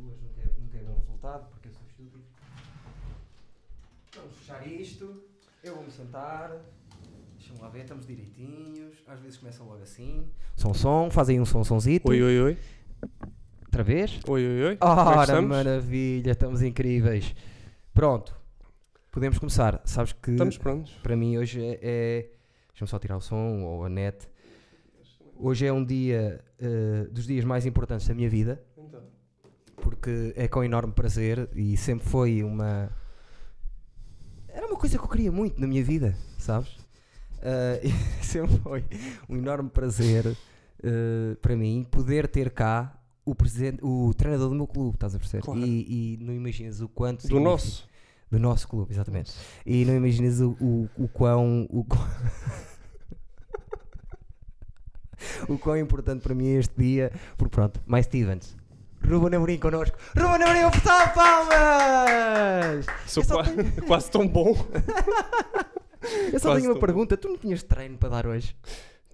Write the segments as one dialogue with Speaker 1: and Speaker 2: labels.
Speaker 1: mas nunca é, nunca é bom resultado porque eu sou estúpido. Vamos fechar isto. Eu vou-me sentar. Deixa-me lá ver, estamos direitinhos. Às vezes começam logo assim. Som, som, fazem um som, somzito.
Speaker 2: Oi, oi, oi.
Speaker 1: Outra vez.
Speaker 2: Oi, oi, oi. Como é que
Speaker 1: Ora,
Speaker 2: estamos?
Speaker 1: maravilha, estamos incríveis. Pronto, podemos começar. Sabes que
Speaker 2: Estamos prontos.
Speaker 1: para mim hoje é. é- Deixa-me só tirar o som ou a net. Hoje é um dia eh, dos dias mais importantes da minha vida porque é com enorme prazer e sempre foi uma. Era uma coisa que eu queria muito na minha vida, sabes? Ah, e sempre foi um enorme prazer eh, para mim poder ter cá o, presidente, o treinador do meu clube, estás a perceber?
Speaker 2: Claro.
Speaker 1: E, e não imaginas o quanto.
Speaker 2: Do
Speaker 1: significa-
Speaker 2: nosso.
Speaker 1: Do nosso clube, exatamente. E não imaginas o, o, o quão. O, quão- o quão importante para mim é este dia. Porque pronto, mais Stevens. Ruben Amorim connosco. Ruben Amorim, um portal de palmas!
Speaker 2: Sou
Speaker 1: Eu só
Speaker 2: qua- quase tão bom.
Speaker 1: Eu só tenho uma
Speaker 2: Quase tão bom.
Speaker 1: pergunta. Tu não tinhas treino para dar hoje?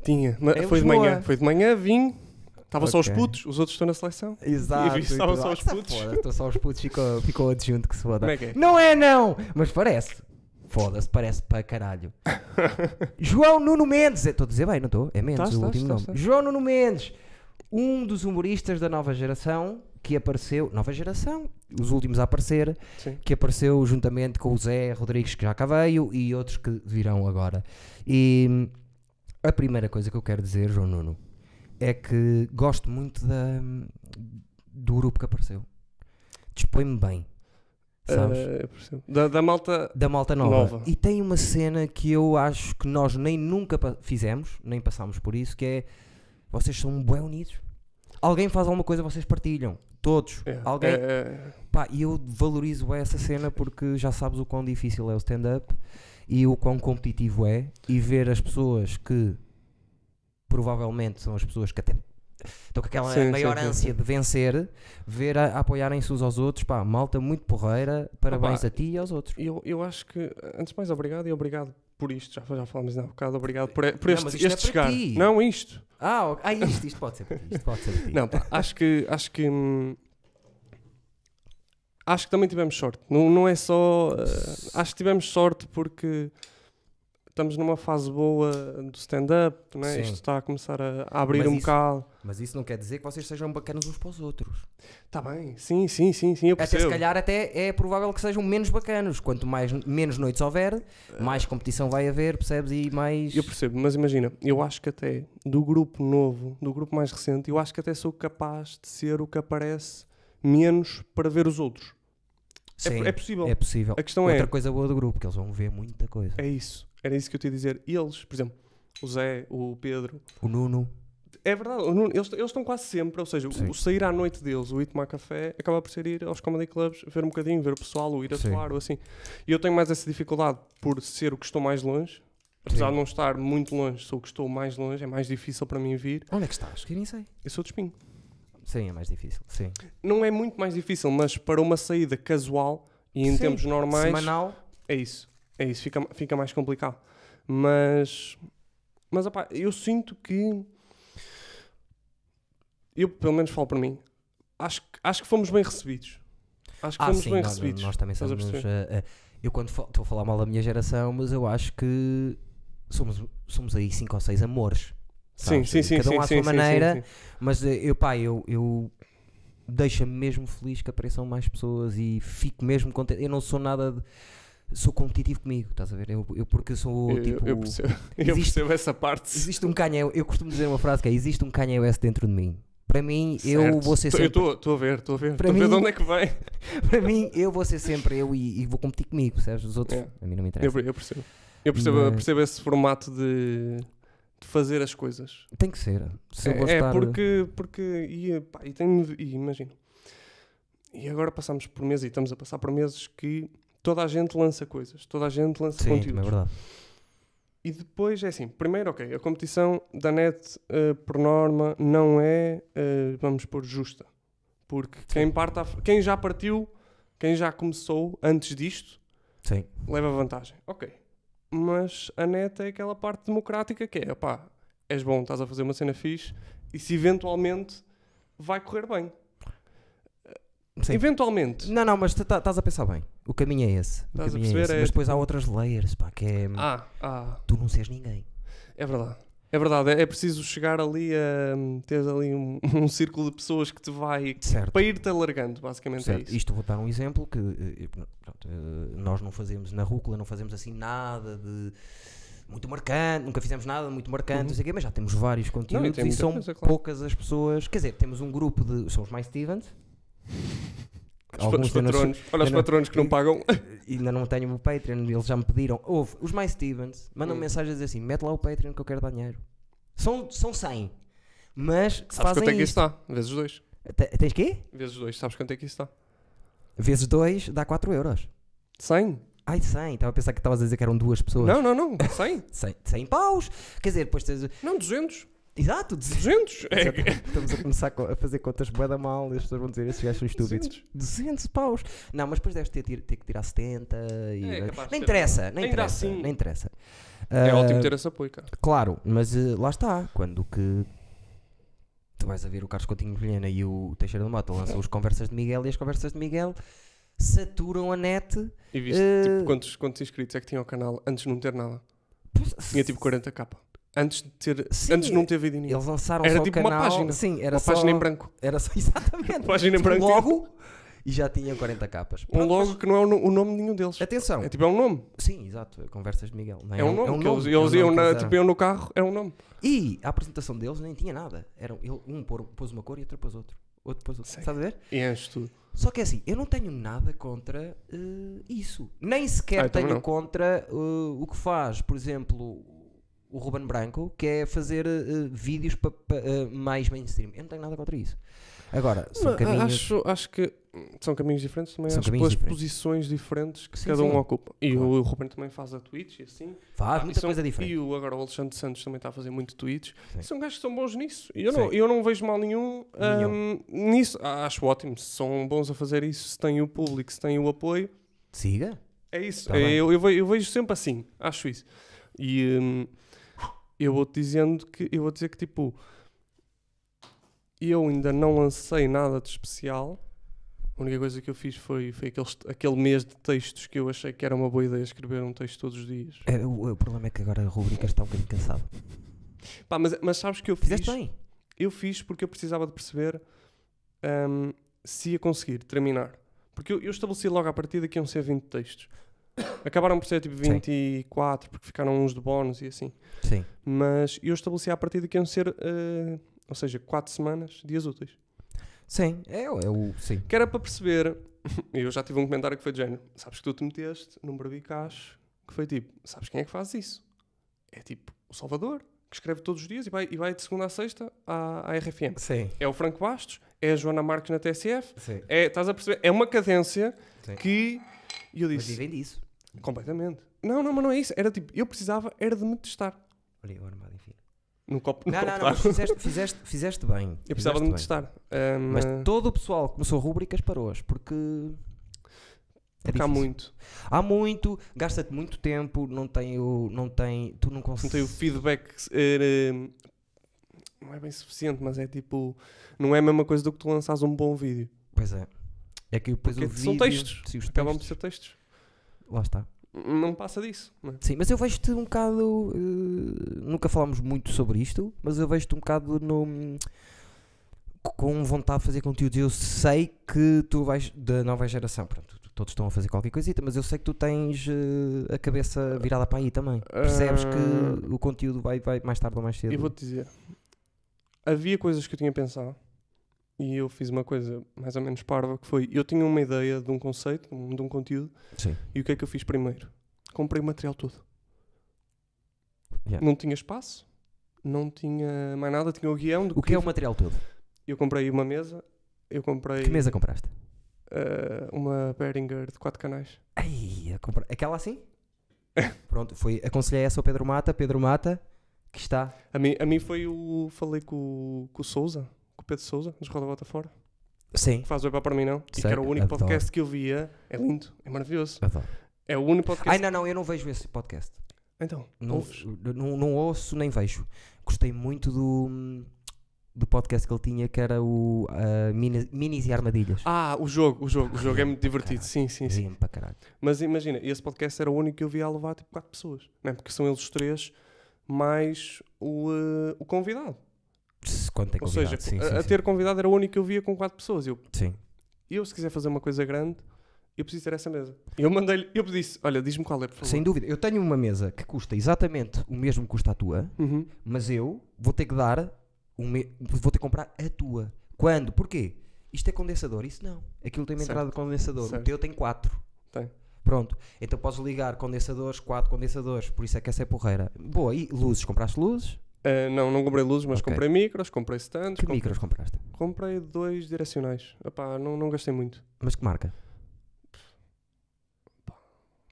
Speaker 2: Tinha. mas
Speaker 1: Em
Speaker 2: foi de manhã.
Speaker 1: Lisboa.
Speaker 2: Foi de manhã, vim. Estava só os
Speaker 1: É Ok.
Speaker 2: putos, os outros estão na seleção.
Speaker 1: Exato.
Speaker 2: E estavam só os putos.
Speaker 1: Estão só os putos. Ficou, ficou o adjunto que se foda.
Speaker 2: Como é que é?
Speaker 1: Não é não! Mas parece. Foda-se, parece para caralho. João Nuno Mendes. Estou a dizer bem, não estou? É Mendes
Speaker 2: Estás,
Speaker 1: o
Speaker 2: estás,
Speaker 1: último
Speaker 2: estás,
Speaker 1: nome. João Nuno Mendes. Um dos humoristas da nova geração que apareceu... Nova geração? Os últimos a aparecer.
Speaker 2: Sim.
Speaker 1: que apareceu juntamente com o Zé Rodrigues, que já cá veio, e outros que virão agora. E hum, a primeira coisa que eu quero dizer, João Nuno, é que gosto muito da, do grupo que apareceu. Dispõe-me bem, sabes?
Speaker 2: Ah, eu percebo. da, da malta.
Speaker 1: da Malta Nova.
Speaker 2: Nova.
Speaker 1: E tem uma cena que eu acho que nós nem nunca pa- fizemos, nem passámos por isso, que é vocês são bem unidos. Alguém faz alguma coisa, vocês partilham. Todos.
Speaker 2: É,
Speaker 1: Alguém,
Speaker 2: é,
Speaker 1: Pá, e eu valorizo bué essa cena porque já sabes o quão difícil é o stand-up e o quão competitivo é e ver as pessoas que provavelmente são as pessoas que até estão com aquela
Speaker 2: Sim, sim,
Speaker 1: maior
Speaker 2: sim,
Speaker 1: ânsia
Speaker 2: sim.
Speaker 1: de vencer, ver a, a apoiarem-se uns aos outros, pá, malta muito porreira, parabéns
Speaker 2: Opa,
Speaker 1: a ti e aos outros.
Speaker 2: eu, eu acho que, antes de mais, obrigado e obrigado por isto. Já, já falámos há um bocado. Obrigado por, por
Speaker 1: Não,
Speaker 2: este,
Speaker 1: mas isto é
Speaker 2: este
Speaker 1: para
Speaker 2: chegar.
Speaker 1: ti.
Speaker 2: Não, isto.
Speaker 1: Ah, ok. Ah, isto, isto pode ser para ti, isto pode ser para ti.
Speaker 2: Não, pá, acho que acho que hum, acho que também tivemos sorte. Não, não é só. eh, acho que tivemos sorte porque estamos numa fase boa do stand-up, não é?
Speaker 1: Sim.
Speaker 2: isto está a começar a, a abrir
Speaker 1: Mas
Speaker 2: um
Speaker 1: isso-
Speaker 2: bocado.
Speaker 1: Mas isso não quer dizer que vocês sejam bacanas uns para os outros.
Speaker 2: Está Tá bem, sim, sim, sim, sim, eu
Speaker 1: Até se
Speaker 2: percebo.
Speaker 1: calhar até é provável que sejam menos bacanos. Quanto mais, menos noites houver, mais competição vai haver, percebes? E mais.
Speaker 2: É. Eu percebo, mas imagina, eu acho que até do grupo novo, do grupo mais recente, eu acho que até sou capaz de ser o que aparece menos para ver os outros. É-
Speaker 1: Sim,
Speaker 2: é, possível.
Speaker 1: é possível.
Speaker 2: A questão
Speaker 1: Outra
Speaker 2: é.
Speaker 1: coisa boa do grupo, que eles vão ver muita coisa.
Speaker 2: É isso. Era isso que eu te ia dizer. E Eles, por exemplo, o Zé, o Pedro.
Speaker 1: O Nuno.
Speaker 2: É verdade, o Nuno, eles, eles estão quase sempre, ou seja, o-
Speaker 1: Sim.
Speaker 2: o sair à noite deles, o ir tomar café, acaba por ser ir aos comedy clubs, ver um bocadinho, ver o pessoal, o ir
Speaker 1: Sim.
Speaker 2: atuar ou assim. E eu tenho mais essa dificuldade por ser o que estou mais longe. Apesar
Speaker 1: Sim.
Speaker 2: de não estar muito longe, sou o que estou mais longe, é mais difícil para mim vir.
Speaker 1: Onde é que estás? Que eu nem sei.
Speaker 2: Eu sou de espinho.
Speaker 1: Sim, é mais difícil. Sim.
Speaker 2: Não é muito mais difícil, mas para uma saída casual e em
Speaker 1: Sim,
Speaker 2: tempos normais,
Speaker 1: Semanal.
Speaker 2: É isso, é isso, fica, fica mais complicado. Mas, mas opá, eu sinto que. Eu, pelo menos, falo para mim. Acho, que- acho que fomos bem recebidos. Acho que
Speaker 1: Ah,
Speaker 2: fomos
Speaker 1: sim,
Speaker 2: bem
Speaker 1: nós,
Speaker 2: recebidos.
Speaker 1: nós também
Speaker 2: Estás a
Speaker 1: somos. ah, ah, eu quando fal- estou a falar mal da minha geração, mas eu acho que somos, somos aí cinco ou seis amores.
Speaker 2: sim,
Speaker 1: sabes?
Speaker 2: sim, sim.
Speaker 1: Cada um
Speaker 2: sim,
Speaker 1: à
Speaker 2: sim,
Speaker 1: sua
Speaker 2: sim, sim,
Speaker 1: maneira.
Speaker 2: sim.
Speaker 1: Mas eh, eu, pá, eu, eu deixa-me mesmo feliz que apareçam mais pessoas e fico mesmo contente. Eu não sou nada de. Sou competitivo comigo, estás a ver? Eu, eu porque sou
Speaker 2: Eu- eu-
Speaker 1: tipo.
Speaker 2: eu, percebo, eu
Speaker 1: existe-
Speaker 2: percebo essa parte.
Speaker 1: existe um Kanye. Eu costumo dizer uma frase que é: existe um Kanye West dentro de mim. Para mim, eu
Speaker 2: Certo.
Speaker 1: vou ser
Speaker 2: Tô-
Speaker 1: sempre.
Speaker 2: Eu estou a ver, estou a ver.
Speaker 1: Para
Speaker 2: Estou a ver de
Speaker 1: mim-
Speaker 2: onde é que vem.
Speaker 1: Para mim, eu vou ser sempre eu e, e vou competir comigo, percebes? Os outros,
Speaker 2: É.
Speaker 1: a mim não me
Speaker 2: Eu,
Speaker 1: interessa.
Speaker 2: eu percebo. Eu percebo, eu
Speaker 1: Mas-
Speaker 2: percebo esse formato de, de fazer as coisas.
Speaker 1: Tem que ser. Se eu vou
Speaker 2: é,
Speaker 1: estar-
Speaker 2: é porque, porque e, pá, e tenho, e imagino. E agora passamos por meses e estamos a passar por meses que toda a gente lança coisas, toda a gente lança
Speaker 1: Sim, também é
Speaker 2: conteúdos.
Speaker 1: verdade.
Speaker 2: e depois é assim, primeiro, ok, a competição da net, eh, por norma, não é, eh, vamos pôr, justa. Porque quem, parte à f- quem já partiu, quem já começou antes disto,
Speaker 1: Sim.
Speaker 2: leva vantagem. Ok. Mas a net é aquela parte democrática que é, pá, és bom, estás a fazer uma cena fixe e se eventualmente vai correr bem.
Speaker 1: sim.
Speaker 2: Eventualmente.
Speaker 1: Não, não, mas tu tá- estás a pensar bem. O caminho é esse. O
Speaker 2: Estás
Speaker 1: caminho é
Speaker 2: a perceber?
Speaker 1: esse.
Speaker 2: É
Speaker 1: Mas depois há outras layers, pá, que é.
Speaker 2: Ah, ah,
Speaker 1: Tu não seres ninguém.
Speaker 2: é verdade. É verdade, é é preciso chegar ali a hum, teres ali um, um círculo de pessoas que te vai
Speaker 1: Certo.
Speaker 2: para ir-te alargando, basicamente é
Speaker 1: certo.
Speaker 2: isso.
Speaker 1: Isto vou dar um exemplo que eh, eh, pronto, eh, nós não fazemos na Rúcula, não fazemos assim nada de muito marcante, nunca fizemos nada de muito marcante, não sei o quê, mas já temos vários conteúdos
Speaker 2: Uhum. tem
Speaker 1: e
Speaker 2: muita
Speaker 1: são
Speaker 2: coisa, claro.
Speaker 1: poucas as pessoas. Quer dizer, temos um grupo de. São os mais Stevens.
Speaker 2: Os, pa- os
Speaker 1: ainda não-
Speaker 2: patronos, olha os
Speaker 1: eu não-
Speaker 2: patronos que não pagam.
Speaker 1: ainda não tenho o Patreon, eles já me pediram. Houve, os mais Stevens mandam
Speaker 2: Hum.
Speaker 1: mensagens a dizer assim: mete lá o Patreon que eu quero dar dinheiro. São, são 100, mas
Speaker 2: Sabes quanto é
Speaker 1: fazem
Speaker 2: que isso
Speaker 1: isto.
Speaker 2: está? Vezes dois.
Speaker 1: Te- Tens quê?
Speaker 2: Vezes dois, sabes quanto é que isso está?
Speaker 1: Vezes 2 dá 4 euros.
Speaker 2: 100?
Speaker 1: Ai, 100. Estava a pensar que estavas a dizer que eram duas pessoas.
Speaker 2: Não, não, não. 100?
Speaker 1: 100, 100 paus. Quer dizer, depois tens.
Speaker 2: Não, 200.
Speaker 1: Exato,
Speaker 2: 200? É, que-
Speaker 1: estamos a começar co- a fazer contas bué da mal e as pessoas vão dizer esses gajos são estúpidos.
Speaker 2: 200.
Speaker 1: 200 paus. Não, mas depois deves ter, tir- ter que tirar 70 e.
Speaker 2: É, é capaz de
Speaker 1: nem
Speaker 2: ter.
Speaker 1: interessa, nem
Speaker 2: Ainda
Speaker 1: interessa.
Speaker 2: assim.
Speaker 1: Nem interessa.
Speaker 2: É
Speaker 1: Ah,
Speaker 2: ótimo ter esse apoio, cara.
Speaker 1: Claro, mas eh, lá está, quando que tu vais a ver o Carlos Coutinho de Vilhena e o Teixeira do Mato lançam os Conversas de Miguel e as Conversas de Miguel saturam a net.
Speaker 2: E viste
Speaker 1: eh,
Speaker 2: tipo, quantos, quantos inscritos é que tinha o canal antes de não ter nada? Tinha tipo 40k. Antes de, ter,
Speaker 1: Sim,
Speaker 2: antes de não ter vídeo nenhum.
Speaker 1: Eles lançaram
Speaker 2: Era
Speaker 1: só
Speaker 2: tipo
Speaker 1: o
Speaker 2: uma
Speaker 1: canal.
Speaker 2: página.
Speaker 1: Sim, era
Speaker 2: Uma
Speaker 1: só,
Speaker 2: página em branco.
Speaker 1: Era só, exatamente.
Speaker 2: página em
Speaker 1: Tipo,
Speaker 2: branco.
Speaker 1: logo e já tinham 40 capas.
Speaker 2: Um
Speaker 1: Pronto,
Speaker 2: logo que não é o, no- o nome de nenhum deles.
Speaker 1: mas- Atenção.
Speaker 2: É tipo, é um nome.
Speaker 1: Sim, exato. Conversas de Miguel. não
Speaker 2: É um nome. que eles-
Speaker 1: é um
Speaker 2: Eles
Speaker 1: nome
Speaker 2: iam
Speaker 1: que
Speaker 2: na-
Speaker 1: eles
Speaker 2: tipo,
Speaker 1: deram.
Speaker 2: iam no carro, é um nome.
Speaker 1: E a apresentação deles nem tinha nada. Era, ele- um pôr- pôs uma cor e outro pôs outro. Outro pôs outro.
Speaker 2: Sim.
Speaker 1: Estás a ver?
Speaker 2: E enche tudo.
Speaker 1: Só que é assim, eu não tenho nada contra eh, isso. Nem sequer
Speaker 2: Ah, eu também
Speaker 1: tenho
Speaker 2: não.
Speaker 1: contra eh, o que faz, por exemplo, o Ruben Branco, que é fazer eh, vídeos pa, pa- eh, mais mainstream. Eu não tenho nada contra isso. Agora, são
Speaker 2: Mas eh,
Speaker 1: caminhos.
Speaker 2: acho, acho que hum, são caminhos diferentes também.
Speaker 1: São
Speaker 2: acho
Speaker 1: caminhos
Speaker 2: pelas
Speaker 1: diferentes.
Speaker 2: posições diferentes que
Speaker 1: Sim,
Speaker 2: cada
Speaker 1: sim.
Speaker 2: um ocupa. E
Speaker 1: Claro.
Speaker 2: o Ruben também faz a Twitch e assim.
Speaker 1: Faz
Speaker 2: Ah,
Speaker 1: muita
Speaker 2: e são-
Speaker 1: coisa diferente.
Speaker 2: E o, agora o Alexandre Santos também está a fazer muito tweets.
Speaker 1: Sim.
Speaker 2: São gajos que são bons nisso. E eu não,
Speaker 1: Sim.
Speaker 2: eu não vejo mal nenhum,
Speaker 1: Nenhum.
Speaker 2: hum, nisso. Ah, acho ótimo. Se são bons a fazer isso, se têm o público, se têm o apoio.
Speaker 1: Siga.
Speaker 2: É isso.
Speaker 1: Tá bem.
Speaker 2: eu, eu, ve- eu vejo sempre assim. Acho isso. E hum, eu vou-te dizendo que... Eu vou dizer que, tipo... Eu ainda não lancei nada de especial. A única coisa que eu fiz foi, foi aqueles, aquele mês de textos que eu achei que era uma boa ideia escrever um texto todos os dias.
Speaker 1: É, o, o problema é que agora a rubrica está um bocadinho cansada.
Speaker 2: Pá, mas, mas sabes que eu fiz...
Speaker 1: Fizeste bem.
Speaker 2: eu fiz porque eu precisava de perceber hum, se ia conseguir terminar. Porque eu, eu estabeleci logo à partida que iam ser 20 textos. Acabaram por ser tipo
Speaker 1: Sim.
Speaker 2: 24, porque ficaram uns de bónus e assim.
Speaker 1: Sim.
Speaker 2: Mas eu estabeleci à partida que iam ser, eh, ou seja, 4 semanas, dias úteis.
Speaker 1: Sim, é, o- é o. Sim.
Speaker 2: Que era para perceber. Eu já tive um comentário que foi do género: Sabes que tu te meteste num barbicacho que foi tipo: Sabes quem é que faz isso? É tipo o Salvador, que escreve todos os dias e vai, e vai de segunda a sexta à, à RFM.
Speaker 1: Sim.
Speaker 2: É o Franco Bastos, é a Joana Marques na TSF.
Speaker 1: Sim.
Speaker 2: É, estás a perceber? É uma cadência
Speaker 1: Sim.
Speaker 2: que. E eu
Speaker 1: Mas
Speaker 2: disse:
Speaker 1: vivem disso.
Speaker 2: completamente. Não, não, mas não é isso. Era tipo, eu precisava, era de me testar.
Speaker 1: Olha aí o armário, enfim.
Speaker 2: No copo. No
Speaker 1: Não,
Speaker 2: copo
Speaker 1: não,
Speaker 2: de
Speaker 1: não, mas
Speaker 2: água.
Speaker 1: fizeste, fizeste, fizeste bem.
Speaker 2: Eu precisava de um
Speaker 1: Fizeste
Speaker 2: me
Speaker 1: bem.
Speaker 2: testar. Ahm,
Speaker 1: Mas
Speaker 2: ah,
Speaker 1: todo o pessoal que começou rubricas parou-as, porque. é
Speaker 2: porque há
Speaker 1: difícil.
Speaker 2: muito.
Speaker 1: Há muito, gasta-te muito tempo, não tem o. Não tem, tu não
Speaker 2: Não tenho
Speaker 1: consegues.
Speaker 2: feedback. eh, não é bem suficiente, mas é tipo. Não é a mesma coisa do que tu lançares um bom vídeo.
Speaker 1: Pois é. É que depois o
Speaker 2: Porque
Speaker 1: vídeo.
Speaker 2: são textos.
Speaker 1: Sim, os
Speaker 2: Acabam por
Speaker 1: textos.
Speaker 2: ser textos.
Speaker 1: Lá está.
Speaker 2: Não passa disso. não é?
Speaker 1: Sim, mas eu vejo-te um bocado. eh, nunca falámos muito sobre isto, mas eu vejo-te um bocado no. Com vontade de fazer conteúdos, eu sei que tu vais da nova geração, pronto, tu- todos estão a fazer qualquer coisita, mas eu sei que tu tens eh, a cabeça virada para aí também. Percebes que o conteúdo vai, vai mais tarde ou mais cedo.
Speaker 2: Ah. Eu vou-te dizer. Havia coisas que eu tinha pensado e eu fiz uma coisa mais ou menos parva que foi, eu tinha uma ideia de um conceito, de um, de um conteúdo,
Speaker 1: Sim.
Speaker 2: e o que é que eu fiz primeiro? Comprei o material todo.
Speaker 1: Yeah. Tá.
Speaker 2: Não tinha espaço, não tinha mais nada, tinha o guião. Do
Speaker 1: O que é o material todo?
Speaker 2: Eu comprei uma mesa, eu comprei
Speaker 1: Que mesa compraste?
Speaker 2: eh, uma Behringer de 4 canais.
Speaker 1: Ai, a compra- Aquela assim? Pronto, foi. Aconselhei essa ao Pedro Mata. Pedro Mata, que está.
Speaker 2: A mim, a mim foi o... falei com, o- com o Souza, com o Pedro Souza, nos Roda Bota Fora,
Speaker 1: Sim.
Speaker 2: que faz o Epá para mim não, e que
Speaker 1: Sei,
Speaker 2: era o único
Speaker 1: adoro.
Speaker 2: podcast que eu via. É lindo, é maravilhoso. É o único podcast.
Speaker 1: Ai, não, não, eu não vejo esse podcast.
Speaker 2: Então,
Speaker 1: Não,
Speaker 2: ouves?
Speaker 1: não, não ouço nem vejo. Gostei muito do. do podcast que ele tinha, que era o ah, Minas- Minis e Armadilhas.
Speaker 2: Ah, o jogo, o jogo, o jogo é muito divertido, sim, sim, sim.
Speaker 1: Ah, Sim, para caralho.
Speaker 2: Mas imagina, esse podcast era o único que eu via a levar tipo 4 pessoas, não é? Porque são eles os três mais o, eh, o convidado.
Speaker 1: Se- Quanto é que
Speaker 2: Ou seja,
Speaker 1: sim,
Speaker 2: a,
Speaker 1: sim,
Speaker 2: a
Speaker 1: sim.
Speaker 2: ter convidado era o único que eu via com 4 pessoas. Eu,
Speaker 1: Sim.
Speaker 2: eu, se quiser fazer uma coisa grande, eu preciso ter essa mesa. E Eu mandei-lhe, eu disse, olha, diz-me qual é, por favor.
Speaker 1: Sem dúvida. Eu tenho uma mesa que custa exatamente o mesmo que custa a tua,
Speaker 2: Uhum.
Speaker 1: mas eu vou ter que dar, o me- vou ter que comprar a tua. Quando? Porquê? Isto é condensador? Isso não. Aquilo tem uma
Speaker 2: Certo.
Speaker 1: entrada de condensador.
Speaker 2: Certo.
Speaker 1: O teu tem quatro.
Speaker 2: Tem.
Speaker 1: Pronto. Então podes ligar condensadores, quatro condensadores. Por isso é que essa é porreira. Boa. E luzes? Compraste luzes?
Speaker 2: Eh, não, não comprei luzes, mas
Speaker 1: Ok.
Speaker 2: comprei micros, comprei stands,
Speaker 1: Que
Speaker 2: comprei,
Speaker 1: micros compraste?
Speaker 2: comprei dois direcionais. Epá, não, não gastei muito.
Speaker 1: Mas que marca?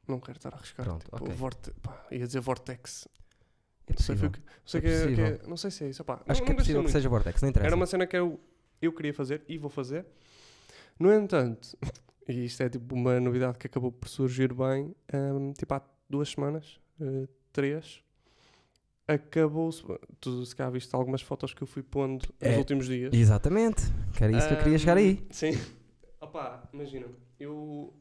Speaker 2: Não quero estar a arriscar.
Speaker 1: Pronto,
Speaker 2: tipo,
Speaker 1: ok.
Speaker 2: vorte- pá, ia dizer Vortex.
Speaker 1: É
Speaker 2: Não sei,
Speaker 1: possível.
Speaker 2: foi o que- não sei
Speaker 1: É
Speaker 2: que é- que é-
Speaker 1: possível.
Speaker 2: não sei se é isso. Epá,
Speaker 1: Acho
Speaker 2: não-
Speaker 1: que é
Speaker 2: não gastei
Speaker 1: possível que
Speaker 2: muito.
Speaker 1: seja Vortex, não interessa.
Speaker 2: Era uma cena que eu, eu queria fazer e vou fazer. No entanto, e isto é tipo uma novidade que acabou por surgir bem, hum, tipo há duas semanas, eh, três, acabou. Tu se calhar viste algumas fotos que eu fui pondo nos
Speaker 1: É.
Speaker 2: últimos dias.
Speaker 1: Exatamente. Que era isso que eu queria chegar aí.
Speaker 2: Hum, Sim. Opa, imagina, eu.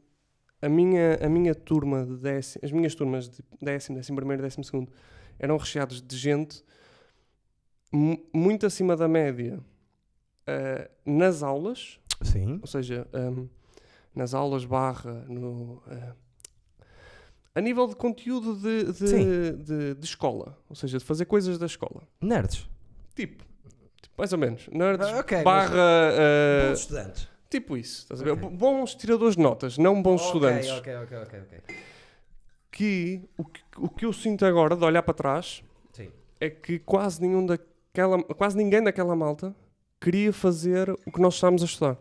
Speaker 2: A minha, a minha turma de décimo, as minhas turmas de décimo, décimo primeiro, décimo segundo eram recheados de gente mu- muito acima da média ah, nas aulas,
Speaker 1: Sim.
Speaker 2: ou seja, ahm, nas aulas barra, no, ah, a nível de conteúdo de- de,
Speaker 1: Sim.
Speaker 2: de, de escola, ou seja, de fazer coisas da escola.
Speaker 1: Nerds.
Speaker 2: Tipo, tipo, mais ou menos. Nerds
Speaker 1: Ah, ok, mas-
Speaker 2: barra. ah,
Speaker 1: Bons estudantes.
Speaker 2: tipo isso. Estás a ver?
Speaker 1: Ok.
Speaker 2: B- Bons tiradores de notas, não bons estudantes.
Speaker 1: Ok, ok, ok, ok.
Speaker 2: Que o, que o que eu sinto agora de olhar para trás
Speaker 1: Sim.
Speaker 2: é que quase nenhum daquela. Quase ninguém daquela malta queria fazer o que nós estávamos a estudar.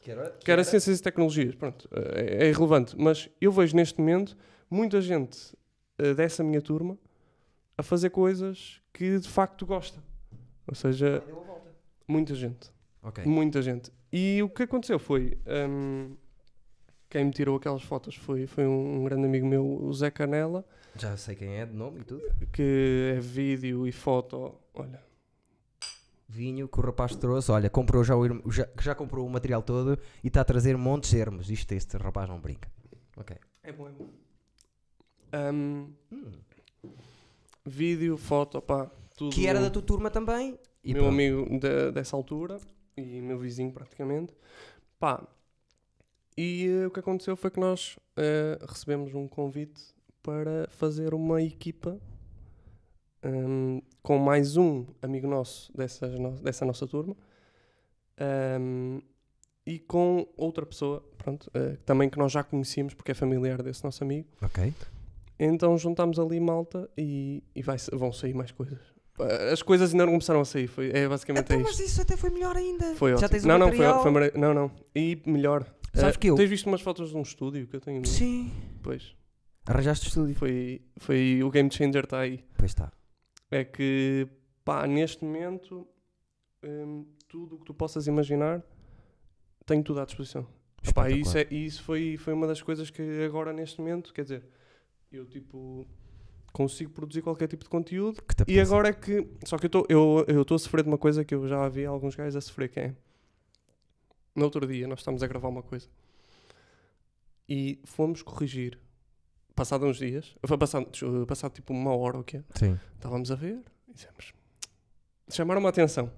Speaker 1: Que era,
Speaker 2: Que era ciências e tecnologias. Pronto, é, é irrelevante. Mas eu vejo neste momento muita gente eh, dessa minha turma a fazer coisas que de facto gosta. Ou seja, muita gente.
Speaker 1: Ok.
Speaker 2: Muita gente. E o que aconteceu foi. hum, quem me tirou aquelas fotos foi, foi um, um grande amigo meu, o Zé Canela,
Speaker 1: Já sei quem é, de nome e tudo.
Speaker 2: que é vídeo e foto. Olha,
Speaker 1: Vinho que o rapaz trouxe. Olha, comprou já, o, irm- já, já comprou o material todo e está a trazer montes de ermos. Isto, este rapaz não brinca. Ok.
Speaker 2: é bom, é bom.
Speaker 1: Hum.
Speaker 2: vídeo, foto, pá, tudo.
Speaker 1: Que era da tua turma também. E
Speaker 2: meu
Speaker 1: pronto.
Speaker 2: amigo da- dessa altura e meu vizinho praticamente. Pá. E eh, o que aconteceu foi que nós eh, recebemos um convite para fazer uma equipa hum, com mais um amigo nosso dessas no- dessa nossa turma hum, e com outra pessoa, pronto, eh, também que nós já conhecíamos porque é familiar desse nosso amigo.
Speaker 1: Ok.
Speaker 2: Então juntámos ali malta e, e vai sa- vão sair mais coisas. Ah, As coisas ainda não começaram a sair, foi, é basicamente
Speaker 1: Então,
Speaker 2: é
Speaker 1: mas
Speaker 2: isto.
Speaker 1: isso até foi melhor ainda.
Speaker 2: Foi
Speaker 1: já
Speaker 2: ótimo.
Speaker 1: tens o
Speaker 2: não, não, foi,
Speaker 1: material.
Speaker 2: foi mara- não, não. E melhor.
Speaker 1: Sabes
Speaker 2: Ah,
Speaker 1: que eu-
Speaker 2: Tens visto umas fotos de um estúdio que eu tenho
Speaker 1: Sim.
Speaker 2: depois.
Speaker 1: Arranjaste o estúdio.
Speaker 2: Foi, foi o Game Changer está aí.
Speaker 1: Pois está.
Speaker 2: É que pá, neste momento hum, tudo o que tu possas imaginar tem tudo à disposição. Pá, e isso, é- e isso foi, foi uma das coisas que agora neste momento, quer dizer, eu tipo consigo produzir qualquer tipo de conteúdo
Speaker 1: Que te
Speaker 2: E
Speaker 1: apetece.
Speaker 2: agora é que. Só que eu estou eu, eu tô a sofrer de uma coisa que eu já vi alguns gajos a sofrer, que é. No outro dia, nós estamos a gravar uma coisa. E fomos corrigir. Passado uns dias. Foi passado, desculpa, passado tipo uma hora ou o quê?
Speaker 1: Sim.
Speaker 2: Estávamos a ver. e Dizemos. Chamaram-me a atenção.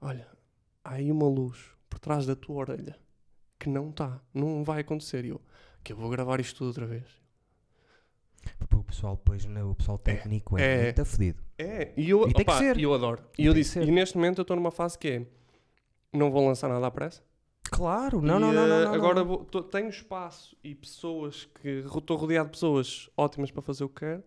Speaker 2: Olha, há aí uma luz por trás da tua orelha que não está. Não vai acontecer. E eu. Que eu vou gravar isto tudo outra vez.
Speaker 1: Porque o pessoal, depois, não, o pessoal técnico é,
Speaker 2: é.
Speaker 1: muito fedido.
Speaker 2: É, e eu,
Speaker 1: E tem que
Speaker 2: opá,
Speaker 1: ser.
Speaker 2: e eu adoro.
Speaker 1: E
Speaker 2: E eu
Speaker 1: tem que
Speaker 2: disse,
Speaker 1: ser.
Speaker 2: e neste momento eu estou numa fase que é, não vou lançar nada à pressa.
Speaker 1: Claro, não,
Speaker 2: E,
Speaker 1: não,
Speaker 2: eh,
Speaker 1: não, não, não.
Speaker 2: Agora
Speaker 1: não.
Speaker 2: vou- tô- tenho espaço e pessoas que estou rodeado de pessoas ótimas para fazer o que quero.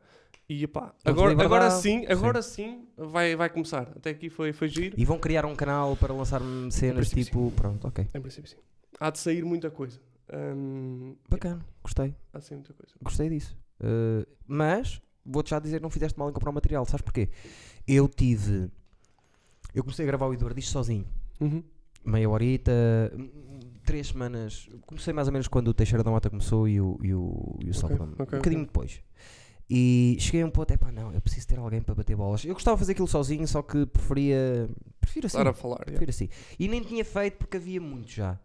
Speaker 2: E pá,
Speaker 1: Dá-te
Speaker 2: agora, agora
Speaker 1: liberdade.
Speaker 2: sim, agora sim, vai, vai começar. Até aqui foi, foi giro.
Speaker 1: E vão criar um canal para lançar cenas
Speaker 2: princípio,
Speaker 1: tipo. Pronto, ok.
Speaker 2: Em princípio sim. Há de sair muita coisa. Hum,
Speaker 1: Bacana, gostei,
Speaker 2: há de sair muita coisa.
Speaker 1: gostei disso. Uh, mas vou-te já dizer que não fizeste mal em comprar o material, sabes porquê? Eu tive. Eu comecei a gravar o Eduardo isto sozinho.
Speaker 2: Uhum.
Speaker 1: Meia horita, hum, três semanas. Comecei mais ou menos quando o Teixeira da Mota começou e o, e o, e o Salvador.
Speaker 2: ok,
Speaker 1: um bocadinho
Speaker 2: ok.
Speaker 1: depois. E cheguei a um ponto, é pá, não, eu preciso ter alguém para bater bolas. Eu gostava de fazer aquilo sozinho, só que preferia. Prefiro assim.
Speaker 2: Estar a falar. yeah.
Speaker 1: Prefiro assim. E nem tinha feito porque havia muito já.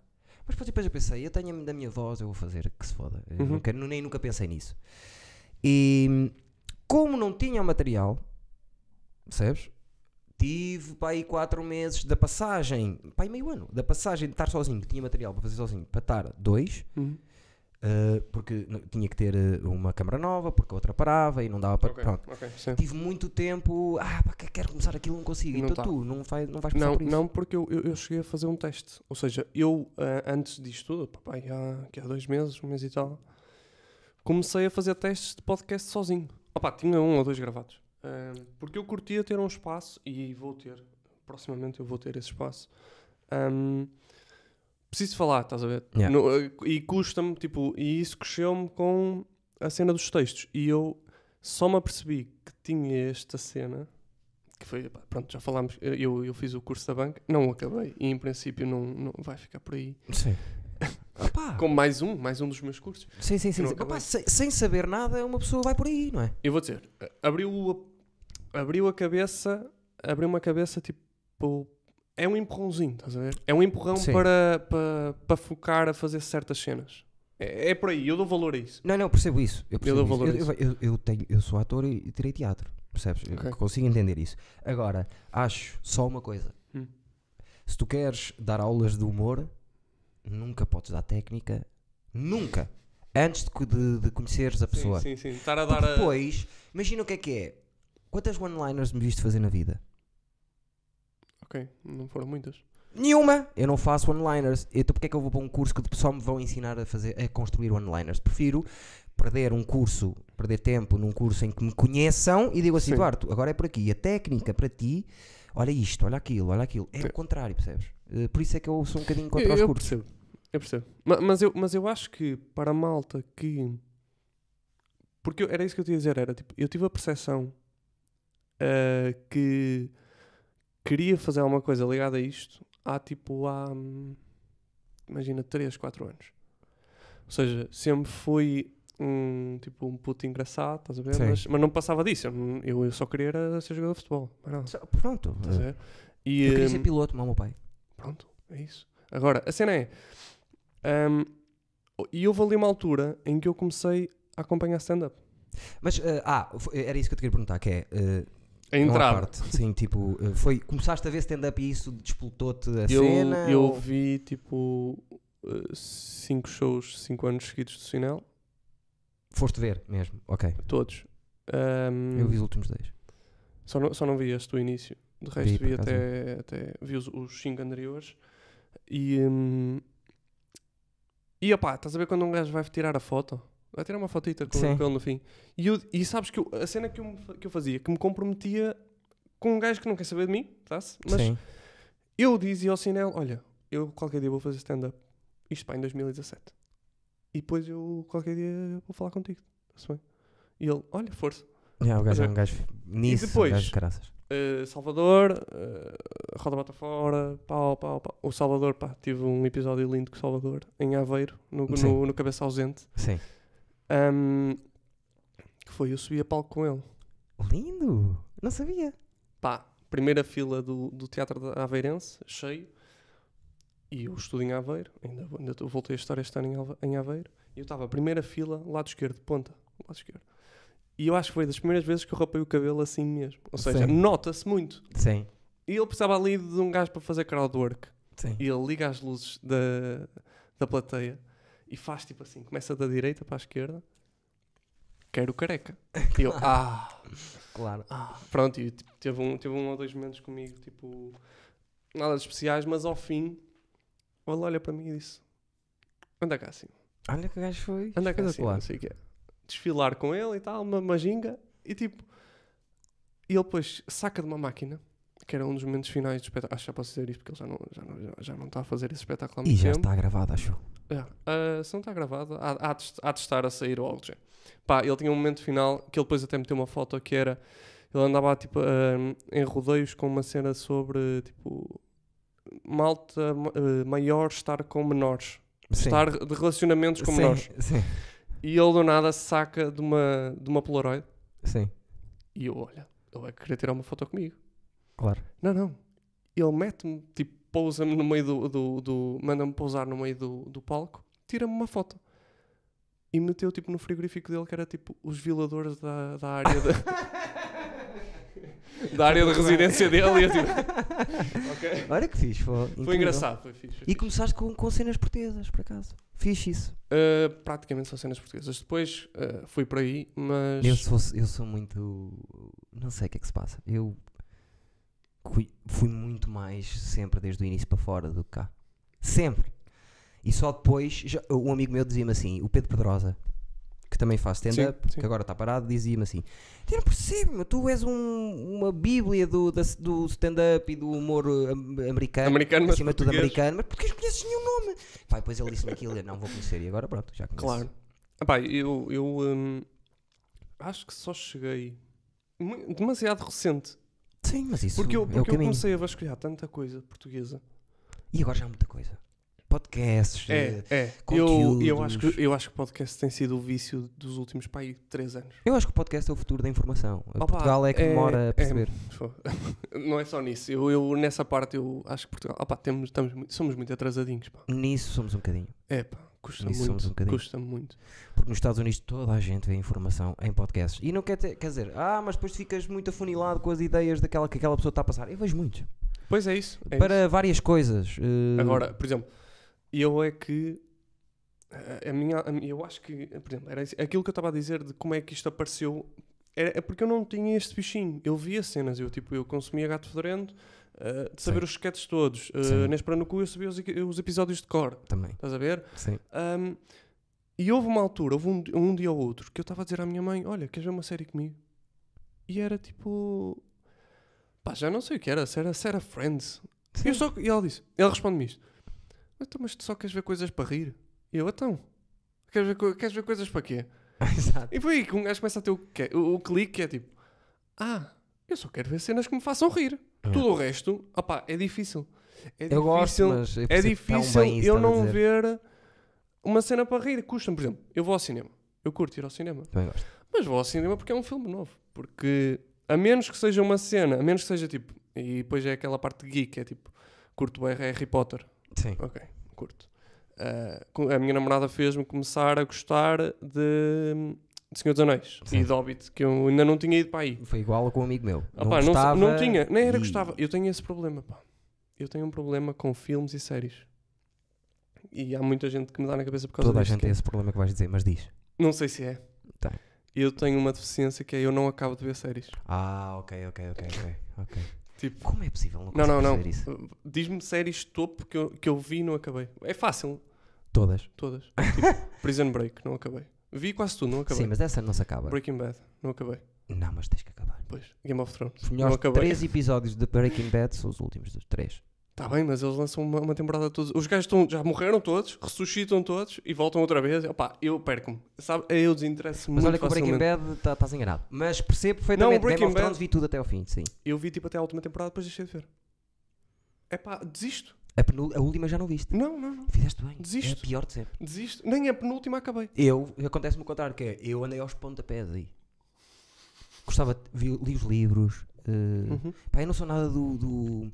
Speaker 1: Mas depois, depois eu pensei, eu tenho a da minha voz, eu vou fazer, que se foda. Eu
Speaker 2: Uhum.
Speaker 1: nunca- nem nunca pensei nisso. E como não tinha o material, percebes? Tive para aí 4 meses da passagem, para aí meio ano, da passagem de estar sozinho, que tinha material para fazer sozinho, para estar dois,
Speaker 2: Uhum.
Speaker 1: eh, porque n- tinha que ter eh, uma câmara nova, porque a outra parava e não dava para.
Speaker 2: Ok,
Speaker 1: Pronto.
Speaker 2: ok, sim.
Speaker 1: Tive muito tempo, ah, pá, que- quero começar aquilo, não consigo.
Speaker 2: Não
Speaker 1: então
Speaker 2: tá.
Speaker 1: tu não, vai, não vais passar
Speaker 2: Não,
Speaker 1: por isso.
Speaker 2: não, porque eu, eu, eu cheguei a fazer um teste. Ou seja, eu ah, antes disto tudo, papai, há, que há dois meses, um mês e tal, comecei a fazer testes de podcast sozinho. Opa, tinha um ou dois gravados. Ah, porque eu curtia ter um espaço, e vou ter, proximamente eu vou ter esse espaço. Ahm, preciso falar, estás a ver?
Speaker 1: Yeah.
Speaker 2: No- ah, e custa-me, tipo, e isso cresceu-me com a cena dos textos. E eu só me apercebi que tinha esta cena que foi, pá, pronto, já falámos, eh, eu, eu fiz o curso da banca, não o acabei e em princípio não, não vai ficar por aí.
Speaker 1: Sim. Opá,
Speaker 2: Como mais um, mais um dos meus cursos.
Speaker 1: sim, sim, sim.
Speaker 2: não
Speaker 1: sim.
Speaker 2: acabei.
Speaker 1: Opá, sem, sem saber nada, uma pessoa vai por aí, não é?
Speaker 2: Eu vou dizer, abriu, a- abriu a cabeça, abriu uma cabeça tipo, é um empurrãozinho, estás a ver? É um empurrão
Speaker 1: Sim.
Speaker 2: para, para, para focar a fazer certas cenas. É, é por aí, eu dou valor a isso.
Speaker 1: Não, não, percebo isso. Eu, percebo
Speaker 2: dou
Speaker 1: isso.
Speaker 2: valor a
Speaker 1: eu, eu- eu tenho, eu sou ator e, e tirei teatro, percebes? Eu
Speaker 2: Ok.
Speaker 1: consigo entender isso. Agora, acho só uma coisa.
Speaker 2: Hum.
Speaker 1: Se tu queres dar aulas de humor, nunca podes dar técnica. Nunca. Antes de, co- de- de conheceres a pessoa.
Speaker 2: Sim, sim, sim. Estar a dar
Speaker 1: Porque
Speaker 2: a...
Speaker 1: depois, imagina o que é que é. Quantas one-liners me viste fazer na vida?
Speaker 2: Ok, não foram muitas.
Speaker 1: Nenhuma! Eu não faço one-liners. Então porque é que eu vou para um curso que só me vão ensinar a, fazer, a construir one-liners? Prefiro perder um curso, perder tempo num curso em que me conheçam e digo assim,
Speaker 2: Sim.
Speaker 1: Eduardo, agora é por aqui. A técnica para ti, olha isto, olha aquilo, olha aquilo. É
Speaker 2: Sim.
Speaker 1: o contrário, percebes? Eh, Por isso é que eu sou um bocadinho
Speaker 2: Eu-
Speaker 1: contra
Speaker 2: eu,
Speaker 1: os cursos.
Speaker 2: Percebo. Eu percebo. Ma- Mas eu, mas eu acho que para a malta que. Porque eu- era isso que eu te ia dizer, era tipo, eu tive a percepção ah, que queria fazer alguma coisa ligada a isto há tipo há hum, imagina 3, 4 anos. Ou seja, sempre fui um tipo um puto engraçado, estás a ver?
Speaker 1: Sim.
Speaker 2: Mas, mas não passava disso, eu, não- eu, eu só queria era ser jogador de futebol, mas não, estás
Speaker 1: Só- Pronto.
Speaker 2: a
Speaker 1: eh,
Speaker 2: ver? E,
Speaker 1: Eu queria ser
Speaker 2: hum,
Speaker 1: piloto, mas o meu pai.
Speaker 2: Pronto, é isso. Agora, a cena é. hum, e houve ali uma altura em que eu comecei a acompanhar stand-up.
Speaker 1: Mas, eh, ah, foi- era isso que eu te queria perguntar, que é... eh,
Speaker 2: A
Speaker 1: não há
Speaker 2: entrar.
Speaker 1: parte. Sim, tipo, eh, foi... Começaste a ver stand-up e isso disputou-te a
Speaker 2: Eu,
Speaker 1: cena?
Speaker 2: eu
Speaker 1: ou-
Speaker 2: vi tipo 5 shows, 5 anos seguidos do Sinel,
Speaker 1: Foste ver mesmo, ok.
Speaker 2: todos. Hum,
Speaker 1: Eu vi os últimos dois.
Speaker 2: só, não, só não vi este do início. De resto,
Speaker 1: por
Speaker 2: vi,
Speaker 1: acaso,
Speaker 2: até, até. Vi os, os 5 anteriores. E. hum, e opá, estás a ver quando um gajo vai tirar a foto? Vai tirar uma fotita com,
Speaker 1: Sim.
Speaker 2: com ele no fim. E, eu- e sabes que eu- a cena que eu, me fa- que eu fazia, que me comprometia com um gajo que não quer saber de mim, tá-se? Mas
Speaker 1: Sim.
Speaker 2: eu dizia ao Sinel: Olha, eu qualquer dia vou fazer stand-up. Isto pá, em 2017. E depois eu qualquer dia vou falar contigo. Tá-se bem? E ele: Olha, força.
Speaker 1: Já, o gajo é
Speaker 2: Mas é-
Speaker 1: um gajo nisso,
Speaker 2: depois?
Speaker 1: um gajo de caraças.
Speaker 2: Uh, Salvador, uh, Roda Bota Fora, pau, pau, pau. O Salvador, pá, tive um episódio lindo com o Salvador, em Aveiro, no,
Speaker 1: Sim.
Speaker 2: no, no Cabeça Ausente.
Speaker 1: Sim.
Speaker 2: Um, que foi, eu subi a palco com ele.
Speaker 1: Lindo! Não sabia.
Speaker 2: Pá, primeira fila do, do Teatro da Aveirense, cheio. E eu estudo em Aveiro, ainda, ainda tô- voltei a estar este ano em, Alve- em Aveiro. E eu estava, primeira fila, lado esquerdo, ponta, lado esquerdo. E eu acho que foi das primeiras vezes que eu rapei o cabelo assim mesmo. Ou seja,
Speaker 1: Sim.
Speaker 2: nota-se muito.
Speaker 1: Sim.
Speaker 2: E ele precisava ali de um gajo para fazer crowdwork.
Speaker 1: Sim.
Speaker 2: E ele liga as luzes da, da plateia e faz tipo assim: começa da direita para a esquerda. Quero careca. E eu, ah,
Speaker 1: Claro.
Speaker 2: ah. Pronto, e tipo, teve, um, teve um ou dois momentos comigo, tipo, nada de especiais, mas ao fim, ele olha para mim e disse: anda cá assim,
Speaker 1: Olha que o gajo foi.
Speaker 2: anda cá assim,
Speaker 1: espetacular.
Speaker 2: não sei o que é. Desfilar com ele e tal, uma majinga, e tipo, e ele depois saca de uma máquina, que era um dos momentos finais do espetáculo. Acho que já posso dizer isto porque ele já não, já não, já, já não está a fazer esse espetáculo há
Speaker 1: E
Speaker 2: muito
Speaker 1: já
Speaker 2: tempo.
Speaker 1: está gravado, acho.
Speaker 2: É. Ah, se não está gravado, há, há, de, est- há de estar a sair o algo do género. Pá, ele tinha um momento final que ele depois até meteu uma foto que era. Ele andava tipo, ah, em rodeios com uma cena sobre tipo. Malta ma- ah, maior estar com menores.
Speaker 1: Sim.
Speaker 2: Estar de relacionamentos com
Speaker 1: sim.
Speaker 2: menores.
Speaker 1: Sim.
Speaker 2: E ele do nada saca de uma, de uma Polaroid
Speaker 1: Sim,
Speaker 2: e eu, olha, ele vai querer tirar uma foto comigo.
Speaker 1: claro.
Speaker 2: Não, não. Ele mete-me, tipo, pousa-me no meio do. do, do manda-me pousar no meio do, do palco, tira-me uma foto. E meteu, tipo, no frigorífico dele, que era tipo os violadores da, da área da. da área de residência dele. E eu, tipo, ok.
Speaker 1: Olha que fixe, foi, incrível.
Speaker 2: Foi engraçado, foi fixe. foi
Speaker 1: E
Speaker 2: fixe.
Speaker 1: começaste com, com cenas portuguesas, por acaso. Fixe isso.
Speaker 2: Uh, praticamente só cenas portuguesas. Depois uh, fui para aí, mas.
Speaker 1: Eu sou, eu sou muito. Não sei o que é que se passa. Eu fui, fui muito mais sempre desde o início para fora do que cá. Sempre. E só depois. Já, um amigo meu dizia-me assim, o Pedro Pedrosa, que também faz stand-up,
Speaker 2: Sim, sim.
Speaker 1: que agora está parado, dizia-me assim: Eu não percebo, meu, tu és um- uma bíblia do, da- do stand-up e do humor eh, am- americano.
Speaker 2: Americano, mas
Speaker 1: acima de tudo
Speaker 2: português."
Speaker 1: americano, mas porque não conheces nenhum nome? Pá, depois ele disse-me aquilo, eu não vou conhecer, e agora pronto, já conheço.
Speaker 2: Claro. Epá, eu, eu hum, acho que só cheguei mu- demasiado recente.
Speaker 1: Sim, mas isso
Speaker 2: Porque eu,
Speaker 1: é o
Speaker 2: porque eu
Speaker 1: caminho.
Speaker 2: comecei a vasculhar tanta coisa portuguesa.
Speaker 1: E agora já há muita coisa. Podcasts.
Speaker 2: É,
Speaker 1: eh,
Speaker 2: é. Eu,
Speaker 1: conteúdos.
Speaker 2: eu, acho que, eu acho que o podcast tem sido o vício dos últimos pá, aí, três anos.
Speaker 1: Eu acho que o podcast é o futuro da informação.
Speaker 2: Opa,
Speaker 1: Portugal é que
Speaker 2: é-
Speaker 1: demora
Speaker 2: é-
Speaker 1: a perceber.
Speaker 2: Fo- Não é só nisso. Eu, eu, nessa parte, eu acho que Portugal. opá, temos, estamos, muito- somos muito atrasadinhos. Pá.
Speaker 1: Nisso somos um bocadinho.
Speaker 2: É, pá, custa
Speaker 1: Nisso somos
Speaker 2: muito.
Speaker 1: um bocadinho.
Speaker 2: custa muito.
Speaker 1: Porque nos Estados Unidos toda a gente vê informação em podcasts. E não quer, ter- quer dizer, ah, mas depois ficas muito afunilado com as ideias daquela que aquela pessoa está a passar. Eu vejo muitos.
Speaker 2: Pois é isso. é
Speaker 1: Para várias coisas. eh,
Speaker 2: Agora, por exemplo, eu é que eh, a- a minha, a mi- eu acho que, por exemplo, era isso- aquilo que eu estava a dizer de como é que isto apareceu, era, é porque eu não tinha este bichinho. Eu via cenas, eu tipo, eu consumia Gato Fedorento, ah, de saber
Speaker 1: Sim.
Speaker 2: os sketches todos. Uh,
Speaker 1: Sim.
Speaker 2: Nespera no cu eu sabia os, e- os episódios de cor,
Speaker 1: Também.
Speaker 2: estás a ver?
Speaker 1: Sim.
Speaker 2: Ahm, e houve uma altura, houve um, di- um dia ou outro, que eu estava a dizer à minha mãe: Olha, queres ver uma série comigo? E era tipo. Pá, já não sei o que era, se era, se era Friends. E, eu só, e ela disse: Ela responde-me isto: Então, mas tu só queres ver coisas para rir? E eu, então. Queres ver, co- queres ver coisas para quê?
Speaker 1: Exato.
Speaker 2: E foi aí que um gajo começa a ter o, que- o, o clique que é tipo: Ah, eu só quero ver cenas que me façam rir.
Speaker 1: É.
Speaker 2: Tudo o resto, opá, é difícil. É
Speaker 1: Eu gosto, mas eu
Speaker 2: é
Speaker 1: percebo tão
Speaker 2: difícil
Speaker 1: bem isso
Speaker 2: eu
Speaker 1: que estás a
Speaker 2: não
Speaker 1: dizer.
Speaker 2: ver uma cena para rir. Custa-me, por exemplo, eu vou ao cinema. Eu curto ir ao cinema.
Speaker 1: Também gosto.
Speaker 2: Mas vou ao cinema porque é um filme novo. Porque, a menos que seja uma cena, a menos que seja tipo. E depois é aquela parte geek, é tipo. Curto bem Harry Potter.
Speaker 1: Sim.
Speaker 2: Ok, curto. Ah, com- a minha namorada fez-me começar a gostar de, de Senhor dos Anéis
Speaker 1: Sim.
Speaker 2: e de Hobbit, que eu ainda não tinha ido para aí.
Speaker 1: Foi igual com um amigo meu.
Speaker 2: Ah,
Speaker 1: não,
Speaker 2: pá, não, se-
Speaker 1: gostava
Speaker 2: não tinha, nem era
Speaker 1: e-
Speaker 2: gostava. Eu tenho esse problema, pá. Eu tenho um problema com filmes e séries. E há muita gente que me dá na cabeça por causa
Speaker 1: Toda a
Speaker 2: disto,
Speaker 1: gente
Speaker 2: que
Speaker 1: tem Tá.
Speaker 2: é-
Speaker 1: esse problema que vais dizer, mas diz.
Speaker 2: Não sei se é.
Speaker 1: Tem.
Speaker 2: Eu tenho uma deficiência que é eu não acabo de ver séries.
Speaker 1: Ah, ok, ok, ok, ok. ok.
Speaker 2: Tipo-
Speaker 1: Como é possível não,
Speaker 2: Não, não,
Speaker 1: conseguir
Speaker 2: não. Uh,
Speaker 1: fazer isso?
Speaker 2: Diz-me séries topo que eu, que eu vi e não acabei. É fácil,
Speaker 1: Todas.
Speaker 2: todas. Tipo, Prison Break, não acabei. Vi quase tudo, não acabei.
Speaker 1: Sim, mas essa não se acaba.
Speaker 2: Breaking Bad, não acabei.
Speaker 1: Não, mas tens que acabar.
Speaker 2: Pois, Game of Thrones.
Speaker 1: Os melhores
Speaker 2: acabei.
Speaker 1: três episódios de Breaking Bad são os últimos dos três.
Speaker 2: Está Tá bem, mas eles lançam uma, uma temporada todos. Os gajos estão- já morreram todos, ressuscitam todos e voltam outra vez. Opá, eu perco-me. Sabe? Eu desinteresso
Speaker 1: Mas
Speaker 2: muito
Speaker 1: olha que o Breaking
Speaker 2: facilmente.
Speaker 1: Bad tá- estás enganado. Mas percebo perfeitamente.
Speaker 2: Breaking
Speaker 1: Game of
Speaker 2: Bad-
Speaker 1: Thrones vi tudo até ao fim, sim.
Speaker 2: Eu vi tipo até a última temporada, depois deixei de ver. É pá, desisto.
Speaker 1: A, penul- a última já não viste.
Speaker 2: Não, não, não.
Speaker 1: Fizeste bem. É a
Speaker 2: Desisto.
Speaker 1: pior de sempre.
Speaker 2: Desisto. Nem a penúltima acabei.
Speaker 1: Eu, acontece-me o contrário, que é, eu andei aos pontapés aí. Gostava, de- vi, li os livros. eh,
Speaker 2: Uhum.
Speaker 1: Pá, eu não sou nada do, do-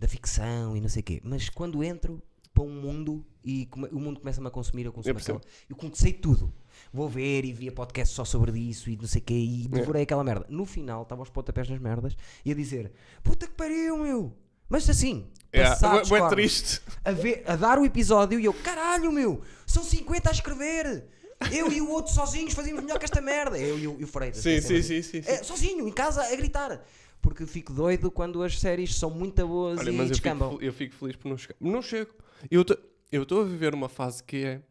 Speaker 1: da ficção e não sei o quê, mas quando entro para um mundo e come- o mundo começa-me a consumir, eu consumo
Speaker 2: Eu percebo.
Speaker 1: aquela. Eu comecei tudo. Vou ver e via podcast só sobre isso e não sei o quê
Speaker 2: É.
Speaker 1: e devorei aquela merda. No final, estava aos pontapés nas merdas e a dizer: Puta que pariu, meu! Mas assim, passados
Speaker 2: é, é
Speaker 1: cornos,
Speaker 2: triste.
Speaker 1: a, ver- a dar o episódio e eu, caralho, meu, são 50 a escrever! Eu e o outro sozinhos fazíamos melhor que esta merda! Eu e o, e o Freitas.
Speaker 2: Sim,
Speaker 1: é sempre
Speaker 2: sim,
Speaker 1: assim.
Speaker 2: sim, sim. sim.
Speaker 1: É, sozinho, em casa, a gritar. Porque fico doido quando as séries são muito boas
Speaker 2: Olha,
Speaker 1: e
Speaker 2: mas eu
Speaker 1: descambam.
Speaker 2: fico, fel- eu fico feliz por não chegar. Não chego. Eu tô- eu estou a viver uma fase que é.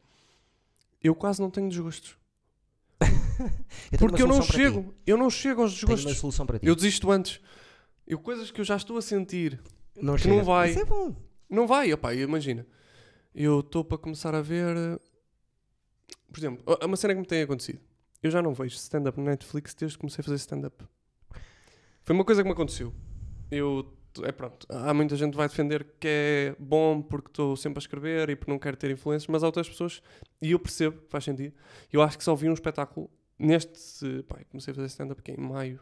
Speaker 2: Eu quase não tenho desgostos.
Speaker 1: Eu tenho
Speaker 2: Porque eu
Speaker 1: uma
Speaker 2: não
Speaker 1: solução para
Speaker 2: chego. Eu não chego aos
Speaker 1: Ti. Tenho uma
Speaker 2: desgostos.
Speaker 1: solução para ti.
Speaker 2: Eu desisto antes. Eu, coisas que eu já estou a sentir.
Speaker 1: não,
Speaker 2: que
Speaker 1: chega.
Speaker 2: não vai.
Speaker 1: Isso é bom.
Speaker 2: Não vai, opá, imagina. Eu estou para começar a ver. eh, Por exemplo, ó, uma cena que me tem acontecido. Eu já não vejo stand-up na Netflix desde que comecei a fazer stand-up. Foi uma coisa que me aconteceu. Eu tu- é pronto. Há muita gente que vai defender que é bom porque estou sempre a escrever e porque não quero ter influências, mas há outras pessoas, e eu percebo, faz sentido. Eu acho que só vi um espetáculo neste. Pá, eu comecei a fazer stand-up aqui em maio,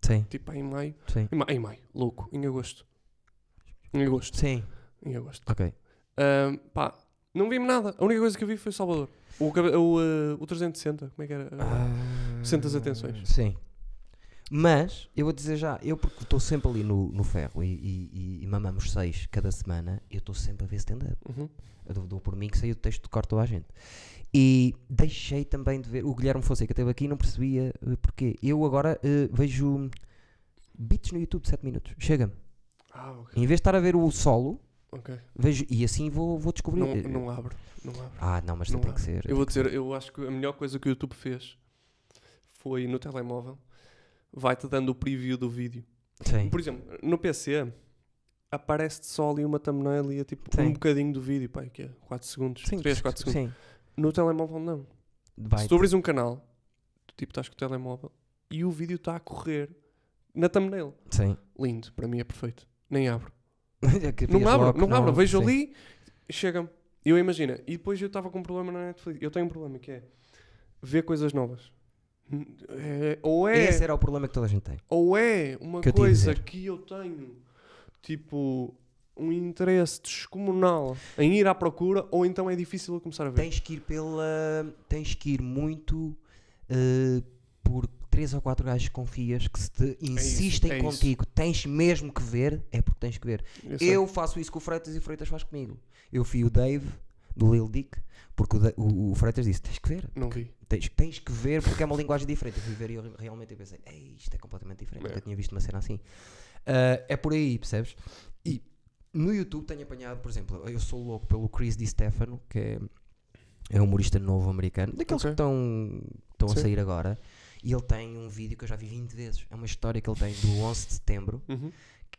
Speaker 1: Sim,
Speaker 2: tipo pá, em maio.
Speaker 1: sim.
Speaker 2: Em, ma- em maio, louco, em agosto. Em agosto,
Speaker 1: Sim.
Speaker 2: em agosto.
Speaker 1: Ok.
Speaker 2: Ahm, pá, não vi-me nada. A única coisa que eu vi foi Salvador. O, cabe- o, eh, o 360, como é que era?
Speaker 1: Ah,
Speaker 2: sente as atenções.
Speaker 1: Sim. Mas, eu vou dizer já, eu porque estou sempre ali no, no ferro e, e- e mamamos seis cada semana, eu estou sempre a ver stand-up.
Speaker 2: Uhum.
Speaker 1: Eu dou, dou por mim que saiu o texto de corte toda a gente. E deixei também de ver. O Guilherme Fonseca esteve aqui e não percebia eh, porquê. Eu agora eh, vejo beats no YouTube de 7 minutos. Chega-me.
Speaker 2: Ah, ok.
Speaker 1: Em vez de estar a ver o solo,
Speaker 2: ok.
Speaker 1: vejo. E assim vou, vou descobrir.
Speaker 2: Não,
Speaker 1: eh,
Speaker 2: não abro, não abro.
Speaker 1: Ah, não, mas
Speaker 2: não
Speaker 1: tem
Speaker 2: há.
Speaker 1: que ser.
Speaker 2: Eu vou dizer, eu acho que a melhor coisa que o YouTube fez foi no telemóvel vai-te dando o preview do vídeo.
Speaker 1: Sim.
Speaker 2: Por exemplo, no PC aparece-te só ali uma thumbnail e é tipo
Speaker 1: Sim.
Speaker 2: um bocadinho do vídeo, pá, que é 4 segundos, 3, 4 segundos.
Speaker 1: Sim.
Speaker 2: No telemóvel não.
Speaker 1: Vai.
Speaker 2: Se tu abres um canal, tu tipo estás com o telemóvel e o vídeo está a correr na thumbnail.
Speaker 1: Sim.
Speaker 2: Lindo, para mim é perfeito. Nem abro.
Speaker 1: É que
Speaker 2: Não
Speaker 1: vias
Speaker 2: abro,
Speaker 1: logo,
Speaker 2: não, abro. Vejo
Speaker 1: sim.
Speaker 2: ali, chega-me. Eu imagino. E depois eu estava com um problema na Netflix. Eu tenho um problema que é ver coisas novas. É, ou, é,
Speaker 1: Esse era o problema que toda a gente tem.
Speaker 2: ou é uma
Speaker 1: que eu te ia
Speaker 2: coisa
Speaker 1: dizer.
Speaker 2: que eu tenho, tipo, um interesse descomunal em ir à procura, ou então é difícil eu começar a ver.
Speaker 1: Tens que ir pela. Tens que ir muito eh, por três ou quatro gajos que confias que se te insistem
Speaker 2: é isso.
Speaker 1: contigo, tens mesmo que ver, é porque tens que ver.
Speaker 2: sei.
Speaker 1: Eu, faço isso com o Freitas e o Freitas faz comigo. Eu fui o Dave do Lil Dick, porque o, Da- o- o Freitas disse: tens que ver,
Speaker 2: não vi.
Speaker 1: tens, tens que ver porque é uma linguagem diferente. Eu fui ver e eu realmente eu pensei, Ei, isto é completamente diferente,
Speaker 2: É.
Speaker 1: nunca tinha visto uma cena assim. Ah, é por aí, percebes? E no YouTube tenho apanhado, por exemplo, eu sou louco pelo Chris Di Stefano, que é, é um humorista novo americano, daqueles
Speaker 2: Ok.
Speaker 1: que estão, estão a
Speaker 2: Sim.
Speaker 1: sair agora, e ele tem um vídeo que eu já vi 20 vezes. É uma história que ele tem do 11 de setembro,
Speaker 2: Uhum.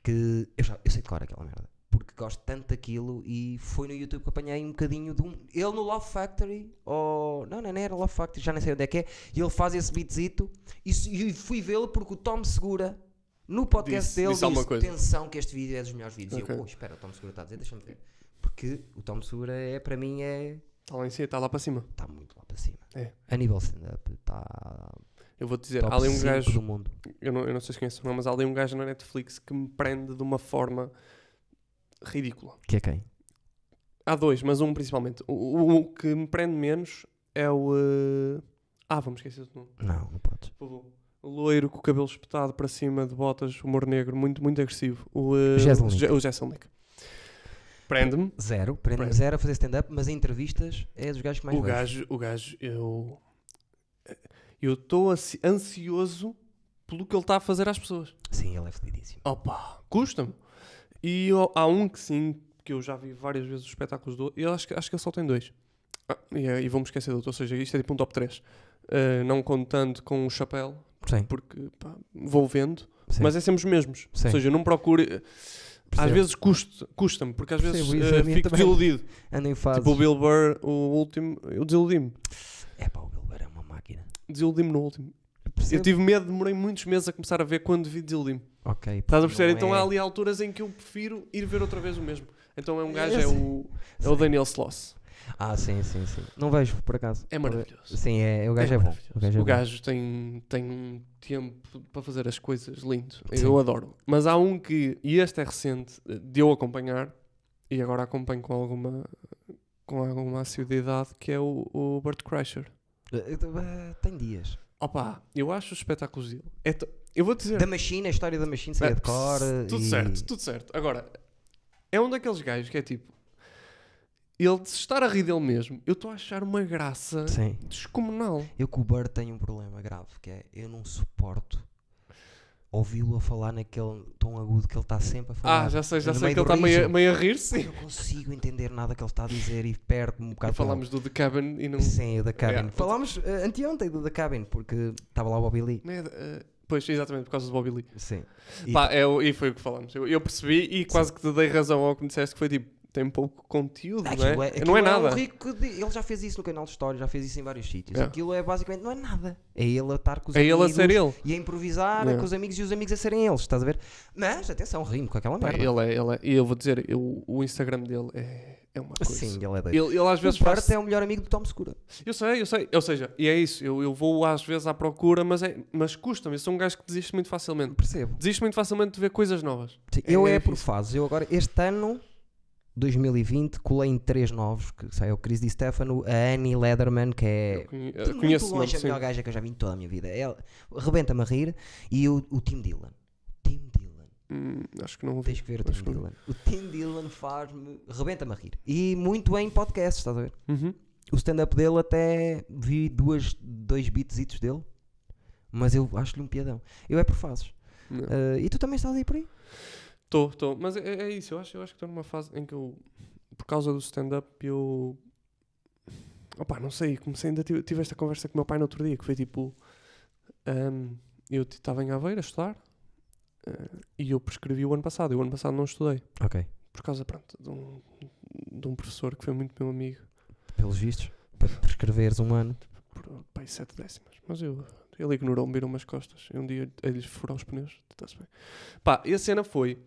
Speaker 1: que eu, já, eu sei de cor aquela merda. Porque gosto tanto daquilo e foi no YouTube que apanhei um bocadinho de um. Ele no Love Factory, ou. Não, não, não era Love Factory, já nem sei onde é que é. E ele faz esse beatzito e, se- e fui vê-lo porque o Tom Segura, no podcast
Speaker 2: Disse-
Speaker 1: dele,
Speaker 2: disse alguma coisa.
Speaker 1: atenção que este vídeo é dos melhores vídeos. E
Speaker 2: Ok.
Speaker 1: eu, oh, espera, o Tom Segura está a dizer, deixa-me ver. Porque o Tom Segura é, para mim, é.
Speaker 2: Está Tá lá em cima, está lá para cima.
Speaker 1: Está muito lá para cima.
Speaker 2: É.
Speaker 1: A nível stand-up, está.
Speaker 2: Eu vou-te dizer, há
Speaker 1: Top
Speaker 2: ali um
Speaker 1: 5
Speaker 2: gajo.
Speaker 1: do mundo.
Speaker 2: eu não, eu não sei se conheço o nome, mas há ali um gajo na Netflix que me prende de uma forma ridícula.
Speaker 1: Que é quem?
Speaker 2: Há dois, mas um principalmente. O, o- o que me prende menos é o. eh, Ah, vamos esquecer do nome.
Speaker 1: Não, não podes.
Speaker 2: Por favor. O loiro com o cabelo espetado para cima de botas, humor negro, muito, muito agressivo. O eh,
Speaker 1: Jason Lee.
Speaker 2: Ja- o Jason Lee. Prende-me.
Speaker 1: Zero, prendem
Speaker 2: Right.
Speaker 1: zero a fazer stand-up, mas em entrevistas é dos gajos que mais
Speaker 2: O
Speaker 1: vejo.
Speaker 2: gajo, o gajo, eu. eh, Eu estou ansi- ansioso pelo que ele está a fazer às pessoas.
Speaker 1: Sim, ele é fodidíssimo.
Speaker 2: Opa, custa-me. E eu- há um que sim, que eu já vi várias vezes os espetáculos do. Eu acho que, acho que ele só tem dois. Ah, e, é- e vou-me esquecer do outro, ou seja, isto é tipo um top 3. não contando com o chapéu,
Speaker 1: Sim,
Speaker 2: porque pá, vou vendo,
Speaker 1: sim.
Speaker 2: mas é sempre os mesmos.
Speaker 1: Sim.
Speaker 2: Ou seja, eu não procuro. Às
Speaker 1: Percebo.
Speaker 2: vezes custa- custa-me, porque às vezes
Speaker 1: Percebo isso,
Speaker 2: eh,
Speaker 1: a mim
Speaker 2: fico
Speaker 1: também.
Speaker 2: desiludido.
Speaker 1: anda em fases.
Speaker 2: Tipo o Bill Burr, o último, eu desiludi-me.
Speaker 1: É pá, o Bilber é uma máquina.
Speaker 2: Desiludi-me no último. Eu
Speaker 1: Percebo.
Speaker 2: tive medo, demorei muitos meses a começar a ver quando vi desiludi-me.
Speaker 1: Ok.
Speaker 2: Estás a
Speaker 1: porque
Speaker 2: perceber?
Speaker 1: não
Speaker 2: Então
Speaker 1: é-
Speaker 2: há ali alturas em que eu prefiro ir ver outra vez o mesmo. Então é um gajo,
Speaker 1: Eu
Speaker 2: é
Speaker 1: sei.
Speaker 2: o, é o Daniel Sloss.
Speaker 1: Ah, sim, sim, sim. Não vejo, por acaso.
Speaker 2: É maravilhoso.
Speaker 1: Sim, é, o gajo é,
Speaker 2: É
Speaker 1: bom. O gajo é
Speaker 2: O
Speaker 1: bom.
Speaker 2: gajo tem, tem um tempo para fazer as coisas lindo.
Speaker 1: Sim.
Speaker 2: Eu adoro. Mas há um que, e este é recente, de eu acompanhar, e agora acompanho com alguma com alguma assiduidade, que é o, o Bert Kreischer.
Speaker 1: Eh, eh, Tem dias.
Speaker 2: Opa, eu acho os espetáculos dele. é to- eu vou dizer.
Speaker 1: Da Machine, a história da Machine, sei
Speaker 2: É,
Speaker 1: de cor. eh,
Speaker 2: Tudo
Speaker 1: e-
Speaker 2: certo, tudo certo. Agora, é um daqueles gajos que é tipo. Ele de se estar a rir dele mesmo, eu estou a achar uma graça
Speaker 1: Sim.
Speaker 2: descomunal.
Speaker 1: Eu com o Bird tenho um problema grave, que é eu não suporto ouvi-lo a falar naquele tom agudo que ele está sempre a falar.
Speaker 2: Ah, já sei, já
Speaker 1: No
Speaker 2: sei que
Speaker 1: meio
Speaker 2: ele
Speaker 1: do
Speaker 2: está meio,
Speaker 1: riso.
Speaker 2: meio a rir, sim.
Speaker 1: Não consigo entender nada que ele está a dizer e perco-me um bocado. com ele.
Speaker 2: Falámos do The Cabin e não.
Speaker 1: Sim, o da Cabin.
Speaker 2: Yeah.
Speaker 1: Falámos eh, anteontem do da Cabin, porque estava lá o Bobby Lee.
Speaker 2: não é, eh, pois, exatamente, por causa do Bobby Lee.
Speaker 1: Sim. E-
Speaker 2: Pá, é, o- e foi o que falámos. Eu, eu percebi e quase que te dei razão ao que me disseste que foi tipo. tem pouco conteúdo,
Speaker 1: Aquilo
Speaker 2: não é?
Speaker 1: aquilo
Speaker 2: não é,
Speaker 1: um
Speaker 2: nada.
Speaker 1: rico de- ele já fez isso no canal de história, já fez isso em vários sítios.
Speaker 2: É.
Speaker 1: Aquilo é basicamente não é nada. É ele a estar com os
Speaker 2: é ele
Speaker 1: amigos
Speaker 2: a ser ele.
Speaker 1: e a improvisar
Speaker 2: É.
Speaker 1: com os amigos e os amigos a serem eles, estás a ver? Mas atenção, rimo com aquela
Speaker 2: Pá,
Speaker 1: merda.
Speaker 2: ele é, ele é. E eu vou dizer, eu- o Instagram dele é, é uma coisa.
Speaker 1: Sim, ele é doido.
Speaker 2: Ele, ele às vezes
Speaker 1: o Bart
Speaker 2: faz.
Speaker 1: é o melhor amigo do Tom Segura.
Speaker 2: Eu sei, eu sei. Ou seja, e é isso. Eu, eu vou às vezes à procura, mas, é, mas custa-me. Eu sou um gajo que desiste muito facilmente.
Speaker 1: Percebo.
Speaker 2: Desisto muito facilmente de ver coisas novas.
Speaker 1: Sim,
Speaker 2: É-
Speaker 1: eu
Speaker 2: é
Speaker 1: é, por
Speaker 2: difícil.
Speaker 1: fases. Eu agora, este ano, 2020, colei em três novos, que saiu o Chris Di Stefano, a Annie Lederman, que é
Speaker 2: Eu conhe- eh,
Speaker 1: Por
Speaker 2: conheço
Speaker 1: muito
Speaker 2: o nome,
Speaker 1: longe é a
Speaker 2: sim.
Speaker 1: melhor gaja que eu já vi em toda a minha vida. Ela rebenta-me a rir. E o, o Tim Dillon. Tim Dillon.
Speaker 2: Hum, acho que não ouvi.
Speaker 1: Tens que ver o
Speaker 2: Acho
Speaker 1: Tim
Speaker 2: que não.
Speaker 1: Dillon. O Tim Dillon faz-me. Rebenta-me a rir. E muito em podcasts, estás a ver?
Speaker 2: Uhum.
Speaker 1: O stand-up dele até vi duas, dois beatsitos dele. Mas eu acho-lhe um piadão. Eu é por fases.
Speaker 2: Não.
Speaker 1: Ah, e tu também estás aí por aí?
Speaker 2: Estou, estou. Mas é, é isso, eu acho, eu acho que estou numa fase em que eu, por causa do stand-up, eu. Opa, não sei, comecei ainda. Tive, tive esta conversa com o meu pai no outro dia, que foi tipo. ahm, eu estava em Aveira a estudar ah, e eu prescrevi o ano passado. E o ano passado não estudei,
Speaker 1: Ok.
Speaker 2: por causa, pronto, de um, de um professor que foi muito meu amigo,
Speaker 1: Pelos vistos. Para te prescreveres um ano.
Speaker 2: por pai sete décimas. Mas eu. Ele ignorou-me, viram umas costas. E um dia ele lhe furou os pneus. Está-se bem. Pá, e a cena foi.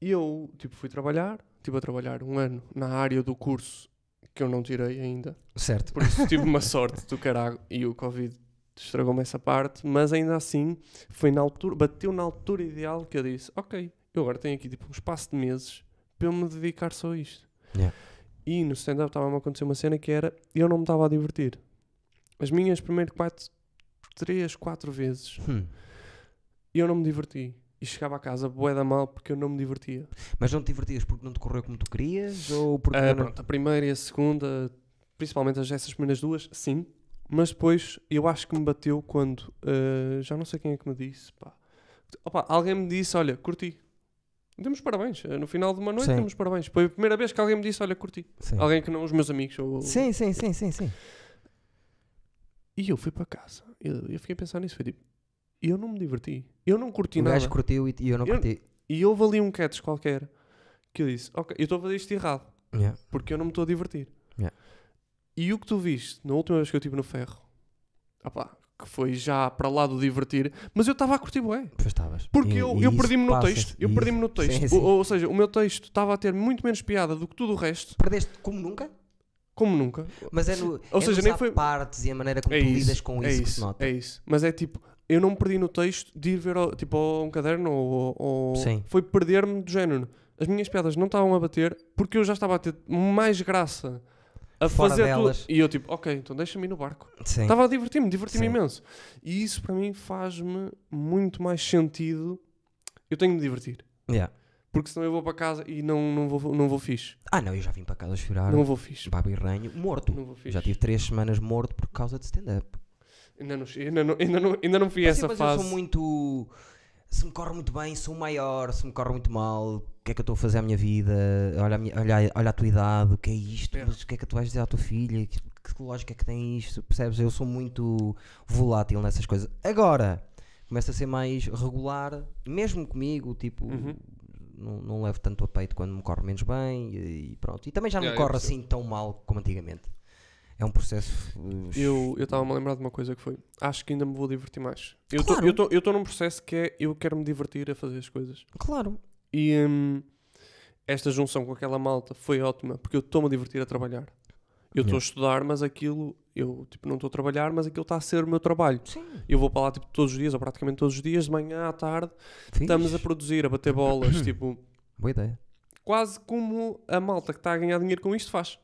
Speaker 2: E eu, tipo, fui trabalhar. Estive a trabalhar um ano na área do curso que eu não tirei ainda.
Speaker 1: Certo.
Speaker 2: Por isso tive uma sorte do caralho. E o Covid estragou-me essa parte. Mas ainda assim, foi na altura. Bateu na altura ideal que eu disse: Ok, eu agora tenho aqui, tipo, um espaço de meses para eu me dedicar só a isto.
Speaker 1: Yeah.
Speaker 2: E no stand-up estava-me a acontecer uma cena que era: eu não me estava a divertir. As minhas primeiras quatro, três, quatro vezes
Speaker 1: Hum.
Speaker 2: eu não me diverti. E chegava a casa bué da mal porque eu não me divertia.
Speaker 1: Mas não te divertias porque não te correu como tu querias? Ou porque
Speaker 2: Ah,
Speaker 1: não-
Speaker 2: pronto, a primeira e a segunda, principalmente as essas primeiras duas, sim. Mas depois eu acho que me bateu quando ah, já não sei quem é que me disse. pá. Opa, alguém me disse: Olha, curti. Demos parabéns. Ah, No final de uma noite,
Speaker 1: Sim.
Speaker 2: demos parabéns. Foi a primeira vez que alguém me disse: Olha, curti.
Speaker 1: Sim.
Speaker 2: Alguém que não, os meus amigos. Ou...
Speaker 1: sim, sim, sim, sim, sim.
Speaker 2: E eu fui para casa. Eu, eu fiquei a pensar nisso. Foi tipo: Eu não me diverti. Eu não curti
Speaker 1: o
Speaker 2: nada.
Speaker 1: Um gajo curtiu e, e eu não
Speaker 2: Eu-
Speaker 1: curti.
Speaker 2: E houve ali um catch qualquer que eu disse: Ok, eu estou a fazer isto errado
Speaker 1: Yeah.
Speaker 2: porque eu não me estou a divertir.
Speaker 1: Yeah.
Speaker 2: E o que tu viste na última vez que eu estive no ferro, opá, que foi já para lá do divertir, mas eu estava a curtir bué.
Speaker 1: Pois estavas.
Speaker 2: Porque
Speaker 1: E-
Speaker 2: eu,
Speaker 1: e
Speaker 2: eu
Speaker 1: É, isso
Speaker 2: perdi-me no
Speaker 1: passa-se.
Speaker 2: texto. Eu
Speaker 1: E-
Speaker 2: perdi-me no texto.
Speaker 1: Sim, sim.
Speaker 2: Ou, ou seja, o meu texto estava a ter muito menos piada do que tudo o resto,
Speaker 1: Perdeste como nunca,
Speaker 2: como nunca.
Speaker 1: mas é no.
Speaker 2: Ou
Speaker 1: é
Speaker 2: seja,
Speaker 1: nos
Speaker 2: nem foi-
Speaker 1: partes e a maneira como
Speaker 2: É
Speaker 1: tu
Speaker 2: isso,
Speaker 1: lidas com isso,
Speaker 2: é
Speaker 1: que se
Speaker 2: isso,
Speaker 1: nota.
Speaker 2: é isso. Mas é tipo, eu não me perdi no texto de ir ver ao- tipo, a um caderno ou, ou-
Speaker 1: Sim.
Speaker 2: foi perder-me do género. As minhas piadas não estavam a bater porque eu já estava a ter mais graça a
Speaker 1: Fora
Speaker 2: fazer
Speaker 1: delas.
Speaker 2: tudo. E eu tipo, ok, então deixa-me ir no barco.
Speaker 1: Sim.
Speaker 2: Estava a divertir-me, diverti-me
Speaker 1: Sim.
Speaker 2: imenso. E isso para mim faz-me muito mais sentido. Eu tenho de me divertir.
Speaker 1: Yeah.
Speaker 2: Porque senão eu vou para casa e não, não, vou, não vou fixe.
Speaker 1: Ah, não, eu já vim para casa chorar.
Speaker 2: Não vou fixe.
Speaker 1: Babo e ranho, morto.
Speaker 2: Não vou fixe.
Speaker 1: Já tive três semanas morto por causa de stand-up.
Speaker 2: Ainda, não, che- ainda, não, ainda, não, ainda não fui a
Speaker 1: Mas,
Speaker 2: essa
Speaker 1: sim, mas eu
Speaker 2: fase.
Speaker 1: sou muito. Se me corre muito bem, sou maior. Se me corre muito mal, o que é que eu estou a fazer à minha vida? Olha a, minha- olha, olha a tua idade, o que é isto?
Speaker 2: É.
Speaker 1: Mas o que é que tu vais dizer à tua filha? Que, que lógica é que tem isto? Percebes? Eu sou muito volátil nessas coisas. Agora, começa a ser mais regular, mesmo comigo, tipo.
Speaker 2: Uhum.
Speaker 1: Não, não levo tanto a peito quando me corre menos bem e, e pronto. E também já não
Speaker 2: Yeah,
Speaker 1: me
Speaker 2: eu
Speaker 1: corre
Speaker 2: percebo.
Speaker 1: assim tão mal como antigamente. É um processo. uh,
Speaker 2: Eu eu estava-me a lembrar de uma coisa que foi. Acho que ainda me vou divertir mais. Eu
Speaker 1: Claro.
Speaker 2: estou num processo que é eu quero me divertir a fazer as coisas.
Speaker 1: Claro.
Speaker 2: E hum, esta junção com aquela malta foi ótima porque eu estou-me a divertir a trabalhar. Eu estou
Speaker 1: Yeah.
Speaker 2: a estudar, mas aquilo, eu tipo, não estou a trabalhar, mas aquilo está a ser o meu trabalho.
Speaker 1: Sim.
Speaker 2: Eu vou para lá tipo, todos os dias, ou praticamente todos os dias, de manhã à tarde, estamos a
Speaker 1: Fixe.
Speaker 2: produzir, a bater bolas, tipo,
Speaker 1: Boa ideia.
Speaker 2: quase como a malta que está a ganhar dinheiro com isto faz.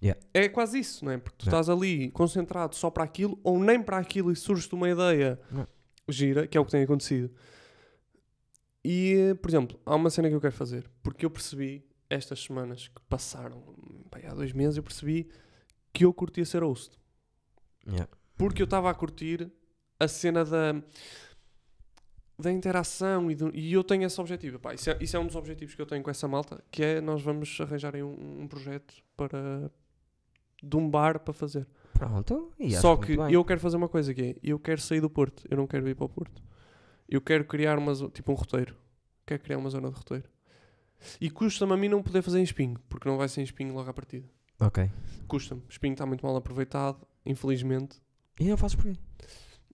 Speaker 1: Yeah.
Speaker 2: É quase isso, não é? Porque tu
Speaker 1: Yeah.
Speaker 2: estás ali concentrado só para aquilo ou nem para aquilo e surge-te uma ideia
Speaker 1: Yeah.
Speaker 2: gira, que é o que tem acontecido. E, eh, por exemplo, há uma cena que eu quero fazer, porque eu percebi estas semanas que passaram, pá, há dois meses, eu percebi que eu curtia ser host.
Speaker 1: Yeah.
Speaker 2: Porque eu estava a curtir a cena da, da interação e, do- e eu tenho esse objetivo. Epá, isso, é, isso é um dos objetivos que eu tenho com essa malta, que é nós vamos arranjar aí um, um projeto para de um bar para fazer.
Speaker 1: Pronto, e acho
Speaker 2: Só que
Speaker 1: muito bem.
Speaker 2: eu quero fazer uma coisa que é, eu quero sair do Porto, eu não quero ir para o Porto. Eu quero criar uma zo- tipo um roteiro. Quero criar uma zona de roteiro. E custa-me a mim não poder fazer em espinho, porque não vai ser em espinho logo à partida.
Speaker 1: Ok.
Speaker 2: Custa-me. Espinho está muito mal aproveitado, infelizmente.
Speaker 1: E não fazes porquê?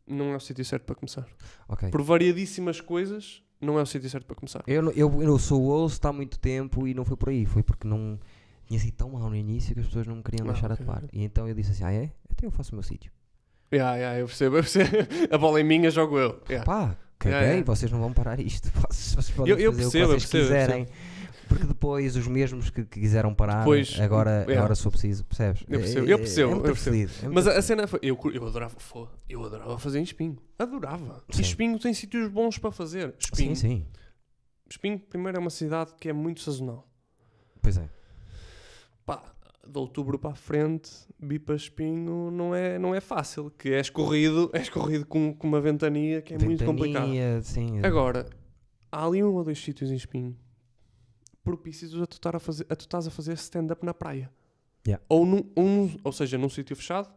Speaker 2: Não é o sítio certo para começar.
Speaker 1: Ok.
Speaker 2: Por variadíssimas coisas, não é o sítio certo para começar.
Speaker 1: Eu, não- eu, eu sou o ouço há muito tempo e não foi por aí. Foi porque não tinha sido tão mal no início que as pessoas não me queriam
Speaker 2: Ah,
Speaker 1: deixar
Speaker 2: ok,
Speaker 1: atuar. E então eu disse assim: ah, é? Até eu faço o meu sítio.
Speaker 2: Yeah, yeah, eu percebo, eu percebo. A bola é minha, jogo eu. Yeah.
Speaker 1: Pá, caguei,
Speaker 2: Yeah, yeah.
Speaker 1: vocês não vão parar isto. Vocês, vocês podem
Speaker 2: Ah, é. Eu- eu
Speaker 1: fazer
Speaker 2: percebo,
Speaker 1: o
Speaker 2: eu
Speaker 1: que vocês
Speaker 2: percebo, eu
Speaker 1: quiserem. Porque depois os mesmos que, que quiseram parar,
Speaker 2: Depois,
Speaker 1: agora,
Speaker 2: yeah.
Speaker 1: agora sou preciso, percebes?
Speaker 2: é. Eu percebo,
Speaker 1: É-
Speaker 2: eu
Speaker 1: é-
Speaker 2: percebo,
Speaker 1: é muito
Speaker 2: eu percebo.
Speaker 1: fedido, é muito
Speaker 2: Mas a, a
Speaker 1: fedido.
Speaker 2: cena foi. Eu, cur- eu adorava. fô, eu adorava fazer em espinho. Adorava. E
Speaker 1: Sim.
Speaker 2: espinho tem sítios bons para fazer.
Speaker 1: Sim,
Speaker 2: Espinho.
Speaker 1: sim.
Speaker 2: Espinho, primeiro, é uma cidade que é muito sazonal.
Speaker 1: Pois é.
Speaker 2: Pá, de outubro para a frente, bi para espinho não é, não é fácil. Que é escorrido, é escorrido com, com uma ventania que é muito complicado.
Speaker 1: Ventania, Sim,
Speaker 2: Agora, há ali um ou dois sítios em espinho propícios a tu, estar a fazer, a tu estás a fazer stand-up na praia.
Speaker 1: Yeah.
Speaker 2: Ou, num, um- ou seja, num sítio fechado,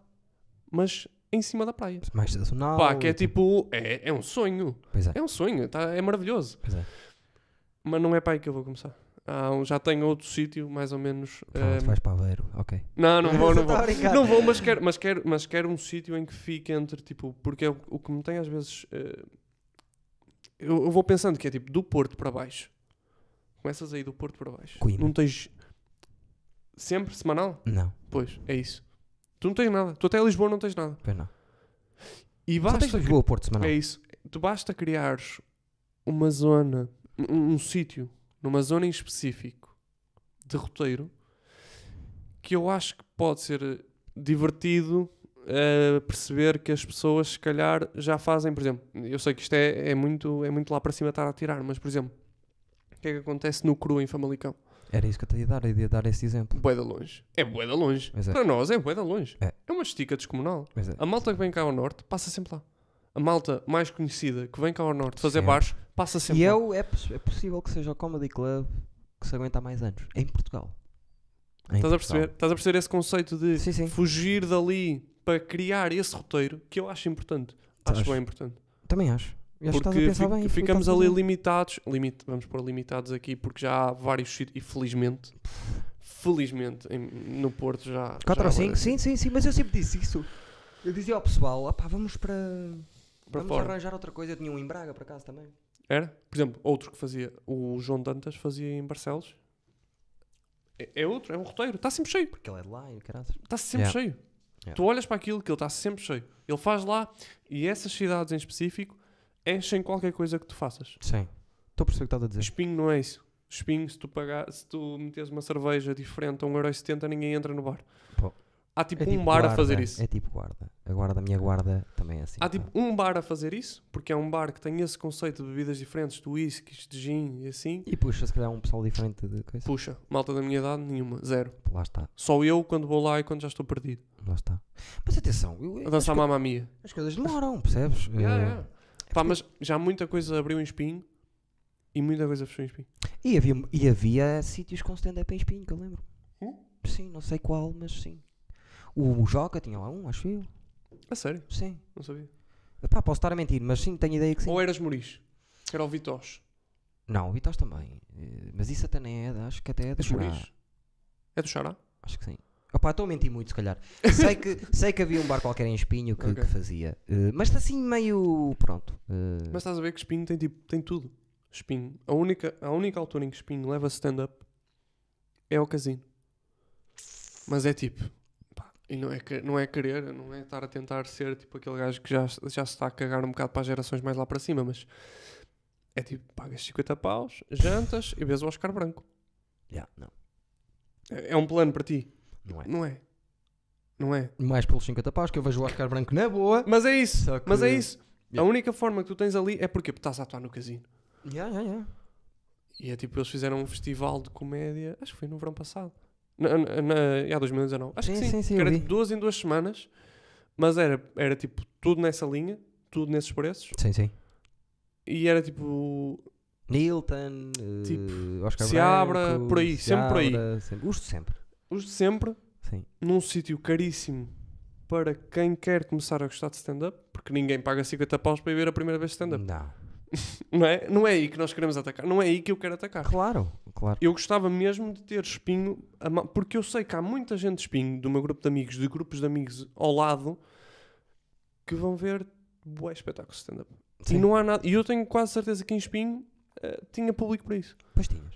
Speaker 2: mas em cima da praia.
Speaker 1: mais sazonal.
Speaker 2: Pá, que é
Speaker 1: e tudo.
Speaker 2: tipo, é, é um sonho.
Speaker 1: Pois é.
Speaker 2: É um sonho, tá, é maravilhoso.
Speaker 1: Pois é.
Speaker 2: Mas não é para aí que eu vou começar. Há um- já tenho outro sítio, mais ou menos.
Speaker 1: Pronto,
Speaker 2: ehm,
Speaker 1: vais para Aveiro. Ok.
Speaker 2: Não, não vou, não
Speaker 1: Tô
Speaker 2: vou.
Speaker 1: a brincar.
Speaker 2: Não vou, mas quero, mas quero, mas quero um sítio em que fique entre, tipo, porque é o, o que me tem às vezes. eh, eu, eu vou pensando que é tipo do Porto para baixo. Começas aí do Porto para baixo.
Speaker 1: Coimbra.
Speaker 2: Não tens. Sempre? Semanal?
Speaker 1: Não,
Speaker 2: Pois, é isso. Tu não tens nada. Tu até Lisboa não tens nada.
Speaker 1: pois não.
Speaker 2: E
Speaker 1: Só tens
Speaker 2: basta.
Speaker 1: Lisboa, Porto, semanal.
Speaker 2: É isso. Tu basta criares uma zona, um, um sítio, numa zona em específico de roteiro, que eu acho que pode ser eh, divertido eh, perceber que as pessoas, se calhar, já fazem. Por exemplo, eu sei que isto é, é muito, é muito lá para cima estar a tirar, mas, por exemplo, o que é que acontece no Cru em Famalicão?
Speaker 1: Era isso que eu te ia dar, eu ia dar esse exemplo.
Speaker 2: Bué de longe. É bué de longe.
Speaker 1: Pois é.
Speaker 2: Para nós é bué de longe.
Speaker 1: É.
Speaker 2: é uma estica descomunal.
Speaker 1: Mas é.
Speaker 2: A malta que vem cá ao norte passa sempre lá. A malta mais conhecida que vem cá ao norte fazer
Speaker 1: Sempre.
Speaker 2: bares passa sempre
Speaker 1: E
Speaker 2: lá.
Speaker 1: é, o- é, poss- é possível que seja o Comedy Club que se aguenta há mais anos. Em Portugal. Em
Speaker 2: Estás
Speaker 1: Portugal.
Speaker 2: a perceber? Estás a perceber esse conceito de
Speaker 1: Sim, sim.
Speaker 2: fugir dali para criar esse roteiro que eu acho importante. Acho
Speaker 1: Acho.
Speaker 2: bem importante.
Speaker 1: Também acho. E acho que estás a
Speaker 2: Porque
Speaker 1: pensar
Speaker 2: fi-
Speaker 1: bem. e
Speaker 2: ficamos
Speaker 1: estás a
Speaker 2: ali
Speaker 1: fazer.
Speaker 2: limitados. limit- vamos pôr limitados aqui porque já há vários sítios. E felizmente, felizmente, em- no Porto já.
Speaker 1: 4
Speaker 2: já
Speaker 1: ou
Speaker 2: há bué
Speaker 1: 5?
Speaker 2: de-
Speaker 1: Sim, sim, sim. Mas eu sempre disse isso. Eu dizia ao pessoal, opá, vamos para...
Speaker 2: Para
Speaker 1: vamos
Speaker 2: fora.
Speaker 1: arranjar outra coisa. Eu tinha um em Braga, por acaso, também.
Speaker 2: Era? Por exemplo, outro que fazia, o João Dantas fazia em Barcelos. É, é outro, é um roteiro, está sempre cheio,
Speaker 1: Porque ele é de lá e o caraças.
Speaker 2: está Tá sempre
Speaker 1: Yeah.
Speaker 2: cheio.
Speaker 1: Yeah.
Speaker 2: Tu olhas para aquilo que ele está sempre cheio. Ele faz lá e essas cidades em específico enchem qualquer coisa que tu faças.
Speaker 1: Sim. Estou a perceber o que estás a dizer.
Speaker 2: Espinho não é isso. Espinho, se tu, pagar, se tu meteres uma cerveja diferente a 1,70€, ninguém entra no bar.
Speaker 1: Pô.
Speaker 2: Há tipo
Speaker 1: É
Speaker 2: um
Speaker 1: tipo
Speaker 2: bar a
Speaker 1: guarda,
Speaker 2: fazer isso.
Speaker 1: É tipo guarda. A guarda, a minha guarda também é assim.
Speaker 2: Há
Speaker 1: pá.
Speaker 2: tipo um bar a fazer isso, porque é um bar que tem esse conceito de bebidas diferentes, de whiskies, de gin e assim.
Speaker 1: E puxa, se calhar um pessoal diferente de coisa.
Speaker 2: Puxa, malta da minha idade, nenhuma, zero.
Speaker 1: Lá está,
Speaker 2: Só eu quando vou lá e quando já estou perdido.
Speaker 1: lá está. Mas atenção, eu-
Speaker 2: A
Speaker 1: eu-
Speaker 2: dançar Mamma Mia.
Speaker 1: as coisas demoram, percebes?
Speaker 2: Yeah,
Speaker 1: Eh,
Speaker 2: yeah. Pá, mas já muita coisa abriu em espinho e muita coisa fechou em espinho.
Speaker 1: E havia, e havia sítios com stand-up em espinho, que eu lembro.
Speaker 2: Hum?
Speaker 1: Sim, não sei qual, mas sim. O, o Joca tinha lá um, acho eu.
Speaker 2: A sério,
Speaker 1: Sim.
Speaker 2: não sabia.
Speaker 1: Epá, posso estar a mentir, mas sim, tenho ideia que sim.
Speaker 2: Ou eras Moris, que era o Vitoche.
Speaker 1: Não, o Vitós também. Eh, Mas isso até nem é, da- acho que até é do
Speaker 2: És
Speaker 1: Xará.
Speaker 2: Moris? É do Xará?
Speaker 1: Acho que sim. Opá, estou a mentir muito, se calhar. Sei que, sei que havia um bar qualquer em espinho que,
Speaker 2: Ok.
Speaker 1: que fazia. Eh, mas está assim meio. Pronto. eh,
Speaker 2: Mas estás a ver que espinho tem tipo, tem tudo. Espinho. A única, a única altura em que espinho leva stand-up é ao casino. Mas é tipo. pá, E não é, que- não é querer, não é estar a tentar ser tipo aquele gajo que já, já se está a cagar um bocado para as gerações mais lá para cima, mas é tipo, pagas 50 paus, jantas e vês o Oscar Branco.
Speaker 1: yeah, não,
Speaker 2: É, é um plano para ti,
Speaker 1: não é.
Speaker 2: não é? Não é?
Speaker 1: Mais pelos 50 paus que eu vejo o Oscar Branco na boa.
Speaker 2: Mas é isso,
Speaker 1: Só que-
Speaker 2: mas é isso. A
Speaker 1: Yeah.
Speaker 2: única forma que tu tens ali é porque estás a atuar no casino.
Speaker 1: Yeah, yeah, yeah.
Speaker 2: E é tipo, eles fizeram um festival de comédia, acho que foi no verão passado. Na, na, na, já 2019. Acho que
Speaker 1: Sim,
Speaker 2: sim.
Speaker 1: sim, sim,
Speaker 2: que
Speaker 1: eu
Speaker 2: era
Speaker 1: vi.
Speaker 2: de duas em duas semanas, mas era, era tipo tudo nessa linha, tudo nesses preços.
Speaker 1: Sim, sim.
Speaker 2: E era tipo.
Speaker 1: Nilton, eh,
Speaker 2: Tipo,
Speaker 1: Oscar
Speaker 2: se
Speaker 1: Branco.
Speaker 2: abra, por aí,
Speaker 1: se
Speaker 2: sempre por aí.
Speaker 1: abra, sempre. Os de sempre.
Speaker 2: Os de sempre,
Speaker 1: Sim.
Speaker 2: num sítio caríssimo para quem quer começar a gostar de stand-up, porque ninguém paga 50 paus para ir ver a primeira vez stand-up.
Speaker 1: Não.
Speaker 2: Não é? Não é aí que nós queremos atacar. Não é aí que eu quero atacar.
Speaker 1: Ah, Claro, claro.
Speaker 2: Eu gostava mesmo de ter espinho, a ma- porque eu sei que há muita gente de espinho do meu grupo de amigos, de grupos de amigos ao lado, que vão ver bué espetáculos de stand-up. E
Speaker 1: Sim.
Speaker 2: não há nada. E eu tenho quase certeza que em espinho eh, tinha público para isso.
Speaker 1: Pastinhas.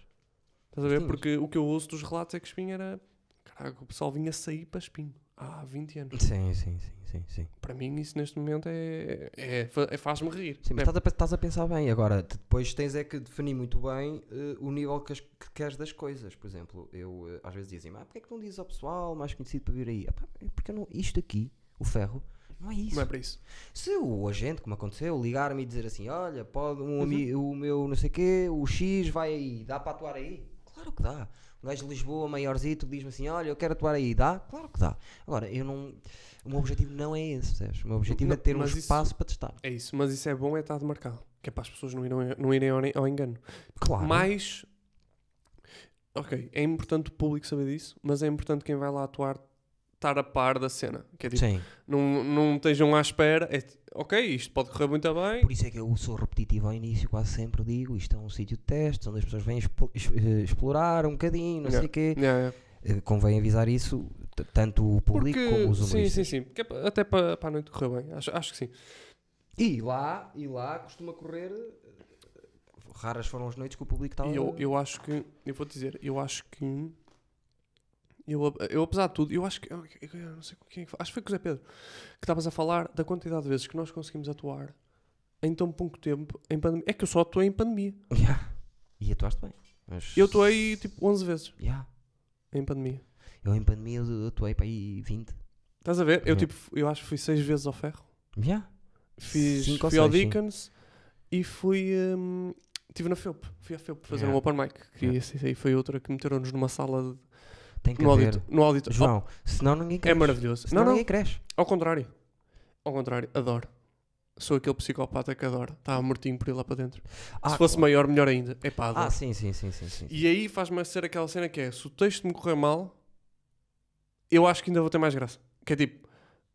Speaker 2: Estás a ver?
Speaker 1: Tinhas.
Speaker 2: Porque o que eu ouço dos relatos é que espinho era. Caraca, o pessoal vinha sair para espinho há 20 anos.
Speaker 1: Sim, sim, sim, sim, sim.
Speaker 2: Para mim, isso neste momento é. é, fa- é- faz-me rir.
Speaker 1: Sim, mas
Speaker 2: É-
Speaker 1: estás a, pe- estás a pensar bem. Agora, te- depois tens é que definir muito bem eh, o nível que, as- que queres das coisas. Por exemplo, eu eh, às vezes dizem-me, ah, porque é que não dizes ao pessoal mais conhecido para vir aí? "Epá, é porque eu não, isto aqui, o ferro, não é isso.
Speaker 2: Não é para isso.
Speaker 1: Se o agente, como aconteceu, ligar-me e dizer assim, olha, pode
Speaker 2: Uhum.
Speaker 1: um ami- o meu não sei quê, o X vai aí, dá para atuar aí? Claro que dá. Um gajo de Lisboa, maiorzito, diz-me assim, olha, eu quero atuar aí, dá? Claro que dá. Agora, eu não... O meu objetivo não é esse, percebes? O meu objetivo é
Speaker 2: Não,
Speaker 1: ter um
Speaker 2: mas isso-
Speaker 1: espaço para testar.
Speaker 2: É isso, mas isso é bom é estar demarcado. Que é para as pessoas não irem, não irem ao, ao engano.
Speaker 1: Claro.
Speaker 2: Mas, ok, é importante o público saber disso, mas é importante quem vai lá atuar estar a par da cena. Que é tipo,
Speaker 1: Sim.
Speaker 2: não, não estejam à espera. É, ti- ok, isto pode correr muito bem.
Speaker 1: Por isso é que eu sou repetitivo ao início, quase sempre digo, isto é um sítio de testes, onde as pessoas vêm expo- es- eh, explorar um bocadinho, não sei o quê.
Speaker 2: Yeah, yeah.
Speaker 1: Eh, Convém avisar isso, t- tanto o público como os
Speaker 2: sim,
Speaker 1: humoristas.
Speaker 2: sim, sim. Que é pa- até para, para a noite correr bem. Acho, acho que sim.
Speaker 1: E lá, e lá costuma correr. eh, Raras foram as noites que o público estava.
Speaker 2: E eu, eu acho que, eu vou te dizer, eu acho que. Eu, ap- eu, apesar de tudo, eu acho que. Eu, eu- eu não sei com quem é que foi, Acho que foi com o Zé Pedro. Que estavas a falar da quantidade de vezes que nós conseguimos atuar em tão pouco tempo. Em pandemia. É que eu só atuei em pandemia.
Speaker 1: Yeah. E atuaste bem. Mas...
Speaker 2: Eu atuei tipo 11 vezes
Speaker 1: Yeah.
Speaker 2: em pandemia.
Speaker 1: Eu em pandemia eu atuei para aí 20.
Speaker 2: Estás a ver? Eu
Speaker 1: É.
Speaker 2: tipo, f- eu acho que fui 6 vezes ao ferro.
Speaker 1: Yeah.
Speaker 2: Fiz,
Speaker 1: Cinco ou
Speaker 2: fui ao
Speaker 1: seis, sim.
Speaker 2: Dickens e fui. hum, Estive na FEUP, fui à FEUP fazer
Speaker 1: Yeah.
Speaker 2: um open mic, que
Speaker 1: Yeah.
Speaker 2: esse aí foi outra que meteram-nos numa sala, de-
Speaker 1: Tem que
Speaker 2: no,
Speaker 1: haver.
Speaker 2: audito, no auditório.
Speaker 1: João, senão ninguém
Speaker 2: é
Speaker 1: cresce.
Speaker 2: maravilhoso.
Speaker 1: Senão
Speaker 2: Não, não,
Speaker 1: ninguém cresce.
Speaker 2: Ao contrário. Ao contrário, adoro. Sou aquele psicopata que adoro. Estava mortinho por ir lá para dentro.
Speaker 1: Ah,
Speaker 2: se fosse maior, melhor ainda. É pá, adoro.
Speaker 1: Ah, sim, sim, sim, sim. sim.
Speaker 2: E aí faz-me ser aquela cena que é: se o texto me correr mal, eu acho que ainda vou ter mais graça. Que é tipo: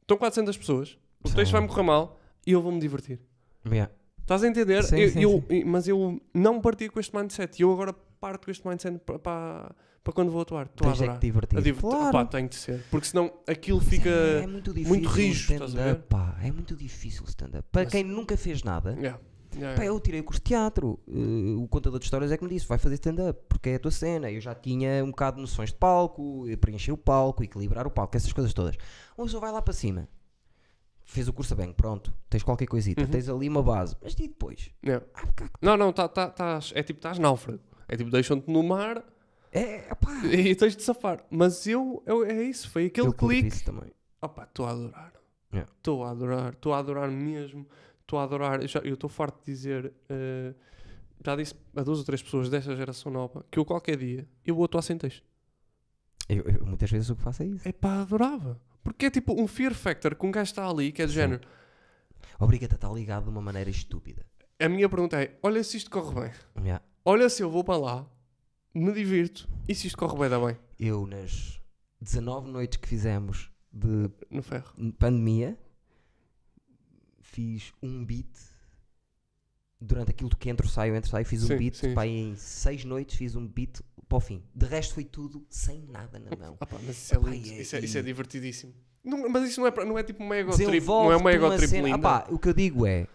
Speaker 2: estão 400 pessoas, o
Speaker 1: Sim.
Speaker 2: texto vai-me correr mal e eu vou-me divertir.
Speaker 1: Yeah.
Speaker 2: Estás a entender?
Speaker 1: Sim,
Speaker 2: eu,
Speaker 1: sim,
Speaker 2: eu- Mas eu não parti com este mindset. E eu agora parto com este mindset para, para, para quando vou atuar. Estou a
Speaker 1: Tens é que
Speaker 2: adorar.
Speaker 1: te divertir.
Speaker 2: A div-
Speaker 1: Claro.
Speaker 2: Pá, tem de ser. Porque senão aquilo
Speaker 1: Mas
Speaker 2: fica.
Speaker 1: é, é muito difícil. o
Speaker 2: rijo, estás a
Speaker 1: stand-up,
Speaker 2: ver?
Speaker 1: pá. É muito difícil o stand-up. Para
Speaker 2: Mas-
Speaker 1: quem nunca fez nada,
Speaker 2: Yeah. Yeah,
Speaker 1: Pá,
Speaker 2: yeah.
Speaker 1: eu tirei o curso de teatro. eh, o contador de histórias é que me disse: vai fazer stand-up, porque é a tua cena. Eu já tinha um bocado de noções de palco, eh, preencher o palco, equilibrar o palco, essas coisas todas. Ou só vai lá para cima. Fez o curso a bem, pronto. Tens qualquer coisita,
Speaker 2: Uhum.
Speaker 1: tens ali uma base. Mas e depois?
Speaker 2: Yeah.
Speaker 1: Ah, cá-
Speaker 2: Não, não, tá, tá, tás- é tipo, estás náufrago. É tipo, deixam-te no mar
Speaker 1: é, pá.
Speaker 2: e tens de safar. Mas eu, eu- é isso, foi aquele
Speaker 1: Eu curto
Speaker 2: clique.
Speaker 1: isso também.
Speaker 2: Opa, estou a adorar.
Speaker 1: Yeah.
Speaker 2: Estou a adorar, estou a adorar mesmo. Estou a adorar. Eu já- Eu estou farto de dizer, eh, já disse a duas ou três pessoas desta geração nova, que eu qualquer dia, eu vou atuar sem texto.
Speaker 1: Eu, eu- muitas vezes o que faço é isso.
Speaker 2: É pá, adorava. Porque é tipo um fear factor que um gajo está ali, que é do
Speaker 1: Sim.
Speaker 2: género.
Speaker 1: Obriga-te a estar ligado de uma maneira estúpida.
Speaker 2: A minha pergunta é, olha se isto corre bem.
Speaker 1: Yeah.
Speaker 2: Olha se eu vou para lá, me divirto, e se isto corre bem, dá bem.
Speaker 1: Eu, nas 19 noites que fizemos de
Speaker 2: No ferro.
Speaker 1: pandemia, fiz um beat durante aquilo que entro, saio, entro, saio. Fiz um
Speaker 2: Sim,
Speaker 1: beat,
Speaker 2: sim,
Speaker 1: pá, em seis noites fiz um beat para o fim. De resto, foi tudo sem nada na mão.
Speaker 2: Ah pá, mas isso é
Speaker 1: Epá,
Speaker 2: lindo,
Speaker 1: Tipo, e é-
Speaker 2: isso, é,
Speaker 1: e-
Speaker 2: isso é divertidíssimo. Não- mas isso não é, pra- não é tipo uma ego
Speaker 1: um
Speaker 2: trip, não é
Speaker 1: Desenvolve-te
Speaker 2: uma ego trip
Speaker 1: cena-
Speaker 2: linda.
Speaker 1: Ah pá, o que eu digo é.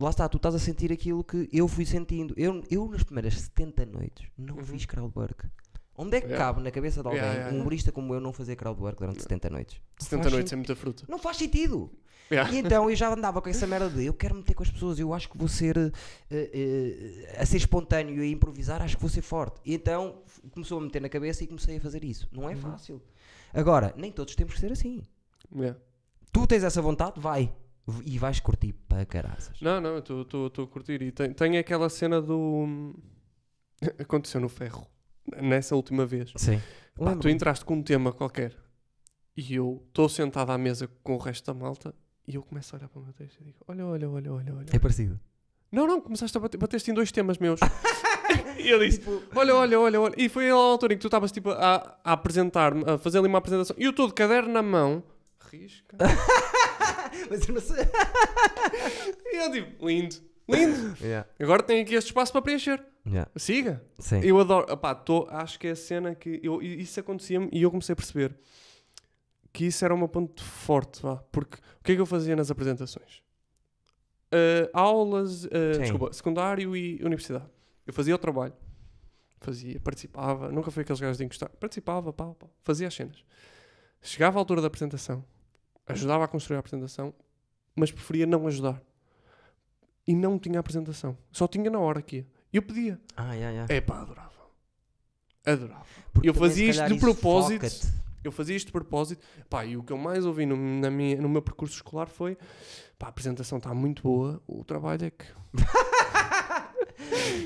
Speaker 1: Lá está, tu estás a sentir aquilo que eu fui sentindo. Eu, eu nas primeiras 70 noites, não
Speaker 2: Uhum.
Speaker 1: fiz crowdwork. Onde é que
Speaker 2: Yeah.
Speaker 1: cabe na cabeça de alguém,
Speaker 2: Yeah,
Speaker 1: um
Speaker 2: yeah, yeah.
Speaker 1: humorista como eu, não fazer crowdwork durante 70 noites? Não
Speaker 2: 70
Speaker 1: faz
Speaker 2: noites é muita fruta.
Speaker 1: Não faz sentido.
Speaker 2: Yeah.
Speaker 1: E então eu já andava com essa merda de eu quero meter com as pessoas, eu acho que vou ser eh, eh, a ser espontâneo e a improvisar, acho que vou ser forte. E então f- começou a meter na cabeça e comecei a fazer isso. Não
Speaker 2: Uhum.
Speaker 1: é fácil. Agora, nem todos temos que ser assim.
Speaker 2: Yeah.
Speaker 1: Tu tens essa vontade, vai. V- E vais curtir para caraças.
Speaker 2: Não, não, eu estou a curtir. E tem, tem aquela cena do. Aconteceu no ferro, nessa última vez.
Speaker 1: Sim.
Speaker 2: Pá, tu entraste com um tema qualquer e eu estou sentado à mesa com o resto da malta e eu começo a olhar para o meu texto e digo: Olha, olha, olha, olha, olha.
Speaker 1: É parecido.
Speaker 2: Não, não, começaste a bater, bateste em dois temas meus. e eu disse, olha, olha, olha, olha. E foi a altura em que tu estavas tipo a, a apresentar-me, a fazer ali uma apresentação. E eu estou de caderno na mão. Risca.
Speaker 1: Mas eu não sei.
Speaker 2: e eu digo, lindo. Lindo!
Speaker 1: Yeah.
Speaker 2: Agora tem aqui este espaço para preencher.
Speaker 1: Yeah.
Speaker 2: Siga!
Speaker 1: Sim.
Speaker 2: Eu adoro. Epá, tô, acho que é a cena que. Eu, e isso acontecia-me e eu comecei a perceber que isso era uma ponto forte. Vá, porque o que é que eu fazia nas apresentações? Ah, aulas. ah,
Speaker 1: Sim.
Speaker 2: desculpa, secundário e universidade. Eu fazia o trabalho. Fazia, participava. Nunca fui aqueles gajos de encostar. Participava, pau, pau. Fazia as cenas. Chegava à altura da apresentação. Ajudava a construir a apresentação. Mas preferia não ajudar. E não tinha apresentação. Só tinha na hora aqui. E eu pedia.
Speaker 1: Ah, yeah, yeah.
Speaker 2: É pá, adorava. Adorava.
Speaker 1: Porque
Speaker 2: eu
Speaker 1: também,
Speaker 2: fazia
Speaker 1: se
Speaker 2: isto
Speaker 1: calhar,
Speaker 2: de
Speaker 1: isso
Speaker 2: propósito.
Speaker 1: foca-te.
Speaker 2: Eu fazia isto de propósito. Pá, e o que eu mais ouvi no, na minha, no meu percurso escolar foi: pá, a apresentação está muito boa, o trabalho é que.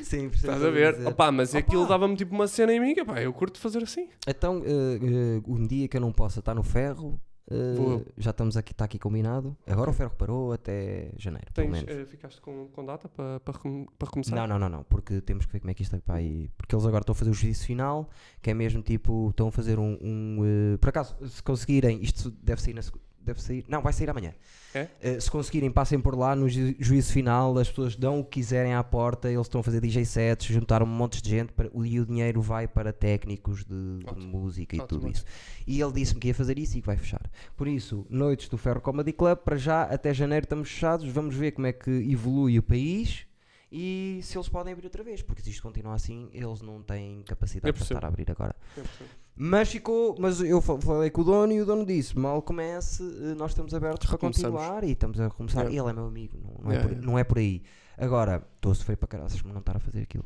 Speaker 1: Sim, percebo o que
Speaker 2: Estás a ver?
Speaker 1: dizer.
Speaker 2: Opá, mas
Speaker 1: Opá.
Speaker 2: aquilo dava-me tipo uma cena em mim que, pá, eu curto fazer assim.
Speaker 1: Então, eh, eh, um dia que eu não possa estar no ferro, eh,
Speaker 2: Vou.
Speaker 1: já estamos aqui, está aqui combinado. Agora o ferro parou até janeiro, pelo
Speaker 2: Tens,
Speaker 1: menos.
Speaker 2: eh, ficaste com, com data para para recom- para recomeçar?
Speaker 1: Não, não, não, não, porque temos que ver como é que isto é para
Speaker 2: Uhum.
Speaker 1: aí. Porque eles agora estão a fazer o juízo final, que é mesmo tipo, estão a fazer um. um, eh, por acaso, se conseguirem, isto deve sair na segu- Deve sair, não, vai sair amanhã.
Speaker 2: É?
Speaker 1: Eh, se conseguirem, passem por lá no ju- juízo final. As pessoas dão o que quiserem à porta. Eles estão a fazer DJ sets, juntaram um monte de gente para, e o dinheiro vai para técnicos de, de
Speaker 2: Ótimo.
Speaker 1: música e
Speaker 2: Ótimo,
Speaker 1: tudo isso. E ele disse-me que ia fazer isso e que vai fechar. Por isso, noites do Ferro Comedy Club, para já, até janeiro estamos fechados, vamos ver como é que evolui o país e se eles podem abrir outra vez, porque se isto continua assim, eles não têm
Speaker 2: Eu
Speaker 1: capacidade para
Speaker 2: percebo.
Speaker 1: estar a abrir agora.
Speaker 2: Eu percebo.
Speaker 1: Mas ficou, mas eu fa- falei com o dono e o dono disse: mal comece, eh, nós estamos abertos para
Speaker 2: Recomeçamos.
Speaker 1: continuar e estamos a começar.
Speaker 2: Yeah.
Speaker 1: E ele é meu amigo, não, não é,
Speaker 2: Yeah,
Speaker 1: por,
Speaker 2: yeah.
Speaker 1: não é por aí. Agora, estou a sofrer para caraças por não estar a fazer aquilo.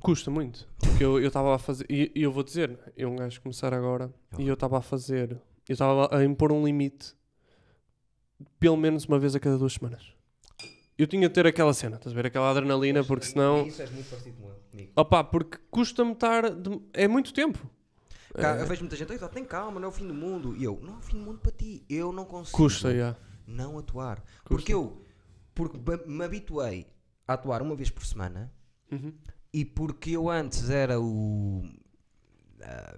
Speaker 2: Custa muito. Porque eu eu estava a fazer. E e eu vou dizer, eu um gajo começar agora. E eu estava a fazer. Eu estava a impor um limite. Pelo menos uma vez a cada duas semanas. Eu tinha de ter aquela cena, estás a ver? Aquela adrenalina, porque senão.
Speaker 1: Isso é muito parecido com ele, comigo.
Speaker 2: Opá, porque custa-me estar. de- É muito tempo.
Speaker 1: Cá,
Speaker 2: É,
Speaker 1: Eu vejo muita gente, "Ei, tem calma, não é o fim do mundo. E eu, não é o fim do mundo para ti. Eu não consigo
Speaker 2: Custa, já.
Speaker 1: não atuar. Porque eu porque ba- me habituei a atuar uma vez por semana
Speaker 2: Uhum.
Speaker 1: e porque eu antes era o. ah,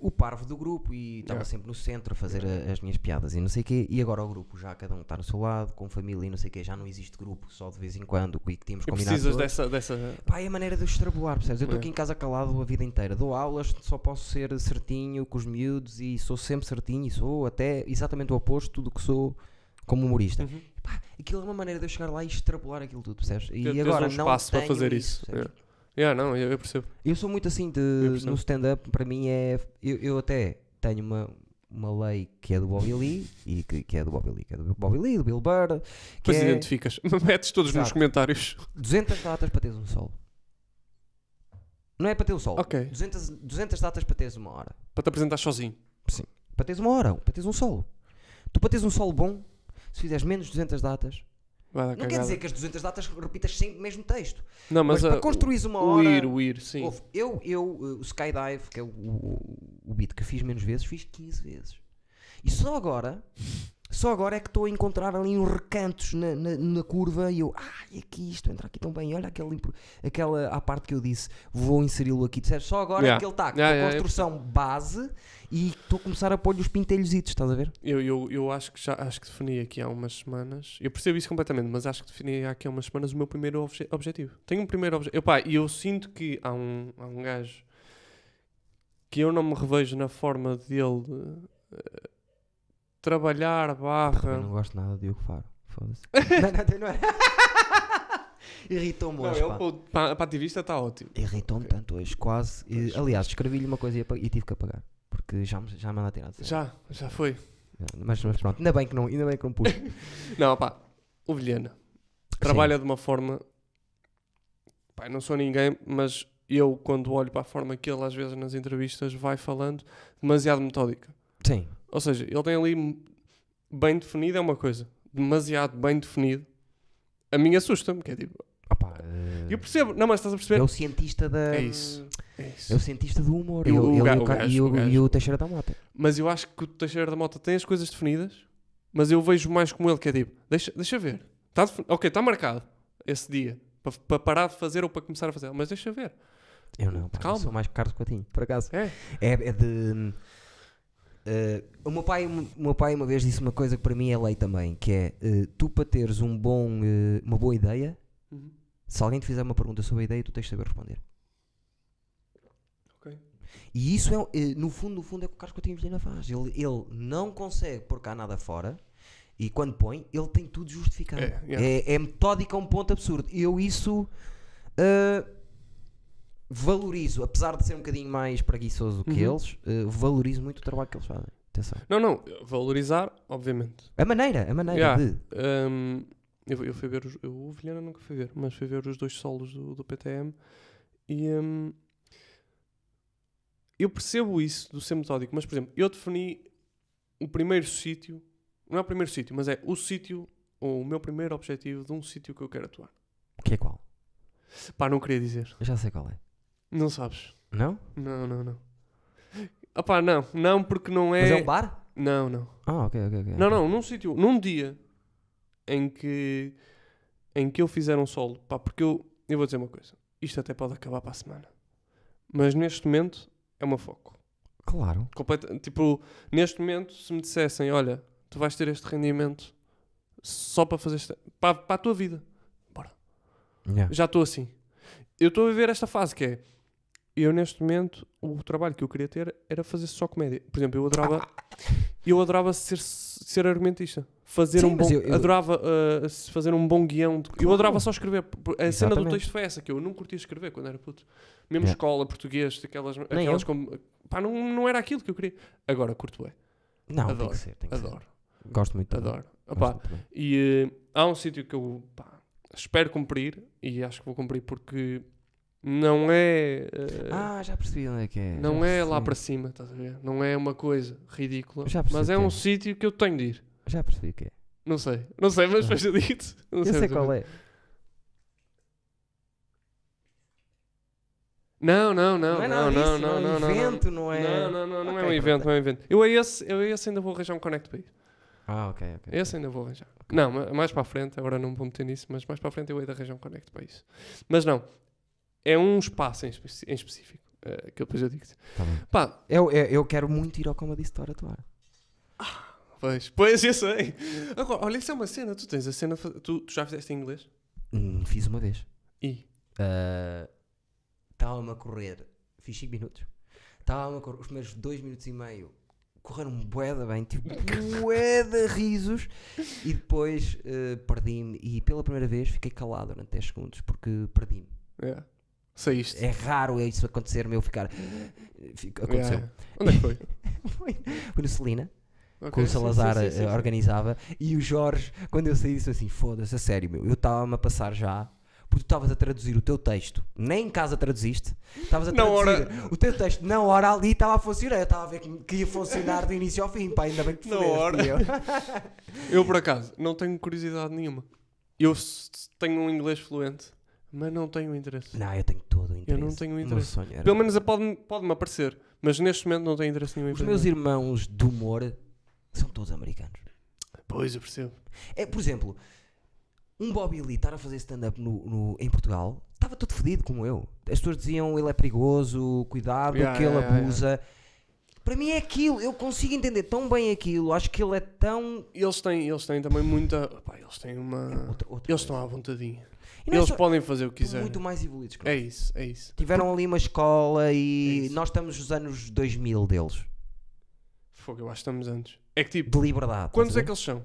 Speaker 1: o parvo do grupo e estava
Speaker 2: Yeah.
Speaker 1: sempre no centro a fazer a- as minhas piadas e não sei o quê. E agora o grupo já cada um está no seu lado, com família e não sei o quê. Já não existe grupo, só de vez em quando e que tínhamos
Speaker 2: E
Speaker 1: combinado.
Speaker 2: precisas
Speaker 1: todos.
Speaker 2: É dessa. dessa...
Speaker 1: Pá, é a maneira de eu extrapolar, percebes? Eu estou
Speaker 2: É.
Speaker 1: aqui em casa calado a vida inteira. Dou aulas, só posso ser certinho com os miúdos e sou sempre certinho e sou até exatamente o oposto do que sou como humorista.
Speaker 2: Uhum.
Speaker 1: Pá, aquilo é uma maneira de eu chegar lá e extrapolar aquilo tudo, percebes? E
Speaker 2: Ter- teres
Speaker 1: agora
Speaker 2: um
Speaker 1: não
Speaker 2: espaço para
Speaker 1: tenho
Speaker 2: fazer isso. É.
Speaker 1: percebes?
Speaker 2: Yeah, não, eu eu percebo.
Speaker 1: Eu sou muito assim de,
Speaker 2: percebo.
Speaker 1: no stand-up, para mim é. Eu, eu até tenho uma, uma lei que é do Bobby Lee e que, que é do Bobby Lee, que é do Bobby Lee, do Bill Burr, que
Speaker 2: Depois
Speaker 1: é
Speaker 2: identificas. Metes todos nos
Speaker 1: Exato.
Speaker 2: comentários.
Speaker 1: 200 datas para teres um solo. Não é para ter um solo.
Speaker 2: Ok.
Speaker 1: 200, 200 datas para teres uma hora.
Speaker 2: Para te apresentar sozinho.
Speaker 1: Para teres uma hora, para teres um solo. Tu para teres um solo bom, se fizeres menos 200 datas,
Speaker 2: Vai dar
Speaker 1: não quer
Speaker 2: cagada.
Speaker 1: dizer que as 200 datas repitas sempre o mesmo texto.
Speaker 2: Não,
Speaker 1: Mas,
Speaker 2: mas,
Speaker 1: para
Speaker 2: ah,
Speaker 1: construís uma
Speaker 2: o,
Speaker 1: hora.
Speaker 2: o ir, o ir, sim.
Speaker 1: Ouve, eu, eu, eh, o skydive, que é o, o, o beat que fiz menos vezes, fiz 15 vezes. E só agora, só agora é que estou a encontrar ali uns recantos na, na, na curva e eu, ai, aqui isto entra aqui tão bem, olha aquele, impro- aquela à parte que eu disse, vou inseri-lo aqui, percebes? Só agora
Speaker 2: Yeah.
Speaker 1: é que ele está com
Speaker 2: Yeah,
Speaker 1: a
Speaker 2: yeah, eu
Speaker 1: construção base e estou a começar a pôr-lhe os pintelhositos, estás a ver?
Speaker 2: Eu, eu, eu acho que já acho que defini aqui há umas semanas. Eu percebo isso completamente, mas acho que defini aqui há umas semanas o meu primeiro obje- objetivo. Tenho um primeiro objetivo. E eu sinto que há um, há um gajo que eu não me revejo na forma dele eh, trabalhar
Speaker 1: Eu
Speaker 2: barra.
Speaker 1: não gosto nada de Diogo Faro, foda-se. não, não, não, não. é Irritou-me
Speaker 2: Não,
Speaker 1: hoje,
Speaker 2: ele
Speaker 1: pá.
Speaker 2: para o- para para ativista está ótimo.
Speaker 1: Irritou-me tanto hoje, quase. E,
Speaker 2: Pois.
Speaker 1: aliás, escrevi-lhe uma coisa e, apa- e tive que apagar. Porque já me, já me anda a tirar de sério.
Speaker 2: Já, já foi.
Speaker 1: Mas, mas pronto, ainda bem que não, ainda bem que não pus.
Speaker 2: Não, pá, o Vilhena trabalha de uma forma. Pá, eu não sou ninguém, mas eu, quando olho para a forma que ele às vezes nas entrevistas vai falando, demasiado metódica.
Speaker 1: Sim,
Speaker 2: Ou seja, ele tem ali m- bem definido é uma coisa, demasiado bem definido. A mim assusta-me, que é tipo.
Speaker 1: opá.
Speaker 2: Eu percebo, não, mas estás a
Speaker 1: eh,
Speaker 2: perceber?
Speaker 1: é o cientista da.
Speaker 2: É isso. É isso.
Speaker 1: É o cientista do humor.
Speaker 2: E
Speaker 1: Ele-
Speaker 2: o-
Speaker 1: ele
Speaker 2: o ga-
Speaker 1: e o
Speaker 2: o
Speaker 1: ca- e
Speaker 2: gajo,
Speaker 1: o-
Speaker 2: o
Speaker 1: e
Speaker 2: gajo.
Speaker 1: o Teixeira da Mota.
Speaker 2: Mas eu acho que o Teixeira da Mota tem as coisas definidas, mas eu vejo mais como ele, que é tipo, deixa, deixa ver. Tá defi- ok, está marcado esse dia para parar de fazer ou para começar a fazer, mas deixa ver.
Speaker 1: Eu não, pá, eu
Speaker 2: Calma.
Speaker 1: sou mais Carlos Coutinho, por acaso.
Speaker 2: É.
Speaker 1: É, é de. É, Eh, o, meu pai, o meu pai uma vez disse uma coisa que para mim é lei também, que é eh, tu para teres um bom, eh, uma boa ideia,
Speaker 2: Uhum.
Speaker 1: se alguém te fizer uma pergunta sobre a ideia, tu tens de saber responder.
Speaker 2: Ok.
Speaker 1: E isso é, eh, no fundo, no fundo, é o que o Carlos Coutinho Vilhena faz. Ele, ele não consegue pôr cá nada fora e quando põe, ele tem tudo justificado.
Speaker 2: É,
Speaker 1: É,
Speaker 2: yeah.
Speaker 1: é metódico a um ponto absurdo. Eu isso eh, valorizo, apesar de ser um bocadinho mais preguiçoso que
Speaker 2: Uhum.
Speaker 1: eles, eh, valorizo muito o trabalho que eles fazem. Atenção.
Speaker 2: Não, não, valorizar, obviamente.
Speaker 1: A maneira, a maneira
Speaker 2: Yeah.
Speaker 1: de.
Speaker 2: Hum, eu, eu fui ver, os, eu, o Vilhena nunca fui ver, mas fui ver os dois solos do, do PTM e hum, eu percebo isso do ser metódico, mas por exemplo, eu defini o primeiro sítio, não é o primeiro sítio, mas é o sítio, ou o meu primeiro objetivo de um sítio que eu quero atuar.
Speaker 1: Que é qual?
Speaker 2: Pá, não queria dizer,
Speaker 1: Eu já sei qual é.
Speaker 2: não sabes.
Speaker 1: Não?
Speaker 2: Não, não, não. Ah pá, não, não, porque não é.
Speaker 1: Mas é um bar?
Speaker 2: Não, não.
Speaker 1: Ah, ok, ok, ok.
Speaker 2: Não, não, num sítio, num dia em que em que eu fizer um solo, pá, porque eu, eu vou dizer uma coisa, isto até pode acabar para a semana. Mas neste momento é o meu foco.
Speaker 1: Claro.
Speaker 2: Completa- tipo, neste momento, se me dissessem, olha, tu vais ter este rendimento só para fazer este, para, para a tua vida.
Speaker 1: Yeah.
Speaker 2: Já estou assim. Eu estou a viver esta fase que é. Eu neste momento, o trabalho que eu queria ter era fazer só comédia. Por exemplo, eu adorava. Eu adorava ser, ser argumentista. Fazer
Speaker 1: Sim,
Speaker 2: um bom.
Speaker 1: mas eu- eu-
Speaker 2: Adorava ah, se fazer um bom guião. de- Eu
Speaker 1: Claro.
Speaker 2: adorava só escrever. A cena do
Speaker 1: Exatamente.
Speaker 2: texto foi essa, que eu não curtia escrever quando era puto. Mesmo
Speaker 1: Yeah.
Speaker 2: escola, português, aquelas. aquelas como, pá, não, não era aquilo que eu queria. Agora curto bem.
Speaker 1: Não, tem
Speaker 2: Adoro,
Speaker 1: que ser, tem que
Speaker 2: Adoro,
Speaker 1: ser. Gosto muito também.
Speaker 2: adoro.
Speaker 1: Gosto
Speaker 2: Opá,
Speaker 1: muito também.
Speaker 2: e eh, há um sítio que eu pá, espero cumprir e acho que vou cumprir porque não é. eh,
Speaker 1: Ah, já percebi onde é que é.
Speaker 2: não
Speaker 1: já
Speaker 2: é lá
Speaker 1: percebi.
Speaker 2: para cima, estás a ver? Não é uma coisa ridícula.
Speaker 1: Já percebi
Speaker 2: Mas é
Speaker 1: o que
Speaker 2: um
Speaker 1: é.
Speaker 2: sítio que eu tenho de ir.
Speaker 1: Já percebi o que é.
Speaker 2: Não sei, não sei, mas
Speaker 1: Ah.
Speaker 2: depois eu digo-te. Não
Speaker 1: Eu sei
Speaker 2: mas
Speaker 1: qual é.
Speaker 2: Não, não, não,
Speaker 1: não é
Speaker 2: não,
Speaker 1: nada
Speaker 2: não,
Speaker 1: disso,
Speaker 2: não,
Speaker 1: não é
Speaker 2: não,
Speaker 1: um
Speaker 2: não, não.
Speaker 1: evento, não é.
Speaker 2: Não, não, não, não é
Speaker 1: Ok,
Speaker 2: um evento,
Speaker 1: pronto.
Speaker 2: não é um evento. Eu a esse, eu a esse ainda vou arranjar um connect para ir.
Speaker 1: Ah, ok, ok.
Speaker 2: Esse ainda vou arranjar. Não, ma- mais para a frente, agora não vou meter nisso, mas mais para a frente eu hei de arranjar um connect para isso. Mas não, é um espaço em, especi- em específico, eh, que depois eu digo-te.
Speaker 1: Tá bem.
Speaker 2: Pá,
Speaker 1: Eu, eu, eu quero muito ir ao Comedy Store atuar.
Speaker 2: pois, pois, eu sei. Agora, olha, isso é uma cena, tu tens a cena, fa- tu, tu já fizeste em inglês?
Speaker 1: Hum, fiz uma vez.
Speaker 2: E?
Speaker 1: Ah, Estava-me a correr. Fiz 5 minutos. Estava-me a correr. Os primeiros 2 minutos e meio correram boeda bem, tipo boeda risos. E depois ah, perdi-me. E pela primeira vez fiquei calado durante 10 segundos porque perdi-me.
Speaker 2: Yeah. Saíste.
Speaker 1: É raro isso acontecer-me eu ficar. Fico- Aconteceu.
Speaker 2: Yeah. Onde é que foi?
Speaker 1: Foi, foi no Celina.
Speaker 2: Ok,
Speaker 1: que o
Speaker 2: sim,
Speaker 1: Salazar
Speaker 2: sim, sim, sim,
Speaker 1: eh,
Speaker 2: sim.
Speaker 1: organizava. E o Jorge, quando eu saí, disse assim: foda-se, a sério, meu, eu estava-me a passar já. Porque tu estavas a traduzir o teu texto, nem em casa traduziste, estavas a
Speaker 2: Na
Speaker 1: traduzir o teu texto na hora ali estava a funcionar, eu estava a ver que, que ia funcionar do início ao fim, pá, ainda bem que
Speaker 2: Na
Speaker 1: fudeste,
Speaker 2: hora.
Speaker 1: eu.
Speaker 2: Eu, por acaso, não tenho curiosidade nenhuma. Eu s- s- tenho um inglês fluente, mas não tenho interesse.
Speaker 1: Não, eu tenho todo o interesse.
Speaker 2: não tenho
Speaker 1: O meu
Speaker 2: interesse.
Speaker 1: sonho era-
Speaker 2: Pelo menos pode-me pode aparecer, mas neste momento não tenho interesse nenhum em
Speaker 1: Os
Speaker 2: fazer
Speaker 1: meus
Speaker 2: nada.
Speaker 1: irmãos do humor são todos americanos.
Speaker 2: Pois, eu percebo.
Speaker 1: É, por exemplo, um Bobby Lee estar a fazer stand-up no, no- em Portugal estava todo fedido como eu. As pessoas diziam ele é perigoso, cuidado,
Speaker 2: Yeah,
Speaker 1: que ele
Speaker 2: yeah, yeah,
Speaker 1: abusa. Para mim é aquilo, eu consigo entender tão bem aquilo, acho que ele é tão.
Speaker 2: Eles têm, eles têm também muita. Pá, eles têm uma.
Speaker 1: Outra- outra
Speaker 2: Ah. eles
Speaker 1: coisa.
Speaker 2: estão à vontadinha.
Speaker 1: E não é
Speaker 2: Eles
Speaker 1: só-
Speaker 2: podem fazer o que
Speaker 1: estão
Speaker 2: quiserem.
Speaker 1: muito mais evoluídos que nós.
Speaker 2: É isso, é isso. É
Speaker 1: Tiveram ali uma escola e
Speaker 2: isso.
Speaker 1: nós estamos nos anos 2000 deles.
Speaker 2: Fogo, eu acho que estamos antes. É que tipo,
Speaker 1: De liberdade. estás
Speaker 2: quantos
Speaker 1: a
Speaker 2: é
Speaker 1: ver?
Speaker 2: que eles são?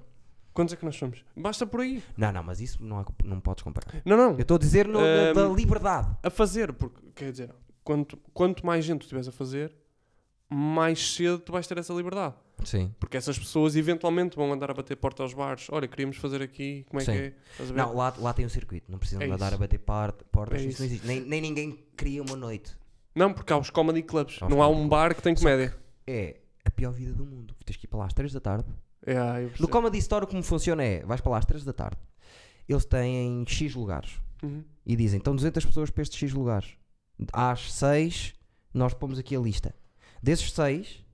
Speaker 2: Quantos é que nós somos? Basta por aí.
Speaker 1: Não, não, mas isso não, há comp- não podes comparar.
Speaker 2: Não, não.
Speaker 1: Eu estou a dizer no- da
Speaker 2: Ahm,
Speaker 1: da liberdade.
Speaker 2: A fazer, porque quer dizer, quanto, quanto mais gente tu tiveres a fazer, mais cedo tu vais ter essa liberdade.
Speaker 1: Sim.
Speaker 2: Porque essas pessoas eventualmente vão andar a bater porta aos bares. Olha, queríamos fazer aqui, como é
Speaker 1: Sim.
Speaker 2: que é? Estás a ver?
Speaker 1: Não, lá, lá tem um circuito, não precisam
Speaker 2: É
Speaker 1: de andar
Speaker 2: isso.
Speaker 1: a bater parte, portas,
Speaker 2: É
Speaker 1: isso,
Speaker 2: isso.
Speaker 1: não existe. Nem, nem ninguém cria uma noite.
Speaker 2: Não, porque há os comedy clubs.
Speaker 1: Há os
Speaker 2: não há
Speaker 1: comedy
Speaker 2: um bar que tem comédia.
Speaker 1: É a pior vida do mundo. Tens que ir para lá às 3 da tarde.
Speaker 2: É, ah, eu
Speaker 1: No
Speaker 2: percebo.
Speaker 1: Comedy Store, como funciona é: vais para lá às 3 da tarde, eles têm X lugares
Speaker 2: Uhum.
Speaker 1: e dizem, estão 200 pessoas para estes X lugares. Às 6, nós pomos aqui a lista. Desses 6,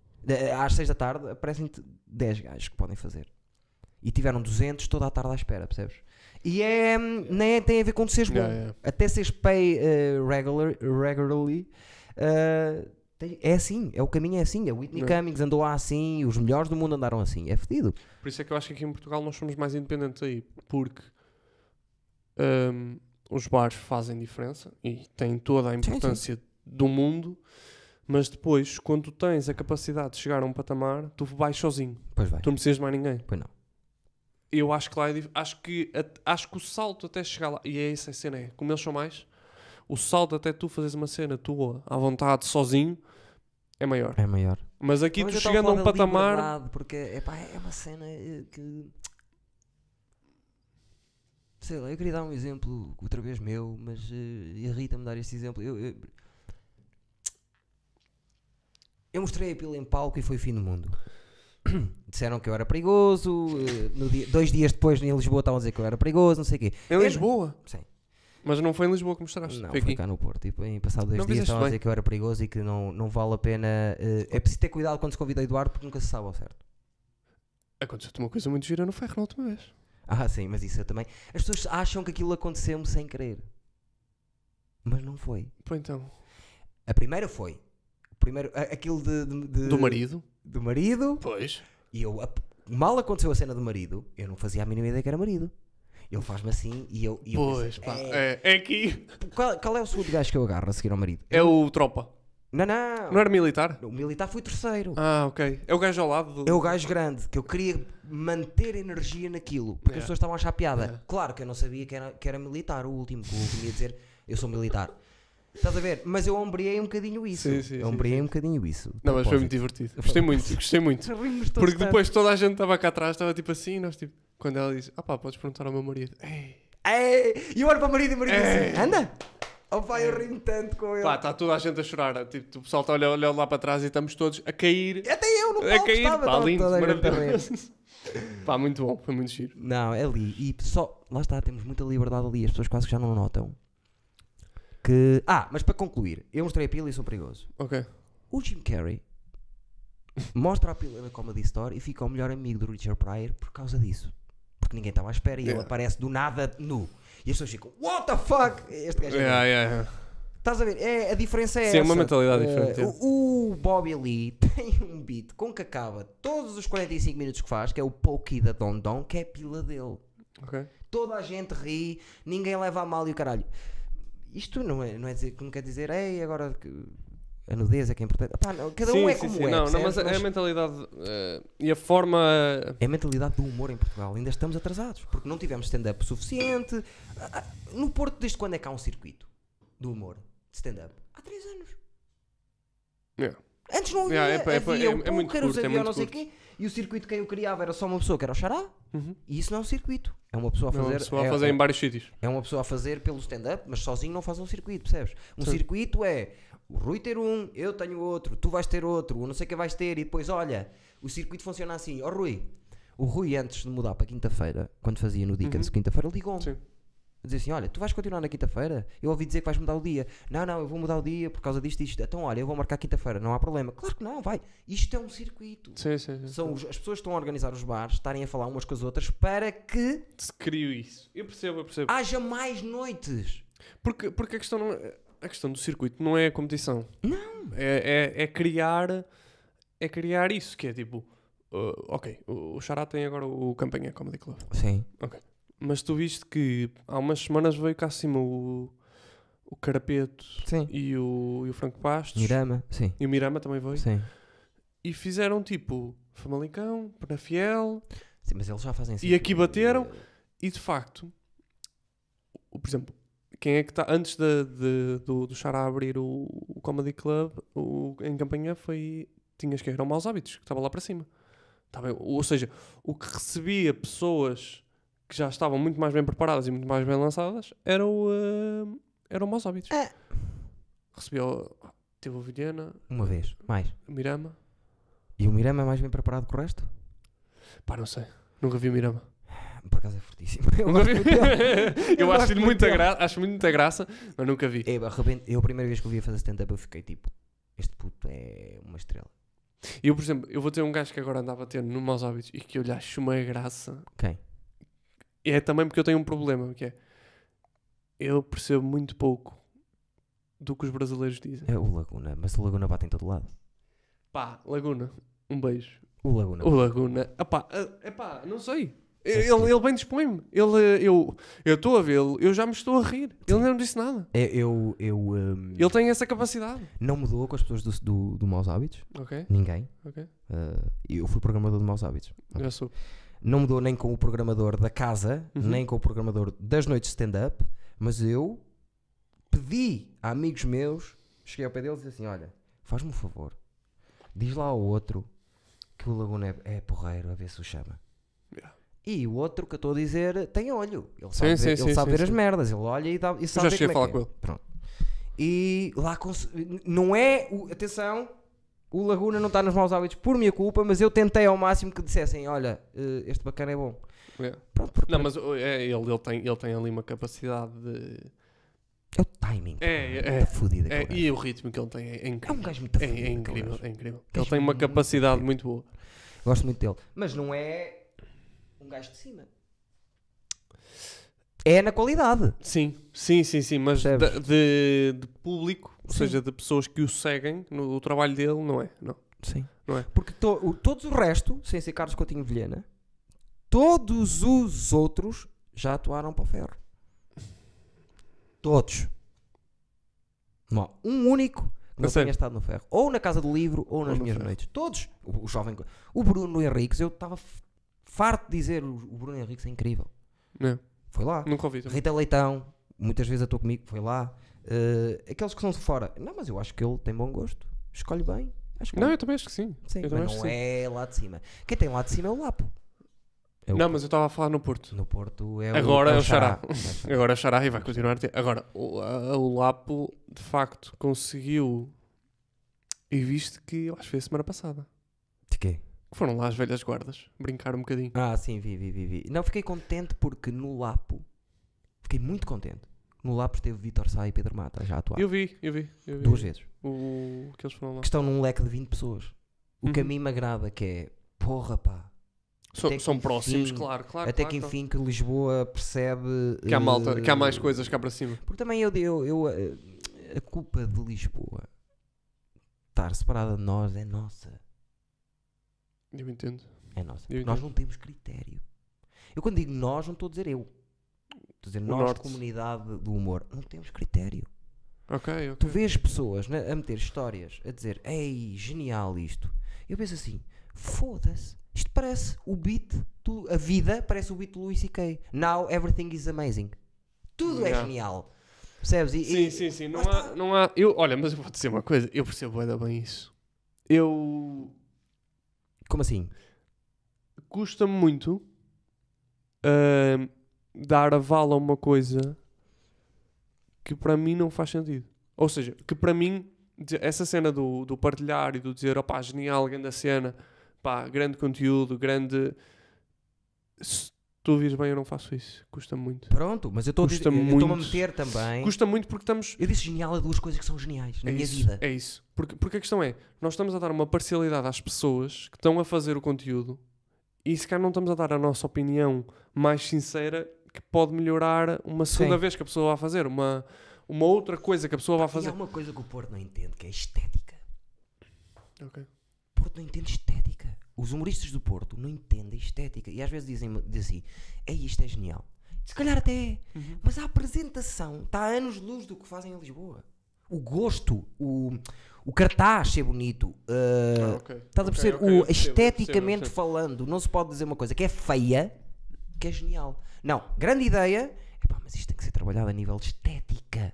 Speaker 1: às 6 da tarde, aparecem-te 10 gajos que podem fazer. E tiveram 200 toda a tarde à espera, percebes? E é. hum, Nem tem a ver com tu seres bom.
Speaker 2: Yeah, yeah.
Speaker 1: até seres pay eh, regular, regularly, eh, Tem- É assim, é o caminho é assim. A Whitney
Speaker 2: É.
Speaker 1: Cummings andou assim, os melhores do mundo andaram assim. É fedido.
Speaker 2: Por isso é que eu acho que aqui em Portugal nós somos mais independentes aí, porque hum, os bares fazem diferença e têm toda a
Speaker 1: sim.
Speaker 2: importância do mundo, mas depois, quando tu tens a capacidade de chegar a um patamar, tu vais sozinho,
Speaker 1: Pois vai.
Speaker 2: tu não precisas de mais ninguém.
Speaker 1: Pois não.
Speaker 2: Eu acho que lá é dif- acho que at- acho que o salto até chegar lá, e é essa a cena, é como eles são mais, o salto até tu fazeres uma cena tua à vontade, sozinho, é maior.
Speaker 1: É maior.
Speaker 2: Mas aqui
Speaker 1: Mas
Speaker 2: tu
Speaker 1: eu
Speaker 2: chegando a
Speaker 1: tava
Speaker 2: um
Speaker 1: a falar da
Speaker 2: patamar.
Speaker 1: liberdade, Porque epá, é uma cena eh, que. Sei lá, eu queria dar um exemplo outra vez meu, mas eh, irrita-me dar este exemplo. Eu, eu, eu mostrei a pila em palco e foi o fim do mundo. Disseram que eu era perigoso. eh, no dia- dois dias depois em Lisboa estavam a dizer que eu era perigoso, não sei o quê.
Speaker 2: É Em Lisboa?
Speaker 1: Sim.
Speaker 2: Mas não foi em Lisboa que mostraste.
Speaker 1: Não,
Speaker 2: foi
Speaker 1: foi
Speaker 2: aqui.
Speaker 1: cá no Porto. E depois, em passado dois
Speaker 2: Não
Speaker 1: dias
Speaker 2: fizeste
Speaker 1: estavam a
Speaker 2: bem.
Speaker 1: dizer que eu era perigoso e que não, não vale a pena. eh, é preciso ter cuidado quando se convida Eduardo porque nunca se sabe ao certo.
Speaker 2: Aconteceu-te uma coisa muito gira no ferro na última vez.
Speaker 1: Ah, sim, mas isso eu também. As pessoas acham que aquilo aconteceu-me sem querer. Mas não foi.
Speaker 2: Pô, então.
Speaker 1: A primeira foi. O primeiro, a- aquilo de, de- de-
Speaker 2: Do marido?
Speaker 1: Do marido.
Speaker 2: Pois.
Speaker 1: E eu. a- mal aconteceu a cena do marido, eu não fazia a mínima ideia que era marido. Ele faz-me assim e eu. E eu
Speaker 2: Pois,
Speaker 1: pensei,
Speaker 2: pá.
Speaker 1: "É,
Speaker 2: É, é aqui.
Speaker 1: Qual, qual é o segundo gajo que eu agarro a seguir ao marido?
Speaker 2: É o tropa.
Speaker 1: Não, não.
Speaker 2: Não era militar?
Speaker 1: O militar foi o terceiro.
Speaker 2: Ah, ok. É o gajo ao lado do.
Speaker 1: É o gajo grande, que eu queria manter energia naquilo, porque as
Speaker 2: Yeah.
Speaker 1: pessoas estavam a achar piada.
Speaker 2: Yeah.
Speaker 1: Claro que eu não sabia que era, que era militar, o último, que o último ia dizer eu sou militar. Estás a ver? Mas eu ombreei um bocadinho isso.
Speaker 2: Sim, sim,
Speaker 1: eu
Speaker 2: sim,
Speaker 1: ombreei um bocadinho isso. de
Speaker 2: Não, mas foi muito
Speaker 1: propósito.
Speaker 2: divertido. Gostei muito, gostei muito.
Speaker 1: Rimos todos
Speaker 2: Porque
Speaker 1: tanto.
Speaker 2: depois toda a gente estava cá atrás, estava tipo assim, e nós tipo. Quando ela diz, ah pá, podes perguntar ao meu marido. Ei,
Speaker 1: Ei, É! E eu olho para o marido e o marido
Speaker 2: Ei.
Speaker 1: assim: anda! Oh pai, eu rimo tanto com ele.
Speaker 2: É. pá, tá. está toda a gente a chorar. Tipo, o pessoal tá olha, olha lá para trás e estamos todos a cair.
Speaker 1: Até eu no palco
Speaker 2: A cair,
Speaker 1: estava
Speaker 2: É pá,
Speaker 1: estava
Speaker 2: lindo,
Speaker 1: toda a gente a rir.
Speaker 2: maravilhoso. Pá, muito bom, foi muito giro.
Speaker 1: Não, é ali. E só. Lá está, temos muita liberdade ali. As pessoas quase que já não notam. Que. Ah, mas para concluir, eu mostrei a pila e sou perigoso.
Speaker 2: Ok.
Speaker 1: O Jim Carrey mostra a pila na Comedy Store e fica o melhor amigo do Richard Pryor por causa disso. Porque ninguém estava à espera e ele
Speaker 2: Yeah.
Speaker 1: aparece do nada nu. E as pessoas ficam, what the fuck? Este gajo é nu."
Speaker 2: Yeah, yeah, yeah.
Speaker 1: Estás a ver? É, a diferença é
Speaker 2: Sim, é
Speaker 1: essa.
Speaker 2: uma mentalidade
Speaker 1: Eh,
Speaker 2: diferente, é.
Speaker 1: o, o Bobby Lee tem um beat com que acaba todos os 45 minutos que faz, que é o Pokey da Don Don, que é a pila dele
Speaker 2: Ok.
Speaker 1: toda a gente ri, ninguém leva a mal e o caralho. Isto não, é, não, é dizer, que não quer dizer, ei, agora que a nudez é que é importante. Pá, não, cada um é como é.
Speaker 2: Não, não,
Speaker 1: percebes?
Speaker 2: mas a,
Speaker 1: Nós-
Speaker 2: a mentalidade eh, e a forma. eh,
Speaker 1: é a mentalidade do humor em Portugal. Ainda estamos atrasados, porque não tivemos stand-up suficiente. Ah, ah, No Porto, desde quando é que há um circuito do humor de stand-up? Há três anos.
Speaker 2: Yeah.
Speaker 1: Antes não havia,
Speaker 2: Yeah, é pa- é pa-
Speaker 1: havia
Speaker 2: é-
Speaker 1: o
Speaker 2: é muito
Speaker 1: póquer, os
Speaker 2: curto, é
Speaker 1: havia
Speaker 2: muito
Speaker 1: não sei o
Speaker 2: curto.
Speaker 1: quê, e o circuito que eu criava era só uma pessoa que era o xará,
Speaker 2: Uhum.
Speaker 1: e isso não é um circuito. É uma pessoa a
Speaker 2: não,
Speaker 1: fazer,
Speaker 2: a pessoa
Speaker 1: é-
Speaker 2: a fazer
Speaker 1: é-
Speaker 2: em vários sítios.
Speaker 1: É uma pessoa a fazer pelo stand-up, mas sozinho não faz um circuito, percebes? Um
Speaker 2: Sim.
Speaker 1: circuito é o Rui ter um, eu tenho outro, tu vais ter outro, o não sei o que vais ter, e depois, olha, o circuito funciona assim. Ó Rui, o Rui antes de mudar para quinta-feira, quando fazia no Dickens quinta-feira, ligou-me.
Speaker 2: Uhum. Sim.
Speaker 1: Dizia assim, olha, tu vais continuar na quinta-feira? Eu ouvi dizer que vais mudar o dia. Não, não, eu vou mudar o dia por causa disto e isto. Então, olha, eu vou marcar quinta-feira, não há problema. Claro que não, vai. Isto é um circuito.
Speaker 2: Sim, sim, sim.
Speaker 1: São os- as pessoas que estão a organizar os bares, estarem a falar umas com as outras para que
Speaker 2: Se criou isso. Eu percebo, eu percebo.
Speaker 1: haja mais noites.
Speaker 2: Porque, porque a questão não é- A questão do circuito não é a competição. Não. É, é, é criar. É criar isso, que é tipo. uh, ok, o, o Xará tem agora o Campanha Comedy Club.
Speaker 1: Sim.
Speaker 2: Mas tu viste que há umas semanas veio cá acima o, o Carapeto
Speaker 1: Sim.
Speaker 2: e o, e o Franco Bastos.
Speaker 1: Mirama, sim.
Speaker 2: E o Mirama também veio.
Speaker 1: Sim.
Speaker 2: E fizeram tipo Famalicão, Penafiel.
Speaker 1: Sim, mas eles já fazem
Speaker 2: E aqui bateram. E de facto, o- por exemplo, quem é que está antes de, de- do, do Xará abrir o, o Comedy Club o- em campanha foi. Tinhas que era o Maus Hábitos, que estava lá para cima. Tá bem? Ou seja, o que recebia pessoas que já estavam muito mais bem preparadas e muito mais bem lançadas era o, eh, era o Maus Hábitos.
Speaker 1: É.
Speaker 2: Recebia o. Teve o Vilhena,
Speaker 1: Uma vez, mais.
Speaker 2: o Mirama.
Speaker 1: E o Mirama é mais bem preparado que o resto?
Speaker 2: Pá, não sei. Nunca vi o Mirama.
Speaker 1: Por acaso é fortíssimo.
Speaker 2: Eu,
Speaker 1: Eu gosto muito dele. Eu gosto
Speaker 2: acho-lhe
Speaker 1: muito
Speaker 2: muita,
Speaker 1: dele.
Speaker 2: gra acho muita graça, mas nunca vi.
Speaker 1: É, Eu, arrebento- eu a primeira vez que o vi a fazer stand-up eu fiquei tipo, este puto é uma estrela.
Speaker 2: Eu, por exemplo, eu vou ter um gajo que agora andava a ter no Maus Hábitos e que eu lhe acho uma graça.
Speaker 1: Quem?
Speaker 2: E é também porque eu tenho um problema, que é... Eu percebo muito pouco do que os brasileiros dizem.
Speaker 1: É o Laguna, mas o Laguna bate em todo lado.
Speaker 2: Pá, Laguna, um beijo.
Speaker 1: O Laguna.
Speaker 2: O Laguna, epá, eh, epá, não sei.
Speaker 1: É
Speaker 2: Ele, ele bem dispõe-me. Ele, eh, Eu eu estou a vê-lo, eu já me estou a rir. Ele não disse nada.
Speaker 1: É, eu eu hum,
Speaker 2: Ele tem essa capacidade.
Speaker 1: não mudou com as pessoas do, do, do Maus Hábitos.
Speaker 2: Ok?
Speaker 1: Ninguém.
Speaker 2: Ok.
Speaker 1: Ah, eu fui programador do Maus Hábitos.
Speaker 2: Já sou.
Speaker 1: Não mudou nem com o programador da casa,
Speaker 2: Uhum.
Speaker 1: nem com o programador das noites de stand-up, mas eu pedi a amigos meus, cheguei ao pé deles e disse assim: olha, faz-me um favor, diz lá ao outro que o Laguna é, é porreiro, a ver se o chama.
Speaker 2: Yeah.
Speaker 1: E o outro que eu estou a dizer tem olho. Ele sabe
Speaker 2: Sim,
Speaker 1: ver,
Speaker 2: sim,
Speaker 1: ele
Speaker 2: sim,
Speaker 1: sabe
Speaker 2: sim,
Speaker 1: ver as
Speaker 2: sim.
Speaker 1: merdas, ele olha e, dá, e sabe
Speaker 2: já
Speaker 1: ver
Speaker 2: cheguei
Speaker 1: como
Speaker 2: a
Speaker 1: é
Speaker 2: falar
Speaker 1: que é. Pronto. E lá cons- não é. o- atenção, o Laguna não está nos maus hábitos por minha culpa, mas eu tentei ao máximo que dissessem: olha, eh, este bacana é bom.
Speaker 2: Yeah.
Speaker 1: Pronto, porque
Speaker 2: Não, mas oh, é, ele, ele, tem, ele tem ali uma capacidade de.
Speaker 1: é o timing.
Speaker 2: É,
Speaker 1: pá,
Speaker 2: é,
Speaker 1: tá fudido aquele
Speaker 2: É,
Speaker 1: gajo.
Speaker 2: e o ritmo que ele tem é, é
Speaker 1: É um
Speaker 2: incrível.
Speaker 1: gajo muito
Speaker 2: É,
Speaker 1: fudido.
Speaker 2: é
Speaker 1: aquele
Speaker 2: incrível,
Speaker 1: gajo.
Speaker 2: é incrível. Ele
Speaker 1: Tens um
Speaker 2: tem uma
Speaker 1: muito
Speaker 2: capacidade
Speaker 1: tempo.
Speaker 2: muito boa.
Speaker 1: Gosto muito dele. Mas não é um gajo de cima. É na qualidade.
Speaker 2: Sim, sim, sim, sim, mas da-
Speaker 1: Percebes?
Speaker 2: de, de público, ou
Speaker 1: Sim.
Speaker 2: seja, de pessoas que o seguem no o trabalho dele, não é? Não.
Speaker 1: Sim.
Speaker 2: Não é?
Speaker 1: Porque to- o- todos o resto, sem ser Carlos Coutinho Vilhena, todos os outros já atuaram para o ferro. Todos. Não há um único que não
Speaker 2: A sério?
Speaker 1: tenha estado no ferro. Ou na Casa do Livro, ou nas
Speaker 2: no
Speaker 1: minhas
Speaker 2: Ferro.
Speaker 1: noites. Todos. O, o jovem... O Bruno Henriques, eu estava f- farto de dizer, o, o Bruno Henriques é incrível.
Speaker 2: Não. é.
Speaker 1: Foi lá.
Speaker 2: Nunca ouvi também.
Speaker 1: Rita Leitão, muitas vezes atuou comigo, foi lá. Eh, aqueles que são de fora. Não, mas eu acho que ele tem bom gosto. Escolhe bem. Acho que é um
Speaker 2: Não, eu também acho que sim.
Speaker 1: Sim, mas
Speaker 2: Eu também
Speaker 1: não
Speaker 2: acho que
Speaker 1: é lá de cima. Quem tem lá de cima é o Lapo. É o-
Speaker 2: Não, mas eu estava a falar no Porto.
Speaker 1: No Porto é o
Speaker 2: Agora
Speaker 1: é
Speaker 2: é
Speaker 1: o
Speaker 2: o Xará.
Speaker 1: É o Xará.
Speaker 2: Agora achará e vai continuar a ter. Agora, o, a- o Lapo de facto conseguiu. E viste que eu acho que foi a semana passada.
Speaker 1: De quê?
Speaker 2: que Foram lá as velhas guardas brincar um bocadinho.
Speaker 1: Ah, sim, vi, vi, vi, vi. Não, fiquei contente porque no Lapo, fiquei muito contente. No Lapo esteve Vitor Sá e Pedro Mata já a atuar.
Speaker 2: Eu vi, eu vi. Eu vi
Speaker 1: Duas vezes.
Speaker 2: O, que eles foram lá.
Speaker 1: Que estão num leque de 20 pessoas. O que a
Speaker 2: Uhum.
Speaker 1: mim me agrada que é, porra pá,
Speaker 2: São,
Speaker 1: até que
Speaker 2: são próximos,
Speaker 1: enfim-
Speaker 2: claro, claro.
Speaker 1: até
Speaker 2: claro,
Speaker 1: que
Speaker 2: claro.
Speaker 1: enfim que Lisboa percebe...
Speaker 2: Que há, malta,
Speaker 1: eh,
Speaker 2: que há mais coisas cá para cima.
Speaker 1: Porque também eu, eu, eu, eh, a culpa de Lisboa estar separada de nós é nossa.
Speaker 2: Eu entendo.
Speaker 1: É nossa.
Speaker 2: Eu
Speaker 1: Nós
Speaker 2: entendo.
Speaker 1: não temos critério. Eu quando digo nós, não estou a dizer eu. Estou a dizer nós,
Speaker 2: norte.
Speaker 1: comunidade do humor, não temos critério.
Speaker 2: Ok,
Speaker 1: Tu
Speaker 2: ok.
Speaker 1: vês pessoas né, a meter histórias, a dizer, ei, genial isto. Eu penso assim, foda-se. Isto parece o beat, do- a vida parece o beat do Luís C.K. Now everything is amazing. Tudo é
Speaker 2: Yeah.
Speaker 1: genial. Percebes? E-
Speaker 2: Sim,
Speaker 1: e-
Speaker 2: sim, sim. Não
Speaker 1: lá
Speaker 2: há, não há. Eu, olha, mas eu vou dizer uma coisa. Eu percebo ainda bem isso. Eu.
Speaker 1: Como assim?
Speaker 2: Custa-me muito ahm, dar aval a uma coisa que para mim não faz sentido. Ou seja, que para mim, dizer- essa cena do, do partilhar e do dizer, opá, genial, grande a cena, pá, grande conteúdo, grande. Se tu vires bem, eu não faço isso. Custa muito.
Speaker 1: Pronto, mas eu estou a dizer-
Speaker 2: Custa
Speaker 1: eu estou-me a
Speaker 2: muito.
Speaker 1: meter também.
Speaker 2: Custa muito porque estamos.
Speaker 1: Eu disse genial a duas coisas que são geniais na
Speaker 2: é
Speaker 1: minha
Speaker 2: isso,
Speaker 1: vida.
Speaker 2: É isso. Porque, porque a questão é, nós estamos a dar uma parcialidade às pessoas que estão a fazer o conteúdo e se calhar não estamos a dar a nossa opinião mais sincera que pode melhorar uma segunda
Speaker 1: Sim.
Speaker 2: vez que a pessoa vai fazer, uma, uma outra coisa que a pessoa vai
Speaker 1: E há
Speaker 2: fazer.
Speaker 1: uma coisa que o Porto não entende, que é a estética. um-
Speaker 2: Ok.
Speaker 1: O Porto não entende estética. Os humoristas do Porto não entendem estética. E às vezes dizem, dizem assim, Ei, isto é genial. Se calhar até é.
Speaker 2: Uhum.
Speaker 1: Mas a apresentação está a anos-luz do que fazem em Lisboa. O gosto, o, o cartaz ser bonito.
Speaker 2: Ah,
Speaker 1: uh,
Speaker 2: ok.
Speaker 1: estás a
Speaker 2: Ok,
Speaker 1: perceber?
Speaker 2: ok,
Speaker 1: o,
Speaker 2: eu percebo, eu percebo, eu
Speaker 1: esteticamente
Speaker 2: percebo.
Speaker 1: falando, não se pode dizer uma coisa que é feia, que é genial. Não, grande ideia, epá, mas isto tem que ser trabalhado a nível de estética.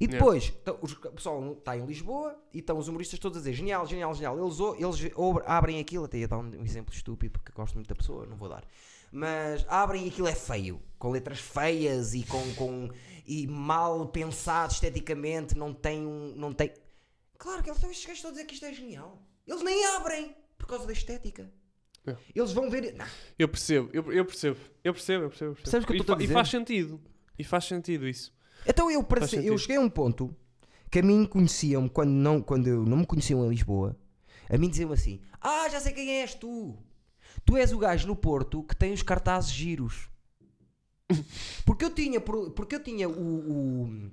Speaker 1: E
Speaker 2: Yeah.
Speaker 1: depois, tá- os- o pessoal está em Lisboa e estão os humoristas todos a dizer genial, genial, genial. Eles, o- eles ob- abrem aquilo, até ia dar um, um exemplo estúpido porque gosto muito da pessoa, não vou dar. Mas abrem e aquilo é feio, com letras feias e com, com e mal pensado esteticamente, não tem um. Não tem... Claro que eles estão, estes gajos estão a dizer que isto é genial. Eles nem abrem por causa da estética.
Speaker 2: Yeah.
Speaker 1: Eles vão ver. Não,
Speaker 2: Eu percebo, eu, eu percebo, eu percebo, eu percebo. eu percebo.
Speaker 1: Percebes o que eu
Speaker 2: E
Speaker 1: estou a
Speaker 2: fa- E
Speaker 1: dizer?
Speaker 2: faz sentido. E faz sentido isso.
Speaker 1: Então eu, para
Speaker 2: Faz
Speaker 1: ser- eu
Speaker 2: sentido.
Speaker 1: cheguei a um ponto que a mim conheciam-me quando, não, quando eu não me conheciam em Lisboa. A mim diziam assim: Ah, já sei quem és tu. Tu és o gajo no Porto que tem os cartazes giros. Porque eu tinha, pro- porque eu tinha o, o-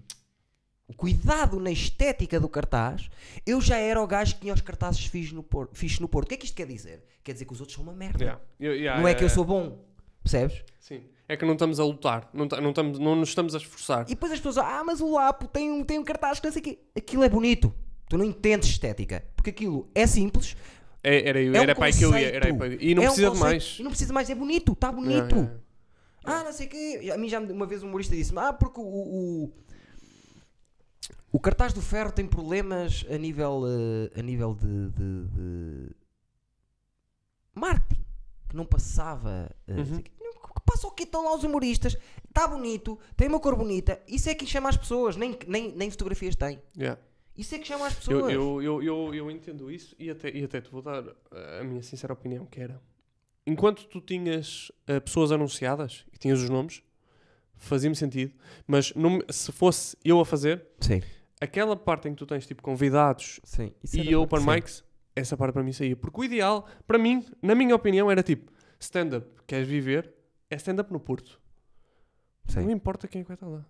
Speaker 1: o cuidado na estética do cartaz, eu já era o gajo que tinha os cartazes fixos no Porto. Fixos no Porto. O que é que isto quer dizer? Quer dizer que os outros são uma merda.
Speaker 2: Yeah. Eu- yeah,
Speaker 1: não é
Speaker 2: yeah,
Speaker 1: que eu
Speaker 2: yeah.
Speaker 1: sou bom, percebes?
Speaker 2: Sim. É que não estamos a lutar, não, ta- não, estamos, não nos estamos a esforçar.
Speaker 1: E depois as pessoas, ah, mas o Lapo tem um, tem um cartaz que não sei o quê. Aquilo é bonito. Tu não entendes estética. Porque aquilo é simples.
Speaker 2: É- era
Speaker 1: É
Speaker 2: era
Speaker 1: um
Speaker 2: para aí que eu ia. Era aí
Speaker 1: conceito.
Speaker 2: para aí. E não
Speaker 1: é um
Speaker 2: precisa de
Speaker 1: conceito.
Speaker 2: mais.
Speaker 1: E não precisa de mais. É bonito. Está bonito.
Speaker 2: Yeah, yeah, yeah.
Speaker 1: Ah, não sei o quê. A mim já me- uma vez um humorista disse-me, ah, porque o, o, o cartaz do ferro tem problemas a nível, eh, a nível de, de- de marketing. Que não passava. eh, não sei o quê.
Speaker 2: Uhum.
Speaker 1: Não, que passa o quê? Estão lá os humoristas. Está bonito. Tem uma cor bonita. Isso é que chama as pessoas. Nem, nem, nem fotografias tem.
Speaker 2: Yeah.
Speaker 1: Isso é que chama as
Speaker 2: Eu,
Speaker 1: pessoas.
Speaker 2: eu, eu, eu, eu entendo isso e até, e até te vou dar eh, a minha sincera opinião, que era... Enquanto tu tinhas eh, pessoas anunciadas e tinhas os nomes, fazia-me sentido, mas não me- se fosse eu a fazer,
Speaker 1: Sim,
Speaker 2: aquela parte em que tu tens tipo convidados
Speaker 1: sim. Isso
Speaker 2: e
Speaker 1: era-
Speaker 2: open
Speaker 1: sim.
Speaker 2: mics, essa parte para mim saía. Porque o ideal, para mim, na minha opinião, era tipo, stand-up, queres viver? É stand-up no Porto.
Speaker 1: Sim.
Speaker 2: Não importa quem é que vai estar lá.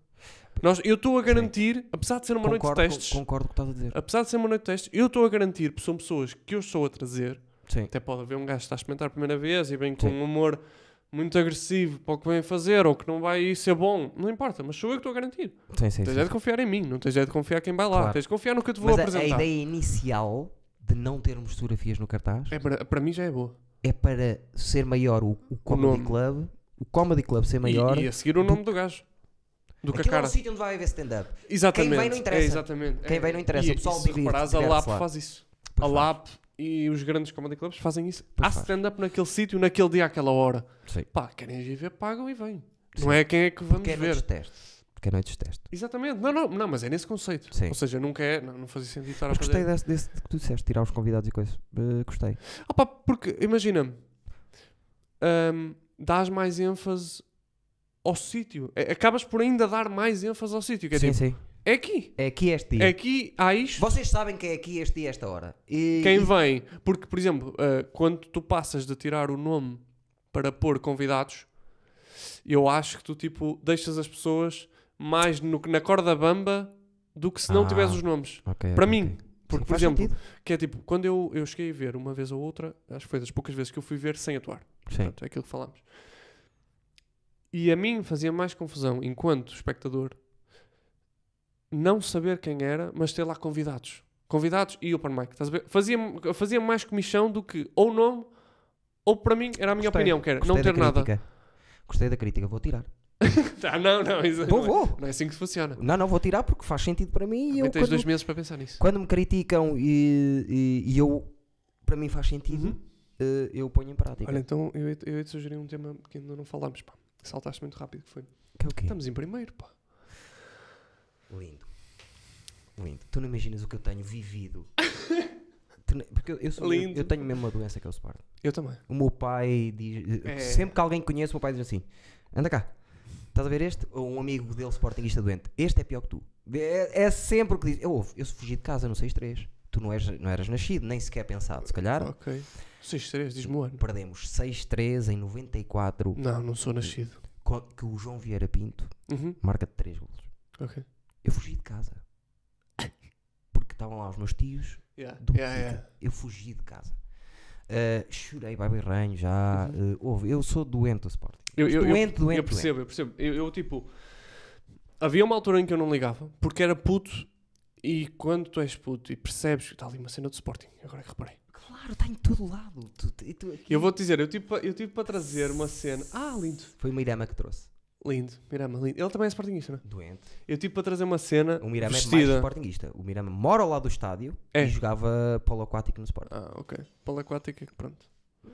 Speaker 2: Nós, eu estou a garantir, apesar de ser uma
Speaker 1: Concordo,
Speaker 2: noite de testes,
Speaker 1: com- concordo com o que estás a dizer.
Speaker 2: apesar de ser uma noite de testes, eu estou a garantir, porque são pessoas que eu estou a trazer,
Speaker 1: Sim.
Speaker 2: até pode haver um gajo que está a experimentar a primeira vez e vem com
Speaker 1: Sim.
Speaker 2: um humor muito agressivo para o que vem fazer ou que não vai ser bom, não importa, mas sou eu que estou a garantir.
Speaker 1: Sim, sim,
Speaker 2: Tens
Speaker 1: sim.
Speaker 2: é de confiar em mim, não tens é de confiar quem vai lá,
Speaker 1: Claro.
Speaker 2: tens de confiar no que eu te vou
Speaker 1: Mas a, a
Speaker 2: apresentar.
Speaker 1: ideia inicial de não termos fotografias no cartaz
Speaker 2: É para, para mim já é boa.
Speaker 1: é para ser maior o, o Comedy
Speaker 2: nome.
Speaker 1: Club, o Comedy Club ser maior.
Speaker 2: E, e a seguir o nome do gajo. Do que a
Speaker 1: Aquilo é
Speaker 2: cara.
Speaker 1: um sítio onde vai haver stand-up.
Speaker 2: Exatamente.
Speaker 1: Quem vai não interessa.
Speaker 2: É, exatamente.
Speaker 1: Quem
Speaker 2: É,
Speaker 1: vai não interessa.
Speaker 2: E,
Speaker 1: O pessoal
Speaker 2: e se
Speaker 1: divide,
Speaker 2: reparas, a LAP
Speaker 1: diverte-se lá.
Speaker 2: faz isso.
Speaker 1: Pois
Speaker 2: a
Speaker 1: faz.
Speaker 2: LAP e os grandes comedy clubs fazem isso.
Speaker 1: Pois
Speaker 2: Há
Speaker 1: faz.
Speaker 2: stand-up naquele sítio, naquele dia, àquela hora.
Speaker 1: Sim.
Speaker 2: Pá, querem viver, pagam e vêm.
Speaker 1: Sim.
Speaker 2: Não é quem é que vamos
Speaker 1: Porque é
Speaker 2: ver.
Speaker 1: noites de teste. Porque é noites de teste.
Speaker 2: Exatamente. Não, não, não, mas é nesse conceito.
Speaker 1: Sim.
Speaker 2: Ou seja, nunca é. Não, não fazia sentido estar
Speaker 1: Mas
Speaker 2: a
Speaker 1: gostei
Speaker 2: fazer.
Speaker 1: desse, desse que tu disseste, tirar os convidados e coisas. Eh, gostei.
Speaker 2: Ah, pá, porque, imagina-me, hum, dás mais ênfase ao sítio. É- Acabas por ainda dar mais ênfase ao sítio. Que é
Speaker 1: sim,
Speaker 2: tipo,
Speaker 1: sim.
Speaker 2: é aqui.
Speaker 1: É aqui este dia.
Speaker 2: Aqui há isto.
Speaker 1: Vocês sabem que é aqui este dia, esta hora. E,
Speaker 2: Quem
Speaker 1: e-
Speaker 2: vem? Porque, por exemplo, uh, quando tu passas de tirar o nome para pôr convidados, eu acho que tu, tipo, deixas as pessoas mais no- na corda bamba do que se não
Speaker 1: Ah.
Speaker 2: tivesse os nomes.
Speaker 1: Ok,
Speaker 2: Para
Speaker 1: ok,
Speaker 2: mim,
Speaker 1: ok.
Speaker 2: porque,
Speaker 1: Sim,
Speaker 2: por
Speaker 1: faz
Speaker 2: exemplo,
Speaker 1: sentido.
Speaker 2: que é tipo, quando eu, eu cheguei a ver uma vez ou outra, acho que foi das poucas vezes que eu fui ver sem atuar.
Speaker 1: Sim.
Speaker 2: Portanto, é aquilo que falámos. E a mim fazia mais confusão, enquanto espectador, não saber quem era, mas ter lá convidados. Convidados e open mic. Estás a ver? Fazia, fazia mais comissão do que ou nome, ou para mim, era a minha
Speaker 1: Gostei.
Speaker 2: opinião, que era
Speaker 1: Gostei
Speaker 2: não
Speaker 1: da
Speaker 2: ter nada.
Speaker 1: crítica. Gostei da crítica, vou tirar.
Speaker 2: Tá, não, não, isso
Speaker 1: Vou,
Speaker 2: não,
Speaker 1: vou.
Speaker 2: É, não é assim que funciona.
Speaker 1: Não, não vou tirar porque faz sentido para mim e eu
Speaker 2: Também tens
Speaker 1: quando,
Speaker 2: dois meses para pensar nisso.
Speaker 1: quando me criticam e, e- e eu para mim faz sentido,
Speaker 2: Uhum.
Speaker 1: eh, eu ponho em prática.
Speaker 2: Olha, então eu ia eu ia te sugerir um tema que ainda não falámos, pá. Saltaste muito rápido, que foi.
Speaker 1: Que é o quê?
Speaker 2: Estamos em primeiro, pá.
Speaker 1: Lindo. Lindo. Tu não imaginas o que eu tenho vivido. Tu não- Porque eu, eu sou- eu-
Speaker 2: Lindo.
Speaker 1: eu tenho mesmo uma doença que é o SPART.
Speaker 2: Eu também.
Speaker 1: O meu pai diz.
Speaker 2: É.
Speaker 1: Sempre que alguém conhece, o meu pai diz assim: anda cá, estás a ver este? Ou um amigo dele, sportinguista doente. Este é pior que tu. É, é sempre o que diz. Eu ouvo, eu fugi de casa no 6-3. Tu não, és, não eras nascido, nem sequer pensado. Se calhar
Speaker 2: Ok. 6-3, diz-me o ano.
Speaker 1: perdemos 6-3 em 94
Speaker 2: Não, não sou nascido.
Speaker 1: co- que o João Vieira Pinto
Speaker 2: Uhum.
Speaker 1: marca de 3 golos.
Speaker 2: Ok.
Speaker 1: Eu fugi de casa. Porque estavam lá os meus tios
Speaker 2: Yeah,
Speaker 1: do
Speaker 2: yeah,
Speaker 1: Benfica.
Speaker 2: yeah.
Speaker 1: Eu fugi de casa. Ah, chorei, vai berranho já. ah, ouve, eu sou doente do Sporting.
Speaker 2: Uhum. Eu, eu, eu-
Speaker 1: doente, doente,
Speaker 2: eu percebo, eu percebo. Eu, eu, tipo, havia uma altura em que eu não ligava porque era puto. E quando tu és puto e percebes que está ali uma cena de Sporting, agora é que reparei.
Speaker 1: doente. Claro, está em todo lado. Tu- tu- e tu aqui-
Speaker 2: Eu vou-te dizer, eu tive, pa- eu tive para trazer uma cena. Ah, lindo,
Speaker 1: Foi o Mirama que trouxe.
Speaker 2: lindo, Mirama, lindo. Ele também é Sportingista, não é?
Speaker 1: Doente.
Speaker 2: Eu tive para trazer uma cena
Speaker 1: O Mirama é mais
Speaker 2: vestida.
Speaker 1: sportinguista. O Mirama mora ao lado do estádio
Speaker 2: É.
Speaker 1: e jogava polo aquático no Sporting.
Speaker 2: ah, ok. Pela aquática, pronto.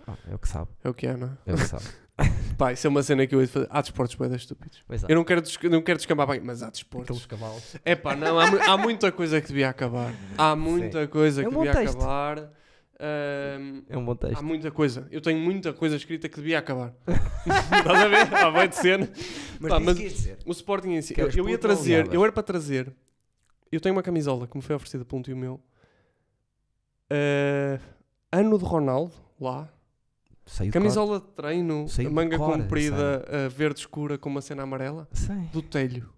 Speaker 1: Ah, é o que sabe.
Speaker 2: É o que é, não é?
Speaker 1: É o que sabe.
Speaker 2: Pá, isso é uma cena que eu ia fazer. Há desportos bem estúpidos.
Speaker 1: Mas, há
Speaker 2: Eu não quero, desc- não quero descambar bem, mas há desportos.
Speaker 1: Tá. aqueles cavalos.
Speaker 2: É pá, não, há, mu- há muita coisa que devia acabar. Há muita coisa
Speaker 1: É
Speaker 2: que
Speaker 1: um bom
Speaker 2: devia
Speaker 1: texto.
Speaker 2: acabar. Ahm,
Speaker 1: É um bom texto.
Speaker 2: há muita coisa. Eu tenho muita coisa escrita que devia acabar. Ah, Estás a ver? Há bem de cena.
Speaker 1: Mas
Speaker 2: Pá,
Speaker 1: disse
Speaker 2: mas-
Speaker 1: que ias dizer.
Speaker 2: O Sporting em si.
Speaker 1: Que
Speaker 2: Eu,
Speaker 1: eras
Speaker 2: eu ia
Speaker 1: puto, não
Speaker 2: trazer,
Speaker 1: ligavas.
Speaker 2: eu era para trazer. Eu tenho uma camisola que me foi oferecida por um tio meu. Ah, ano de Ronaldo, lá.
Speaker 1: Saiu
Speaker 2: Camisola de treino,
Speaker 1: Saiu de
Speaker 2: manga
Speaker 1: cor,
Speaker 2: comprida, ah, verde escura com uma cena amarela.
Speaker 1: de cor. Sei.
Speaker 2: Do telho.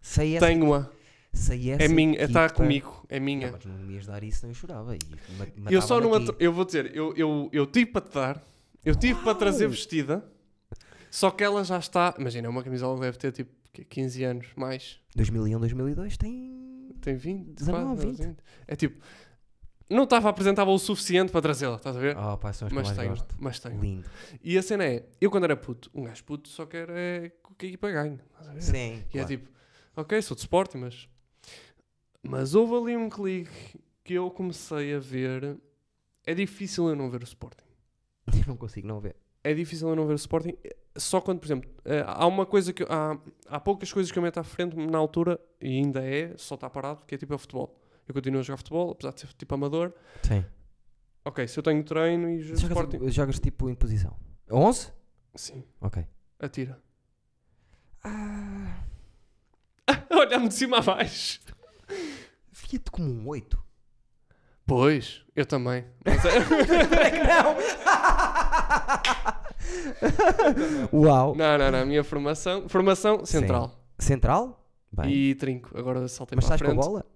Speaker 1: Sei essa
Speaker 2: Tenho-a.
Speaker 1: sei essa
Speaker 2: É minha,
Speaker 1: equipa-
Speaker 2: está comigo, é
Speaker 1: Não,
Speaker 2: minha.
Speaker 1: mas não me ias dar isso, não eu chorava. E ma-
Speaker 2: eu só
Speaker 1: matava-me
Speaker 2: não
Speaker 1: aqui.
Speaker 2: atro... Eu vou dizer, eu, eu, eu tive para te dar, eu tive para trazer vestida, só que ela já está. Imagina, é uma camisola que deve ter tipo quê, 15 anos, mais.
Speaker 1: 2001, 2002 tem.
Speaker 2: Tem 20,
Speaker 1: 19,
Speaker 2: 19,
Speaker 1: 20.
Speaker 2: 20. É tipo, não estava apresentável o suficiente para trazê-la, estás a ver?
Speaker 1: Oh, pá, são os que eu
Speaker 2: mas
Speaker 1: mais
Speaker 2: tenho,
Speaker 1: gosto.
Speaker 2: mas tenho.
Speaker 1: Lindo.
Speaker 2: E a cena é, eu quando era puto, um gajo puto só quer é que a equipa ganhe. estás a ver?
Speaker 1: Sim.
Speaker 2: E é
Speaker 1: claro.
Speaker 2: tipo, ok, sou de Sporting, mas. Mas houve ali um clique que eu comecei a ver. É difícil eu não ver o Sporting.
Speaker 1: Eu não consigo não ver.
Speaker 2: É difícil eu não ver o Sporting. Só quando, por exemplo, eh, há uma coisa que. eu- Há, há poucas coisas que eu meto à frente na altura, e ainda é, só está parado, que é tipo o futebol. Eu continuo a jogar futebol, apesar de ser tipo amador.
Speaker 1: Sim.
Speaker 2: Ok, se eu tenho treino e jogo Sporting.
Speaker 1: Jogas, jogas tipo em posição. 11?
Speaker 2: Sim,
Speaker 1: Ok.
Speaker 2: atira.
Speaker 1: Ah,
Speaker 2: Olha-me de cima a baixo.
Speaker 1: Via-te como um 8.
Speaker 2: Pois, eu também. Mas é-
Speaker 1: não! Uau.
Speaker 2: não, não, não. A minha formação. Formação central.
Speaker 1: Central? Bem.
Speaker 2: E trinco, agora saltei
Speaker 1: Mas
Speaker 2: para a
Speaker 1: estás com a
Speaker 2: frente.
Speaker 1: bola?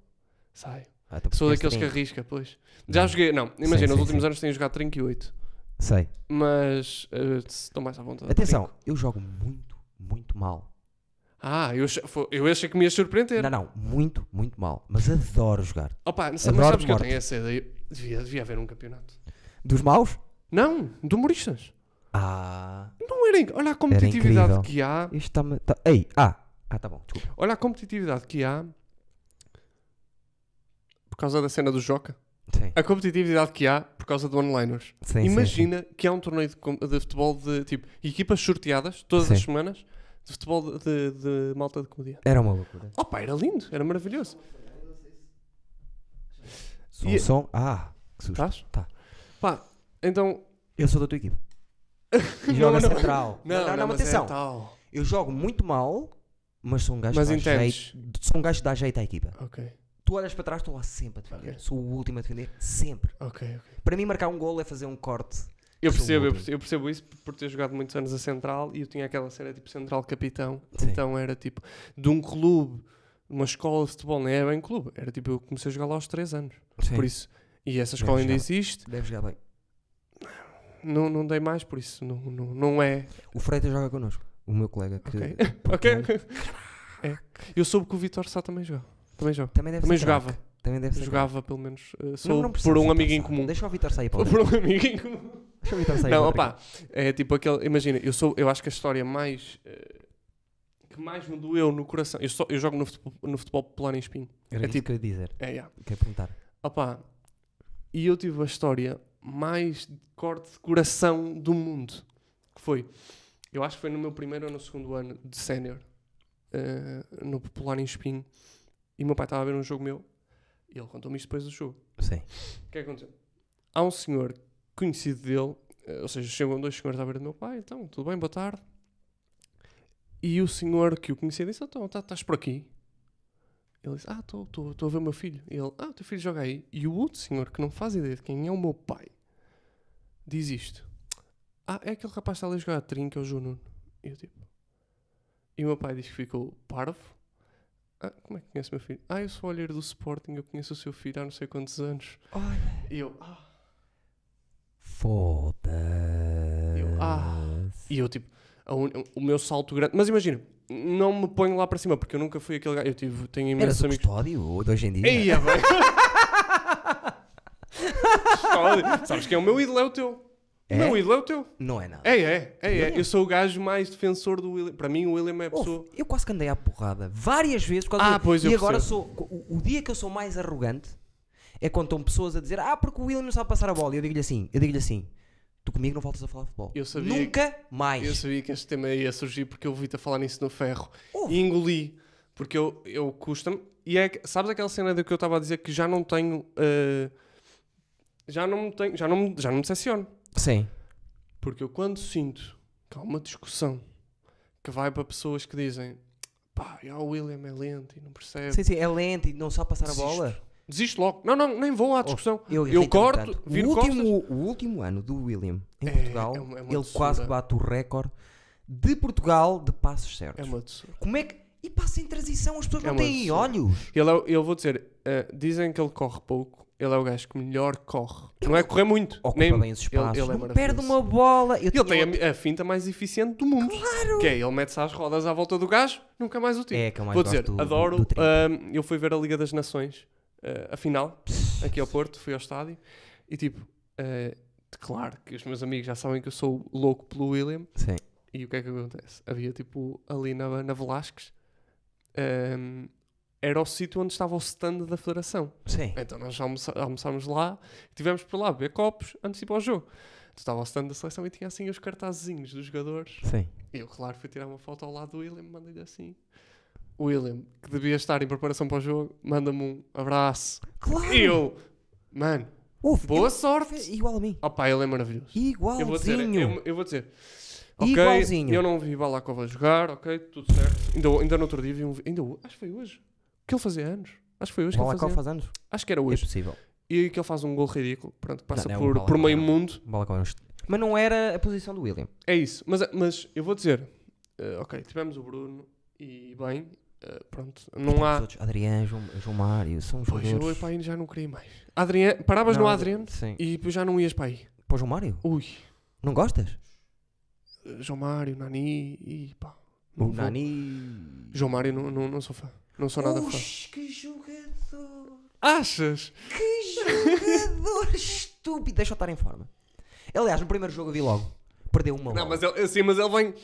Speaker 2: Sai.
Speaker 1: Ah, então
Speaker 2: Sou
Speaker 1: porque
Speaker 2: daqueles que
Speaker 1: tens
Speaker 2: arrisca, pois. Já joguei, não, imagina,
Speaker 1: Sim,
Speaker 2: nos
Speaker 1: sim,
Speaker 2: últimos
Speaker 1: sim.
Speaker 2: anos tenho jogado trinco e oito.
Speaker 1: trinco. Hum. Sei.
Speaker 2: Mas eh, estou mais à vontade.
Speaker 1: Atenção,
Speaker 2: trinco.
Speaker 1: eu jogo muito, muito mal.
Speaker 2: Ah, eu, ach- fo- eu achei que me ia surpreender.
Speaker 1: Não, não, muito, muito mal. Mas adoro jogar.
Speaker 2: Opa, não sei, mas
Speaker 1: Adoro
Speaker 2: sabes que eu
Speaker 1: morte.
Speaker 2: tenho essa ideia. Devia, devia haver um campeonato.
Speaker 1: Dos maus?
Speaker 2: Não, de humoristas.
Speaker 1: Ah.
Speaker 2: Não era. inc- Olha a competitividade
Speaker 1: incrível.
Speaker 2: que há.
Speaker 1: Isto está-me. tá- Ei, ah! Ah, tá bom, desculpa.
Speaker 2: Olha a competitividade que há. Por causa da cena do Joca.
Speaker 1: Sim.
Speaker 2: A competitividade que há por causa do onliners.
Speaker 1: Sim, sim,
Speaker 2: Imagina que há um torneio de, com- de futebol de tipo equipas sorteadas todas as
Speaker 1: Sim.
Speaker 2: semanas de futebol de, de- de malta de comédia.
Speaker 1: sim. Era uma loucura.
Speaker 2: Opa, era lindo, era maravilhoso.
Speaker 1: Som,
Speaker 2: E-
Speaker 1: som. Ah, que susto.
Speaker 2: Estás?
Speaker 1: Tá.
Speaker 2: Pá, então.
Speaker 1: Eu sou da tua equipa. E
Speaker 2: Não,
Speaker 1: jogo a
Speaker 2: não.
Speaker 1: central.
Speaker 2: Não, não, mas
Speaker 1: atenção.
Speaker 2: É tal.
Speaker 1: Eu jogo muito mal, mas sou um gajo
Speaker 2: Mas
Speaker 1: que dá
Speaker 2: entendes.
Speaker 1: jeito. Sou um gajo que dá jeito à equipa.
Speaker 2: Ok,
Speaker 1: Tu olhas para trás, estou lá sempre a defender.
Speaker 2: Ok.
Speaker 1: Sou o último a defender, sempre.
Speaker 2: ok, ok.
Speaker 1: Para mim, marcar um gol é fazer um corte.
Speaker 2: Eu
Speaker 1: Sou
Speaker 2: percebo, eu
Speaker 1: ótimo.
Speaker 2: percebo, eu percebo isso por- por ter jogado muitos anos a Central e eu tinha aquela cena tipo Central Capitão.
Speaker 1: Sim.
Speaker 2: Então era tipo de um clube, uma escola de futebol, não era bem clube. Era tipo, eu comecei a jogar lá aos 3 anos.
Speaker 1: Sim.
Speaker 2: Por isso. E essa escola ainda
Speaker 1: jogar.
Speaker 2: existe.
Speaker 1: Deve jogar bem.
Speaker 2: Não, não dei mais, por isso não, não, não é.
Speaker 1: O Freitas joga connosco. O meu colega que.
Speaker 2: Ok.
Speaker 1: Porque
Speaker 2: Ok? É. Eu soube que o Vitor Sá também jogava. Também joga.
Speaker 1: Também deve
Speaker 2: Também
Speaker 1: ser
Speaker 2: jogava.
Speaker 1: craque. Também deve ser.
Speaker 2: Jogava, pelo menos. eh,
Speaker 1: Não,
Speaker 2: soube
Speaker 1: não precisa
Speaker 2: por um
Speaker 1: de
Speaker 2: amigo em
Speaker 1: passar.
Speaker 2: comum.
Speaker 1: Deixa o Vitor sair para o
Speaker 2: Por um amigo em comum.
Speaker 1: Deixa o Vitor sair
Speaker 2: Não,
Speaker 1: para o
Speaker 2: opá. É tipo aquele. Imagina, eu, sou, eu acho que a história mais. eh, que mais me doeu no coração. Eu, só, eu jogo no futebol, no futebol popular em espinho.
Speaker 1: Era
Speaker 2: É
Speaker 1: isso
Speaker 2: tipo-
Speaker 1: que eu ia dizer.
Speaker 2: É, yeah.
Speaker 1: Quer perguntar.
Speaker 2: Opá. E eu tive a história mais de corte de coração do mundo. Que foi, eu acho que foi no meu primeiro ou no segundo ano de sénior, eh, no Popular em Espinho. E meu pai estava a ver um jogo meu e ele contou-me isto depois do jogo.
Speaker 1: Sim.
Speaker 2: O que é que aconteceu? Há um senhor conhecido dele, eh, ou seja, chegam dois senhores à beira do meu pai, então, tudo bem, boa tarde. E o senhor que o conhecia disse, então, tá- estás por aqui? Ele disse, ah, estou estou a ver o meu filho. E ele, ah, o teu filho joga aí. E o outro senhor, que não faz ideia de quem é o meu pai, diz isto. Ah, é aquele rapaz que está ali a jogar a trinca, é o João Nuno. E eu tipo... E o meu pai diz que ficou parvo. Ah, como é que conhece o meu filho? Ah, eu sou olheiro do Sporting, eu conheço o seu filho há não sei quantos anos.
Speaker 1: Olha.
Speaker 2: E eu, ah.
Speaker 1: Foda-se.
Speaker 2: Eu, ah. E eu, tipo, a un- o meu salto grande. Mas imagina, não me ponho lá para cima, porque eu nunca fui aquele gajo. Eu tive, tenho
Speaker 1: Eras
Speaker 2: imensos
Speaker 1: o
Speaker 2: amigos. é
Speaker 1: custódio de hoje em dia?
Speaker 2: Eia, velho! Custódio. Sabes que é o meu ídolo, é o teu.
Speaker 1: É?
Speaker 2: O meu ídolo é o teu.
Speaker 1: Não é nada.
Speaker 2: É, é, é, é.
Speaker 1: William?
Speaker 2: Eu sou o gajo mais defensor do William. Para mim, o William é
Speaker 1: Ouve,
Speaker 2: a pessoa.
Speaker 1: Oh, eu quase que andei à porrada várias vezes. por causa
Speaker 2: Ah,
Speaker 1: dele.
Speaker 2: pois, eu
Speaker 1: E agora sou. O, o dia que eu sou mais arrogante é quando estão pessoas a dizer Ah, porque o William não sabe passar a bola. E eu digo-lhe assim: Eu digo-lhe assim, tu comigo não voltas a falar de futebol.
Speaker 2: Eu sabia-
Speaker 1: Nunca mais.
Speaker 2: Eu sabia que este tema ia surgir porque eu ouvi-te a falar nisso no ferro.
Speaker 1: Ouve.
Speaker 2: E engoli. Porque eu, eu custa-me. E é, que- sabes aquela cena do que eu estava a dizer que já não tenho. eh, já não me tenho. Já não me, já não me decepciono.
Speaker 1: Sim.
Speaker 2: Porque eu quando sinto que há uma discussão que vai para pessoas que dizem pá, já o William é lento e não percebe.
Speaker 1: Sim, sim, é lento e não sabe passar a bola.
Speaker 2: Desisto logo. Não, não, nem vou à discussão. eu
Speaker 1: irrita-me
Speaker 2: corto,
Speaker 1: Oh, tanto.
Speaker 2: viro
Speaker 1: o último, o último ano do William em
Speaker 2: É,
Speaker 1: Portugal,
Speaker 2: é uma- é uma
Speaker 1: ele
Speaker 2: doçura.
Speaker 1: quase que bate o recorde de Portugal de passos
Speaker 2: É
Speaker 1: certos.
Speaker 2: uma tesoura.
Speaker 1: Como é que E passa em transição, as pessoas
Speaker 2: É
Speaker 1: não
Speaker 2: uma
Speaker 1: têm
Speaker 2: absurdo.
Speaker 1: olhos.
Speaker 2: Ele, é o- eu vou dizer, eh, dizem que ele corre pouco. Ele é o gajo que melhor corre. Não é correr muito.
Speaker 1: Ocupa
Speaker 2: nem-
Speaker 1: bem os espaços.
Speaker 2: Ele, ele é
Speaker 1: não
Speaker 2: maravilhoso.
Speaker 1: perde uma bola. Eu
Speaker 2: Ele
Speaker 1: tinha outro-
Speaker 2: tem a, a finta mais eficiente do mundo. Claro! Que é, ele mete-se às rodas à volta do gajo, nunca mais o tira.
Speaker 1: É a que eu mais
Speaker 2: Vou
Speaker 1: gosto
Speaker 2: dizer,
Speaker 1: do-
Speaker 2: adoro.
Speaker 1: do trinco.
Speaker 2: ahm, eu fui ver a Liga das Nações, ah, a final, aqui ao Porto, fui ao estádio e tipo, ah, claro que os meus amigos já sabem que eu sou louco pelo William.
Speaker 1: Sim.
Speaker 2: E o que é que acontece? Havia tipo ali na, na Velasquez, ahm, era o sítio onde estava o stand da Federação.
Speaker 1: Sim.
Speaker 2: Então nós almoça- almoçámos lá, estivemos por lá a beber copos antes de ir para o jogo. Tu estava ao stand da seleção e tinha assim os cartazinhos dos jogadores.
Speaker 1: Sim.
Speaker 2: E eu, claro, fui tirar uma foto ao lado do William, mandei-lhe assim. William, que devia estar em preparação para o jogo, manda-me um abraço.
Speaker 1: Claro.
Speaker 2: E eu, mano,
Speaker 1: Houve-
Speaker 2: boa
Speaker 1: eu-
Speaker 2: sorte.
Speaker 1: Igual a mim.
Speaker 2: Opá, ele é maravilhoso. Eu vou dizer,
Speaker 1: Igualzinho.
Speaker 2: eu, eu vou dizer, ok,
Speaker 1: Igualzinho.
Speaker 2: eu não vi Balacova jogar, ok, tudo certo. Ainda, ainda no outro dia vi um, ainda, ho- acho que foi hoje, que ele fazia anos. Acho que foi hoje que ele
Speaker 1: Balacó
Speaker 2: fazia.
Speaker 1: faz anos.
Speaker 2: Acho que era
Speaker 1: É
Speaker 2: hoje
Speaker 1: possível.
Speaker 2: e que ele faz um gol ridículo, pronto, passa
Speaker 1: não, é um
Speaker 2: por,
Speaker 1: balão,
Speaker 2: por meio
Speaker 1: não.
Speaker 2: mundo,
Speaker 1: Balacó é um est- Mas não era a posição do William.
Speaker 2: é isso. Mas, mas eu vou dizer, eh, ok, tivemos o Bruno e bem, eh, pronto, não
Speaker 1: Os
Speaker 2: há.
Speaker 1: outros, Adriano, João, João Mário, são os
Speaker 2: Pois eu
Speaker 1: jogadores.
Speaker 2: para aí já não queria mais. Adriano, paravas no
Speaker 1: Não,
Speaker 2: Adriano
Speaker 1: Sim.
Speaker 2: e depois já não ias para aí.
Speaker 1: Para o João Mário?
Speaker 2: Ui,
Speaker 1: Não gostas?
Speaker 2: eh, João Mário, Nani e pá. não vou.
Speaker 1: Nani.
Speaker 2: João Mário, não, não, não sou fã. Não sou nada fã.
Speaker 1: Ux, que jogador.
Speaker 2: Achas?
Speaker 1: Que jogador estúpido. Deixa eu estar em forma. Aliás, no primeiro jogo eu vi logo. Perdeu uma bola.
Speaker 2: Não, mas ele, assim, mas ele vem.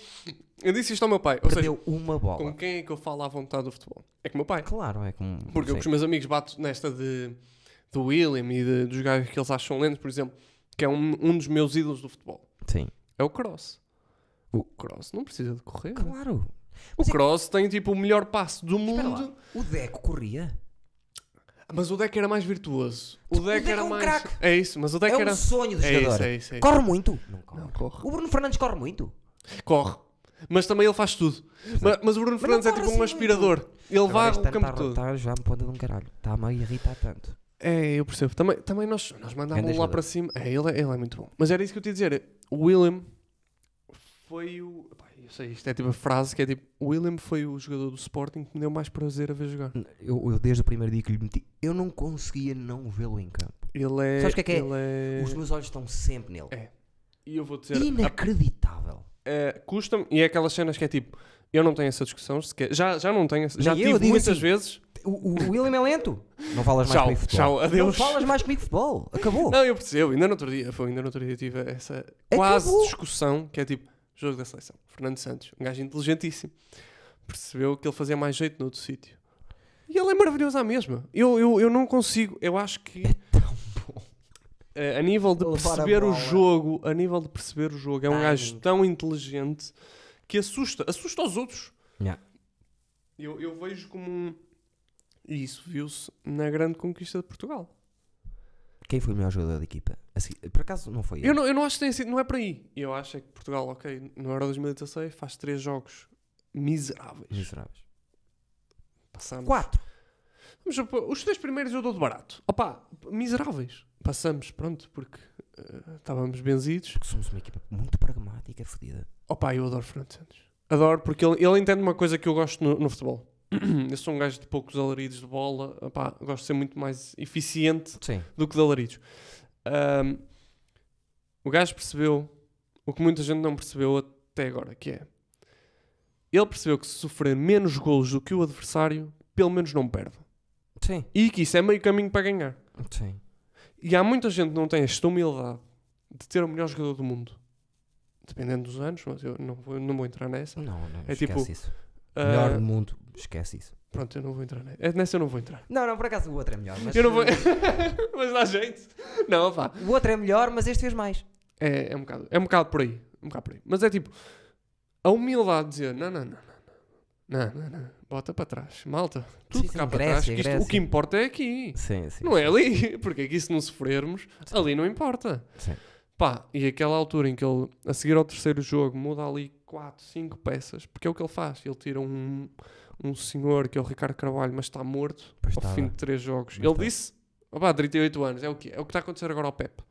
Speaker 2: Eu disse isto ao meu pai. Ou seja,
Speaker 1: Perdeu uma bola.
Speaker 2: com quem é que eu falo à vontade do futebol? É com o meu pai.
Speaker 1: Claro, é como.
Speaker 2: Porque eu com os
Speaker 1: sim.
Speaker 2: meus amigos bato nesta de do William e de- dos gajos que eles acham lentos, por exemplo, que é um, um dos meus ídolos do futebol.
Speaker 1: Sim.
Speaker 2: É o Cross. O Cross não precisa de correr. né?
Speaker 1: Claro.
Speaker 2: O Cross tem tipo o melhor passo do
Speaker 1: é Espera lá.
Speaker 2: mundo,
Speaker 1: O Deco corria.
Speaker 2: mas o Deck era mais virtuoso. O Deck,
Speaker 1: Deco
Speaker 2: era
Speaker 1: é um
Speaker 2: mais.
Speaker 1: craque.
Speaker 2: É isso, mas o Deck
Speaker 1: é um
Speaker 2: era.
Speaker 1: sonho do
Speaker 2: É
Speaker 1: jogador.
Speaker 2: isso, é isso, é isso.
Speaker 1: Corre muito. Não corre.
Speaker 2: Não, corre.
Speaker 1: O Bruno Fernandes corre muito.
Speaker 2: Corre. Mas também ele faz tudo. Mas, mas o Bruno Fernandes é
Speaker 1: corre
Speaker 2: tipo um
Speaker 1: assim muito.
Speaker 2: aspirador. Ele
Speaker 1: Agora,
Speaker 2: vai
Speaker 1: este
Speaker 2: o
Speaker 1: ano
Speaker 2: campo
Speaker 1: tá-
Speaker 2: todo.
Speaker 1: tá já me ponta de um caralho. Está-me a irritar tanto.
Speaker 2: É, eu percebo. Também, também nós, nós mandávamos
Speaker 1: Grande
Speaker 2: lá
Speaker 1: jogador.
Speaker 2: para cima. É ele, é- ele é muito bom. Mas era isso que eu te ia dizer. O William foi o. Epá, eu sei, isto é tipo a frase que é tipo: O William foi o jogador do Sporting que me deu mais prazer a ver jogar.
Speaker 1: Hum. Eu, eu desde o primeiro dia que lhe meti, eu não conseguia não vê-lo em campo.
Speaker 2: Ele é.
Speaker 1: Sabes o que é que é?
Speaker 2: Ele é...
Speaker 1: Os meus olhos estão sempre nele.
Speaker 2: É. E eu vou dizer: a-
Speaker 1: Inacreditável.
Speaker 2: é, Custa-me. E é aquelas cenas que é tipo: Eu não tenho essa discussão. sequer. Já, já não tenho. essa- Já
Speaker 1: eu,
Speaker 2: tive
Speaker 1: digo
Speaker 2: muitas
Speaker 1: assim,
Speaker 2: vezes.
Speaker 1: O, o William é lento. Não falas mais
Speaker 2: Tchau,
Speaker 1: comigo de futebol.
Speaker 2: tchau,
Speaker 1: Não
Speaker 2: adeus.
Speaker 1: falas mais comigo de futebol. Acabou.
Speaker 2: Não, eu percebo. Ainda no outro dia, foi, ainda no outro dia tive essa quase
Speaker 1: Acabou.
Speaker 2: discussão que é tipo, jogo da seleção. Fernando Santos, um gajo inteligentíssimo, percebeu que ele fazia mais jeito noutro sítio. E ele é maravilhoso à mesma. Eu, eu, eu não consigo. Eu acho que. É tão bom. A nível de
Speaker 1: Levar a
Speaker 2: perceber o
Speaker 1: bola.
Speaker 2: jogo, a nível de perceber o jogo, é um
Speaker 1: Timing.
Speaker 2: gajo tão inteligente que assusta, assusta os outros.
Speaker 1: Yeah.
Speaker 2: Eu, eu vejo como um. E isso viu-se na grande conquista de Portugal.
Speaker 1: Quem foi o melhor jogador da equipa? Assim, por acaso não foi
Speaker 2: Eu não, eu não acho que tenha sido, não é para aí. Eu acho é que Portugal, ok, no Euro 2016 faz três jogos miseráveis.
Speaker 1: Miseráveis.
Speaker 2: Passamos.
Speaker 1: Quatro.
Speaker 2: Mas, opa, os três primeiros eu dou de barato. Opa, miseráveis. Passamos, pronto, porque eh, estávamos benzidos.
Speaker 1: Porque somos uma equipa muito pragmática, fodida.
Speaker 2: Opa, eu adoro Fernando Santos. Adoro, porque ele, ele entende uma coisa que eu gosto no, no futebol. Eu sou um gajo de poucos alaridos de bola. Opa, gosto de ser muito mais eficiente
Speaker 1: Sim.
Speaker 2: do que de alaridos. Ahm, o gajo percebeu o que muita gente não percebeu até agora, que é ele percebeu que se sofrer menos golos do que o adversário, pelo menos não perde.
Speaker 1: Sim.
Speaker 2: E que isso é meio caminho para ganhar.
Speaker 1: Sim.
Speaker 2: E há muita gente que não tem esta humildade de ter o melhor jogador do mundo. Dependendo dos anos, mas eu não vou, não vou entrar nessa.
Speaker 1: Não, não.
Speaker 2: É
Speaker 1: esquece
Speaker 2: tipo,
Speaker 1: isso.
Speaker 2: Ah,
Speaker 1: Melhor do mundo. Esquece isso.
Speaker 2: pronto, eu não vou entrar nessa. É, Nessa eu não vou entrar.
Speaker 1: Não, não, por acaso o outro é melhor. Mas,
Speaker 2: Eu não vou... mas dá jeito. Não, vá.
Speaker 1: O outro é melhor, mas este fez mais.
Speaker 2: É, é, um bocado, é um bocado por aí. Um bocado por aí. Mas é tipo, a humildade de dizer: não, não, não, não, não, não, não, bota para trás, malta, tudo
Speaker 1: Sim, sim,
Speaker 2: cá para
Speaker 1: Grécia,
Speaker 2: trás. que isto-
Speaker 1: Grécia.
Speaker 2: o que importa é aqui,
Speaker 1: Sim, sim.
Speaker 2: não é ali, porque aqui se não sofrermos, ali não importa.
Speaker 1: Sim.
Speaker 2: Pá, e aquela altura em que ele, a seguir ao terceiro jogo, muda ali 4, 5 peças, porque é o que ele faz. Ele tira um, um senhor que é o Ricardo Carvalho, mas está morto
Speaker 1: Pois
Speaker 2: ao
Speaker 1: estava.
Speaker 2: fim de 3 jogos.
Speaker 1: Mas
Speaker 2: ele
Speaker 1: está.
Speaker 2: disse: opá, 38 anos, é o que é o que está a acontecer agora ao Pep.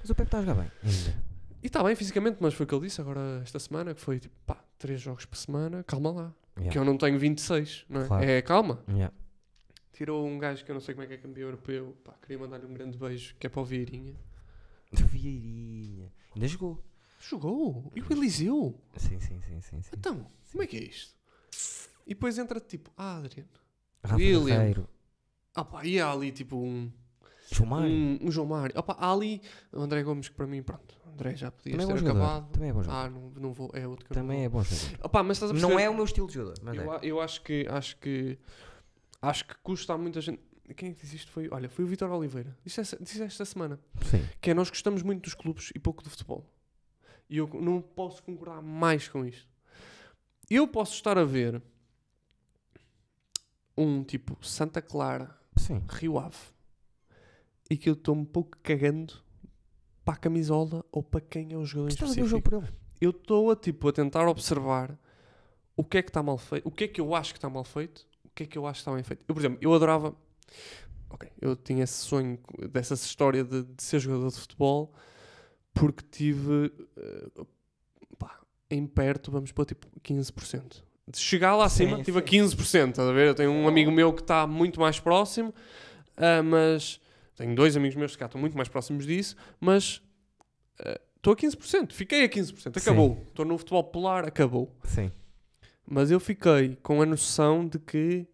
Speaker 1: Mas o Pepe está a jogar bem. Ainda.
Speaker 2: tá E está bem fisicamente, mas foi o que ele disse agora esta semana, que foi tipo, pá, três jogos por semana, calma lá.
Speaker 1: Yeah.
Speaker 2: Que eu não tenho 26, não é?
Speaker 1: Claro.
Speaker 2: É calma.
Speaker 1: Yeah.
Speaker 2: Tirou um gajo que eu não sei como é que é campeão europeu. Pá, queria mandar-lhe um grande beijo, que é para o Vieirinha.
Speaker 1: Vieirinha. Ainda jogou.
Speaker 2: Jogou! E o Eliseu?
Speaker 1: Sim, sim, sim, sim. sim.
Speaker 2: Então, como é que é isto? E depois entra tipo, ah, Adriano.
Speaker 1: Rafa
Speaker 2: William.
Speaker 1: Guerreiro.
Speaker 2: Ah pá, e há ali tipo um,
Speaker 1: Chumar.
Speaker 2: um, um João Mário. Ah pá, há ali o André Gomes, que para mim, pronto, o André já podia
Speaker 1: Também é bom
Speaker 2: ter
Speaker 1: jogador.
Speaker 2: acabado.
Speaker 1: Também é bom jogador.
Speaker 2: Ah, não, não vou, é outro que
Speaker 1: Também é bom jogador.
Speaker 2: eu não vou. Ah pá, mas estás a
Speaker 1: Não
Speaker 2: perceber-
Speaker 1: é o meu estilo de jogador, mas
Speaker 2: eu,
Speaker 1: é.
Speaker 2: a- eu acho que acho que acho que custa a muita gente. Quem é que disse isto? Foi, olha, foi o Vitor Oliveira. Disse, essa- disse esta semana
Speaker 1: Sim.
Speaker 2: que é nós gostamos muito dos clubes e pouco do futebol. E eu não posso concordar mais com isto. Eu posso estar a ver um tipo Santa Clara,
Speaker 1: Sim.
Speaker 2: Rio Ave e que eu estou-me pouco cagando para a camisola ou para quem é o jogador
Speaker 1: Tu
Speaker 2: em
Speaker 1: estás a ver o
Speaker 2: específico
Speaker 1: jogo por ele.
Speaker 2: eu estou a tipo a tentar observar o que é que está mal feito, o que é que eu acho que está mal feito, o que é que eu acho que está bem feito. Eu, por exemplo, eu adorava. Ok, eu tinha esse sonho dessa história de, de ser jogador de futebol porque tive eh, pá, em perto, vamos pôr tipo 15%. De chegar lá
Speaker 1: Sim,
Speaker 2: acima, tive a
Speaker 1: sim.
Speaker 2: 15%, estás a ver? Eu tenho um amigo meu que está muito mais próximo, ah, mas tenho dois amigos meus que cá estão muito mais próximos disso, mas ah, estou a 15%, fiquei a 15%, acabou. Estou no futebol polar, acabou.
Speaker 1: Sim.
Speaker 2: Mas eu fiquei com a noção de que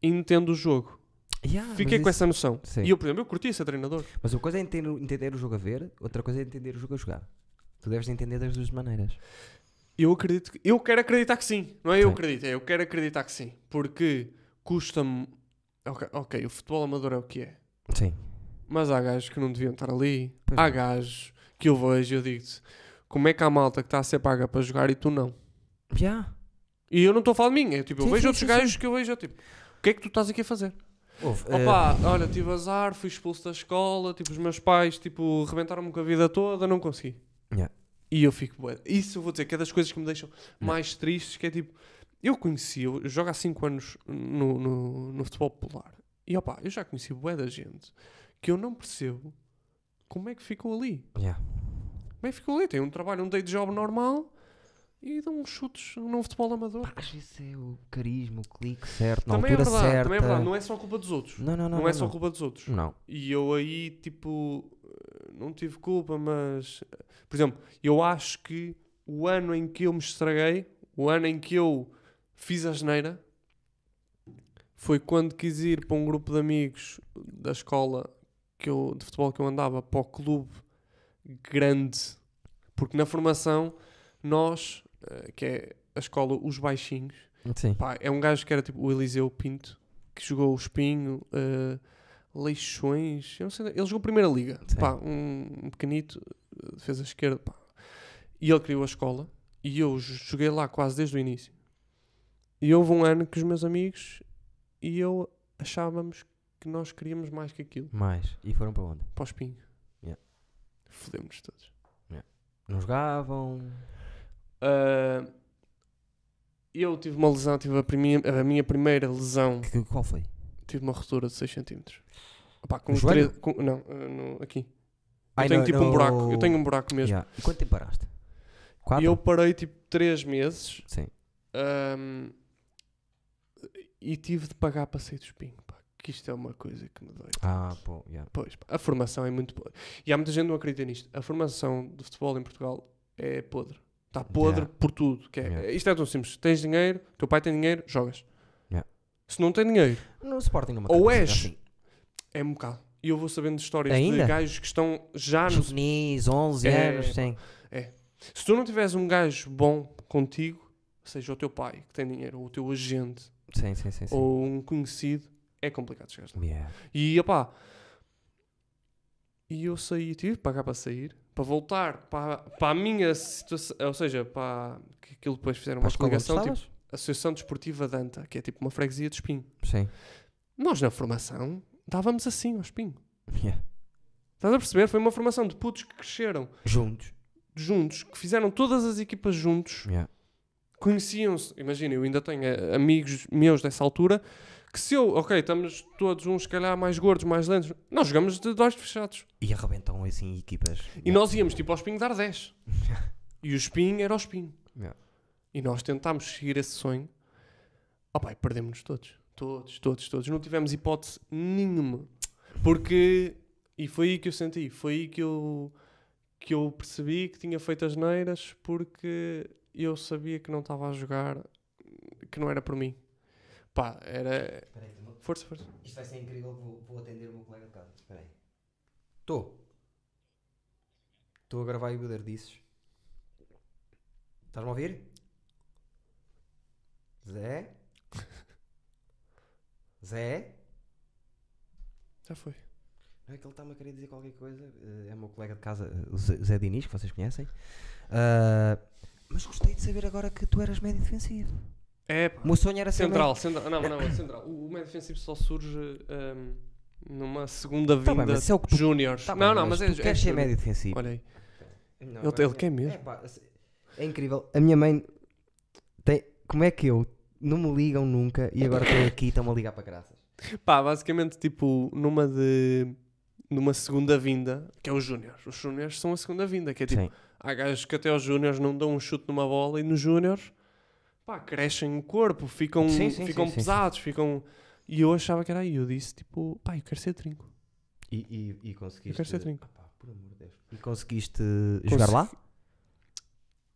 Speaker 2: entendo o jogo.
Speaker 1: Yeah,
Speaker 2: fiquei
Speaker 1: mas
Speaker 2: com
Speaker 1: isso-
Speaker 2: essa noção.
Speaker 1: Sim.
Speaker 2: E eu, por exemplo, eu curti ser treinador.
Speaker 1: Mas uma coisa é entender, entender o jogo a ver, outra coisa é entender o jogo a jogar. Tu deves entender das duas maneiras.
Speaker 2: Eu acredito que- eu quero acreditar que sim. Não é eu
Speaker 1: Sim.
Speaker 2: acredito, é eu quero acreditar que sim. Porque custa-me. Ok, ok, o futebol amador é o que é.
Speaker 1: Sim.
Speaker 2: Mas há gajos que não deviam estar ali.
Speaker 1: Pois é.
Speaker 2: há
Speaker 1: não.
Speaker 2: gajos que eu vejo e eu digo-te: como é que há malta que está a ser paga para jogar e tu não?
Speaker 1: Já.
Speaker 2: E eu não estou a falar de mim. Eu, tipo, eu
Speaker 1: Sim,
Speaker 2: vejo
Speaker 1: sim,
Speaker 2: outros
Speaker 1: sim,
Speaker 2: gajos que eu vejo, eu, tipo, o que é que tu estás aqui a fazer?
Speaker 1: Houve, eh,
Speaker 2: Opa, olha, tive azar, fui expulso da escola, tipo, os meus pais, tipo, rebentaram-me com a vida toda, não consegui.
Speaker 1: Yeah.
Speaker 2: E eu fico, bué- isso eu vou dizer que é das coisas que me deixam mais tristes, que é tipo, eu conheci, eu jogo há 5 anos no, no, no futebol popular, e opa, eu já conheci bué da gente, que eu não percebo como é que ficou ali.
Speaker 1: já.
Speaker 2: Como é que ficou ali? Tem um trabalho, um day job normal, e dão uns chutes num futebol amador.
Speaker 1: Pá, Às vezes é o carisma, o clique certo, na
Speaker 2: também é
Speaker 1: altura
Speaker 2: verdade,
Speaker 1: certa.
Speaker 2: também é verdade, não é só culpa dos outros.
Speaker 1: Não, não, não.
Speaker 2: Não, é só
Speaker 1: não. Hum.
Speaker 2: culpa dos outros.
Speaker 1: Não.
Speaker 2: E eu aí, tipo, eh, não tive culpa, mas. eh, Por exemplo, eu acho que o ano em que eu me estraguei, o ano em que eu fiz a geneira, foi quando quis ir para um grupo de amigos da escola que eu, de futebol que eu andava, para o clube grande. Porque na formação, nós, eh, que é a escola Os Baixinhos,
Speaker 1: Sim.
Speaker 2: Pá, é um gajo que era tipo o Eliseu Pinto, que jogou o Espinho, eh, Leixões, eu não sei, ele jogou Primeira Liga,
Speaker 1: Sim.
Speaker 2: pá, um, um pequenito, eh, defesa esquerda, pá. E ele criou a escola, e eu j- joguei lá quase desde o início. E houve um ano que os meus amigos e eu achávamos que nós queríamos mais que aquilo,
Speaker 1: Mais. E foram para onde?
Speaker 2: para o Espinho.
Speaker 1: Yeah.
Speaker 2: Fodemos todos.
Speaker 1: Não jogavam.
Speaker 2: Ah, eu tive uma lesão, tive a, primi- a minha primeira lesão
Speaker 1: Que- que- qual foi?
Speaker 2: Tive uma ruptura de 6 cm. Opá, com
Speaker 1: No
Speaker 2: os
Speaker 1: joelho?
Speaker 2: três- com- não, eh, no- aqui.
Speaker 1: Ai,
Speaker 2: eu tenho
Speaker 1: não,
Speaker 2: tipo um
Speaker 1: não.
Speaker 2: buraco. Eu tenho um buraco mesmo.
Speaker 1: Já. E quanto tempo paraste? Quatro?
Speaker 2: E eu parei tipo 3 meses
Speaker 1: Sim.
Speaker 2: ahm, e tive de pagar para sair do espinho. Pá, que isto é uma coisa que me dói.
Speaker 1: Ah, pô, já.
Speaker 2: Pois, pá, a formação é muito podre. E há muita gente que não acredita nisto. A formação de futebol em Portugal é podre. Está podre
Speaker 1: Yeah.
Speaker 2: por tudo. Que é-
Speaker 1: Yeah.
Speaker 2: Isto é tão simples. Tens dinheiro, teu pai tem dinheiro, jogas.
Speaker 1: Yeah.
Speaker 2: Se não tem dinheiro,
Speaker 1: No Sporting numa
Speaker 2: Ou
Speaker 1: camisa
Speaker 2: és
Speaker 1: assim.
Speaker 2: É um bocado. E eu vou sabendo de histórias de
Speaker 1: Ainda?
Speaker 2: gajos que estão já no.
Speaker 1: Juvenis, 11
Speaker 2: É,
Speaker 1: anos, sim.
Speaker 2: Se tu não tiveres um gajo bom contigo, seja o teu pai que tem dinheiro, ou o teu agente,
Speaker 1: Sim, sim, sim. sim.
Speaker 2: ou um conhecido, é complicado chegar lá.
Speaker 1: Yeah.
Speaker 2: E opá. E eu saí, tive de pagar para sair, para voltar para, para a minha situação, ou seja, para que aquilo depois fizeram uma
Speaker 1: Acho que algum
Speaker 2: coligação, tipo
Speaker 1: gostavas?
Speaker 2: Associação Desportiva Danta, que é tipo uma freguesia de espinho.
Speaker 1: Sim.
Speaker 2: Nós na formação dávamos assim ao espinho.
Speaker 1: Yeah.
Speaker 2: Estás a perceber? Foi uma formação de putos que cresceram
Speaker 1: Juntos.
Speaker 2: juntos, que fizeram todas as equipas juntos,
Speaker 1: Yeah.
Speaker 2: conheciam-se. Imagina, eu ainda tenho eh, amigos meus dessa altura que se eu, ok, estamos todos uns, se calhar, mais gordos, mais lentos, nós jogamos de dois fechados.
Speaker 1: E arrebentam assim equipas.
Speaker 2: E nós íamos tipo ao espinho dar 10. E o espinho era o espinho.
Speaker 1: Yeah.
Speaker 2: E nós tentámos seguir esse sonho Oh pá, perdemos-nos todos. Todos, todos, todos. Não tivemos hipótese nenhuma. Porque. E foi aí que eu senti. Foi aí que eu. Que eu percebi que tinha feito as neiras porque eu sabia que não estava a jogar, que não era por mim. Pá, era.
Speaker 1: Espera aí, Timóteo.
Speaker 2: Força, força.
Speaker 1: isto vai ser incrível. Vou, vou atender o meu colega de casa. Espera aí. Estou. Estou a gravar e o Buder disses. Estás-me a ouvir? Zé? Zé?
Speaker 2: Já foi.
Speaker 1: Não é que ele está-me a querer dizer qualquer coisa. eh, É o meu colega de casa, o Zé Zé Diniz, que vocês conhecem. Ah, mas gostei de saber agora que tu eras médio defensivo.
Speaker 2: É,
Speaker 1: O
Speaker 2: pá.
Speaker 1: meu sonho era ser
Speaker 2: Central, central. Não, não, é central. O, o médio defensivo só surge ahm, numa segunda
Speaker 1: Tá
Speaker 2: vinda
Speaker 1: bem, mas se é o que tu-
Speaker 2: júniores.
Speaker 1: Tá bem,
Speaker 2: não, não, mas, é,
Speaker 1: tu
Speaker 2: é
Speaker 1: queres ser
Speaker 2: júnior.
Speaker 1: médio defensivo.
Speaker 2: Olha aí.
Speaker 1: Não,
Speaker 2: Ele-
Speaker 1: agora
Speaker 2: ele
Speaker 1: é-
Speaker 2: quer mesmo.
Speaker 1: É, pá, assim, é incrível. A minha mãe tem. Como é que eu? Não me ligam nunca e agora estou aqui e estão-me a ligar para graças.
Speaker 2: Pá, basicamente, tipo, numa de. numa segunda vinda, que é os júniores. Os júniores são a segunda vinda, que é tipo.
Speaker 1: Sim.
Speaker 2: Há gajos que até aos júniores não dão um chute numa bola e nos júniores, pá, crescem o corpo, ficam,
Speaker 1: Sim, sim,
Speaker 2: ficam
Speaker 1: sim, sim,
Speaker 2: pesados, ficam. E eu achava que era aí. Eu disse, tipo, pá, eu quero ser trinco.
Speaker 1: E, e, e conseguiste.
Speaker 2: Eu quero ser assim. trinco.
Speaker 1: Ah, pá, por amor de Deus. E conseguiste jogar lá?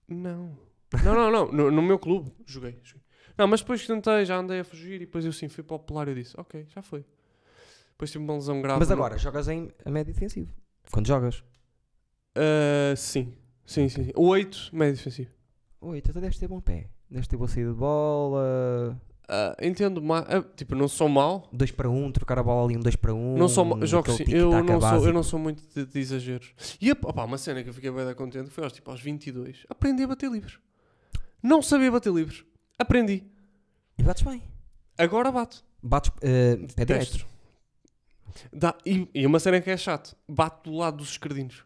Speaker 2: Não. Não, não, não. No, no meu clube, joguei, joguei. Não, mas depois que tentei, já andei a fugir e depois eu sim fui para o Polar e eu disse, ok, já foi. Depois tive uma lesão grave.
Speaker 1: Mas
Speaker 2: no-
Speaker 1: agora jogas em a médio defensivo. Quando jogas?
Speaker 2: Ah, sim. Sim, sim, sim. O 8, médio defensivo.
Speaker 1: Oi, tu deves ter bom pé. Deves ter boa saída de bola.
Speaker 2: Ah, entendo, ma... ah, tipo, não sou mau.
Speaker 1: 2 para 1, um, trocar a bola ali um 2 para 1. Um,
Speaker 2: Não sou ma... jogo,
Speaker 1: aquele tá
Speaker 2: sim. Eu,
Speaker 1: tic-tac
Speaker 2: não sou,
Speaker 1: básico.
Speaker 2: eu não sou muito de, de exageros. E opa, uma cena que eu fiquei bem contente foi aos, tipo, aos 22. Aprendi a bater livres. Não sabia bater livres. Aprendi.
Speaker 1: E bates bem.
Speaker 2: Agora bato.
Speaker 1: Bates. eh, é direto.
Speaker 2: Destro. Dá, e, e uma cena que é chato. Bate do lado dos esquerdinos.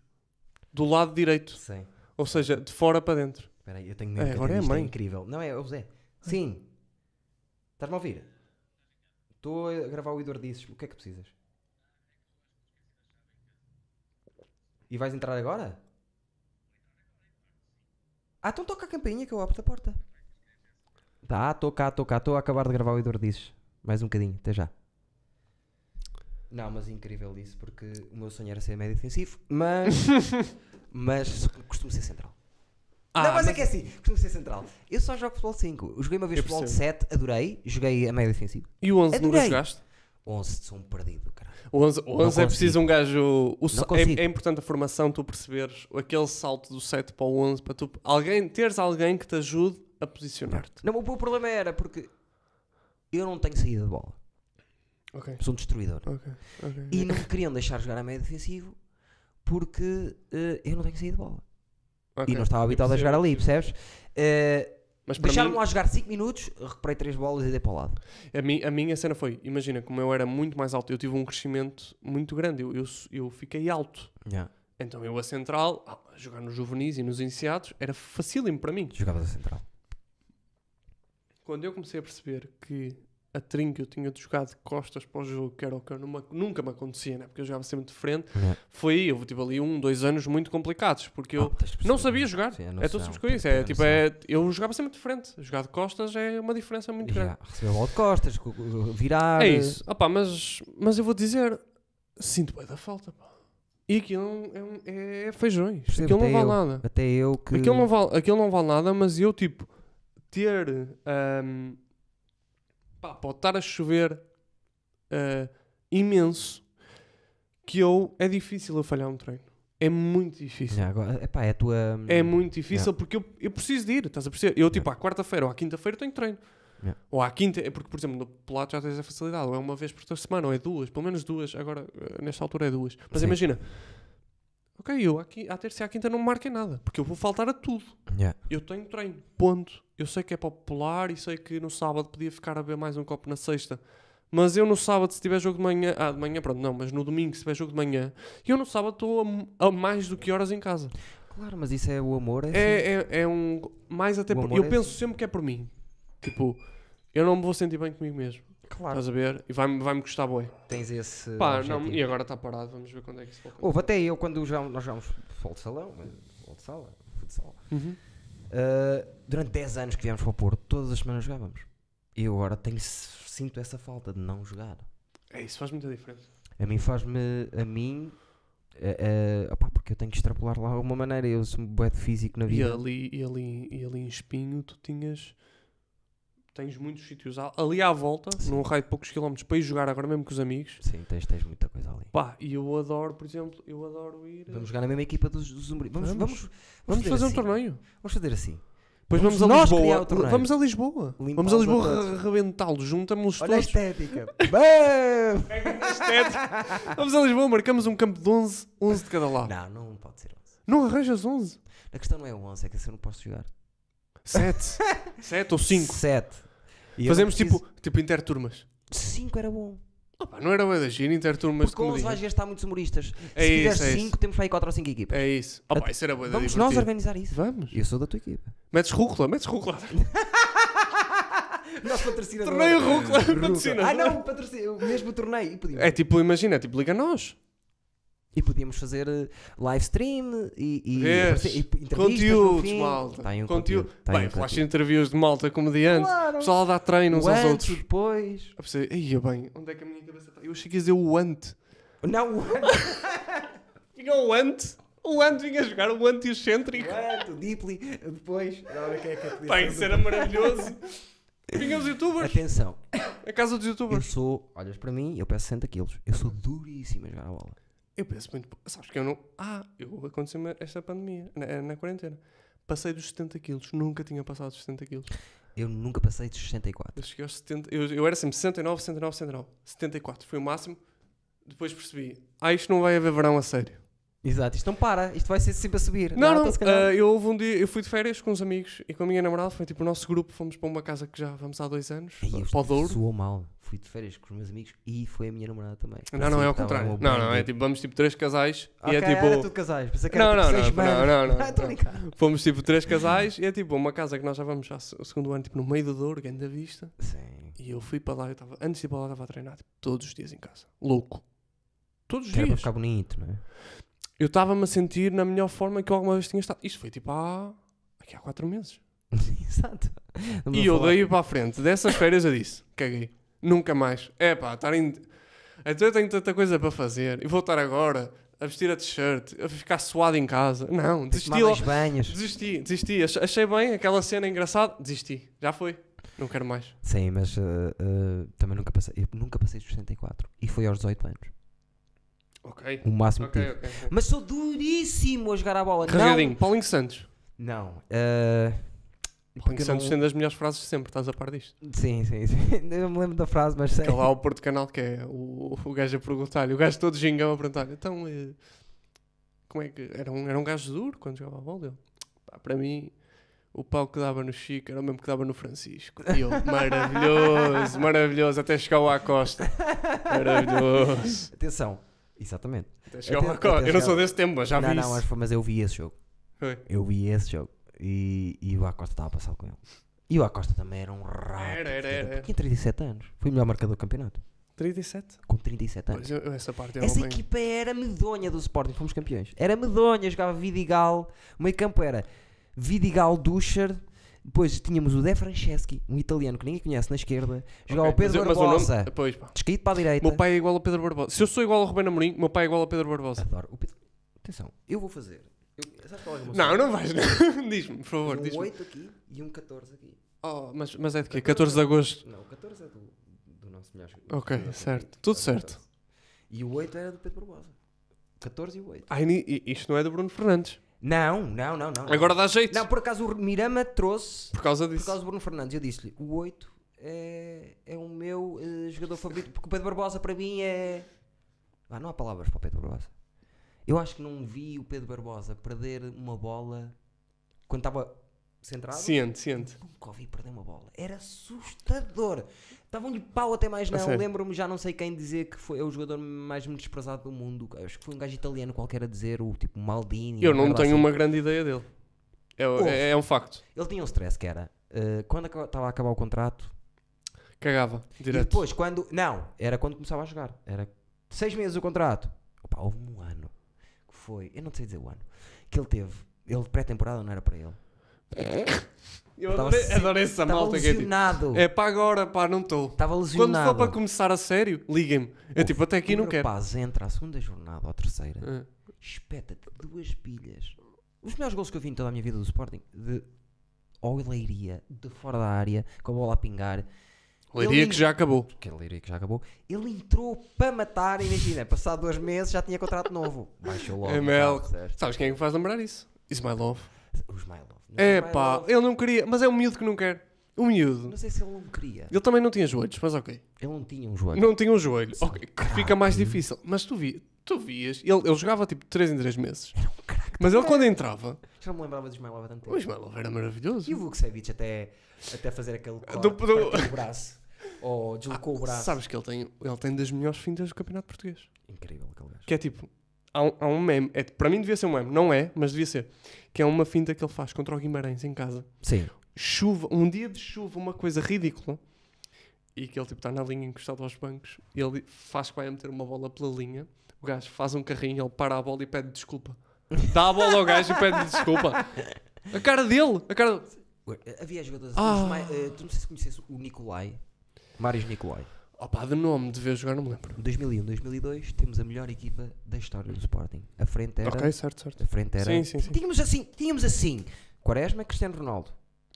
Speaker 2: Do lado direito.
Speaker 1: Sim.
Speaker 2: Ou seja, de fora para dentro.
Speaker 1: Espera aí, eu tenho mesmo
Speaker 2: É,
Speaker 1: que
Speaker 2: agora é
Speaker 1: atender, isto
Speaker 2: mãe.
Speaker 1: incrível. Não é, é o Zé. Sim. Estás-me a ouvir? Estou a gravar o Eduardo Disses. O que é que precisas? E vais entrar agora? Ah, então toca a campainha que eu abro a porta. Tá, estou cá, estou cá. Estou a acabar de gravar o Eduardo Disses. Mais um bocadinho, até já. Não, mas é incrível isso, porque o meu sonho era ser médio defensivo, mas... mas costumo ser central
Speaker 2: Ah,
Speaker 1: não, mas, é que é assim, costumo ser central. Eu só jogo futebol 5. Joguei uma vez
Speaker 2: Eu
Speaker 1: futebol de
Speaker 2: percebo.
Speaker 1: 7, adorei, joguei a meio defensivo.
Speaker 2: E o 11 nunca
Speaker 1: Adorei.
Speaker 2: jogaste?
Speaker 1: 11 de som perdido, caralho.
Speaker 2: O 11, o 11 é
Speaker 1: consigo.
Speaker 2: preciso um gajo. o sa-
Speaker 1: consigo.
Speaker 2: é, é importante a formação tu perceberes aquele salto do 7 para o 11 para tu alguém, teres alguém que te ajude a posicionar-te.
Speaker 1: Não, o meu problema era porque eu não tenho saída de bola.
Speaker 2: Ok,
Speaker 1: Sou um destruidor.
Speaker 2: ok, ok.
Speaker 1: E não me queriam deixar jogar a meio defensivo porque eh, eu não tenho saída de bola.
Speaker 2: Ok,
Speaker 1: E não estava
Speaker 2: eu
Speaker 1: habituado a
Speaker 2: percebo.
Speaker 1: jogar ali, percebes? Eh,
Speaker 2: Mas para
Speaker 1: Deixaram-me
Speaker 2: mim,
Speaker 1: lá jogar 5 minutos, recuperei 3 bolas e dei para o lado.
Speaker 2: A, mi- a minha cena foi, imagina, como eu era muito mais alto, eu tive um crescimento muito grande, eu, eu, s- eu fiquei alto. Então eu a central, a jogar nos juvenis e nos iniciados, era facílimo para mim.
Speaker 1: Jogavas a central.
Speaker 2: Quando eu comecei a perceber que a trinca eu tinha de jogar de costas para o jogo, que era o que eu numa- nunca me acontecia, né? porque eu jogava sempre de frente,
Speaker 1: Yeah.
Speaker 2: foi aí, eu tive ali um, dois anos muito complicados, porque eu
Speaker 1: Né? Ah, tens de perceber.
Speaker 2: não sabia jogar.
Speaker 1: Sim, a
Speaker 2: é tão
Speaker 1: noção,
Speaker 2: simples como isso.
Speaker 1: tens de
Speaker 2: É,
Speaker 1: ter a
Speaker 2: tipo, é, eu jogava sempre de frente. Jogar de costas é uma diferença muito grande.
Speaker 1: Já, Receber a bola de costas, cu- cu- virar.
Speaker 2: É isso. Opa, mas, mas eu vou dizer, sinto bem da falta, pá. E aquilo é, um- é, é feijões.
Speaker 1: Percebo,
Speaker 2: aquilo não
Speaker 1: até
Speaker 2: vale
Speaker 1: eu.
Speaker 2: nada.
Speaker 1: Até eu que.
Speaker 2: Aquilo, não vale, aquilo não vale nada, mas eu, tipo, ter... ahm, pá, pode estar a chover ah, imenso que eu... É difícil eu falhar um treino. É muito difícil.
Speaker 1: Já, agora, epá, é a tua.
Speaker 2: É muito difícil porque eu, eu preciso de ir, estás a perceber? Eu, tipo, à quarta-feira ou à quinta-feira tenho treino.
Speaker 1: Yeah.
Speaker 2: Ou à quinta, é porque, por exemplo, no Pilates já tens a facilidade, ou é uma vez por toda semana, ou é duas, pelo menos duas, agora, eh, nesta altura é duas. Mas
Speaker 1: Sim.
Speaker 2: imagina, ok, eu à, qui- à terça e à quinta não marquei nada, porque eu vou faltar a tudo.
Speaker 1: Já.
Speaker 2: Eu tenho treino, ponto. Eu sei que é popular e sei que no sábado podia ficar a beber mais um copo na sexta. Mas eu no sábado, se tiver jogo de manhã, ah, de manhã, pronto, não, mas no domingo, se tiver jogo de manhã, eu no sábado estou a- a mais do que horas em casa.
Speaker 1: Claro, mas isso é o amor. É, assim.
Speaker 2: É, é, é um. Mais até
Speaker 1: O
Speaker 2: por.
Speaker 1: amor
Speaker 2: Eu
Speaker 1: é
Speaker 2: penso sempre que é por mim. Tipo, eu não me vou sentir bem comigo mesmo.
Speaker 1: claro.
Speaker 2: Estás a ver? E vai-me vai custar boi.
Speaker 1: Tens esse.
Speaker 2: Pá,
Speaker 1: objetivo.
Speaker 2: não, e agora está parado, vamos ver quando é que isso volta.
Speaker 1: Houve até eu quando jogámos- nós jogámos futebol de salão, mas futebol de sala, futsal.
Speaker 2: Uhum.
Speaker 1: Ah, durante 10 anos que viemos para o Porto, todas as semanas jogávamos. eu agora tenho, sinto essa falta de não jogar.
Speaker 2: É, isso faz muita diferença.
Speaker 1: A mim faz-me. A mim. eh, eh, opá, porque eu tenho que extrapolar lá de alguma maneira. Eu sou um bué de físico na
Speaker 2: E
Speaker 1: vida.
Speaker 2: ali, e, ali, e ali em Espinho tu tinhas. Tens muitos sítios al- ali à volta,
Speaker 1: Sim.
Speaker 2: num raio de poucos quilómetros, para ir jogar agora mesmo com os amigos.
Speaker 1: Sim, tens, tens muita coisa ali.
Speaker 2: Pá, e eu adoro, por exemplo, eu adoro ir. eh,
Speaker 1: Vamos jogar na mesma equipa dos, dos Zumbri- Vamos, vamos,
Speaker 2: Vamos.
Speaker 1: vamos,
Speaker 2: vamos
Speaker 1: fazer
Speaker 2: fazer um
Speaker 1: assim.
Speaker 2: torneio.
Speaker 1: Vamos fazer assim.
Speaker 2: Depois
Speaker 1: Vamos
Speaker 2: vamos, a
Speaker 1: nós criar o
Speaker 2: Lisboa.
Speaker 1: torneio.
Speaker 2: Vamos a Lisboa.
Speaker 1: Limpar
Speaker 2: vamos a
Speaker 1: os
Speaker 2: Lisboa
Speaker 1: atletas.
Speaker 2: re- rebentá-los. Juntamos-los
Speaker 1: Olha a
Speaker 2: todos.
Speaker 1: estética. Bam!
Speaker 2: Vamos a Lisboa, marcamos um campo de 11, 11 de cada lado.
Speaker 1: não, não pode ser 11.
Speaker 2: Não, arranjas 11.
Speaker 1: A questão não é o 11, é que assim eu não posso jogar.
Speaker 2: 7. 7 ou 5.
Speaker 1: 7.
Speaker 2: Fazemos tipo, tipo interturmas.
Speaker 1: 5 era bom.
Speaker 2: Opa, não era bem da Gina, interturmas de
Speaker 1: Porque 11
Speaker 2: comodinha.
Speaker 1: vais gastar muitos humoristas.
Speaker 2: É
Speaker 1: Se
Speaker 2: isso, é
Speaker 1: fizer 5,
Speaker 2: isso.
Speaker 1: temos para aí 4 ou 5 equipas.
Speaker 2: É isso. Opa, isso era bué da
Speaker 1: Vamos
Speaker 2: divertido.
Speaker 1: nós organizar isso.
Speaker 2: Vamos.
Speaker 1: Eu sou da tua equipa.
Speaker 2: Metes rúcula, metes rúcula.
Speaker 1: Nosso patrocinador.
Speaker 2: Torneio rúcula. Patrocina.
Speaker 1: Ah, não, patrocínio. O mesmo torneio. E podíamos,
Speaker 2: É tipo, imagina, é tipo, liga nós.
Speaker 1: e podíamos fazer eh, live stream e, e,
Speaker 2: Vês?
Speaker 1: e entrevistas no
Speaker 2: Conteúdos,
Speaker 1: fim.
Speaker 2: malta.
Speaker 1: Tem um
Speaker 2: Conteúdo.
Speaker 1: conteúdo. Tem
Speaker 2: Bem,
Speaker 1: um
Speaker 2: falaste de
Speaker 1: conteúdo.
Speaker 2: interviews de malta comediante.
Speaker 1: Claro.
Speaker 2: O pessoal dá treinos
Speaker 1: O
Speaker 2: aos
Speaker 1: antes,
Speaker 2: outros.
Speaker 1: o depois.
Speaker 2: Eu pensei, ia bem, onde é que a minha cabeça está? Eu achei que ia dizer o ante.
Speaker 1: Não, o antes.
Speaker 2: Vinha o ante, o ante vinha jogar, o ante e o excêntrico.
Speaker 1: Quanto, Deeply, depois. Na hora que é que é que podia
Speaker 2: Pá,
Speaker 1: ser.
Speaker 2: isso era maravilhoso. Vinham os youtubers,
Speaker 1: Atenção,
Speaker 2: a casa dos
Speaker 1: eu
Speaker 2: youtubers.
Speaker 1: sou, olhas para mim, eu peso 60 quilos. Eu sou duríssimo a jogar a bola.
Speaker 2: Eu penso muito, pô, sabes que eu não. Ah, eu aconteceu-me esta pandemia, na, na quarentena. Passei dos 70 quilos, nunca tinha passado dos 70 quilos.
Speaker 1: Eu nunca passei de 64.
Speaker 2: Eu cheguei aos 70, eu, eu era sempre 69, 69, 69. 74 foi o máximo. Depois percebi, ah, isto não vai haver verão a sério.
Speaker 1: Exato, isto não para, isto vai ser sempre a subir.
Speaker 2: Não, não,
Speaker 1: então se calhar-
Speaker 2: ah, eu houve um dia, eu fui de férias com uns amigos e com a minha namorada, foi tipo o nosso grupo, fomos para uma casa que já vamos há dois anos,
Speaker 1: Ai,
Speaker 2: para
Speaker 1: eu
Speaker 2: o Douro.
Speaker 1: Soou mal. Fui de férias com os meus amigos e foi a minha namorada também.
Speaker 2: Não, não, é ao
Speaker 1: Estava
Speaker 2: contrário.
Speaker 1: uma
Speaker 2: Não, não, é
Speaker 1: banda.
Speaker 2: tipo, vamos tipo três casais
Speaker 1: Ok,
Speaker 2: e é tipo,
Speaker 1: era tudo casais. Pensei que
Speaker 2: Não,
Speaker 1: era
Speaker 2: não,
Speaker 1: tipo seis
Speaker 2: não,
Speaker 1: manos.
Speaker 2: não, não, não,
Speaker 1: Estou a
Speaker 2: não.
Speaker 1: brincar.
Speaker 2: fomos tipo três casais e é tipo uma casa que nós já vamos ao segundo ano, tipo no meio do Douro, grande da vista.
Speaker 1: Sim.
Speaker 2: E eu fui para lá, eu estava, antes de ir para lá, estava a treinar tipo, todos os dias em casa, louco. Todos os
Speaker 1: Que Era para
Speaker 2: dias.
Speaker 1: ficar bonito, não é?
Speaker 2: Eu estava-me a sentir na melhor forma que eu alguma vez tinha estado. Isto foi tipo há, aqui há quatro meses.
Speaker 1: Exato. Estamos a
Speaker 2: E eu
Speaker 1: falar-
Speaker 2: daí para a frente, dessas férias eu disse, caguei, nunca mais. É pá, estar em... Então eu tenho tanta coisa para fazer, e vou estar agora a vestir a t-shirt, a ficar suado em casa. Não,
Speaker 1: Tens de
Speaker 2: desisti,
Speaker 1: tomar dois
Speaker 2: logo.
Speaker 1: banhos.
Speaker 2: desisti, desisti. Ach- Achei bem aquela cena engraçada, desisti, já foi. Não quero mais.
Speaker 1: Sim, mas uh, uh, também nunca passei, eu nunca passei dos 64 e foi aos 18 anos,
Speaker 2: Ok,
Speaker 1: o máximo que
Speaker 2: ok,
Speaker 1: tive.
Speaker 2: ok.
Speaker 1: Mas sou duríssimo a jogar a bola,
Speaker 2: Rasgadinho, Paulinho Santos.
Speaker 1: não. Não. uh,
Speaker 2: Paulinho
Speaker 1: eu
Speaker 2: Santos
Speaker 1: não-
Speaker 2: tem das melhores frases de sempre, estás a par disto.
Speaker 1: Sim, sim, sim. Eu me lembro da frase, mas sei.
Speaker 2: Que é lá o Porto Canal, que é o, o gajo a perguntar-lhe, o gajo todo gingão a perguntar-lhe, então, eh, como é que, era um, era um gajo duro quando jogava a bola? Ele, "Pá, para mim, o pau que dava no Chico era o mesmo que dava no Francisco. E eu, maravilhoso, maravilhoso, até chegar lá à costa. Maravilhoso.
Speaker 1: Atenção. Exatamente.
Speaker 2: Até chegar lá à
Speaker 1: Até-
Speaker 2: costa.
Speaker 1: até
Speaker 2: Eu não
Speaker 1: chegar-
Speaker 2: sou desse tempo, mas já
Speaker 1: não,
Speaker 2: vi
Speaker 1: não, mas,
Speaker 2: isso.
Speaker 1: foi- mas eu vi esse jogo.
Speaker 2: Foi.
Speaker 1: Eu vi esse jogo. E, e o Acosta estava a passar com ele. E o Acosta também era um rato.
Speaker 2: Era, era, era.
Speaker 1: Tinha 37 anos. Foi o melhor marcador do campeonato.
Speaker 2: 37?
Speaker 1: Com 37 anos.
Speaker 2: Pois, é, eu- eu essa parte eu
Speaker 1: Essa
Speaker 2: não bem...
Speaker 1: equipa era medonha do Sporting, fomos campeões. Era medonha, jogava Vidigal, o meio campo era Vidigal, Duscher, depois tínhamos o De Franceschi, um italiano que ninguém conhece na esquerda, jogava
Speaker 2: Ok,
Speaker 1: o Pedro
Speaker 2: mas eu- mas o
Speaker 1: Barbosa,
Speaker 2: nome- Pois, pá.
Speaker 1: descaído para a
Speaker 2: O
Speaker 1: direita.
Speaker 2: Meu pai é igual ao Pedro Barbosa. Se eu sou igual ao Rubén Amorim, o meu pai é igual ao Pedro Barbosa.
Speaker 1: Adoro. O Pedro... Atenção, eu vou fazer. Eu... Sabes qual é o meu
Speaker 2: Não,
Speaker 1: sonho?
Speaker 2: não vais. diz-me, por favor,
Speaker 1: Um
Speaker 2: diz-me.
Speaker 1: 8 aqui e um 14 aqui.
Speaker 2: Oh, mas, mas é de quê? 14 de agosto.
Speaker 1: Não, o 14 é do, do nosso melhor jogador. é
Speaker 2: Ok,
Speaker 1: do nosso
Speaker 2: certo.
Speaker 1: amigo.
Speaker 2: Tudo certo.
Speaker 1: E o 8 era do Pedro Barbosa. 14 e o 8.
Speaker 2: Ai, ni- i- isto não é do Bruno Fernandes.
Speaker 1: Não, não, não, não. não.
Speaker 2: Ah. Agora dá jeito.
Speaker 1: Não, por acaso o Mirama trouxe
Speaker 2: Por causa disso.
Speaker 1: Por causa do Bruno Fernandes, eu disse-lhe: o 8 é, é o meu eh, jogador favorito, porque o Pedro Barbosa para mim é. Ah, não há palavras para o Pedro Barbosa. Eu acho que não vi o Pedro Barbosa perder uma bola quando estava centrado.
Speaker 2: Ciente, ciente.
Speaker 1: Nunca ouvi perder uma bola. Era assustador. Estavam-lhe pau até mais não.
Speaker 2: sério?
Speaker 1: Lembro-me, já não sei quem dizer que foi é o jogador mais desprezado do mundo. Acho que foi um gajo italiano qualquer a dizer, o tipo Maldini.
Speaker 2: Eu
Speaker 1: uma
Speaker 2: não
Speaker 1: merda
Speaker 2: tenho
Speaker 1: assim.
Speaker 2: uma grande ideia dele. É, o-
Speaker 1: Ouve.
Speaker 2: é, é um facto.
Speaker 1: Ele tinha um stress que era. eh, quando acaba- estava a acabar o contrato,
Speaker 2: Cagava.
Speaker 1: E
Speaker 2: Direto.
Speaker 1: depois, quando. Não, era quando começava a jogar. Era seis meses o contrato. Opa, houve um ano que foi. Eu não sei dizer o ano. Que ele teve. Ele, pré-temporada, não era para ele.
Speaker 2: Eu
Speaker 1: Tava
Speaker 2: adorei,
Speaker 1: se-
Speaker 2: adorei essa
Speaker 1: Estava
Speaker 2: malta que é tipo.
Speaker 1: lesionado.
Speaker 2: É para agora, pá, não estou.
Speaker 1: Estava
Speaker 2: Quando for
Speaker 1: lesionado.
Speaker 2: para começar a sério, liguem-me. Eu tipo, até aqui
Speaker 1: O
Speaker 2: não quero.
Speaker 1: rapaz entra à segunda jornada ou à terceira,
Speaker 2: Ah,
Speaker 1: espeta-te duas pilhas. Os melhores gols que eu vi em toda a minha vida do Sporting, de ou Leiria, de fora da área, com a bola a pingar.
Speaker 2: Leiria
Speaker 1: Ele-
Speaker 2: que já acabou.
Speaker 1: que é Leiria que já acabou. Ele entrou para matar, imagina, passado dois meses já tinha contrato novo. Baixou logo.
Speaker 2: ML.
Speaker 1: tá, certo.
Speaker 2: Sabes quem é que me faz lembrar isso? Isso my love.
Speaker 1: Os Mylov.
Speaker 2: É pá, ele não queria, mas é um miúdo que não quer. Um miúdo.
Speaker 1: Não sei se ele não queria.
Speaker 2: Ele também não tinha joelhos, mas ok.
Speaker 1: Ele não tinha um joelho.
Speaker 2: Não tinha um joelho.
Speaker 1: Sim,
Speaker 2: Ok, que
Speaker 1: craque.
Speaker 2: fica mais difícil. Mas tu, vi, tu vias, ele, ele jogava tipo 3 em 3 meses.
Speaker 1: Era um craque.
Speaker 2: Mas ele quando entrava,
Speaker 1: Já não me lembrava dos Mylov há tanto tempo.
Speaker 2: o Ismailov era maravilhoso.
Speaker 1: E o Vukcevic até, até fazer aquele corte,
Speaker 2: do- Ah, do-
Speaker 1: partiu o braço. Ou deslocou o braço.
Speaker 2: Sabes que ele tem, ele tem das melhores fintas do Campeonato Português.
Speaker 1: Incrível aquele gajo.
Speaker 2: Que é tipo, há um, há um meme, é, para mim devia ser um meme, não é, mas devia ser. Que é uma finta que ele faz contra o Guimarães em casa.
Speaker 1: Sim.
Speaker 2: chuva, um dia de chuva, uma coisa ridícula. E que ele tipo está na linha encostado aos bancos e ele faz que vai a meter uma bola pela linha. O gajo faz um carrinho, ele para a bola e pede desculpa. Dá a bola ao gajo e pede desculpa. A cara dele, a cara dele.
Speaker 1: Ué, Havia jogadores.
Speaker 2: Ah.
Speaker 1: os mai- eh, tu não sei se conheces o Nicolai. Marius Nicolai.
Speaker 2: Opa, de nome, de ver jogar, não me lembro.
Speaker 1: 2001, 2002, temos a melhor equipa da história do Sporting. A frente era.
Speaker 2: Ok, certo, certo.
Speaker 1: A frente era.
Speaker 2: Sim, sim, sim.
Speaker 1: Tínhamos assim, tínhamos assim. Quaresma, Cristiano Ronaldo.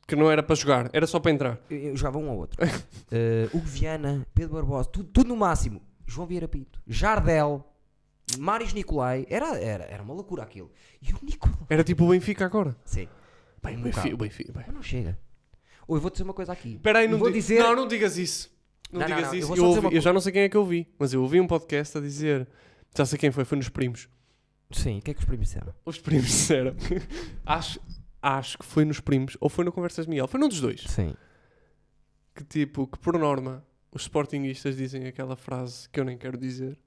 Speaker 2: Que não era para jogar, era só para entrar.
Speaker 1: Eu, eu jogava um ao outro. Eh, Hugo Viana, Pedro Barbosa, tudo, tudo no máximo. João Vieira Pinto, Jardel, Marius Nicolai. Era, era, era uma loucura aquilo. E o Nicolai.
Speaker 2: Era tipo o Benfica agora.
Speaker 1: Sim,
Speaker 2: Bem, o
Speaker 1: Um
Speaker 2: Benfica,
Speaker 1: bocado.
Speaker 2: o Benfica. Bem.
Speaker 1: mas não chega. Ou eu vou dizer uma coisa aqui.
Speaker 2: Espera aí,
Speaker 1: Eu
Speaker 2: não,
Speaker 1: vou
Speaker 2: di-
Speaker 1: dizer-
Speaker 2: não, não digas isso. Não,
Speaker 1: Não, não,
Speaker 2: digas
Speaker 1: não, eu
Speaker 2: isso.
Speaker 1: vou
Speaker 2: Eu,
Speaker 1: só dizer
Speaker 2: ouvi-
Speaker 1: uma
Speaker 2: eu já não sei quem é que eu vi, mas eu ouvi um podcast a dizer. Já sei quem foi, foi nos primos.
Speaker 1: Sim, o que é que os primos disseram?
Speaker 2: Os primos disseram. acho, acho que foi nos primos, ou foi no Conversas de Miguel, foi num dos dois.
Speaker 1: Sim.
Speaker 2: Que tipo, que por norma, os sportinguistas dizem aquela frase que eu nem quero dizer,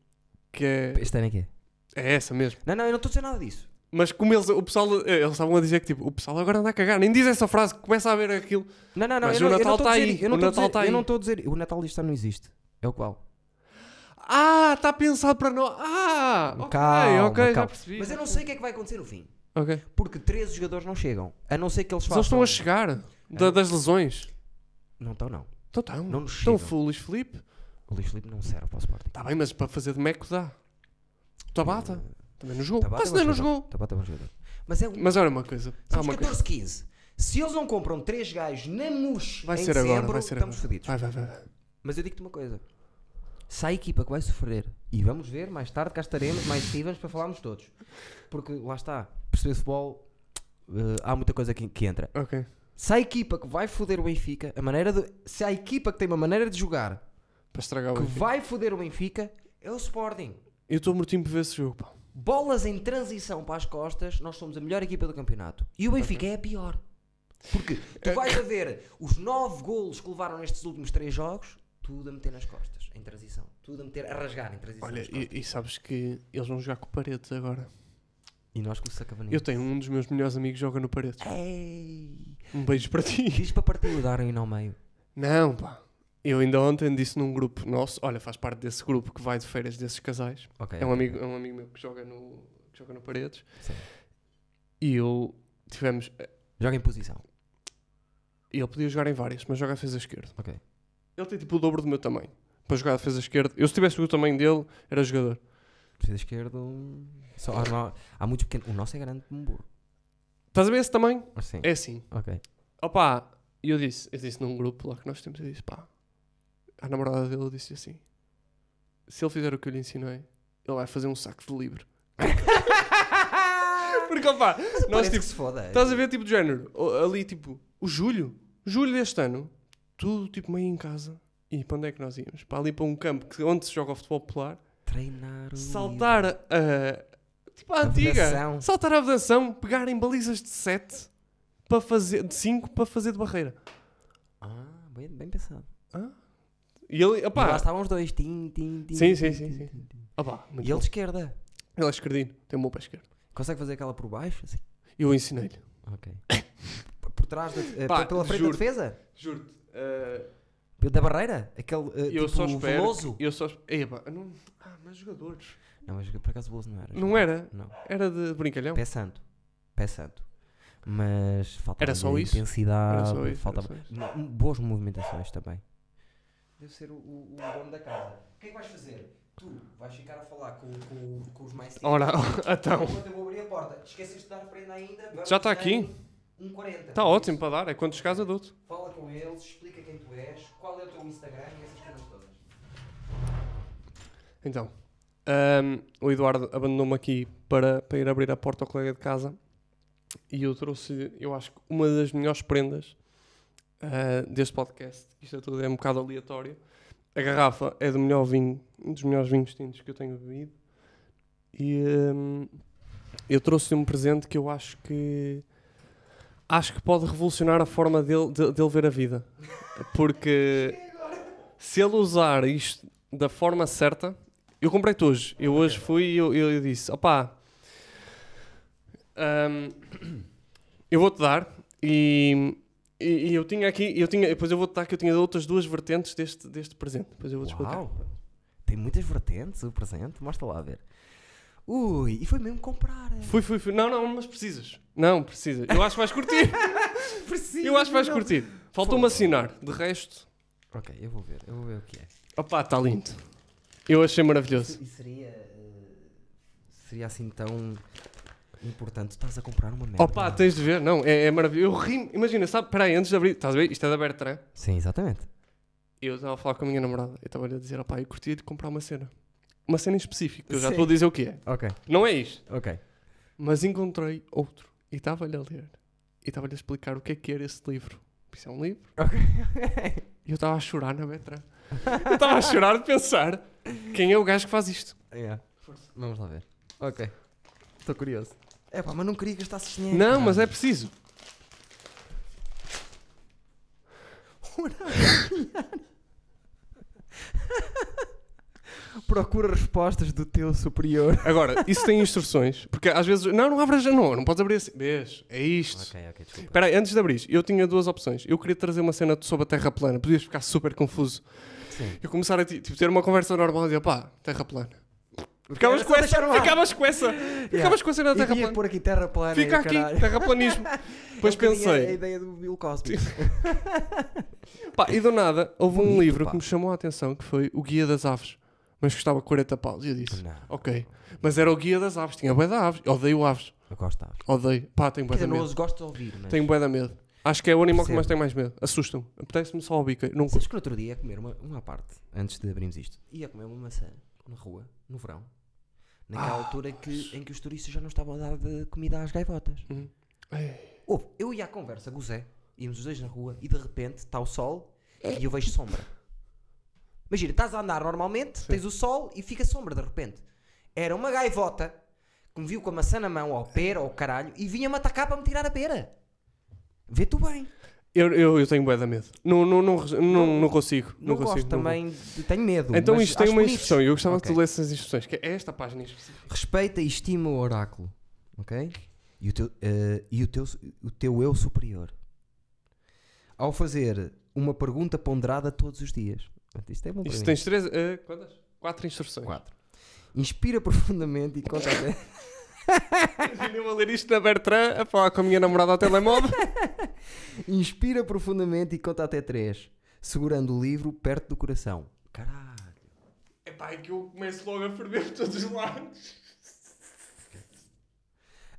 Speaker 2: que é,
Speaker 1: Este ano é que é?
Speaker 2: é essa mesmo.
Speaker 1: Não, não, eu não estou a dizer nada disso.
Speaker 2: Mas como eles, o pessoal, eh, eles estavam a dizer que tipo, o pessoal agora anda a cagar, nem diz essa frase, começa a ver aquilo.
Speaker 1: Não, não, não.
Speaker 2: Mas
Speaker 1: eu
Speaker 2: o
Speaker 1: não- eu
Speaker 2: Natal
Speaker 1: não estou
Speaker 2: tá
Speaker 1: a dizer-
Speaker 2: aí,
Speaker 1: Eu não estou
Speaker 2: o
Speaker 1: a
Speaker 2: Natal
Speaker 1: dizer-
Speaker 2: tá
Speaker 1: eu não
Speaker 2: aí.
Speaker 1: estou a dizer. O Natal deste ano não existe. É o qual?
Speaker 2: Ah, está pensado para nós. Ah, ok,
Speaker 1: Calma,
Speaker 2: ok, já
Speaker 1: calma.
Speaker 2: percebi.
Speaker 1: Mas eu não sei o que é que vai acontecer no fim.
Speaker 2: Ok.
Speaker 1: Porque 13 jogadores não chegam. A não ser que eles
Speaker 2: Mas
Speaker 1: façam.
Speaker 2: eles estão a
Speaker 1: É.
Speaker 2: chegar da- das lesões.
Speaker 1: Não estão, não.
Speaker 2: Então estão.
Speaker 1: Não nos
Speaker 2: Estão
Speaker 1: chegam.
Speaker 2: full, Luís Felipe.
Speaker 1: O Luís Filipe não serve para o Sporting.
Speaker 2: Está Tá bem, mas para fazer de meco dá. Tabata. Também não jogou.
Speaker 1: Tabata
Speaker 2: Quase
Speaker 1: é bom
Speaker 2: nem não
Speaker 1: jogador.
Speaker 2: jogou.
Speaker 1: Tabata é bom jogador. Mas é um.
Speaker 2: Mas olha uma coisa. Há
Speaker 1: Somos
Speaker 2: uma coisa.
Speaker 1: 14, 15. Se eles não compram 3 gajos na MUS
Speaker 2: Vai
Speaker 1: em
Speaker 2: ser
Speaker 1: dezembro,
Speaker 2: agora, vai ser
Speaker 1: estamos
Speaker 2: agora.
Speaker 1: fodidos.
Speaker 2: Vai, vai, vai. vai.
Speaker 1: Mas eu digo-te uma coisa. Se há equipa que vai sofrer, e vamos ver, mais tarde cá estaremos, mais vivas para falarmos todos. Porque lá está, perceber futebol, eh, há muita coisa que, que entra.
Speaker 2: Ok.
Speaker 1: Se há equipa que vai foder o Benfica, a maneira de, se há equipa que tem uma maneira de jogar
Speaker 2: Para estragar o
Speaker 1: que
Speaker 2: Benfica.
Speaker 1: vai foder o Benfica, é o Sporting.
Speaker 2: Eu estou mortinho por ver esse jogo, pá.
Speaker 1: Bolas em transição para as costas, nós somos a melhor equipa do campeonato. E o Benfica é a pior. Porque tu
Speaker 2: É.
Speaker 1: vais a ver os nove golos que levaram nestes últimos três jogos, tudo a meter nas costas, em transição. Tudo a meter, a rasgar em transição.
Speaker 2: Olha,
Speaker 1: nas costas.
Speaker 2: e, e sabes que eles vão jogar com o Paredes agora.
Speaker 1: Hum. E nós com o Sacavaninho.
Speaker 2: Eu tenho um dos meus melhores amigos que joga no Paredes.
Speaker 1: Ei!
Speaker 2: Um beijo para ti.
Speaker 1: Diz para partir o Darwin ao meio.
Speaker 2: Não, pá. Eu ainda ontem disse num grupo nosso, olha, faz parte desse grupo que vai de férias desses casais.
Speaker 1: Ok.
Speaker 2: É um amigo, é um amigo meu que joga no, que joga no Paredes.
Speaker 1: Sim.
Speaker 2: E eu tivemos.
Speaker 1: Joga em posição.
Speaker 2: Ele podia jogar em várias, mas joga a defesa esquerda.
Speaker 1: Ok.
Speaker 2: Ele tem tipo o dobro do meu tamanho. Para jogar a defesa esquerda. Eu se tivesse o tamanho dele, era jogador.
Speaker 1: Defesa esquerda. um- Só, há, no- há muitos pequenos. O nosso é grande como um burro.
Speaker 2: Estás a ver esse tamanho?
Speaker 1: Assim.
Speaker 2: É assim.
Speaker 1: Ok.
Speaker 2: Opa, e eu disse, eu disse num grupo lá que nós temos, eu disse, pá, a namorada dele disse assim: se ele fizer o que eu lhe ensinei, ele vai fazer um saco de livro. Porque, opá, nós
Speaker 1: Parece que
Speaker 2: tipo,
Speaker 1: se foda.
Speaker 2: estás a ver tipo de género, o- ali tipo, o julho, julho deste ano, tudo tipo meio em casa. E para onde é que nós íamos? Para ali para um campo que, onde se joga o futebol popular,
Speaker 1: Treinar o
Speaker 2: saltar a. Tipo a
Speaker 1: A
Speaker 2: antiga.
Speaker 1: vedação.
Speaker 2: Saltar a vedação, pegar em balizas de 7 para fazer. de 5 para fazer de barreira.
Speaker 1: Ah, bem, bem pensado.
Speaker 2: E ele,
Speaker 1: E lá
Speaker 2: opá,
Speaker 1: estavam os dois. Tim, tim, tim,
Speaker 2: Sim,
Speaker 1: tim,
Speaker 2: sim,
Speaker 1: tim,
Speaker 2: sim,
Speaker 1: tim,
Speaker 2: sim.
Speaker 1: tim, tim.
Speaker 2: opá, muito
Speaker 1: E ele
Speaker 2: bom.
Speaker 1: de esquerda.
Speaker 2: ele é esquerdino, tem um bom pé esquerdo.
Speaker 1: Consegue fazer aquela por baixo? Assim.
Speaker 2: Eu ensinei-lhe.
Speaker 1: Ok. P- por trás da. eh,
Speaker 2: Pá,
Speaker 1: pela frente
Speaker 2: juro.
Speaker 1: da defesa?
Speaker 2: Juro-te, eh,
Speaker 1: Da barreira? Aquele. eh,
Speaker 2: eu
Speaker 1: tipo,
Speaker 2: só espero.
Speaker 1: Veloso?
Speaker 2: que- Eu só. Ei, pá, não... Ah, mas jogadores. é.
Speaker 1: Não, mas por acaso o Veloso não era.
Speaker 2: Não era,
Speaker 1: Não.
Speaker 2: era de brincalhão.
Speaker 1: Pé Santo. Pé Santo. Mas falta
Speaker 2: Era só isso?
Speaker 1: intensidade,
Speaker 2: Era só isso,
Speaker 1: falta
Speaker 2: era só isso.
Speaker 1: boas movimentações também. Deve ser o, o, o dono da casa. O que é que vais fazer? Tu vais ficar a falar com, com, com os mais simples.
Speaker 2: Ora, então.
Speaker 1: Enquanto eu vou abrir a porta, esqueceste de dar a prenda ainda. vamos
Speaker 2: Já está
Speaker 1: em
Speaker 2: aqui?
Speaker 1: Um 40.
Speaker 2: Está ótimo para dar, é quando chegares adulto.
Speaker 1: Fala com eles, explica quem tu és, qual é o teu Instagram e essas coisas todas.
Speaker 2: Então, ahm, o Eduardo abandonou-me aqui para, para ir abrir a porta ao colega de casa e eu trouxe, eu acho que uma das melhores prendas ah, deste podcast, que isto tudo é um bocado aleatório. A garrafa é do melhor vinho, um dos melhores vinhos tintos que eu tenho bebido. E ahm, eu trouxe um presente que eu acho que acho que pode revolucionar a forma dele, de- dele ver a vida. Porque se ele usar isto da forma certa, eu comprei-te hoje. Eu hoje fui e eu, eu, eu disse: opá, ahm, hum, eu vou-te dar. E, e, e eu tinha aqui, eu tinha, depois eu vou-te dar que eu tinha outras duas vertentes deste, deste presente. Depois eu vou-te explicar.
Speaker 1: Uau! Tem muitas vertentes o presente, mostra lá a ver. Ui, e foi mesmo comprar. é?
Speaker 2: Fui, fui, fui. Não, não, mas precisas. Não, precisas. Eu acho que vais curtir.
Speaker 1: Preciso,
Speaker 2: eu acho que vais
Speaker 1: não.
Speaker 2: curtir. Faltou-me assinar. De resto,
Speaker 1: Ok, eu vou ver, eu vou ver o que é.
Speaker 2: opá, está lindo. Eu achei maravilhoso.
Speaker 1: Isso- E seria. eh, Seria assim tão importante. Estás a comprar uma merda.
Speaker 2: Opa, tens de ver, não, é, é maravilhoso. Eu ri, imagina, sabe, peraí, antes de abrir, estás a ver? Isto é da Bertrand.
Speaker 1: Sim, exatamente.
Speaker 2: E eu estava a falar com a minha namorada. Eu estava-lhe a dizer, opá, eu curtia de comprar uma cena. Uma cena em específico, que eu já
Speaker 1: Sim.
Speaker 2: estou a dizer o que é.
Speaker 1: Ok,
Speaker 2: Não é isto.
Speaker 1: ok.
Speaker 2: Mas encontrei outro. E estava-lhe a ler. E estava-lhe a explicar o que é que era esse livro. Isso é um livro.
Speaker 1: Ok.
Speaker 2: E eu estava a chorar na Bertrand. Eu estava a chorar de pensar quem é o gajo que faz isto.
Speaker 1: Yeah. Vamos lá ver. Ok. Estou curioso. É pá, mas não queria gastar-se dinheiro.
Speaker 2: Não,
Speaker 1: caralho.
Speaker 2: mas é preciso. é
Speaker 1: Procura respostas do teu superior.
Speaker 2: Agora, isso tem instruções. Porque às vezes. Não, não abras. Não, não podes abrir assim. Vês? É isto.
Speaker 1: Ok, ok, desculpa.
Speaker 2: Espera aí, antes de abrir, eu tinha duas opções. Eu queria trazer uma cena sobre a Terra plana, podias ficar super confuso.
Speaker 1: Sim.
Speaker 2: Eu começar a ti- tipo, ter uma conversa normal e dizer, pá, Terra plana. Ficavas
Speaker 1: Era
Speaker 2: com
Speaker 1: só
Speaker 2: essa,
Speaker 1: deixar lá.
Speaker 2: ficavas com essa, ficavas com a cena
Speaker 1: E
Speaker 2: da Terra
Speaker 1: tinha que
Speaker 2: plana.
Speaker 1: pôr aqui terra plana. e
Speaker 2: Fica
Speaker 1: o
Speaker 2: aqui,
Speaker 1: caralho.
Speaker 2: terraplanismo. Depois
Speaker 1: É um bocadinho A
Speaker 2: pensei,
Speaker 1: ideia do Bill Cosby.
Speaker 2: pá, e do nada, houve um
Speaker 1: Bonito,
Speaker 2: livro
Speaker 1: pá.
Speaker 2: que me chamou a atenção, que foi O Guia das Aves, mas custava 40 paus, e eu disse,
Speaker 1: Não,
Speaker 2: ok. Mas era o Guia das Aves, tinha bué da aves, odeio aves,
Speaker 1: eu gostava.
Speaker 2: odeio, pá, tenho
Speaker 1: Quer
Speaker 2: bué
Speaker 1: dizer,
Speaker 2: da
Speaker 1: não
Speaker 2: medo,
Speaker 1: os gosto de ouvir, mas...
Speaker 2: tenho bué da medo. Acho que é o animal que
Speaker 1: Percebo.
Speaker 2: mais tem mais medo, assusta-me, apetece-me só ao bico, não
Speaker 1: Sabes que no outro dia ia comer uma, uma parte, antes de abrirmos isto, ia comer uma maçã na rua, no verão, naquela
Speaker 2: Ah,
Speaker 1: altura que, em que os turistas já não estavam a dar de comida às gaivotas.
Speaker 2: Hum. Ei.
Speaker 1: Houve, eu ia à conversa com o Zé, íamos os dois na rua e de repente está o sol
Speaker 2: É.
Speaker 1: e eu vejo sombra. Imagina, estás a andar normalmente, tens o sol e fica sombra de repente. Era uma gaivota que me viu com a maçã na mão, ou a pera, ou o caralho, e vinha-me atacar para me tirar a pera. Vê tu bem.
Speaker 2: Eu, eu, eu tenho bué da medo. Não, não, não, res- não, não consigo.
Speaker 1: Não,
Speaker 2: Não, consigo.
Speaker 1: gosto
Speaker 2: não
Speaker 1: também, de- tenho medo.
Speaker 2: vou. Então
Speaker 1: mas
Speaker 2: isto tem
Speaker 1: acho
Speaker 2: uma
Speaker 1: bonito.
Speaker 2: instrução. Eu gostava que
Speaker 1: Ok.
Speaker 2: tu lesses as instruções. Que é esta página em específico.
Speaker 1: Respeita e estima o oráculo, ok? E o teu, eh, e o teu, o teu eu superior. Ao fazer uma pergunta ponderada todos os dias. Portanto, Isto é bom para
Speaker 2: Isto
Speaker 1: mim.
Speaker 2: tens três... eh, quantas? Quatro instruções.
Speaker 1: Quatro. Inspira profundamente e conta até...
Speaker 2: Imagina eu a ler isto na Bertrand, a falar com a minha namorada ao telemóvel.
Speaker 1: Inspira profundamente e conta até três. Segurando o livro perto do coração. Caralho.
Speaker 2: Epá, é que eu começo logo a ferver por todos os lados.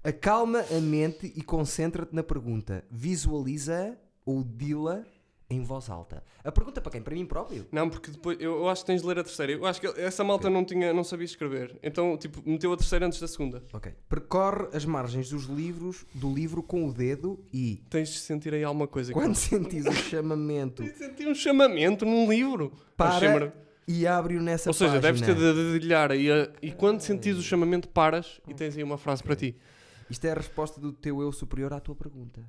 Speaker 1: Acalma a mente e concentra-te na pergunta. Visualiza ou dila em voz alta. A pergunta é para quem? Para mim próprio?
Speaker 2: Não, porque depois... Eu, eu acho que tens de ler a terceira. Eu acho que essa malta não, tinha, não sabia escrever. Então, tipo, meteu a terceira antes da segunda.
Speaker 1: Ok. Percorre as margens dos livros do livro com o dedo e
Speaker 2: Tens de sentir aí alguma coisa.
Speaker 1: quando sentires o chamamento
Speaker 2: Tens de sentir um chamamento num livro. Achei
Speaker 1: para
Speaker 2: mara-
Speaker 1: e abre-o nessa
Speaker 2: é Ou seja,
Speaker 1: página.
Speaker 2: deves ter de dedilhar aí a- e quando sentires o chamamento paras e tens aí uma frase para ti.
Speaker 1: Isto é a resposta do teu eu superior à tua pergunta.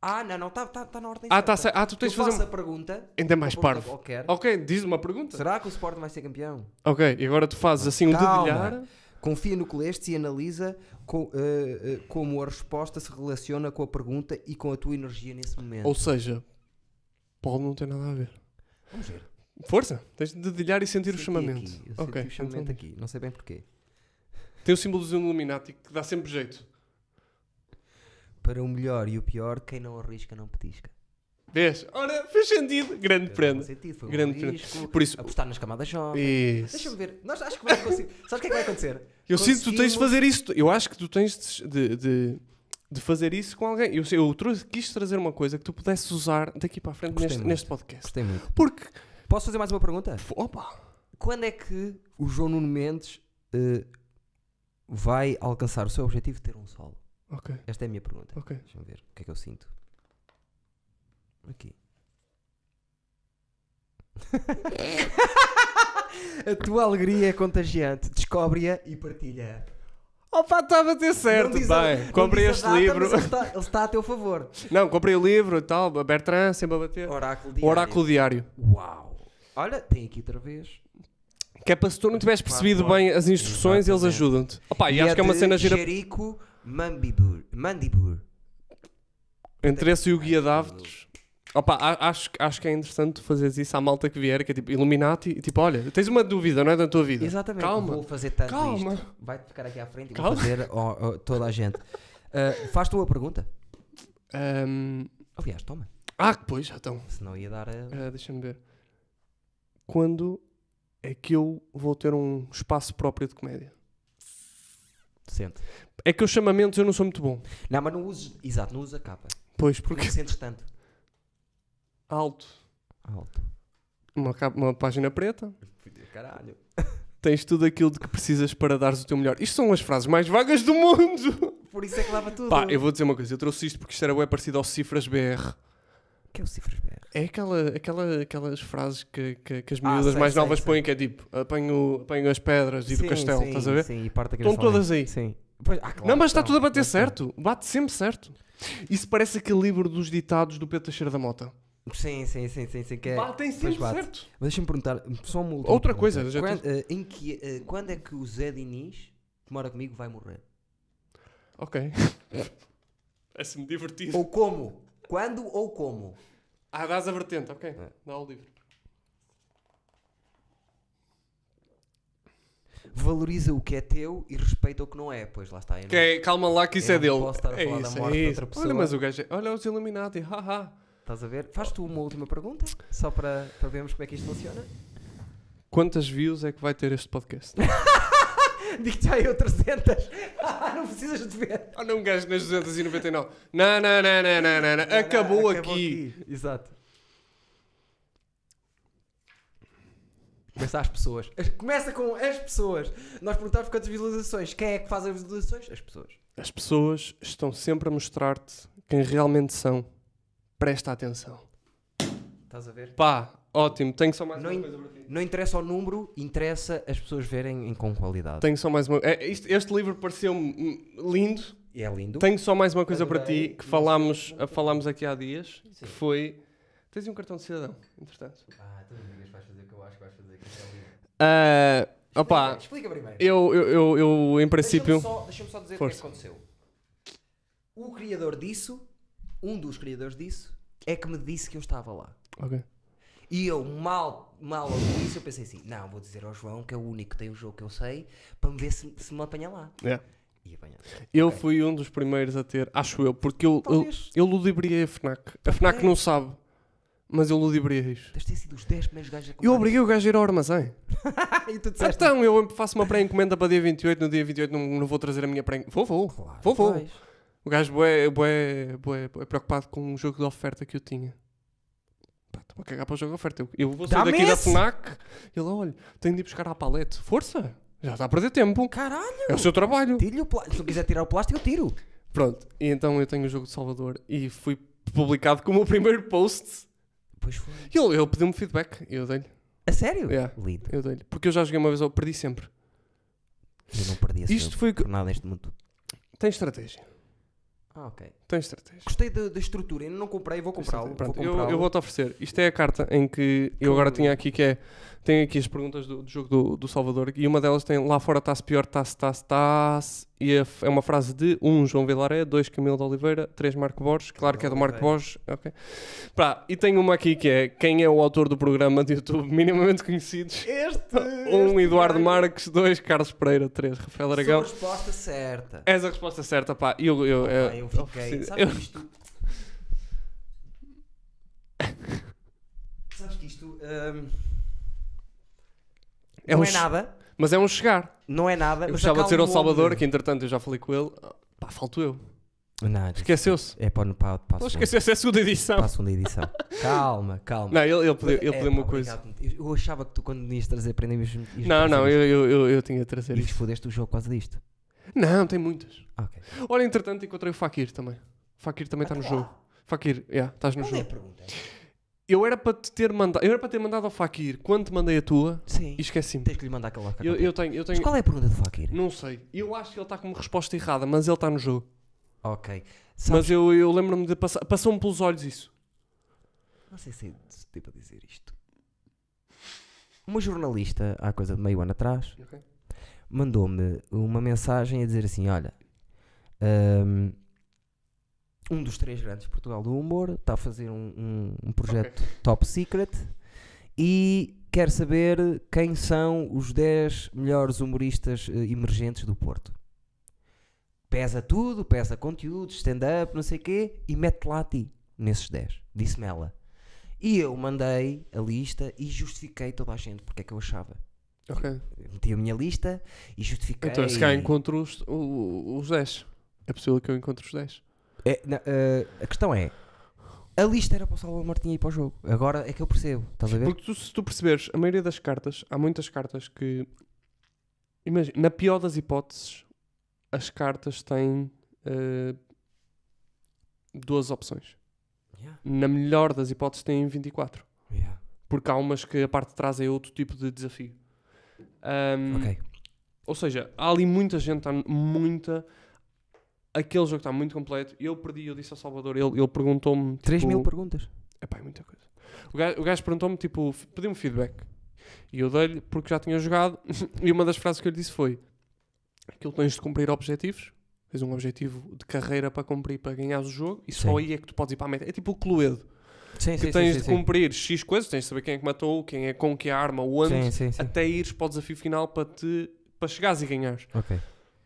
Speaker 1: Ah, não, não, está tá, tá na ordem
Speaker 2: Ah, tá,
Speaker 1: certa.
Speaker 2: certo. ah tu tens de
Speaker 1: eu
Speaker 2: fazer
Speaker 1: faço
Speaker 2: uma...
Speaker 1: a pergunta,
Speaker 2: ainda
Speaker 1: uma
Speaker 2: mais
Speaker 1: pergunta
Speaker 2: parvo.
Speaker 1: qualquer.
Speaker 2: Ok, diz uma pergunta.
Speaker 1: Será que o Sport vai ser campeão?
Speaker 2: Ok, e agora tu fazes assim um
Speaker 1: Calma.
Speaker 2: dedilhar.
Speaker 1: Confia no que leste e analisa co- eh, eh, como a resposta se relaciona com a pergunta e com a tua energia nesse momento.
Speaker 2: Ou seja, pode não ter nada a ver.
Speaker 1: Vamos ver.
Speaker 2: Força, tens de dedilhar e sentir o
Speaker 1: Senti
Speaker 2: chamamento.
Speaker 1: aqui, Eu
Speaker 2: ok,
Speaker 1: senti o chamamento
Speaker 2: então-
Speaker 1: aqui, não sei bem porquê.
Speaker 2: Tem o símbolo do Illuminati que dá sempre jeito.
Speaker 1: Para o melhor e o pior, quem não arrisca não petisca.
Speaker 2: Vês? Ora, fez sentido. Grande
Speaker 1: Faz
Speaker 2: prenda.
Speaker 1: sentido, foi um
Speaker 2: Grande prenda.
Speaker 1: risco,
Speaker 2: Por isso-
Speaker 1: apostar nas camadas jovens.
Speaker 2: Isso.
Speaker 1: Deixa-me ver. Nós acho que vai conseguir. Sabes o que é que vai acontecer?
Speaker 2: Eu sinto que tu tens de
Speaker 1: Conseguimos-
Speaker 2: fazer isso. Eu acho que tu tens de, de, de fazer isso com alguém. Eu, sei- eu trouxe, quis trazer uma coisa que tu pudesses usar daqui para a frente
Speaker 1: Gostei
Speaker 2: neste,
Speaker 1: muito.
Speaker 2: neste podcast.
Speaker 1: Gostei muito.
Speaker 2: Porque.
Speaker 1: Posso fazer mais uma pergunta?
Speaker 2: Opa!
Speaker 1: Quando é que o João Nuno Mendes eh, vai alcançar o seu objetivo de ter um solo?
Speaker 2: Ok,
Speaker 1: Esta é a minha pergunta.
Speaker 2: ok.
Speaker 1: Deixa-me ver o que é que eu sinto. Aqui. a tua alegria é contagiante. Descobre-a e partilha.
Speaker 2: Opa, estava a ter certo.
Speaker 1: Não diz a-
Speaker 2: Bem,
Speaker 1: não
Speaker 2: comprei
Speaker 1: diz
Speaker 2: este
Speaker 1: a data,
Speaker 2: livro.
Speaker 1: mas Ele está, ele está a teu favor.
Speaker 2: Não, comprei o livro e tal. Bertrand, sempre a bater.
Speaker 1: Oráculo
Speaker 2: O Oráculo Diário.
Speaker 1: Uau. Olha, tem aqui outra vez.
Speaker 2: Que é para se tu não tiveres percebido
Speaker 1: Quatro
Speaker 2: bem as instruções, eles
Speaker 1: Exatamente.
Speaker 2: ajudam-te. Opa, e acho que é uma
Speaker 1: de
Speaker 2: cena gira.
Speaker 1: Jerico Mandibur. Mandibur.
Speaker 2: Entre esse e o Guia de Hábitos. Opa, a- acho, que- acho que é interessante tu fazeres isso à malta que vier, que é tipo Illuminati, e tipo, olha, tens uma dúvida, não é da tua vida?
Speaker 1: Exatamente.
Speaker 2: Calma.
Speaker 1: Vou fazer tanto
Speaker 2: Calma.
Speaker 1: isto. Vai-te ficar aqui à frente e
Speaker 2: Calma.
Speaker 1: vou fazer ó, ó, toda a gente. Ah, Faz-te uma pergunta.
Speaker 2: Ahm,
Speaker 1: Aliás, toma.
Speaker 2: Ah, pois, então.
Speaker 1: Senão ia dar a...
Speaker 2: Ah, Deixa-me ver. Quando é que eu vou ter um espaço próprio de comédia?
Speaker 1: Sente.
Speaker 2: É que os chamamentos eu não sou muito bom.
Speaker 1: Não, mas não uses... Exato, não uses a capa.
Speaker 2: Pois,
Speaker 1: Porque
Speaker 2: porque.
Speaker 1: não sentes tanto.
Speaker 2: Alto.
Speaker 1: Alto.
Speaker 2: Uma, capa- uma página preta.
Speaker 1: Caralho.
Speaker 2: Tens tudo aquilo de que precisas para dares o teu melhor. Isto são as frases mais vagas do mundo!
Speaker 1: Por isso é que lava tudo.
Speaker 2: Pá, eu vou dizer uma coisa. Eu trouxe isto porque isto era bem parecido aos cifras BR.
Speaker 1: Que é o Cifras BR?
Speaker 2: É aquela, aquela, aquelas frases que, que, que as
Speaker 1: Ah,
Speaker 2: miúdas
Speaker 1: sei,
Speaker 2: mais
Speaker 1: sei,
Speaker 2: novas
Speaker 1: sei.
Speaker 2: põem, que é tipo, apanho, apanho as pedras e do
Speaker 1: Sim,
Speaker 2: castelo,
Speaker 1: sim,
Speaker 2: estás a ver?
Speaker 1: Sim, e parte da
Speaker 2: Estão
Speaker 1: cabeça
Speaker 2: todas
Speaker 1: alguém.
Speaker 2: aí.
Speaker 1: Sim. Pois, ah, claro,
Speaker 2: não, mas está
Speaker 1: então,
Speaker 2: tudo a bater
Speaker 1: mas-
Speaker 2: certo. Bate sempre certo. Isso parece aquele livro dos ditados do Pedro Teixeira da Mota.
Speaker 1: Sim, sim, sim, sim, sim. Que é...
Speaker 2: Batem sempre
Speaker 1: bate.
Speaker 2: certo.
Speaker 1: Mas Deixa-me perguntar, só uma última
Speaker 2: Outra
Speaker 1: pergunta.
Speaker 2: coisa, já
Speaker 1: Quando, eh, em que, eh, quando é que o Zé Diniz, que mora comigo, vai morrer?
Speaker 2: Ok. Parece-me divertido.
Speaker 1: ou como? Quando ou como?
Speaker 2: Ah, dás a vertente, ok.
Speaker 1: É.
Speaker 2: Dá o livro.
Speaker 1: Valoriza o que é teu e respeita o que não é. Pois lá está. eu não-
Speaker 2: Que é- calma lá que isso
Speaker 1: Eu
Speaker 2: é
Speaker 1: não
Speaker 2: dele.
Speaker 1: posso estar a
Speaker 2: é
Speaker 1: falar da
Speaker 2: isso,
Speaker 1: morte
Speaker 2: é
Speaker 1: de
Speaker 2: isso.
Speaker 1: outra
Speaker 2: Olha,
Speaker 1: pessoa.
Speaker 2: mas o gajo é... Olha os Illuminati, haha.
Speaker 1: Estás a ver? Faz tu uma última pergunta, só para, para vermos como é que isto funciona.
Speaker 2: Quantas views é que vai ter este podcast?
Speaker 1: Digo já eu 300. Ah, não precisas de ver.
Speaker 2: Olha um gajo nas 299. Não, não, não, não, não, não, não. É, Acabou, aqui.
Speaker 1: Exato. Começa às pessoas. As- Começa com as pessoas. Nós perguntávamos quantas visualizações. Quem é que faz as visualizações? As pessoas.
Speaker 2: As pessoas estão sempre a mostrar-te quem realmente são. Presta atenção.
Speaker 1: Estás a ver?
Speaker 2: Pá, ótimo. Tenho só mais
Speaker 1: Não
Speaker 2: uma
Speaker 1: in-
Speaker 2: coisa para ti.
Speaker 1: Não interessa o número, interessa as pessoas verem em- com qualidade.
Speaker 2: Tenho só mais uma. É, isto- este livro pareceu-me hum, lindo.
Speaker 1: E é lindo.
Speaker 2: Tenho só mais uma coisa para ti
Speaker 1: Adorei.
Speaker 2: que falámos, a- falámos aqui há dias.
Speaker 1: Sim.
Speaker 2: Que foi. Tens um cartão de cidadão, entretanto.
Speaker 1: Ah, tu me digas que vais fazer o que eu acho que vais fazer. Que isto é lindo.
Speaker 2: Ah, opá,
Speaker 1: Explica, explica primeiro.
Speaker 2: eu, eu, eu, eu, em princípio.
Speaker 1: Deixa-me só, deixa-me só dizer
Speaker 2: Força.
Speaker 1: o que é que aconteceu. O criador disso, um dos criadores disso, é que me disse que eu estava lá.
Speaker 2: Ok.
Speaker 1: E eu, mal, mal ouvi isso, eu pensei assim: não, vou dizer ao João que é o único que tem o jogo que eu sei, para me ver se, se me apanha lá.
Speaker 2: Yeah.
Speaker 1: E apanha.
Speaker 2: Eu
Speaker 1: Ok.
Speaker 2: fui um dos primeiros a ter, acho eu, porque eu, eu,
Speaker 1: Talvez.
Speaker 2: eu ludibriei a FNAC. A FNAC não sabe, mas eu ludibriei isso.
Speaker 1: Deves ter sido os 10 primeiros gajos a comprar.
Speaker 2: Eu obriguei o gajo a ir ao armazém.
Speaker 1: isto. e tu disseste.
Speaker 2: Então, eu faço uma pré-encomenda para dia 28, no dia 28 não, não vou trazer a minha pré-encomenda. Vou, vou.
Speaker 1: Claro,
Speaker 2: Vou, vou.
Speaker 1: vais.
Speaker 2: O gajo bué, bué, bué, bué preocupado com um jogo de oferta que eu tinha. Pá, Estou a cagar para o jogo de oferta. Eu, eu vou sair
Speaker 1: Dá-me
Speaker 2: daqui da
Speaker 1: esse!
Speaker 2: FNAC. Ele, olha, tenho de ir buscar à palete. Força! Já está a perder tempo.
Speaker 1: Caralho!
Speaker 2: É o seu trabalho.
Speaker 1: Tiro-lhe o plástico. Se não quiser tirar o plástico, eu tiro.
Speaker 2: Pronto, e então eu tenho o jogo de Salvador e fui publicado como o primeiro post.
Speaker 1: Pois foi.
Speaker 2: E ele, ele pediu-me feedback. E eu dei-lhe.
Speaker 1: A sério?
Speaker 2: Yeah.
Speaker 1: Lindo.
Speaker 2: É. Eu dei-lhe. Porque eu já joguei uma vez, eu perdi sempre.
Speaker 1: Eu não perdi esse
Speaker 2: Isto
Speaker 1: jogo
Speaker 2: foi. o que-
Speaker 1: por nada neste mundo.
Speaker 2: Tem estratégia.
Speaker 1: Ah, ok.
Speaker 2: Tem estratégia.
Speaker 1: Gostei da, da estrutura, ainda não comprei, vou comprá-lo.
Speaker 2: Pronto,
Speaker 1: vou
Speaker 2: eu,
Speaker 1: comprá-lo.
Speaker 2: eu vou-te oferecer. Isto é a carta em que eu agora tinha aqui que é Tem aqui as perguntas do, do jogo do, do Salvador e uma delas tem lá fora está-se pior, está-se, está-se, está-se. E é, f- é uma frase de um João Vilaré, dois Camilo de Oliveira, três Marco Borges. Claro que é do Marco
Speaker 1: Oliveira.
Speaker 2: Borges. ok. Pá, e tem uma aqui que é quem é o autor do programa de YouTube minimamente conhecidos?
Speaker 1: Este!
Speaker 2: Um Eduardo Marques, dois Carlos Pereira, três Rafael Aragão.
Speaker 1: resposta certa.
Speaker 2: És a resposta certa, pá. Eu, eu, eu,
Speaker 1: eu fiquei.
Speaker 2: eu-
Speaker 1: Sabes que isto. Sabes que isto. hum,
Speaker 2: É
Speaker 1: não
Speaker 2: um
Speaker 1: é
Speaker 2: ch-
Speaker 1: nada.
Speaker 2: Mas é um chegar.
Speaker 1: Não é nada.
Speaker 2: Eu
Speaker 1: mas
Speaker 2: gostava de ser ao
Speaker 1: acalmou-me.
Speaker 2: Salvador, que entretanto eu já falei com ele. Pá, falto eu.
Speaker 1: Não, isto-
Speaker 2: Esqueceu-se.
Speaker 1: É para, para, para, a
Speaker 2: Ele
Speaker 1: segunda-
Speaker 2: esqueceu-se, é a segunda edição.
Speaker 1: para a segunda edição. calma, calma.
Speaker 2: Não, ele, ele pediu, ele
Speaker 1: É,
Speaker 2: pediu
Speaker 1: pá,
Speaker 2: uma coisa.
Speaker 1: obrigado. Eu- Eu achava que tu, quando ias trazer prendemos.
Speaker 2: Não, não, eu, eu, eu, eu tinha de trazer
Speaker 1: E
Speaker 2: isso.
Speaker 1: fodeste o jogo por causa disto.
Speaker 2: Não, tem muitas.
Speaker 1: Ah, ok.
Speaker 2: Olha, entretanto, encontrei o Fakir também. Fakir também está no jogo. Fakir, yeah, estás no
Speaker 1: Qual é a
Speaker 2: jogo.
Speaker 1: pergunta?
Speaker 2: Eu era para te ter mandado, eu era para ter mandado ao Fakir quando te mandei a tua
Speaker 1: Sim.
Speaker 2: e esqueci-me.
Speaker 1: Tens que lhe mandar aquela
Speaker 2: Eu, eu tenho, eu
Speaker 1: Mas
Speaker 2: tenho,
Speaker 1: qual é a pergunta do Fakir?
Speaker 2: não sei. Eu acho que ele está com uma resposta errada, mas ele está no jogo.
Speaker 1: Ok. Sabes,
Speaker 2: Mas eu, eu lembro-me de passar, passou-me pelos olhos isso.
Speaker 1: Não sei se se devo dizer isto. Uma jornalista, há coisa de meio ano atrás,
Speaker 2: Ok.
Speaker 1: mandou-me uma mensagem a dizer assim: Olha, hum, um dos três grandes de Portugal do humor está a fazer um, um- um projeto top secret e quer saber quem são os 10 melhores humoristas eh, emergentes do Porto. Pesa tudo, pesa conteúdo, stand-up, não sei o quê, e mete lá a ti, nesses 10. Disse-me ela. E eu mandei a lista e justifiquei toda a gente porque é que eu achava.
Speaker 2: Ok.
Speaker 1: Meti a minha lista e justifiquei.
Speaker 2: Então, se cá encontro os, o- os 10. É possível que eu encontre os 10.
Speaker 1: É, na- eh, a questão é: a lista era para o Salvador Martinha ir para o jogo. Agora é que eu percebo, estás a ver?
Speaker 2: Porque tu, se tu perceberes, a maioria das cartas, há muitas cartas que. Imagina, na pior das hipóteses, as cartas têm eh, duas opções.
Speaker 1: Yeah,
Speaker 2: Na melhor das hipóteses, têm 24.
Speaker 1: yeah.
Speaker 2: Porque há umas que a parte de trás é outro tipo de desafio. Ahm,
Speaker 1: Ok.
Speaker 2: Ou seja, há ali muita gente, está muita. Aquele jogo está muito completo. Eu perdi, eu disse ao Salvador, ele, ele perguntou-me.
Speaker 1: 3
Speaker 2: tipo,
Speaker 1: mil perguntas.
Speaker 2: Epá, é muita coisa. O gajo, o gajo perguntou-me, tipo, f- pediu-me feedback. E eu dei-lhe porque já tinha jogado. e uma das frases que eu lhe disse foi: Aquilo tens de cumprir objetivos. Tens um objetivo de carreira para cumprir para ganhares o jogo. E só
Speaker 1: Sim.
Speaker 2: aí é que tu podes ir para a meta. É tipo o Cluedo.
Speaker 1: Sim,
Speaker 2: Que tens um de cumprir X coisas, tens de saber quem é que matou, quem é com que arma, onde.
Speaker 1: Sim, sim, sim.
Speaker 2: Até ires para o desafio final para, te, para chegares e ganhares.
Speaker 1: Ok.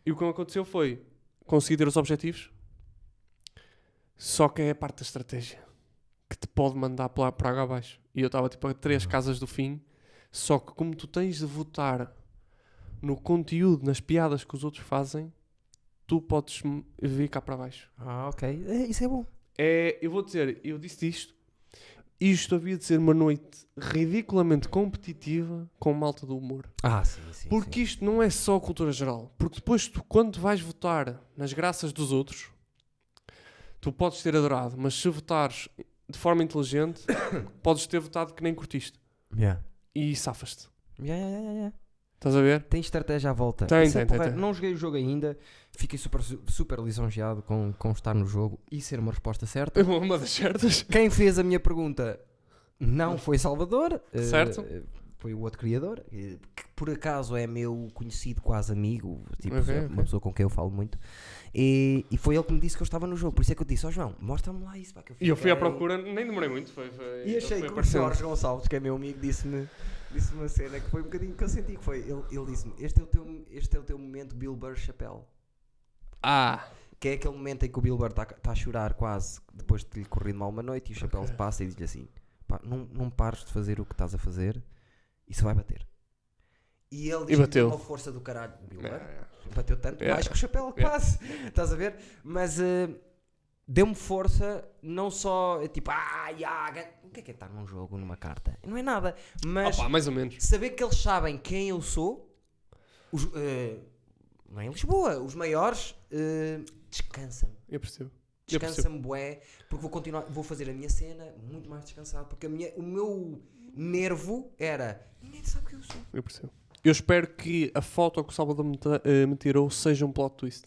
Speaker 2: E o que aconteceu foi conseguir ter os objetivos, só que é a parte da estratégia que te pode mandar para para água abaixo. E eu estava tipo a três casas do fim, só que como tu tens de votar no conteúdo, nas piadas que os outros fazem, tu podes m- vir cá para baixo.
Speaker 1: Ah, ok. É, isso é bom.
Speaker 2: É, eu vou dizer, eu disse isto, isto havia de ser uma noite ridiculamente competitiva com malta do humor.
Speaker 1: Ah, sim, sim.
Speaker 2: Porque isto não é só cultura geral. Porque depois, tu, quando vais votar nas graças dos outros, tu podes ter adorado, mas se votares de forma inteligente, podes ter votado que nem curtiste.
Speaker 1: sim. Yeah.
Speaker 2: E safas-te.
Speaker 1: Yeah, yeah, yeah, yeah.
Speaker 2: Estás a ver?
Speaker 1: Tem estratégia à volta.
Speaker 2: Tem,
Speaker 1: Isso é
Speaker 2: tem, tem,
Speaker 1: porreiro.
Speaker 2: tem.
Speaker 1: Não joguei o jogo ainda. Fiquei super, super lisonjeado com, com estar no jogo e ser uma resposta certa.
Speaker 2: Uma das certas.
Speaker 1: Quem fez a minha pergunta não foi Salvador. eh,
Speaker 2: Certo.
Speaker 1: Foi o outro criador, eh, que por acaso é meu conhecido, quase amigo, tipo,
Speaker 2: Ok,
Speaker 1: é uma
Speaker 2: ok.
Speaker 1: pessoa com quem eu falo muito. E, e foi ele que me disse que eu estava no jogo. Por isso é que eu disse: Ó João, mostra-me lá isso. Pá, que eu
Speaker 2: E eu fui à
Speaker 1: fiquei-
Speaker 2: procura, nem demorei muito. Foi, foi,
Speaker 1: É E achei
Speaker 2: foi
Speaker 1: que o
Speaker 2: aparecendo.
Speaker 1: Jorge Gonçalves, que é meu amigo, disse-me disse uma cena que foi um bocadinho que eu senti. Que foi, ele, ele disse-me: este, é o teu- este é o teu momento, Bill Burr Chapelle.
Speaker 2: Ah,
Speaker 1: Que é aquele momento em que o Bill Burr está a chorar quase depois de lhe corrido mal uma noite e o chapéu
Speaker 2: Ok.
Speaker 1: passa e diz-lhe assim: pá, não, não pares de fazer o que estás a fazer, isso vai bater. E ele diz
Speaker 2: bateu.
Speaker 1: uma força do caralho, Bill Burr.
Speaker 2: é,
Speaker 1: Bateu tanto
Speaker 2: Yeah.
Speaker 1: mais que o chapéu,
Speaker 2: Yeah.
Speaker 1: quase. Estás a ver? Mas eh, deu-me força, não só eh, tipo, ah, yeah, gan-". o que é que é estar num jogo, numa carta? Não é nada. Mas
Speaker 2: Opa, mais ou menos.
Speaker 1: saber que eles sabem quem eu sou, os, eh, não é em Lisboa, os maiores, eh, descansa-me.
Speaker 2: Eu percebo. Eu percebo.
Speaker 1: Descansa-me, bué, porque vou continuar, vou fazer a minha cena muito mais descansado, porque a minha, o meu nervo era ninguém sabe quem eu sou.
Speaker 2: Eu percebo. Eu espero que a foto que o Salvador me, ta- eh, me tirou seja um plot twist.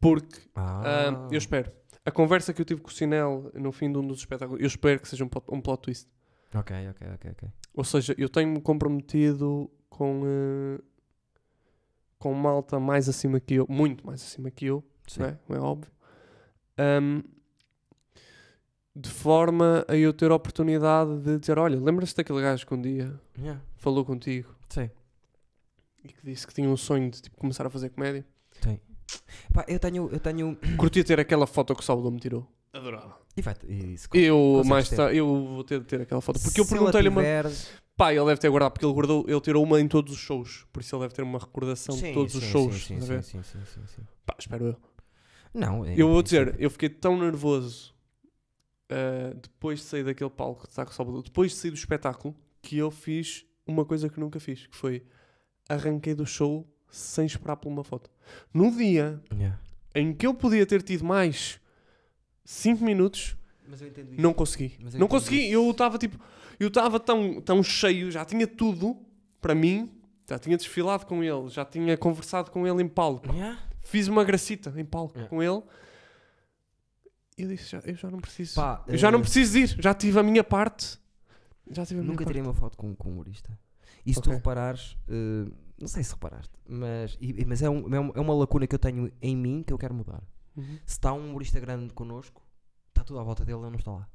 Speaker 2: Porque Ah, eu espero. A conversa que eu tive com o Sinel no fim de um dos espetáculos, eu espero que seja um plot, um plot twist.
Speaker 1: Ok, ok, ok, ok.
Speaker 2: Ou seja, eu tenho-me comprometido com, eh, com malta mais acima que eu, muito mais acima que eu,
Speaker 1: Sim.
Speaker 2: não é? Como é óbvio. Ahm, de forma a eu ter a oportunidade de dizer: Olha, lembras-te daquele gajo que um dia
Speaker 1: Yeah.
Speaker 2: falou contigo
Speaker 1: Sim.
Speaker 2: e que disse que tinha um sonho de tipo, começar a fazer comédia?
Speaker 1: Pá, eu tenho. Eu tenho...
Speaker 2: Curtia ter aquela foto que o Salvador me tirou. Adorava.
Speaker 1: E vai. E se
Speaker 2: Eu,
Speaker 1: Consegues
Speaker 2: mais
Speaker 1: ter?
Speaker 2: tarde, eu vou ter de ter aquela foto. Porque eu
Speaker 1: se ela
Speaker 2: perguntei-lhe uma.
Speaker 1: tiver-
Speaker 2: Pá, ele deve ter guardado, porque ele guardou, ele tirou uma em todos os shows, por isso ele deve ter uma recordação de
Speaker 1: Sim,
Speaker 2: todos os
Speaker 1: sim,
Speaker 2: shows.
Speaker 1: Sim,
Speaker 2: estás a
Speaker 1: sim,
Speaker 2: ver?
Speaker 1: sim, sim, sim, sim.
Speaker 2: Pá, espero eu.
Speaker 1: Não, é-
Speaker 2: eu vou
Speaker 1: é
Speaker 2: dizer,
Speaker 1: sempre-
Speaker 2: eu fiquei tão nervoso ah, depois de sair daquele palco de Taco Salvador, depois de sair do espetáculo, que eu fiz uma coisa que nunca fiz, que foi arranquei do show sem esperar por uma foto. No dia
Speaker 1: Yeah.
Speaker 2: em que eu podia ter tido mais 5 minutos,
Speaker 1: Mas eu entendo
Speaker 2: não consegui.
Speaker 1: Mas é eu
Speaker 2: Não
Speaker 1: entendo
Speaker 2: consegui. Eu estava tipo. Eu estava tão, tão cheio, já tinha tudo para mim. Já tinha desfilado com ele, já tinha conversado com ele em palco. Fiz uma gracita em palco
Speaker 1: Yeah.
Speaker 2: com ele. E eu disse: já, Eu já não preciso.
Speaker 1: Pá,
Speaker 2: eu já
Speaker 1: eh,
Speaker 2: não preciso ir. Já tive a minha parte. Já tive a minha
Speaker 1: Nunca
Speaker 2: parte.
Speaker 1: tirei uma foto com, com um humorista. E se
Speaker 2: Uhum. Ok.
Speaker 1: tu reparares, eh, não sei se reparaste, mas, e- e- mas é, um- é um- é uma lacuna que eu tenho em mim que eu quero mudar.
Speaker 2: Uhum.
Speaker 1: Se está um humorista grande connosco, está tudo à volta dele, ele não está lá.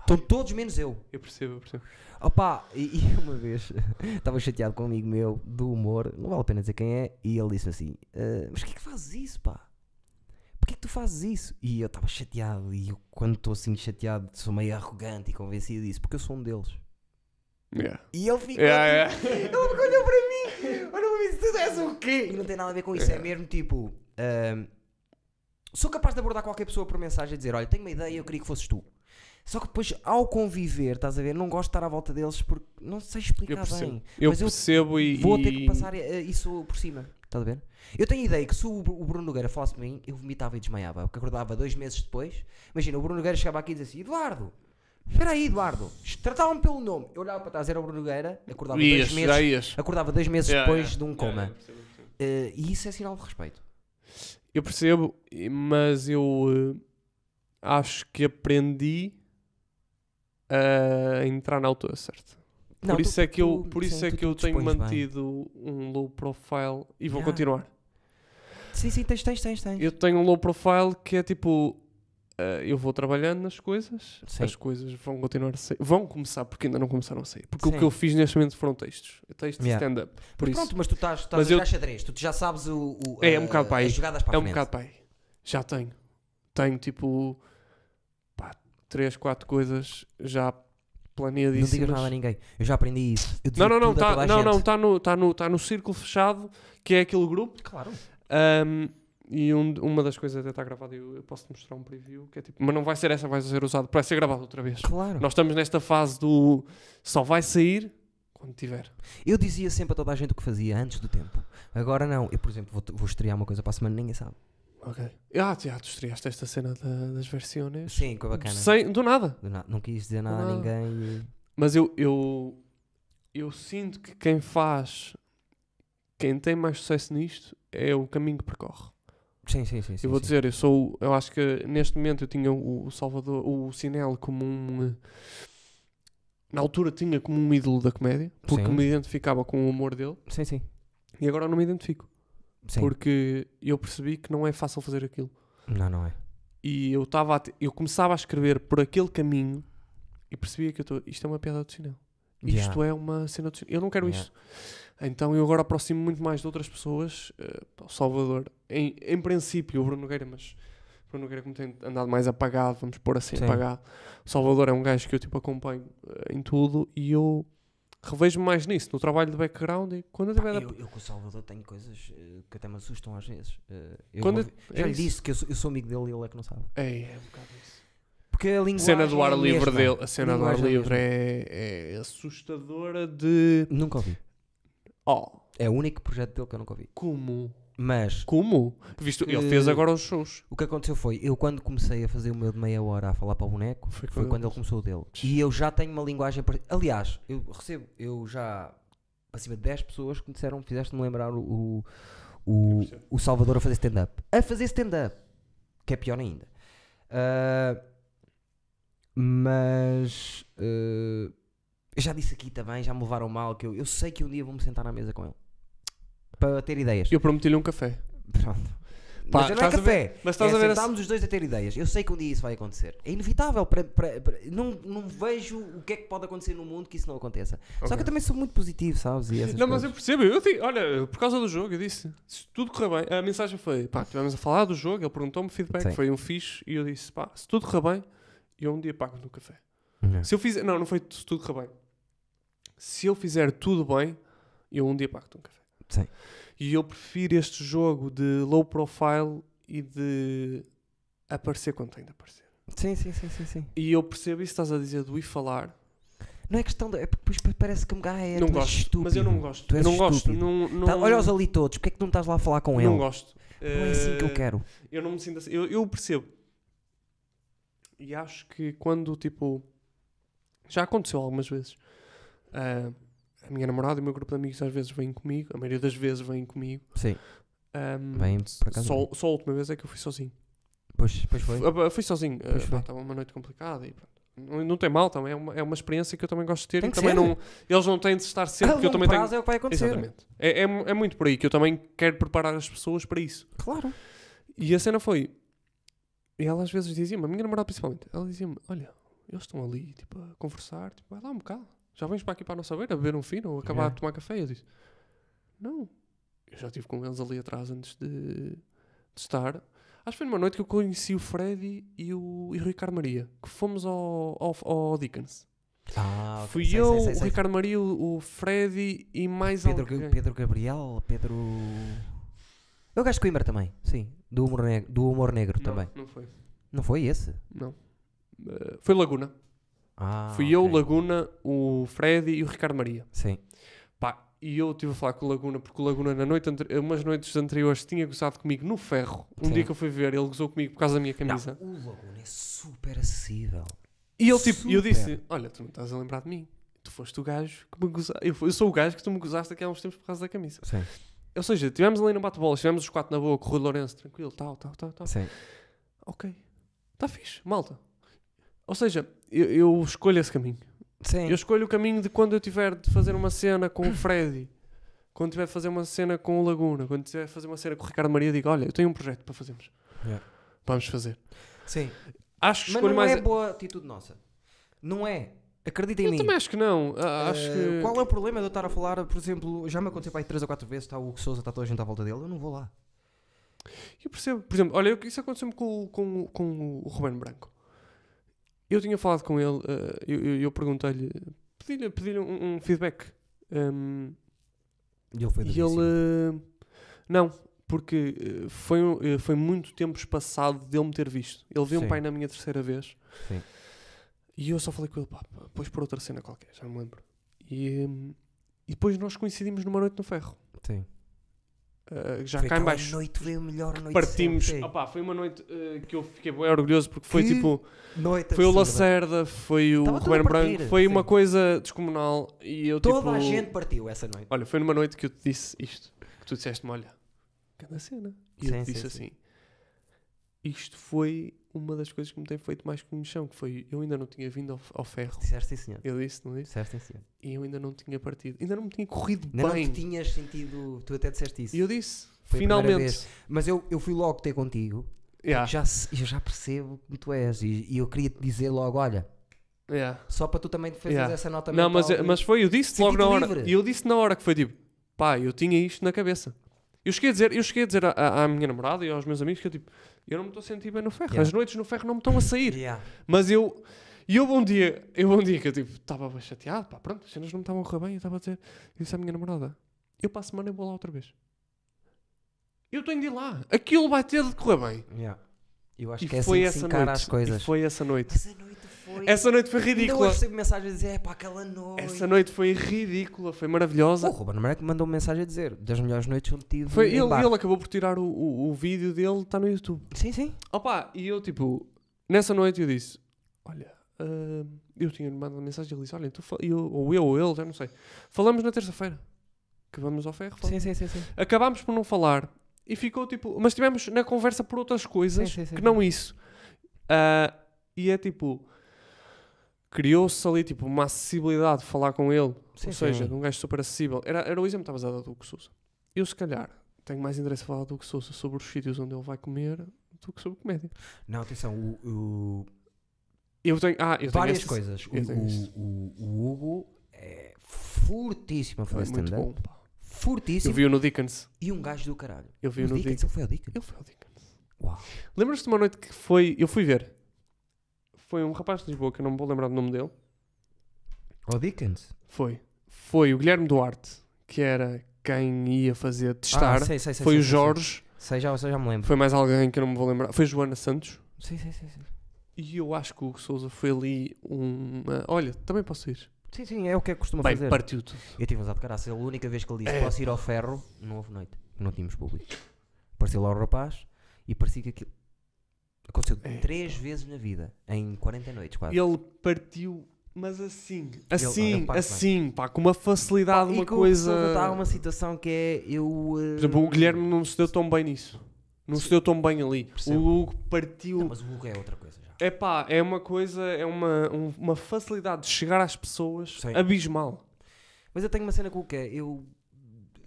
Speaker 1: Estão todos menos eu.
Speaker 2: Eu percebo, eu percebo.
Speaker 1: Opa, e, e uma vez estava chateado com um amigo meu do humor, não vale a pena dizer quem é, e ele disse assim: "Ah, Mas que é que fazes isso, pá? Porquê que tu fazes isso? E eu estava chateado, e eu, quando estou assim chateado, sou meio arrogante e convencido disso, porque eu sou um deles.
Speaker 2: Yeah.
Speaker 1: E ele ficou.
Speaker 2: Yeah,
Speaker 1: tipo- Ele ficou, olhou para mim, olhou para mim, tu és é o quê? E não tem nada a ver com isso, é mesmo tipo. ahm, sou capaz de abordar qualquer pessoa por mensagem e dizer: Olha, tenho uma ideia, eu queria que fosses tu. Só que depois, ao conviver, estás a ver, não gosto de estar à volta deles porque não sei
Speaker 2: Eu
Speaker 1: explicar
Speaker 2: percebo.
Speaker 1: bem.
Speaker 2: Eu
Speaker 1: Mas eu
Speaker 2: percebo e.
Speaker 1: Vou ter que
Speaker 2: e-
Speaker 1: passar eh, isso por cima, estás a ver? Eu tenho ideia que se o Bru- o Bruno Nogueira falasse de mim, eu vomitava e desmaiava, porque acordava dois meses depois. Imagina, o Bruno Nogueira chegava aqui e dizia assim: Eduardo, espera aí, Eduardo, tratavam me pelo nome. Eu olhava para trás, era o Bruno Nogueira, acordava
Speaker 2: Ias,
Speaker 1: dois meses,
Speaker 2: já ias.
Speaker 1: acordava dois meses
Speaker 2: Yeah,
Speaker 1: depois
Speaker 2: yeah.
Speaker 1: de um
Speaker 2: Yeah,
Speaker 1: coma.
Speaker 2: eu percebo, eu percebo.
Speaker 1: Eh, e isso é sinal de respeito.
Speaker 2: Eu percebo, e- mas eu eh, acho que aprendi a entrar na altura certa.
Speaker 1: Não,
Speaker 2: por
Speaker 1: tu-
Speaker 2: isso é que eu,
Speaker 1: tu-
Speaker 2: por isso
Speaker 1: sim,
Speaker 2: é
Speaker 1: tu-
Speaker 2: que eu
Speaker 1: tu
Speaker 2: tenho
Speaker 1: dispões bem.
Speaker 2: mantido um low profile e vou
Speaker 1: Yeah.
Speaker 2: continuar.
Speaker 1: Sim, sim, tens, tens, tens. tens.
Speaker 2: Eu tenho um low profile que é tipo eh, eu vou trabalhando nas coisas,
Speaker 1: Sim.
Speaker 2: as coisas vão continuar a sair, vão começar porque ainda não começaram a sair. Porque o
Speaker 1: Sim.
Speaker 2: que eu fiz neste momento foram textos, textos
Speaker 1: Yeah.
Speaker 2: e stand-up. Por
Speaker 1: Mas
Speaker 2: isso
Speaker 1: Pronto, mas tu estás, estás
Speaker 2: Mas
Speaker 1: a
Speaker 2: eu-
Speaker 1: jogar xadrez, tu já sabes o, o-
Speaker 2: É, é
Speaker 1: a-
Speaker 2: um bocado para aí.
Speaker 1: as jogadas para
Speaker 2: É
Speaker 1: a
Speaker 2: um
Speaker 1: frente.
Speaker 2: bocado, pai. Já tenho. Tenho, tipo, pá, três, quatro coisas já
Speaker 1: Não
Speaker 2: planeadíssimas.
Speaker 1: digas nada a ninguém. Eu já aprendi isso. Eu
Speaker 2: Não,
Speaker 1: dizia
Speaker 2: não, não,
Speaker 1: tudo a
Speaker 2: tá,
Speaker 1: toda a
Speaker 2: não,
Speaker 1: gente.
Speaker 2: não, tá no, tá, no, tá no círculo fechado, que é aquele grupo.
Speaker 1: Claro.
Speaker 2: ahm, e um de- uma das coisas até está gravada, eu, eu posso te mostrar um preview, que é tipo, mas não vai ser essa, vai ser usado, vai ser gravado outra vez.
Speaker 1: Claro.
Speaker 2: Nós estamos nesta fase do só vai sair quando tiver.
Speaker 1: Eu dizia sempre a toda a gente o que fazia antes do tempo. Agora não. Eu, por exemplo, vou, vou estrear uma coisa para a semana, ninguém sabe.
Speaker 2: Ok. Ah, tu- ah, tu estreaste esta cena da- das versões.
Speaker 1: Sim, que é bacana.
Speaker 2: Sem, do nada.
Speaker 1: Do na- Não quis dizer nada
Speaker 2: Ah.
Speaker 1: a ninguém. e-
Speaker 2: Mas eu, eu, eu sinto que quem faz, quem tem mais sucesso nisto é o caminho que percorre.
Speaker 1: Sim, sim, sim. sim
Speaker 2: eu vou
Speaker 1: sim.
Speaker 2: dizer, eu sou, eu acho que neste momento eu tinha o o Salvador, o Sinel como um, eh, na altura tinha como um ídolo da comédia, porque
Speaker 1: Sim.
Speaker 2: me identificava com o humor dele
Speaker 1: Sim, sim.
Speaker 2: e agora não me identifico,
Speaker 1: sim.
Speaker 2: porque eu percebi que não é fácil fazer aquilo.
Speaker 1: Não, não é.
Speaker 2: E eu estava, a te- eu começava a escrever por aquele caminho e percebia que eu estou, isto é uma piada do Sinel. Isto é uma cena de... Eu não quero
Speaker 1: Yeah.
Speaker 2: isto. Então eu agora aproximo muito mais de outras pessoas. eh, pá, o Salvador, em, em princípio, o Bruno Nogueira, mas o Bruno Nogueira, como tem andado mais apagado, vamos pôr assim,
Speaker 1: Sim.
Speaker 2: apagado. O Salvador é um gajo que eu tipo acompanho eh, em tudo e eu revejo-me mais nisso, no trabalho de background. E quando eu
Speaker 1: Pá,
Speaker 2: tiver. é da-
Speaker 1: eu, eu com o Salvador tenho coisas eh, que até me assustam às vezes. Eh, eu
Speaker 2: Quando
Speaker 1: uma
Speaker 2: eu-
Speaker 1: ve-
Speaker 2: é
Speaker 1: já lhe
Speaker 2: isso.
Speaker 1: disse que eu sou, eu sou amigo dele e ele é que não sabe.
Speaker 2: É, é um bocado isso.
Speaker 1: Porque a
Speaker 2: A
Speaker 1: linguagem.
Speaker 2: cena do
Speaker 1: é
Speaker 2: ar
Speaker 1: a
Speaker 2: livre
Speaker 1: mesma.
Speaker 2: dele, a cena do ar
Speaker 1: Linguagem é a
Speaker 2: livre é, é assustadora de.
Speaker 1: Nunca ouvi.
Speaker 2: Oh,
Speaker 1: É o único projeto dele que eu nunca ouvi.
Speaker 2: como?
Speaker 1: Mas
Speaker 2: Como? Visto, ele fez
Speaker 1: Eh,
Speaker 2: agora os shows.
Speaker 1: o que aconteceu foi, eu quando comecei a fazer o meu de meia hora a falar para o boneco, foi,
Speaker 2: Foi quando-
Speaker 1: quando ele começou o dele. E eu já tenho uma linguagem. par- Aliás, eu recebo, eu já para cima de 10 pessoas que me disseram, fizeste-me lembrar o, o, o, o Salvador a fazer stand-up. A fazer stand-up! Que é pior ainda. Ah, Mas eh, eu já disse aqui também, já me levaram mal, que eu, eu sei que um dia vou-me sentar na mesa com ele para ter ideias.
Speaker 2: Eu prometi-lhe um café.
Speaker 1: Pronto.
Speaker 2: Pá,
Speaker 1: mas já não é
Speaker 2: estás a ver-
Speaker 1: café.
Speaker 2: mas estás
Speaker 1: é
Speaker 2: a ver a-
Speaker 1: sentarmos os dois a ter ideias. Eu sei que um dia isso vai acontecer. É inevitável. para- para- para- não, não vejo o que é que pode acontecer no mundo que isso não aconteça. Só que eu também sou muito positivo, sabes? E essas
Speaker 2: Não, mas eu
Speaker 1: coisas.
Speaker 2: percebo. Eu digo, olha, por causa do jogo, eu disse, se tudo correr bem, a mensagem foi, pá, estivemos a falar do jogo, ele perguntou-me feedback,
Speaker 1: Sim.
Speaker 2: foi um fixe, e eu disse, pá, se tudo correr bem, eu um dia pago no café.
Speaker 1: Não.
Speaker 2: Se eu fizer, não, não foi tu- se tudo correr bem. Se eu fizer tudo bem, eu um dia pago-te um café.
Speaker 1: Sim.
Speaker 2: E eu prefiro este jogo de low profile e de aparecer quando tem de aparecer.
Speaker 1: Sim, sim, sim, sim, sim.
Speaker 2: E eu percebo isso que estás a dizer do ir falar.
Speaker 1: Não é questão de. É porque depois parece que um gajo é.
Speaker 2: não
Speaker 1: tu és
Speaker 2: gosto,
Speaker 1: estúpido.
Speaker 2: mas eu não gosto.
Speaker 1: Tu és
Speaker 2: eu não gosto.
Speaker 1: estúpido.
Speaker 2: Não, não,
Speaker 1: Tá, Olha-os ali todos, porque é que não estás lá a falar com ele?
Speaker 2: não gosto. Eh,
Speaker 1: Não é assim que eu quero.
Speaker 2: Eu não me sinto assim. Eu, eu percebo. E acho que quando, tipo. Já aconteceu algumas vezes. Ah, a minha namorada e o meu grupo de amigos às vezes vêm comigo. A maioria das vezes vêm comigo.
Speaker 1: Sim,
Speaker 2: Ah,
Speaker 1: bem, por acaso.
Speaker 2: só, só a última vez é que eu fui sozinho.
Speaker 1: Pois, pois foi.
Speaker 2: F- ah, Fui sozinho.
Speaker 1: Pois foi.
Speaker 2: Estava uma noite complicada e pronto. Não, não tem mal também. É uma, é uma experiência que eu também gosto de ter.
Speaker 1: Tem
Speaker 2: e
Speaker 1: que
Speaker 2: também
Speaker 1: ser.
Speaker 2: não, eles não têm de estar sempre.
Speaker 1: a
Speaker 2: que eu
Speaker 1: longo
Speaker 2: também
Speaker 1: prazo é o que vai
Speaker 2: tenho.
Speaker 1: acontecer.
Speaker 2: Exatamente. É, é, mu- é muito por aí que eu também quero preparar as pessoas para isso.
Speaker 1: Claro.
Speaker 2: E a cena foi. E ela às vezes dizia-me, a minha namorada principalmente, ela dizia-me: Olha, eles estão ali, tipo, a conversar, tipo, vai lá um bocado, já vens para aqui para a nossa beira, beber um fino ou acabar
Speaker 1: Yeah.
Speaker 2: de tomar café. Eu disse: Não, eu já estive com eles ali atrás antes de, de estar. Acho que foi numa noite que eu conheci o Freddy e o, e o Ricardo Maria, que fomos ao, ao, ao Dickens.
Speaker 1: Ah, ok.
Speaker 2: Fui
Speaker 1: Sei,
Speaker 2: eu,
Speaker 1: sei, sei,
Speaker 2: o
Speaker 1: sei.
Speaker 2: Ricardo Maria, o, o Freddy e mais
Speaker 1: Pedro,
Speaker 2: alguém.
Speaker 1: Pedro Gabriel, Pedro. É o gajo de Coimbra também, sim. Do humor, neg- do humor negro
Speaker 2: não,
Speaker 1: também.
Speaker 2: Não foi,
Speaker 1: Não foi esse?
Speaker 2: não. Eh, foi Laguna.
Speaker 1: Ah,
Speaker 2: Fui eu,
Speaker 1: ok.
Speaker 2: Laguna, o Freddy e o Ricardo Maria.
Speaker 1: Sim.
Speaker 2: Pá, e eu estive a falar com o Laguna, porque o Laguna, na noite anter- umas noites anteriores, tinha gozado comigo no ferro. Um
Speaker 1: Sim.
Speaker 2: dia que eu fui ver, ele gozou comigo por causa da minha
Speaker 1: Não,
Speaker 2: camisa.
Speaker 1: o Laguna é super acessível.
Speaker 2: E ele, tipo, eu
Speaker 1: super.
Speaker 2: disse: Olha, tu não estás a lembrar de mim. Tu foste o gajo que me gozaste. Eu, fui- eu sou o gajo que tu me gozaste aqui há uns tempos por causa da camisa.
Speaker 1: Sim,
Speaker 2: Ou seja, estivemos ali no bate-bola, estivemos os quatro na boa, com o Rui Lourenço, tranquilo, tal, tal, tal, tal.
Speaker 1: sim.
Speaker 2: Ok, está fixe, malta. Ou seja, eu- eu escolho esse caminho.
Speaker 1: Sim.
Speaker 2: Eu escolho o caminho de quando eu tiver de fazer uma cena com o Freddy, quando tiver de fazer uma cena com o Laguna, quando tiver de fazer uma cena com o Ricardo Maria, digo: Olha, eu tenho um projeto para fazermos.
Speaker 1: Yeah.
Speaker 2: Vamos fazer.
Speaker 1: Sim.
Speaker 2: Acho que
Speaker 1: Mas
Speaker 2: escolho
Speaker 1: não
Speaker 2: mais.
Speaker 1: é boa atitude nossa. Não é. Acredita em
Speaker 2: eu
Speaker 1: mim.
Speaker 2: também acho que não. Ah, acho
Speaker 1: Eh,
Speaker 2: que.
Speaker 1: Qual é o problema de eu estar a falar, por exemplo, já me aconteceu para aí 3 ou 4 vezes, está o Hugo Souza, está toda a gente à volta dele, eu não vou lá.
Speaker 2: Eu percebo. Por exemplo, olha, eu- isso aconteceu-me com, o- com, o- com o Ruben Branco. Eu tinha falado com ele, eh, eu, eu- eu perguntei-lhe, pedi-lhe pedi um, um feedback. Ehm,
Speaker 1: E ele foi
Speaker 2: E ele. eh, Não, porque eh, foi, um- eh, foi muito tempo espaçado de ele me ter visto. Ele viu
Speaker 1: Sim.
Speaker 2: um pai na minha terceira vez.
Speaker 1: Sim.
Speaker 2: E eu só falei com ele, pá, depois por outra cena qualquer, já não me lembro. E, eh, e depois nós coincidimos numa noite no ferro.
Speaker 1: Sim.
Speaker 2: eh, já
Speaker 1: Foi
Speaker 2: cá em
Speaker 1: aquela
Speaker 2: baixo.
Speaker 1: noite, foi a melhor noite
Speaker 2: Partimos.
Speaker 1: sempre.
Speaker 2: Opá, foi uma noite eh, que eu fiquei bem orgulhoso porque foi
Speaker 1: Que
Speaker 2: tipo.
Speaker 1: Noite
Speaker 2: Foi o
Speaker 1: absurda.
Speaker 2: Lacerda, foi o
Speaker 1: Tava tudo a
Speaker 2: Ruben
Speaker 1: partir,
Speaker 2: Branco, foi
Speaker 1: sim.
Speaker 2: uma coisa descomunal. E eu
Speaker 1: Toda
Speaker 2: tipo.
Speaker 1: a gente partiu essa noite.
Speaker 2: Olha, foi numa noite que eu te disse isto. Que tu disseste-me, olha, cada cena.
Speaker 1: Sim,
Speaker 2: E eu te
Speaker 1: sim,
Speaker 2: disse
Speaker 1: sim.
Speaker 2: assim. Isto foi uma das coisas que me tem feito mais comichão, que foi eu ainda não tinha vindo ao, ao ferro.
Speaker 1: Disseste sim, senhor.
Speaker 2: Eu disse, não disse?
Speaker 1: Disseste sim, senhor.
Speaker 2: E eu ainda não tinha partido. Ainda não me tinha corrido
Speaker 1: Não, não,
Speaker 2: bem.
Speaker 1: tu tinhas sentido, tu até disseste isso.
Speaker 2: E eu disse,
Speaker 1: Foi a primeira
Speaker 2: finalmente.
Speaker 1: vez. Mas eu, eu fui logo ter contigo,
Speaker 2: Yeah,
Speaker 1: já, se- eu já percebo como tu és e, e eu queria te dizer logo, olha,
Speaker 2: yeah.
Speaker 1: só para tu também te fazeres
Speaker 2: Yeah.
Speaker 1: essa nota
Speaker 2: Não, mas,
Speaker 1: mental de-
Speaker 2: mas foi, eu disse logo na
Speaker 1: Senti-te
Speaker 2: hora.
Speaker 1: livre.
Speaker 2: E eu disse na hora que foi tipo, pá, eu tinha isto na cabeça. Eu cheguei a dizer, eu cheguei a dizer à- à, à minha namorada e aos meus amigos que eu tipo, eu não me estou a sentir bem no ferro.
Speaker 1: Yeah.
Speaker 2: As noites no ferro não me estão a sair.
Speaker 1: Yeah.
Speaker 2: Mas eu. E houve um dia, eu um dia que eu tipo, estava bem chateado, pá, pronto, as cenas não me estavam a correr bem, eu estava a dizer, eu disse à minha namorada, eu para a semana eu vou lá outra vez. Eu tenho de ir lá, aquilo vai ter de correr bem.
Speaker 1: Yeah. Eu acho
Speaker 2: e
Speaker 1: que é
Speaker 2: foi
Speaker 1: assim que se
Speaker 2: essa
Speaker 1: encara
Speaker 2: noite.
Speaker 1: as coisas.
Speaker 2: E foi essa noite.
Speaker 1: Essa noite foi.
Speaker 2: Essa noite foi
Speaker 1: Ainda
Speaker 2: ridícula.
Speaker 1: hoje recebo mensagens a dizer, é pá, aquela noite.
Speaker 2: Essa noite foi ridícula, foi maravilhosa.
Speaker 1: O Ruben Marek mandou uma mensagem a dizer, das melhores noites onde tive.
Speaker 2: Foi,
Speaker 1: em
Speaker 2: ele,
Speaker 1: bar."
Speaker 2: ele acabou por tirar o, o, o vídeo dele, está no YouTube.
Speaker 1: Sim, sim.
Speaker 2: Opa, e eu tipo, nessa noite eu disse: Olha, hum, eu tinha-lhe mandado uma mensagem. Ele disse: Olha, tu fa- eu, ou eu ou ele, já não sei. Falamos na terça-feira. Que vamos ao ferro. falamos.
Speaker 1: Sim, sim, sim. sim.
Speaker 2: Acabámos por não falar. E ficou tipo. Mas estivemos na conversa por outras coisas
Speaker 1: Sim, sim, sim,
Speaker 2: que
Speaker 1: sim.
Speaker 2: não isso. Ah, e é tipo. criou-se ali tipo uma acessibilidade de falar com ele,
Speaker 1: Sim,
Speaker 2: ou seja,
Speaker 1: sim.
Speaker 2: de um gajo super acessível. Era, era o exemplo que estavas a dar do Hugo Sousa. Eu, se calhar, tenho mais interesse a falar do Hugo Sousa sobre os sítios onde ele vai comer do que sobre comédia.
Speaker 1: Não, atenção, o, o-
Speaker 2: Eu tenho, ah, eu
Speaker 1: várias
Speaker 2: tenho esse-
Speaker 1: coisas. O,
Speaker 2: eu tenho
Speaker 1: o-
Speaker 2: esse.
Speaker 1: o- o Hugo é fortíssimo a
Speaker 2: Ah,
Speaker 1: fazer
Speaker 2: muito
Speaker 1: stand-up.
Speaker 2: bom. pá. Eu
Speaker 1: Fortíssimo.
Speaker 2: vi-o no Dickens.
Speaker 1: E um gajo do caralho.
Speaker 2: Eu vi-o
Speaker 1: O
Speaker 2: no
Speaker 1: Dickens,
Speaker 2: Dickens.
Speaker 1: ele foi ao Dickens.
Speaker 2: Ele foi ao Dickens.
Speaker 1: Uau.
Speaker 2: Lembras-te de uma noite que foi. Eu fui ver. Foi um rapaz de Lisboa que eu não me vou lembrar do nome dele.
Speaker 1: Ao Dickens?
Speaker 2: Foi. Foi o Guilherme Duarte, que era quem ia fazer testar.
Speaker 1: Ah, sei, sei, sei,
Speaker 2: foi
Speaker 1: sei,
Speaker 2: o
Speaker 1: sei,
Speaker 2: Jorge.
Speaker 1: Sei, já, sei, já me lembro.
Speaker 2: Foi mais alguém que eu não me vou lembrar. Foi Joana Santos.
Speaker 1: Sim, sim, sim. sim.
Speaker 2: E eu acho que o Hugo Souza foi ali uma. Olha, também posso ir.
Speaker 1: Sim, sim, é o que é que costuma
Speaker 2: Bem,
Speaker 1: fazer.
Speaker 2: partiu tudo.
Speaker 1: Eu tive um zap de caraças. A única vez que ele disse
Speaker 2: É.
Speaker 1: posso ir ao ferro, não houve noite. Não tínhamos público. Apareceu lá o rapaz e parecia que aquilo. Aconteceu
Speaker 2: É.
Speaker 1: três vezes na vida, em 40 noites quase.
Speaker 2: Ele partiu, mas assim. Assim,
Speaker 1: ele parte
Speaker 2: assim, pá, com uma facilidade,
Speaker 1: E
Speaker 2: uma
Speaker 1: que o
Speaker 2: coisa.
Speaker 1: Sousa está a uma situação que é eu. eh,
Speaker 2: Por exemplo, o Guilherme não se deu tão bem nisso. Não se deu tão bem ali.
Speaker 1: Percebo.
Speaker 2: O Hugo partiu.
Speaker 1: Não, mas o Hugo é outra coisa já.
Speaker 2: É pá, é uma coisa, é uma, um- uma facilidade de chegar às pessoas
Speaker 1: Sim.
Speaker 2: abismal.
Speaker 1: Mas eu tenho uma cena com o que é. Eu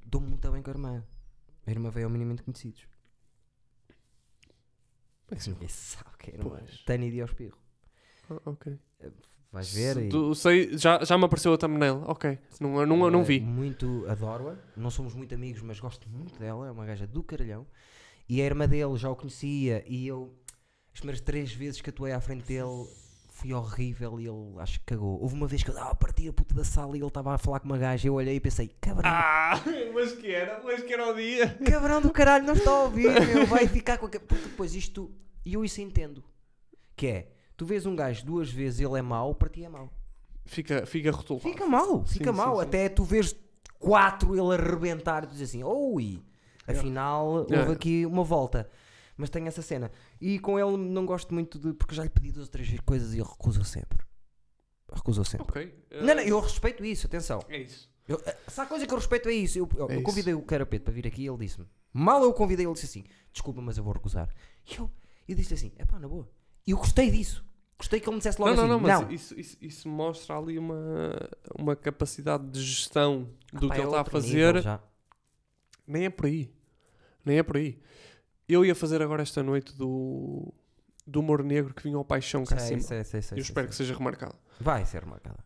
Speaker 1: dou-me muito bem com a irmã. A irmã veio ao minimamente conhecidos. Ninguém sabe o que é a irmã.
Speaker 2: Pois.
Speaker 1: Tânia de Ospirro.
Speaker 2: Ah, ok.
Speaker 1: Vais ver e.
Speaker 2: Tu- sei, já, já me apareceu a thumbnail. Ok. Não, eu não, eu não
Speaker 1: Eh,
Speaker 2: vi.
Speaker 1: Muito adoro-a. Não somos muito amigos, mas gosto muito dela. É uma gaja do caralhão. E a irmã dele já o conhecia. E eu, as primeiras três vezes que atuei à frente dele, fui horrível. E ele acho que cagou. Houve uma vez que eu dava a partir a puta da sala e ele estava a falar com uma gaja. Eu olhei e pensei: cabrão,
Speaker 2: Ah, mas que era, mas que era o dia.
Speaker 1: cabrão do caralho, não está a ouvir. Meu, vai ficar com. a ca- Porque depois isto. E eu isso entendo. Que é: tu vês um gajo duas vezes, ele é mau, para ti é mau.
Speaker 2: Fica, fica rotulado.
Speaker 1: Fica mal, fica
Speaker 2: sim,
Speaker 1: mal.
Speaker 2: sim.
Speaker 1: Até tu vês quatro ele arrebentar e tu dizes assim, ui,
Speaker 2: É.
Speaker 1: afinal houve
Speaker 2: Yeah.
Speaker 1: aqui uma volta. Mas tem essa cena. E com ele não gosto muito de. Porque já lhe pedi duas ou três coisas e ele recusa sempre. Recusou sempre.
Speaker 2: Ok. eh,
Speaker 1: Não, não, eu respeito isso, atenção.
Speaker 2: É isso.
Speaker 1: Eu, eh, se há coisa que eu respeito é isso. Eu, eu-
Speaker 2: É
Speaker 1: eu
Speaker 2: isso.
Speaker 1: convidei o Carapete para vir aqui e ele disse-me. Mal eu o convidei, ele disse assim: Desculpa, mas eu vou recusar. E eu, eu disse assim: É pá, na boa. E eu gostei disso. Gostei que ele me dissesse logo
Speaker 2: não,
Speaker 1: assim:
Speaker 2: não, não, mas
Speaker 1: não.
Speaker 2: Isso, isso, isso mostra ali uma, uma capacidade de gestão do
Speaker 1: Pá,
Speaker 2: que
Speaker 1: é
Speaker 2: ele está a
Speaker 1: outro nível
Speaker 2: fazer.
Speaker 1: já.
Speaker 2: Nem é por aí. Nem é por aí. Eu ia fazer agora esta noite do, do humor negro que vinha ao Paixão cá
Speaker 1: Sei,
Speaker 2: acima.
Speaker 1: sei, sei, sei,
Speaker 2: Eu
Speaker 1: sei,
Speaker 2: espero
Speaker 1: sei.
Speaker 2: que seja remarcado.
Speaker 1: Vai ser marcada.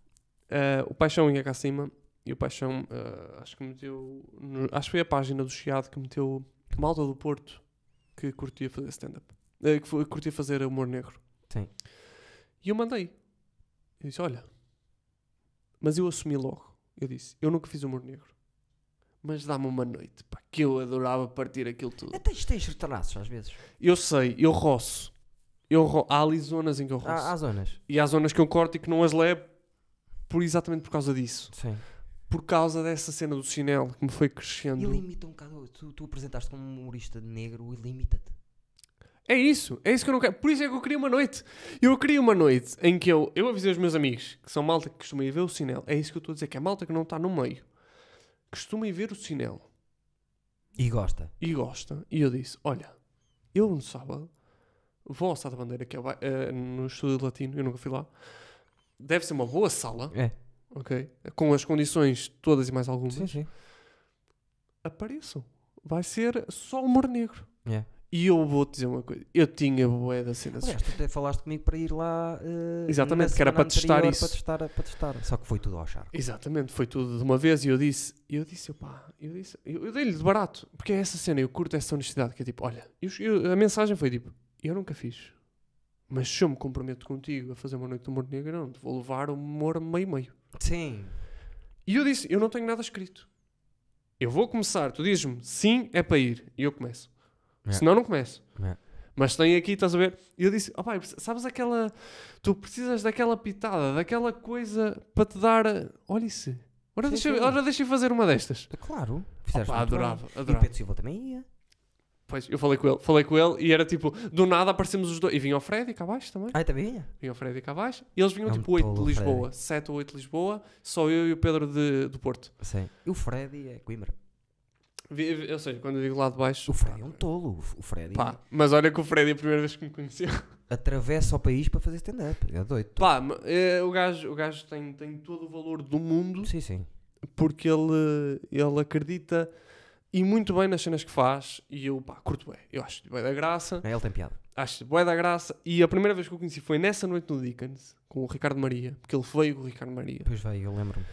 Speaker 2: Ah, o Paixão ia cá acima e o Paixão ah, acho que meteu. no- acho que foi a página do Chiado que meteu Malta do Porto que curtia fazer stand-up. Ah, que foi- curtia fazer humor negro.
Speaker 1: Sim.
Speaker 2: E eu mandei. Eu disse: Olha. Mas eu assumi logo. Eu disse: Eu nunca fiz humor negro. Mas dá-me uma noite, pá, que eu adorava partir aquilo tudo.
Speaker 1: Até isto tem estraços às vezes.
Speaker 2: Eu sei, eu roço. Eu ro- Há ali zonas em que eu roço.
Speaker 1: Há, há zonas.
Speaker 2: E há zonas que eu corto e que não as levo por exatamente por causa disso.
Speaker 1: Sim.
Speaker 2: Por causa dessa cena do sinal que me foi
Speaker 1: E
Speaker 2: crescendo.
Speaker 1: limita um bocado. Tu, tu apresentaste como um humorista negro e limita-te.
Speaker 2: É isso, é isso que eu não quero. Por isso é que eu queria uma noite. Eu queria uma noite em que eu, eu avisei os meus amigos, que são malta que costuma ir ver o sinal. É isso que eu estou a dizer, que é malta que não está no meio. Costuma ir ver o sinal.
Speaker 1: E gosta.
Speaker 2: e gosta. E eu disse: Olha, eu no sábado vou ao Sá da Bandeira, que é o ba- eh, no estúdio latino, eu nunca fui lá. Deve ser uma boa sala,
Speaker 1: É.
Speaker 2: ok? Com as condições todas e mais algumas.
Speaker 1: Sim, sim.
Speaker 2: Apareço. Vai ser só humor negro.
Speaker 1: É.
Speaker 2: E eu vou-te dizer uma coisa: eu tinha boé da cena.
Speaker 1: Aliás, tu até falaste comigo para ir lá. eh,
Speaker 2: Exatamente,
Speaker 1: na
Speaker 2: que era
Speaker 1: semana
Speaker 2: para testar
Speaker 1: anterior,
Speaker 2: isso.
Speaker 1: Para testar, para testar. Só que foi tudo ao charco.
Speaker 2: Exatamente, foi tudo de uma vez e eu disse, e eu disse, opá, eu disse, eu, eu dei-lhe de barato, porque é essa cena, eu curto essa honestidade, que é tipo, olha, eu- eu- a mensagem foi tipo, eu nunca fiz, mas se eu me comprometo contigo a fazer uma noite de humor negro, não, te vou levar o humor meio-meio.
Speaker 1: Sim.
Speaker 2: E eu disse, eu não tenho nada escrito. Eu vou começar, tu dizes-me, sim, é para ir, e eu começo.
Speaker 1: É.
Speaker 2: Senão não começo.
Speaker 1: É.
Speaker 2: Mas tem aqui, estás a ver? E eu disse, opá, sabes aquela, tu precisas daquela pitada, daquela coisa para te dar, olha isso. Ora
Speaker 1: Sim,
Speaker 2: deixa,
Speaker 1: sim.
Speaker 2: ora deixa eu fazer uma destas.
Speaker 1: Claro.
Speaker 2: Opa,
Speaker 1: muito bem.
Speaker 2: adorava,
Speaker 1: E o
Speaker 2: adorava.
Speaker 1: Pedro Silva também ia.
Speaker 2: Pois, eu falei com ele, falei com ele e era tipo, do nada aparecemos os dois. E vinha o Freddy cá abaixo também.
Speaker 1: Ah, também ia?
Speaker 2: Vinha o Freddy cá abaixo. E eles vinham
Speaker 1: É um
Speaker 2: tipo 8 de
Speaker 1: tolo,
Speaker 2: Lisboa, 7 ou 8 de Lisboa, só eu e o Pedro de, do Porto.
Speaker 1: Sim. E o Freddy é Coimbra.
Speaker 2: Vi- vi- Ou seja, quando eu digo lá de
Speaker 1: é
Speaker 2: baixo.
Speaker 1: um O Freddy é um tolo. O F- O Freddy.
Speaker 2: Pá, mas olha que o Freddy, a primeira é vez que me conheceu,
Speaker 1: atravessa o país para fazer stand-up. É doido.
Speaker 2: Pá, ma- é, o gajo, o gajo tem, tem todo o valor do mundo
Speaker 1: Sim, sim.
Speaker 2: porque ele, ele acredita e muito bem nas cenas que faz e eu, pá, curto bem. Eu acho bem da graça,
Speaker 1: Não, Ele tem piada.
Speaker 2: acho bem da graça e a primeira vez que o conheci foi nessa noite no Dickens com o Ricardo Maria, porque ele veio com o Ricardo Maria.
Speaker 1: Depois vai, eu lembro-me.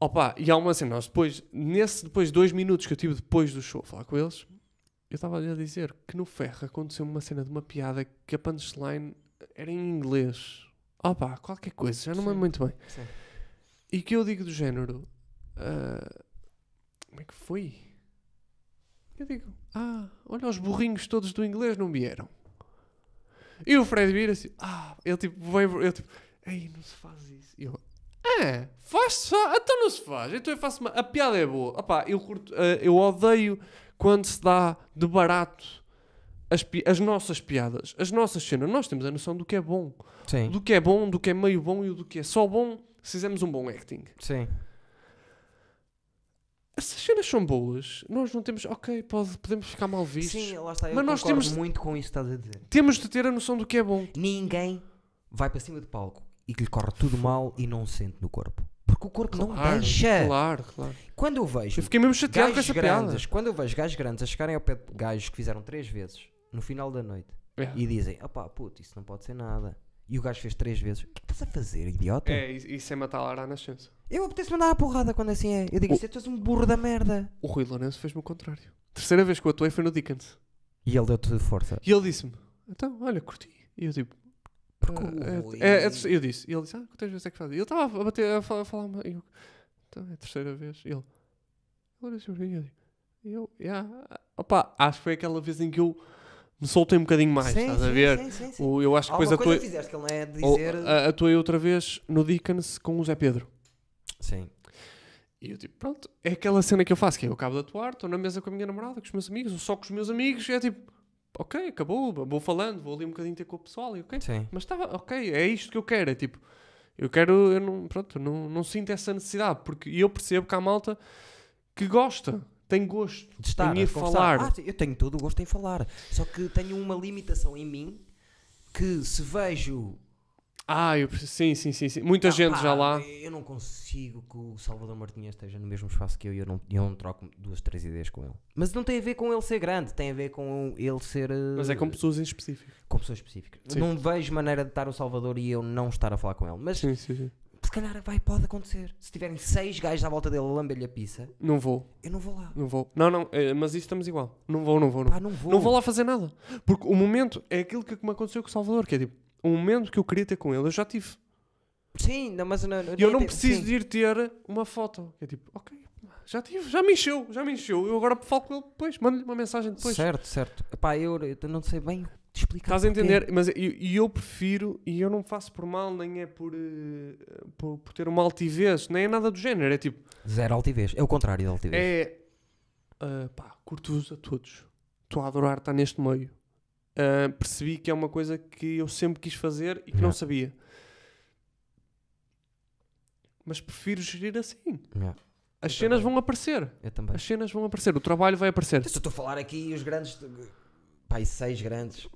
Speaker 2: Opa, e há uma cena, nós depois, nesse depois dois minutos que eu tive depois do show a falar com eles, eu estava a dizer que no ferro aconteceu uma cena de uma piada que a punchline era em inglês. Opa, qualquer coisa, já não me lembro muito bem.
Speaker 1: Sim.
Speaker 2: E que eu digo do género, ah, como é que foi? Eu digo, ah, olha os burrinhos todos do inglês não vieram. E o Fred vira assim, ah, ele tipo, vem, eu tipo, ei, não se faz isso. E eu, é, faz-se, faz, então não se faz, então eu faço uma, a piada é boa. Opá, eu, curto, eh, eu odeio quando se dá de barato as, pi- as nossas piadas, as nossas cenas. Nós temos a noção do que é bom,
Speaker 1: Sim.
Speaker 2: do que é bom, do que é meio bom e do que é só bom se fizermos um bom acting.
Speaker 1: Sim.
Speaker 2: Essas cenas são boas, nós não temos, ok, pode, podemos ficar mal vistos.
Speaker 1: Sim, lá está. Eu
Speaker 2: Mas nós
Speaker 1: concordo
Speaker 2: temos-
Speaker 1: muito com isso que estás a dizer.
Speaker 2: Temos de ter a noção do que é bom.
Speaker 1: Ninguém vai para cima do palco e que lhe corre tudo mal e não sente no corpo. Porque o corpo não deixa.
Speaker 2: Claro, claro.
Speaker 1: Quando eu vejo
Speaker 2: Eu fiquei mesmo chateado com
Speaker 1: gajos
Speaker 2: essa
Speaker 1: grandes, quando eu vejo gajos grandes a chegarem ao pé de gajos que fizeram três vezes no final da noite
Speaker 2: piada.
Speaker 1: e dizem, opá, puto, isso não pode ser nada. E o gajo fez três vezes. O que é que estás a fazer, idiota?
Speaker 2: É, i- isso é matar a Lara à nascença.
Speaker 1: Eu apetece mandar a porrada quando assim é. Eu digo,
Speaker 2: O-
Speaker 1: "Você tu és um burro da merda.
Speaker 2: O Rui Lourenço fez-me o contrário. Terceira vez que eu atuei foi no Dickens.
Speaker 1: E ele deu-te força.
Speaker 2: E ele disse-me, então, olha, curti. E eu tipo,
Speaker 1: Porque
Speaker 2: "Ah, é-
Speaker 1: o Rui-
Speaker 2: é, é, a terce-" eu disse, e ele disse, ah, quantas vezes é que faz? E ele estava a bater, a falar, a falar uma- e eu, então é a terceira vez. E ele, olha, seu Rui", e eu digo, e eu, "Ya." opa, acho que foi aquela vez em que eu me soltei um bocadinho mais,
Speaker 1: Sim,
Speaker 2: estás a
Speaker 1: sim,
Speaker 2: ver?
Speaker 1: Sim, sim, sim.
Speaker 2: Ou eu acho que depois
Speaker 1: Alguma coisa
Speaker 2: atuei,
Speaker 1: fizeste que ele não é de
Speaker 2: ou,
Speaker 1: dizer.
Speaker 2: a- atuei outra vez no Dickens com o Zé Pedro.
Speaker 1: Sim.
Speaker 2: E eu tipo, pronto, é aquela cena que eu faço, que é eu acabo de atuar, estou na mesa com a minha namorada, com os meus amigos, ou só com os meus amigos, e é tipo, ok, acabou, vou falando, vou ali um bocadinho ter com o pessoal, e ok,
Speaker 1: Sim.
Speaker 2: mas estava, ok, é isto que eu quero. É tipo, eu quero, eu não, pronto, não, não sinto essa necessidade, porque eu percebo que há malta que gosta, tem gosto.
Speaker 1: de estar
Speaker 2: Em ir
Speaker 1: a conversar.
Speaker 2: falar.
Speaker 1: Ah, sim, eu tenho todo o gosto em falar. Só que tenho uma limitação em mim que se vejo.
Speaker 2: Ah, eu percebo, sim, sim, sim, sim. Muita
Speaker 1: Ah,
Speaker 2: gente
Speaker 1: pá,
Speaker 2: já lá.
Speaker 1: Eu não consigo que o Salvador Martinha esteja no mesmo espaço que eu e eu não, eu não troco duas, três ideias com ele. Mas não tem a ver com ele ser grande, tem a ver com ele ser. eh,
Speaker 2: Mas é com pessoas em específico.
Speaker 1: com pessoas específicas.
Speaker 2: Sim.
Speaker 1: Não vejo maneira de estar o Salvador e eu não estar a falar com ele. Mas
Speaker 2: Sim, sim, sim.
Speaker 1: se calhar vai, pode acontecer. Se tiverem seis gajos à volta dele a lamber-lhe a pizza,
Speaker 2: Não vou,
Speaker 1: eu não vou lá.
Speaker 2: não vou. Não, não, eh, mas isso estamos igual. Não vou, não vou, não
Speaker 1: Pá, não vou.
Speaker 2: Não vou lá fazer nada. Porque o momento é aquilo que me aconteceu com o Salvador, que é tipo, o momento que eu queria ter com ele, eu já tive.
Speaker 1: Sim, não, mas não,
Speaker 2: E eu não preciso de ir ter uma foto. Que é tipo, ok, já tive, já me encheu, já me encheu. Eu agora falo com ele depois, mando-lhe uma mensagem depois.
Speaker 1: Certo, certo. Epá, eu, eu não sei bem te explicar.
Speaker 2: Estás a
Speaker 1: porquê.
Speaker 2: entender? Mas e e eu prefiro, e eu não faço por mal, nem é por, eh, por, por ter uma altivez, nem é nada do género. É tipo,
Speaker 1: Zero altivez. É o contrário da altivez.
Speaker 2: é ah, pá, curto-vos a todos. Estou a adorar estar neste meio. Ah, percebi que é uma coisa que eu sempre quis fazer e que não
Speaker 1: Yeah.
Speaker 2: sabia. Mas prefiro gerir assim.
Speaker 1: Yeah,
Speaker 2: As
Speaker 1: Eu
Speaker 2: cenas
Speaker 1: também.
Speaker 2: vão aparecer.
Speaker 1: eu também.
Speaker 2: As cenas vão aparecer, o trabalho vai aparecer.
Speaker 1: Então, Se eu estou a falar aqui e os grandes. Pá, e seis grandes.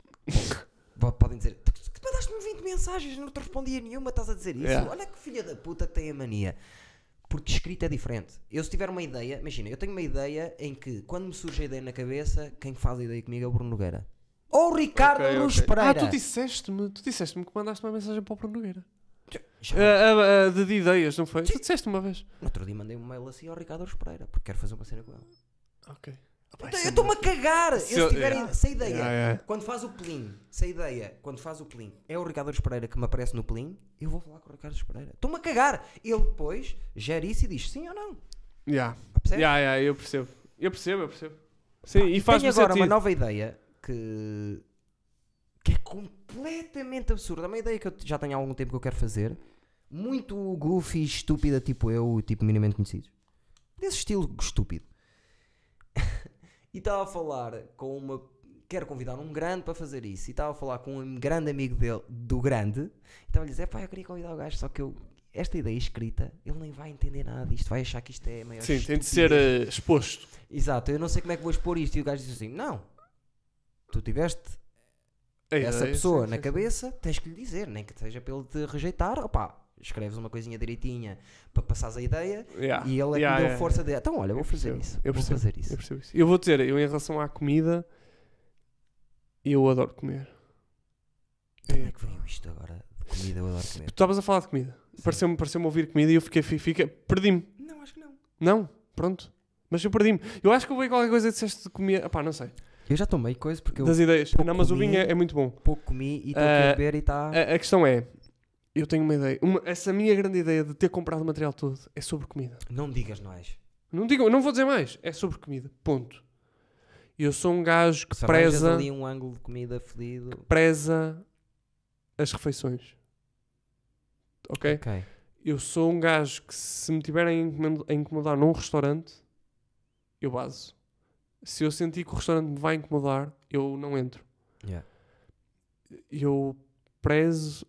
Speaker 1: po- Podem dizer. "Tu- Tu mandaste-me 20 mensagens, não te respondia nenhuma, estás a dizer isso?
Speaker 2: Yeah.
Speaker 1: Olha que filha da puta que tem a mania. Porque escrita é diferente. Eu se tiver uma ideia, imagina, eu tenho uma ideia em que quando me surge a ideia na cabeça, quem faz a ideia comigo é o Bruno Nogueira. Ou o Ricardo
Speaker 2: Ok,
Speaker 1: Luz
Speaker 2: ok.
Speaker 1: Pereira.
Speaker 2: Ah, tu disseste-me, tu disseste-me que mandaste uma mensagem para o Bruno Nogueira.
Speaker 1: Já-
Speaker 2: Ah, ah, ah, de ideias, não foi? Tu disseste uma vez.
Speaker 1: No outro dia mandei um mail assim ao Ricardo Luz Pereira, porque quero fazer uma cena com ele.
Speaker 2: Ok.
Speaker 1: Então,
Speaker 2: é
Speaker 1: eu estou-me a cagar!
Speaker 2: Se
Speaker 1: eu,
Speaker 2: eu-
Speaker 1: se tiver
Speaker 2: yeah.
Speaker 1: essa ideia,
Speaker 2: Yeah, yeah.
Speaker 1: quando faz o Plim, se a ideia, quando faz o Plim, é o Ricardo Aros Pereira que me aparece no Plim, eu vou falar com o Ricardo Aros Pereira. Estou-me a cagar! Ele depois gere isso e diz sim ou não.
Speaker 2: Yeah.
Speaker 1: Percebe?
Speaker 2: Yeah, yeah, eu percebo. Eu percebo, eu percebo. Sim, e
Speaker 1: Tenho
Speaker 2: faz-me
Speaker 1: agora
Speaker 2: sentido.
Speaker 1: uma nova ideia que, que é completamente absurda. É Uma ideia que eu já tenho há algum tempo que eu quero fazer, muito goofy, estúpida, tipo eu, tipo minimamente conhecidos. Desse estilo estúpido. e estava a falar com uma. Quero convidar um grande para fazer isso. E estava a falar com um grande amigo dele, do grande. Então E estava a lhe dizer: pá, eu queria convidar o gajo, só que eu. Esta ideia escrita, ele nem vai entender nada disto, vai achar que isto é a maior
Speaker 2: Sim, tem de
Speaker 1: estupidez."
Speaker 2: ser eh, exposto.
Speaker 1: Exato, eu não sei como é que vou expor isto. E o gajo disse assim: Não, tu tiveste
Speaker 2: A
Speaker 1: essa
Speaker 2: ideia,
Speaker 1: pessoa
Speaker 2: sim,
Speaker 1: na
Speaker 2: sim, sim.
Speaker 1: cabeça, tens que lhe dizer, nem que seja para ele te rejeitar, opá, escreves uma coisinha direitinha para passares a ideia
Speaker 2: Yeah,
Speaker 1: e ele é
Speaker 2: Ah, yeah,
Speaker 1: que me deu
Speaker 2: yeah.
Speaker 1: força de. Então, olha, vou fazer
Speaker 2: percebo,
Speaker 1: isso.
Speaker 2: eu
Speaker 1: vou
Speaker 2: percebo,
Speaker 1: fazer isso.
Speaker 2: Eu percebo isso. Eu vou dizer, eu em relação à comida, eu adoro comer.
Speaker 1: Como
Speaker 2: É,
Speaker 1: é que veio isto agora de comida? Eu adoro
Speaker 2: Tu
Speaker 1: comer.
Speaker 2: estavas a falar de comida. Pareceu-me pareceu ouvir comida e eu fiquei, fi- fica, perdi-me.
Speaker 1: Não, acho que não.
Speaker 2: Não, pronto. Mas eu perdi-me. Eu acho que eu ouvi qualquer coisa e disseste de comida. Ah, pá, não sei.
Speaker 1: Eu já tomei coisa porque eu
Speaker 2: das ideias.
Speaker 1: pouco
Speaker 2: Não, mas o
Speaker 1: comi.
Speaker 2: vinho é, é muito bom.
Speaker 1: pouco comi e estou aqui
Speaker 2: Ah,
Speaker 1: a beber e tá- está.
Speaker 2: A, a questão é, eu tenho uma ideia. Uma- essa minha grande ideia de ter comprado o material todo é sobre comida.
Speaker 1: Não me digas mais.
Speaker 2: Não digo, não vou dizer mais. É sobre comida. Ponto. Eu sou um gajo que
Speaker 1: Se arranjas
Speaker 2: preza,
Speaker 1: ali um ângulo de comida fedido.
Speaker 2: preza as refeições. Ok?
Speaker 1: Ok.
Speaker 2: Eu sou um gajo que se me tiverem a incomen- a incomodar num restaurante, eu baso. Se eu sentir que o restaurante me vai incomodar, eu não entro.
Speaker 1: Yeah.
Speaker 2: Eu prezo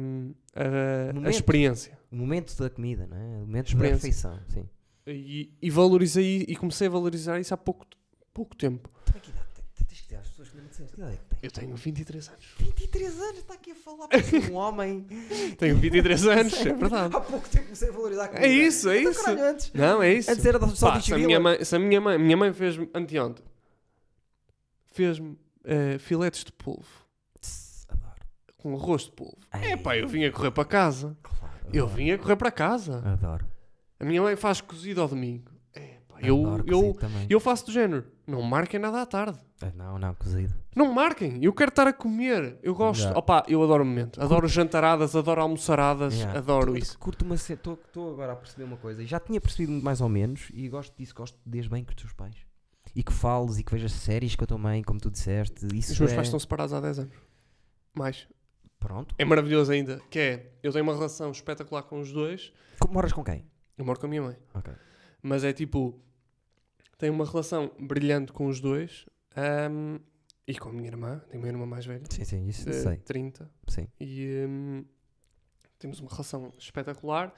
Speaker 2: hum, a, a
Speaker 1: Momento.
Speaker 2: experiência.
Speaker 1: O momento da comida, não é? O momento da
Speaker 2: Experiência.
Speaker 1: refeição. Sim.
Speaker 2: E, e valorizei e comecei a valorizar isso há pouco, pouco tempo.
Speaker 1: Então, que idade tens? Tens que dizer às pessoas que não me disseste. Que idade é que tens?
Speaker 2: Eu tenho 23 anos.
Speaker 1: 23 anos, está aqui a falar para um homem.
Speaker 2: Tenho 23 anos, é verdade.
Speaker 1: Há pouco tempo comecei a valorizar a comida.
Speaker 2: É isso, é
Speaker 1: Então,
Speaker 2: isso.
Speaker 1: caralho, antes,
Speaker 2: Não, é isso.
Speaker 1: antes era só
Speaker 2: Pá, se, a
Speaker 1: bicho
Speaker 2: minha
Speaker 1: vila.
Speaker 2: mãe, se a minha mãe, minha mãe fez-me anteontem, fez-me eh, filetes de polvo
Speaker 1: Tss, Adoro.
Speaker 2: com arroz de polvo.
Speaker 1: Ai,
Speaker 2: É pá, eu vim a correr para casa.
Speaker 1: Claro,
Speaker 2: Eu
Speaker 1: adoro.
Speaker 2: vim a correr para casa.
Speaker 1: Adoro.
Speaker 2: A minha mãe faz cozido ao domingo. É pá, eu,
Speaker 1: Adoro
Speaker 2: eu,
Speaker 1: cozido também.
Speaker 2: eu faço do género. Não marquem nada à tarde.
Speaker 1: Ah, Não, não, cozido.
Speaker 2: Não marquem. Eu quero estar a comer. Eu gosto.
Speaker 1: Já.
Speaker 2: Opá, eu adoro o momento. Adoro jantaradas, adoro almoçaradas,
Speaker 1: Yeah.
Speaker 2: adoro
Speaker 1: Curto-
Speaker 2: isso.
Speaker 1: Curto uma Estou agora a perceber uma coisa. e Já tinha percebido mais ou menos e gosto disso. Gosto desde bem com os teus pais. E que fales e que vejas séries com a tua mãe, como tu disseste. Isso
Speaker 2: Os meus
Speaker 1: é...
Speaker 2: pais estão separados há 10 anos. Mais.
Speaker 1: Pronto.
Speaker 2: É maravilhoso ainda. Que é, eu tenho uma relação espetacular com os dois.
Speaker 1: Co- Moras com quem?
Speaker 2: Eu moro com a minha mãe.
Speaker 1: Ok.
Speaker 2: Mas é tipo, tenho uma relação brilhante com os dois. ahm, e com a minha irmã. Tenho uma irmã mais velha.
Speaker 1: Sim, sim, isso
Speaker 2: de
Speaker 1: sei.
Speaker 2: 30.
Speaker 1: Sim.
Speaker 2: e hum, temos uma relação espetacular.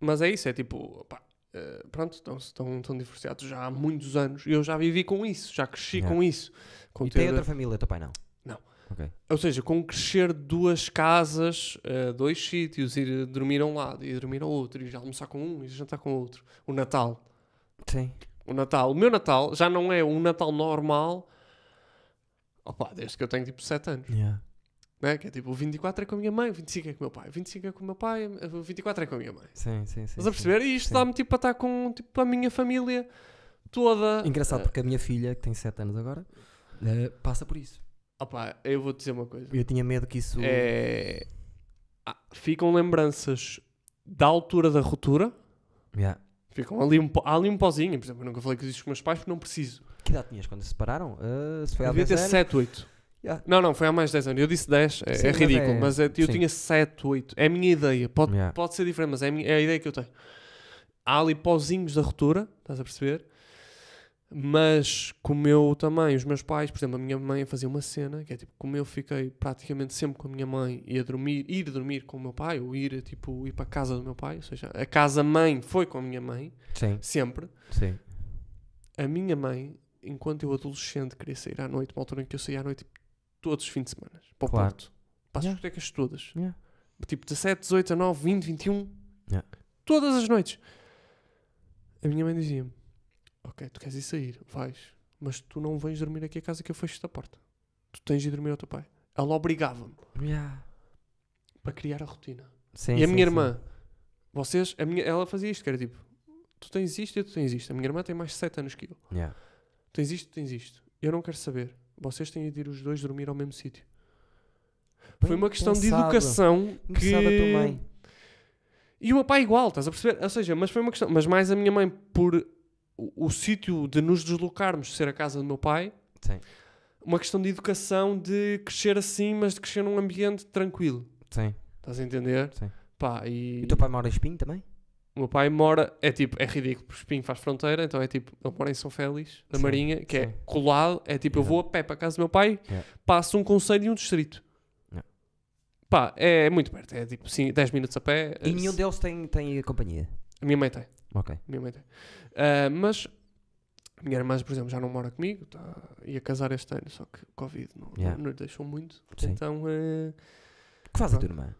Speaker 2: Mas é isso, é tipo, pá, eh, pronto, estão, estão, estão divorciados já há muitos anos. Eu já vivi com isso, já cresci
Speaker 1: Yeah.
Speaker 2: com isso. Com
Speaker 1: E tem
Speaker 2: ter-
Speaker 1: outra família, teu pai não?
Speaker 2: Não.
Speaker 1: Ok.
Speaker 2: Ou seja, com crescer duas casas, eh, dois sítios, ir dormir a um lado e dormir ao outro, e já almoçar com um e jantar com o outro. O Natal.
Speaker 1: Sim.
Speaker 2: O Natal, o meu Natal já não é um Natal normal. Opa, desde que eu tenho tipo 7 anos. Né? Que é tipo, o 24 é com a minha mãe, o 25 é com o meu pai, o 25 é com o meu pai, o 24 é com a minha mãe.
Speaker 1: Sim, sim, sim.
Speaker 2: Estás a perceber? E isto
Speaker 1: sim.
Speaker 2: dá-me tipo para estar com tipo, a minha família toda.
Speaker 1: Engraçado porque a minha filha, que tem 7 anos agora, eh, passa por isso.
Speaker 2: Ah, opá, eu vou te dizer uma coisa.
Speaker 1: Eu tinha medo que isso.
Speaker 2: É... Ah, ficam lembranças da altura da ruptura.
Speaker 1: Yeah.
Speaker 2: Ficam ali um, po- há ali um pozinho. Por exemplo, eu nunca falei que existe com os meus pais porque não preciso.
Speaker 1: Que idade tinhas quando se separaram? Ah, se foi há
Speaker 2: Devia
Speaker 1: 10
Speaker 2: ter
Speaker 1: anos.
Speaker 2: 7, 8.
Speaker 1: Yeah.
Speaker 2: Não, não, foi há mais de 10 anos. Eu disse 10, é,
Speaker 1: Sim,
Speaker 2: é
Speaker 1: mas
Speaker 2: ridículo,
Speaker 1: é-
Speaker 2: mas é, eu
Speaker 1: sim.
Speaker 2: tinha 7, 8. É a minha ideia. Pode,
Speaker 1: Yeah.
Speaker 2: Pode ser diferente, mas é a, minha- é a ideia que eu tenho. Há ali pozinhos da ruptura, estás a perceber? Mas como eu também, os meus pais, por exemplo, a minha mãe fazia uma cena que é tipo, como eu fiquei praticamente sempre com a minha mãe e a dormir, ir dormir com o meu pai, ou ir, tipo, ir para a casa do meu pai, ou seja, a casa-mãe foi com a minha mãe,
Speaker 1: Sim,
Speaker 2: sempre.
Speaker 1: sim.
Speaker 2: A minha mãe, enquanto eu adolescente, queria sair à noite, uma altura em que eu saía à noite tipo, todos os fins de semana, para o
Speaker 1: Claro.
Speaker 2: Porto, para as
Speaker 1: Yeah.
Speaker 2: discotecas todas
Speaker 1: Yeah.
Speaker 2: tipo 17, 18, 19, 20, 21,
Speaker 1: Yeah.
Speaker 2: todas as noites. A minha mãe dizia-me: Ok, tu queres ir sair, vais, mas tu não vens dormir aqui a casa que eu fecho-te a porta. Tu tens de ir dormir ao teu pai. Ela obrigava-me
Speaker 1: Yeah.
Speaker 2: para criar a rotina.
Speaker 1: Sim,
Speaker 2: e a
Speaker 1: sim,
Speaker 2: minha
Speaker 1: sim.
Speaker 2: irmã, vocês, a minha, ela fazia isto, que era tipo: Tu tens isto e tu tens isto. A minha irmã tem mais de 7 anos que eu.
Speaker 1: Yeah.
Speaker 2: Tu tens isto, tu tens isto. Eu não quero saber. Vocês têm de ir os dois dormir ao mesmo sítio. Foi
Speaker 1: Bem
Speaker 2: uma questão
Speaker 1: pensado.
Speaker 2: de educação que.
Speaker 1: Engraçado a tua mãe.
Speaker 2: E o meu pai igual, estás a perceber? Ou seja, mas foi uma questão. Mas mais a minha mãe, por o, o sítio de nos deslocarmos ser a casa do meu pai,
Speaker 1: Sim,
Speaker 2: uma questão de educação de crescer assim, mas de crescer num ambiente tranquilo.
Speaker 1: sim.
Speaker 2: Estás a entender?
Speaker 1: Sim.
Speaker 2: Pá, e,
Speaker 1: E o teu pai mora em Espinho também?
Speaker 2: o meu pai mora, é tipo, é ridículo, porque Espinho faz fronteira, então é tipo, ele mora em São Félix, na
Speaker 1: Sim,
Speaker 2: Marinha, que é
Speaker 1: sim.
Speaker 2: colado, é tipo, eu vou a pé para a casa do meu pai,
Speaker 1: Yeah.
Speaker 2: passo um conselho e um distrito.
Speaker 1: Yeah.
Speaker 2: Pá, é, muito perto, é tipo, sim, 10 minutos a pé.
Speaker 1: E nenhum deles tem, tem companhia.
Speaker 2: A minha mãe tem.
Speaker 1: Ok.
Speaker 2: Minha mãe tem. Ah, mas A minha irmã, por exemplo, já não mora comigo, tá, ia casar este ano, só que o Covid não,
Speaker 1: Yeah.
Speaker 2: não lhe deixou muito.
Speaker 1: Sim.
Speaker 2: Então eh,
Speaker 1: que faz a tua irmã?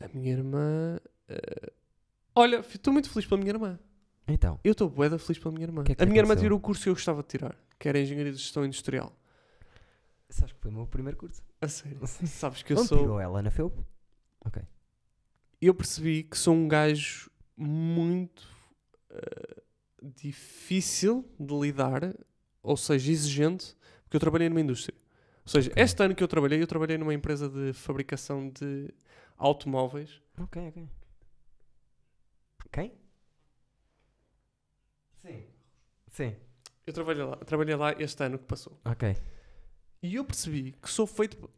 Speaker 2: a minha irmã. eh, olha, estou muito feliz pela minha irmã.
Speaker 1: Então,
Speaker 2: Eu estou bué da feliz pela minha irmã.
Speaker 1: Que é que
Speaker 2: a
Speaker 1: lhe
Speaker 2: minha irmã
Speaker 1: aconteceu?
Speaker 2: tirou o curso que eu gostava de tirar, que era Engenharia de Gestão Industrial.
Speaker 1: sabes que foi o meu primeiro curso.
Speaker 2: A sério. Sabes que eu
Speaker 1: Onde
Speaker 2: sou.
Speaker 1: tirou ela? Na FEUP?
Speaker 2: Eu percebi que sou um gajo muito eh, difícil de lidar, ou seja, exigente, porque eu trabalhei numa indústria. Ou seja,
Speaker 1: Ok.
Speaker 2: este ano que eu trabalhei, eu trabalhei numa empresa de fabricação de automóveis.
Speaker 1: Ok, ok. é, Quem? Sim. Sim.
Speaker 2: Eu trabalhei lá, trabalhei lá este ano que passou.
Speaker 1: Ok.
Speaker 2: E eu percebi que sou feito.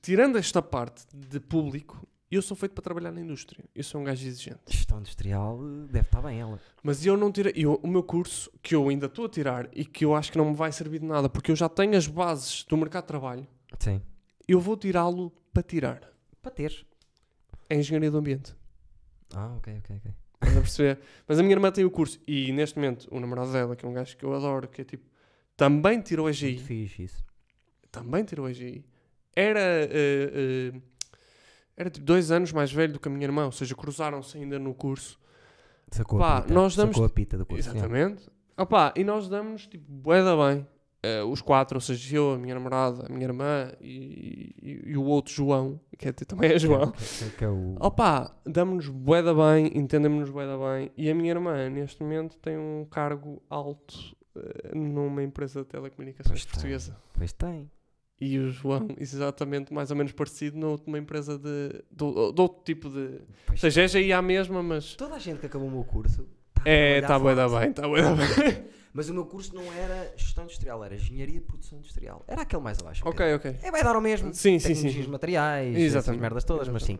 Speaker 2: Tirando esta parte de público, eu sou feito para trabalhar na indústria. Eu sou um gajo exigente.
Speaker 1: Gestão industrial eh, deve estar bem ela.
Speaker 2: Mas eu não tirei. Eu, o meu curso, que eu ainda estou a tirar e que eu acho que não me vai servir de nada, porque eu já tenho as bases do mercado de trabalho,
Speaker 1: Sim.
Speaker 2: eu vou tirá-lo para tirar.
Speaker 1: Para teres.
Speaker 2: É engenharia do ambiente.
Speaker 1: Ah, ok, ok, ok.
Speaker 2: Estás a perceber? Mas a minha irmã tem o curso e neste momento o namorado dela, que é um gajo que eu adoro, que é tipo. Também tirou a
Speaker 1: Muito
Speaker 2: GI.
Speaker 1: fixe isso.
Speaker 2: Também tirou a GI. Era. eh, eh, era tipo dois anos mais velho do que a minha irmã, ou seja, cruzaram-se ainda no curso.
Speaker 1: Sacou
Speaker 2: Pá,
Speaker 1: a pita.
Speaker 2: nós damos-
Speaker 1: Sacou a pita do curso. yeah.
Speaker 2: Exatamente. Opá, e nós damos tipo, bué da bem. Eh, os quatro, ou seja, eu, a minha namorada, a minha irmã e, e- e o outro João, que é, também é João.
Speaker 1: Que- que é o-
Speaker 2: Opá, damos-nos bué da bem, entendemos-nos bué da bem. E a minha irmã, neste momento, tem um cargo alto eh, numa empresa de telecomunicações
Speaker 1: Pois tem.
Speaker 2: portuguesa.
Speaker 1: Pois tem.
Speaker 2: E o João, é exatamente mais ou menos parecido, nout- numa empresa de, do- de outro tipo de... Ou
Speaker 1: Pois
Speaker 2: seja, é GI à mesma, mas...
Speaker 1: Toda a gente que acabou o meu curso. tá a
Speaker 2: É,
Speaker 1: trabalhar
Speaker 2: está bué da
Speaker 1: fora.
Speaker 2: bem, está bué da bem.
Speaker 1: Mas o meu curso não era gestão industrial, era engenharia de produção industrial. Era aquele mais abaixo. um
Speaker 2: ok, ok.
Speaker 1: bocadinho. É, vai dar ao mesmo.
Speaker 2: Sim, sim,
Speaker 1: Tecnologias
Speaker 2: sim.
Speaker 1: materiais, essas
Speaker 2: Exatamente.
Speaker 1: merdas todas, mas sim.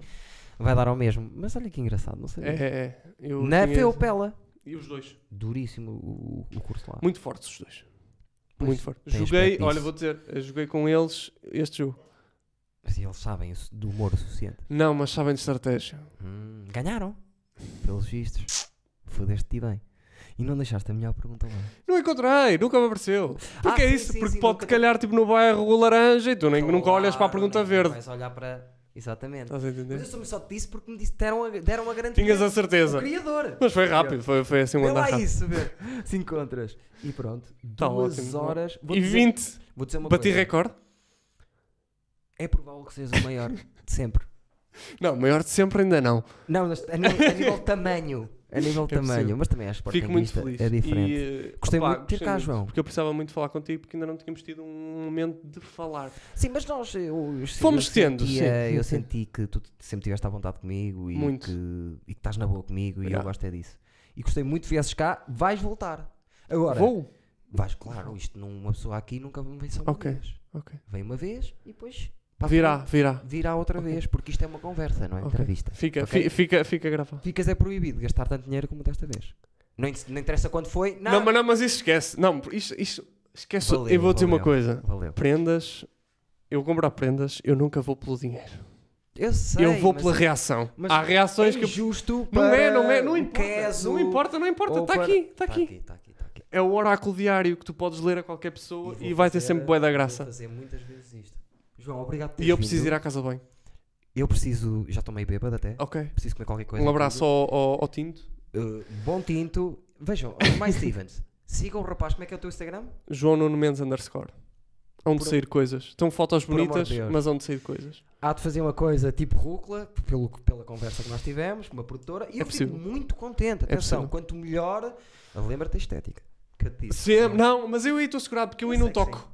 Speaker 1: Vai dar ao mesmo. Mas olha que engraçado, não sei.
Speaker 2: É, é, é. Eu
Speaker 1: Na
Speaker 2: tinha-
Speaker 1: Feupela.
Speaker 2: E os dois.
Speaker 1: Duríssimo o, o curso lá.
Speaker 2: Muito fortes os dois.
Speaker 1: Pois,
Speaker 2: Muito fortes.
Speaker 1: tem
Speaker 2: Joguei,
Speaker 1: aspecto
Speaker 2: olha,
Speaker 1: disso.
Speaker 2: vou dizer, eu joguei com eles este jogo.
Speaker 1: Mas eles sabem o su- do humor o suficiente.
Speaker 2: Não, mas sabem de estratégia.
Speaker 1: Hum, ganharam. Pelos vistos. Fodeste-te bem. E não deixaste a melhor pergunta lá.
Speaker 2: Não encontrei, nunca me apareceu. Porque
Speaker 1: Ah,
Speaker 2: é
Speaker 1: sim,
Speaker 2: isso,
Speaker 1: sim,
Speaker 2: porque
Speaker 1: sim,
Speaker 2: pode
Speaker 1: nunca-
Speaker 2: calhar tipo no bairro o laranja e tu nem, nunca olhas para a
Speaker 1: Claro,
Speaker 2: pergunta
Speaker 1: nem-
Speaker 2: verde.
Speaker 1: Vais olhar para. Exatamente.
Speaker 2: Estás a
Speaker 1: Mas eu
Speaker 2: entender?
Speaker 1: só- só te disse porque me disse, deram, a, deram a garantia.
Speaker 2: Tinhas a
Speaker 1: O
Speaker 2: certeza.
Speaker 1: criador.
Speaker 2: Mas foi rápido, foi, foi assim um
Speaker 1: Vê
Speaker 2: andar
Speaker 1: lá
Speaker 2: rápido.
Speaker 1: isso, ver. Se encontras. E pronto.
Speaker 2: Tá
Speaker 1: duas
Speaker 2: ótimo.
Speaker 1: horas. Vou
Speaker 2: E
Speaker 1: dizer-
Speaker 2: 20,
Speaker 1: Vou dizer uma
Speaker 2: bati
Speaker 1: coisa.
Speaker 2: recorde?
Speaker 1: É provável que sejas o maior. de sempre.
Speaker 2: Não, maior de sempre ainda não.
Speaker 1: Não, mas a nível, a nível tamanho. A nível
Speaker 2: possível.
Speaker 1: tamanho. Mas também acho que
Speaker 2: Fico muito feliz.
Speaker 1: É diferente.
Speaker 2: E, eh,
Speaker 1: Gostei
Speaker 2: opá,
Speaker 1: muito de ter
Speaker 2: gostei
Speaker 1: cá,
Speaker 2: muito,
Speaker 1: João.
Speaker 2: Porque eu precisava muito falar contigo porque ainda não tínhamos tido um momento de falar.
Speaker 1: Sim, mas nós. eh, Eu, eu-
Speaker 2: Fomos
Speaker 1: eu
Speaker 2: tendo,
Speaker 1: sentia-
Speaker 2: sim, sim,
Speaker 1: Eu
Speaker 2: sim.
Speaker 1: senti que tu sempre estiveste à vontade comigo e,
Speaker 2: Muito.
Speaker 1: Que, e que estás na boa comigo e eu
Speaker 2: Obrigado.
Speaker 1: gosto é disso. E gostei muito que viesses cá. Vais voltar. Agora.
Speaker 2: Vou?
Speaker 1: Vais, claro, isto não- uma pessoa aqui nunca vem só uma
Speaker 2: Ok,
Speaker 1: vez.
Speaker 2: ok.
Speaker 1: Vem uma vez e depois pá,
Speaker 2: Virá, virá.
Speaker 1: virá outra
Speaker 2: Ok.
Speaker 1: vez, porque isto é uma conversa, não é
Speaker 2: Ok.
Speaker 1: entrevista.
Speaker 2: Fica,
Speaker 1: Ok?
Speaker 2: fi- fica, fica gravado.
Speaker 1: Ficas é proibido gastar tanto dinheiro como desta vez. Não, in- não interessa quando foi,
Speaker 2: Não,
Speaker 1: não.
Speaker 2: mas, não, mas isso esquece. Não, isso, isso esquece.
Speaker 1: Valeu,
Speaker 2: eu vou dizer uma
Speaker 1: valeu.
Speaker 2: coisa.
Speaker 1: Valeu.
Speaker 2: Prendas, eu vou comprar prendas, eu nunca vou pelo dinheiro.
Speaker 1: Eu sei.
Speaker 2: eu vou
Speaker 1: mas é-
Speaker 2: pela reação.
Speaker 1: mas
Speaker 2: Há reações
Speaker 1: é
Speaker 2: que.
Speaker 1: Justo
Speaker 2: Não é, não é, não
Speaker 1: o
Speaker 2: importa.
Speaker 1: queso
Speaker 2: Não importa, não importa.
Speaker 1: um ou
Speaker 2: Está
Speaker 1: para-
Speaker 2: aqui, está
Speaker 1: Tá
Speaker 2: aqui.
Speaker 1: tá aqui, tá aqui.
Speaker 2: É o oráculo diário que tu podes ler a qualquer pessoa
Speaker 1: vou
Speaker 2: e, vai ter
Speaker 1: fazer-
Speaker 2: sempre boa da
Speaker 1: Vou
Speaker 2: graça.
Speaker 1: fazer muitas vezes isto. João, obrigado por teres
Speaker 2: E eu preciso
Speaker 1: vindo.
Speaker 2: ir à casa bem.
Speaker 1: Eu preciso, já estou meio bêbado até.
Speaker 2: Ok.
Speaker 1: Preciso comer qualquer coisa.
Speaker 2: Um abraço ao, ao- ao Tinto.
Speaker 1: Uh, bom tinto. Vejam, mais Stevens. Sigam o rapaz, como é que é o teu Instagram?
Speaker 2: João Nuno Mendes underscore. Onde
Speaker 1: Por-
Speaker 2: sair coisas. Estão fotos
Speaker 1: Por amor de
Speaker 2: bonitas,
Speaker 1: Deus.
Speaker 2: mas onde sair coisas.
Speaker 1: Há de fazer uma coisa tipo rúcula, pelo, pela conversa que nós tivemos, com uma produtora, e
Speaker 2: É
Speaker 1: eu fico
Speaker 2: possível. É
Speaker 1: muito contente. Atenção,
Speaker 2: possível.
Speaker 1: quanto melhor, lembra-te da estética. Que eu te disse.
Speaker 2: Sempre. Não, mas eu aí estou segurado porque eu aí
Speaker 1: Eu
Speaker 2: não
Speaker 1: sei que
Speaker 2: toco.
Speaker 1: Mas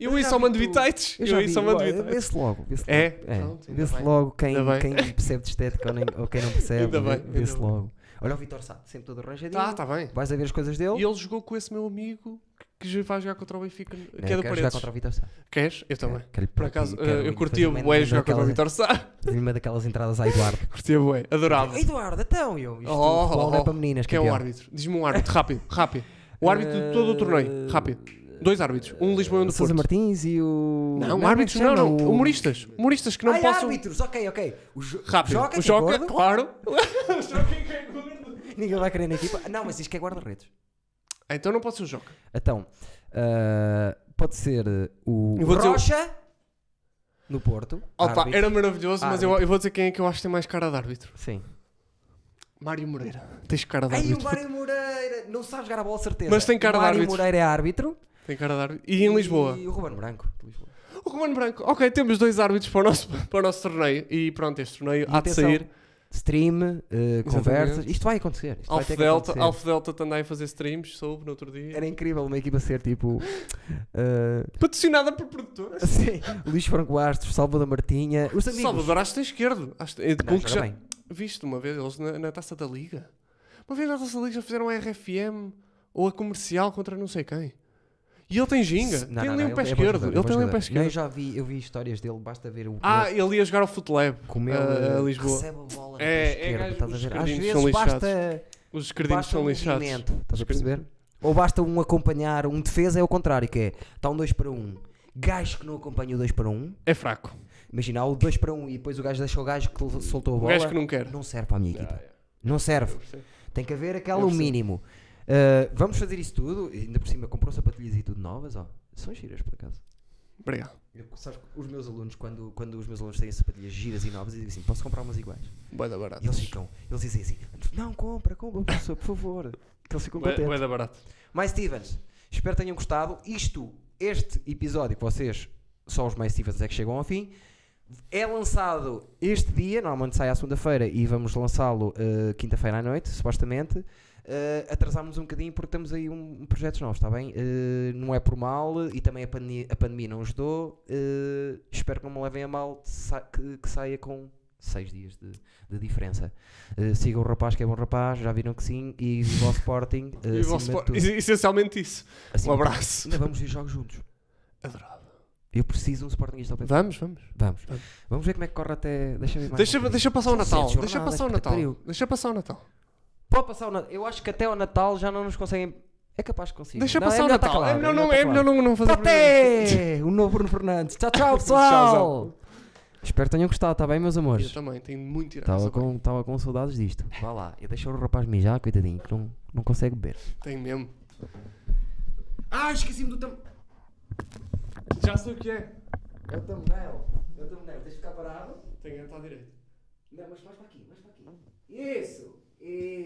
Speaker 2: Eu
Speaker 1: eu
Speaker 2: aí
Speaker 1: já
Speaker 2: só
Speaker 1: vi tu-
Speaker 2: mando bitites.
Speaker 1: Eu
Speaker 2: Eu
Speaker 1: já
Speaker 2: aí
Speaker 1: vi,
Speaker 2: só mando
Speaker 1: olha,
Speaker 2: bitites.
Speaker 1: Vê-se logo. Vê-se
Speaker 2: É?
Speaker 1: logo, é.
Speaker 2: Pronto, ainda
Speaker 1: Vê-se
Speaker 2: bem.
Speaker 1: logo quem,
Speaker 2: Ainda bem.
Speaker 1: quem percebe de estética ou, nem- ou quem não percebe.
Speaker 2: Ainda
Speaker 1: vê-
Speaker 2: bem,
Speaker 1: Vê-se
Speaker 2: ainda bem.
Speaker 1: logo. Olha o Vitor Sá, sempre todo arranjadinho.
Speaker 2: Tá, tá bem.
Speaker 1: Vais a ver as coisas dele.
Speaker 2: E ele jogou com esse meu amigo que já vai jogar contra o Benfica,
Speaker 1: Não,
Speaker 2: que é
Speaker 1: eu
Speaker 2: da
Speaker 1: quero jogar
Speaker 2: Paredes.
Speaker 1: contra o Vitor Sá.
Speaker 2: Queres? Eu também.
Speaker 1: Quero- quero-
Speaker 2: Tá Por acaso,
Speaker 1: quero
Speaker 2: eh, eu
Speaker 1: muito fazer
Speaker 2: curtia
Speaker 1: uma-
Speaker 2: bué
Speaker 1: uma
Speaker 2: jogar contra o
Speaker 1: daquelas-
Speaker 2: Vitor Sá.
Speaker 1: Fiz uma daquelas entradas à Eduardo.
Speaker 2: Curtia bué. Adorava.
Speaker 1: Eduardo, então, eu. Isto
Speaker 2: Ah, Oh,
Speaker 1: futebol não é
Speaker 2: oh,
Speaker 1: para meninas,
Speaker 2: Quem é o
Speaker 1: campeão.
Speaker 2: árbitro? Diz-me um árbitro. Rápido, rápido. O árbitro de todo o torneio. Rápido. Dois árbitros. Um de Lisboa e um do
Speaker 1: Sousa
Speaker 2: Porto.
Speaker 1: Eh, Martins e o.
Speaker 2: Não,
Speaker 1: é
Speaker 2: árbitros
Speaker 1: que se
Speaker 2: não, não.
Speaker 1: chama? O-
Speaker 2: Humoristas. Humoristas que não
Speaker 1: Ai,
Speaker 2: possam...
Speaker 1: árbitros, ok, ok. O jo...
Speaker 2: Rápido.
Speaker 1: Joca,
Speaker 2: o
Speaker 1: que é
Speaker 2: Joca,
Speaker 1: gordo.
Speaker 2: claro. o Joca é que é gordo.
Speaker 1: Ninguém vai querer na equipa. Não, mas diz que é guarda-redes.
Speaker 2: Ah, então não pode ser o Joca.
Speaker 1: Então, ah, pode ser o
Speaker 2: Eu vou dizer o-
Speaker 1: Rocha no Porto.
Speaker 2: Opa,
Speaker 1: árbitro.
Speaker 2: era maravilhoso, mas eu,
Speaker 1: Árbitro.
Speaker 2: eu vou dizer quem é que eu acho que tem mais cara de árbitro.
Speaker 1: Sim.
Speaker 2: Mário Moreira. Tens cara de
Speaker 1: Aí o
Speaker 2: árbitro.
Speaker 1: Mário Moreira não sabe jogar a bola, certeza.
Speaker 2: Mas tem cara
Speaker 1: o
Speaker 2: de
Speaker 1: Mário
Speaker 2: árbitro.
Speaker 1: Moreira é árbitro.
Speaker 2: Tem cara de árbitro. E em Lisboa?
Speaker 1: E o Ruben Branco. de Lisboa.
Speaker 2: O Romano Branco. Ok, temos dois árbitros para o nosso, para o nosso torneio. E pronto, este torneio há de
Speaker 1: atenção,
Speaker 2: sair.
Speaker 1: Stream, eh, conversas.
Speaker 2: Exatamente.
Speaker 1: Isto vai acontecer. Isto vai
Speaker 2: Alf
Speaker 1: ter que
Speaker 2: Delta,
Speaker 1: acontecer.
Speaker 2: Alf Delta também a fazer streams, soube no outro dia.
Speaker 1: Era incrível uma equipa ser tipo. eh,
Speaker 2: Patrocinada por produtoras.
Speaker 1: assim, Luís Franco Bastos, Salvador Martinha. Os amigos.
Speaker 2: Salvador, acho que tem esquerdo. Acho, é de
Speaker 1: Não,
Speaker 2: com que
Speaker 1: joga
Speaker 2: já,
Speaker 1: bem.
Speaker 2: viste uma vez eles na, na taça da Liga? Uma vez na taça da Liga já fizeram a RFM ou a comercial contra não sei quem. E ele tem ginga.
Speaker 1: Não,
Speaker 2: tem
Speaker 1: não,
Speaker 2: ali
Speaker 1: não, ele é
Speaker 2: um pé
Speaker 1: bom
Speaker 2: esquerdo.
Speaker 1: jogador,
Speaker 2: Ele,
Speaker 1: é bom
Speaker 2: tem ali
Speaker 1: jogador.
Speaker 2: um pé
Speaker 1: Não, eu
Speaker 2: esquerdo.
Speaker 1: já vi, eu vi histórias dele, basta ver o.
Speaker 2: Ah, ele ia jogar ao Footlab.
Speaker 1: como ele
Speaker 2: ah,
Speaker 1: eh,
Speaker 2: Lisboa.
Speaker 1: recebe a bola na
Speaker 2: É, é
Speaker 1: esquerda,
Speaker 2: gajo-
Speaker 1: estás a
Speaker 2: os
Speaker 1: ver? Às
Speaker 2: esquerdinhos
Speaker 1: vezes
Speaker 2: são lixados.
Speaker 1: basta,
Speaker 2: Os esquerdinos
Speaker 1: basta
Speaker 2: são
Speaker 1: um
Speaker 2: lixados.
Speaker 1: movimento, estás a
Speaker 2: Os esquerdinos-
Speaker 1: perceber? Ou basta um acompanhar, um defesa é o contrário, que é, está um 2 para 1, um. gajo que não acompanha o 2 para 1, um.
Speaker 2: É fraco.
Speaker 1: imagina, há o 2 para 1 um, e depois o gajo deixa o gajo que soltou a
Speaker 2: O
Speaker 1: bola,
Speaker 2: gajo que não é. quer.
Speaker 1: não serve para a minha equipa, não serve. Tem que haver aquela
Speaker 2: Eu
Speaker 1: o
Speaker 2: percebo.
Speaker 1: mínimo. Uh, vamos fazer isso tudo. E Ainda por cima comprou sapatilhas e tudo novas, ó. São giras por acaso.
Speaker 2: Obrigado.
Speaker 1: Eu, sabes, que os meus alunos, quando, quando os meus alunos têm sapatilhas giras e novas, eu digo assim: posso comprar umas iguais?
Speaker 2: Bué da barato.
Speaker 1: E eles ficam, eles dizem assim: não, compra, compra, professor, por favor. Que eles ficam
Speaker 2: Bué-
Speaker 1: contentes.
Speaker 2: bué da barato.
Speaker 1: Mais Stevens, espero que tenham gostado. Isto, este episódio que vocês, só os mais Stevens é que chegam ao fim, é lançado este dia, normalmente sai à segunda-feira e vamos lançá-lo eh, quinta-feira à noite, supostamente. Eh, atrasámos um bocadinho porque temos aí um, um projetos novos, está bem? Eh, não é por mal e também a, pandemia- a pandemia não ajudou. Eh, espero que não me levem a mal sa- que, que saia com seis dias de, de diferença. Eh, sigam o rapaz que é bom rapaz, já viram que sim, e viva o Sporting. eh,
Speaker 2: E o
Speaker 1: acima
Speaker 2: vosso
Speaker 1: de
Speaker 2: po-
Speaker 1: tudo.
Speaker 2: Essencialmente isso.
Speaker 1: Assim,
Speaker 2: Um abraço.
Speaker 1: Ainda vamos ver jogos juntos.
Speaker 2: Adorava.
Speaker 1: Eu preciso de um Sportingista ao pé.
Speaker 2: Vamos, vamos.
Speaker 1: Vamos.
Speaker 2: Vamos.
Speaker 1: Vamos ver como é que corre até. Deixa ver mais.
Speaker 2: Deixa,
Speaker 1: um bocadinho.
Speaker 2: deixa passar o
Speaker 1: São
Speaker 2: Natal.
Speaker 1: sete
Speaker 2: Deixa
Speaker 1: jornadas,
Speaker 2: passar o
Speaker 1: que é
Speaker 2: Natal.
Speaker 1: pariu.
Speaker 2: Deixa passar o Natal.
Speaker 1: Pode passar o Natal. Eu acho que até ao Natal já não nos conseguem. É capaz que consigam.
Speaker 2: Deixa
Speaker 1: Não, é
Speaker 2: passar o
Speaker 1: melhor tá
Speaker 2: Natal.
Speaker 1: calado,
Speaker 2: É melhor
Speaker 1: tá
Speaker 2: não- é
Speaker 1: calado.
Speaker 2: melhor não não fazer.
Speaker 1: Até! O novo Bruno Fernandes. Tchau, tchau, pessoal!
Speaker 2: Tchauzão.
Speaker 1: Espero que tenham gostado, está bem, meus
Speaker 2: Eu
Speaker 1: amores?
Speaker 2: também tenho muito irado.
Speaker 1: Estava com, tava com saudades disto. Vá lá, eu deixei o rapaz mijar, coitadinho, que não, não consegue beber.
Speaker 2: Tenho mesmo.
Speaker 1: Ah, esqueci-me do tam...
Speaker 2: Já sei o que é.
Speaker 1: É o thumbnail. É o thumbnail. Deixa ficar parado.
Speaker 2: Tenho que estar direito.
Speaker 1: Não, mas mais para aqui, mais para aqui. Isso! Isso!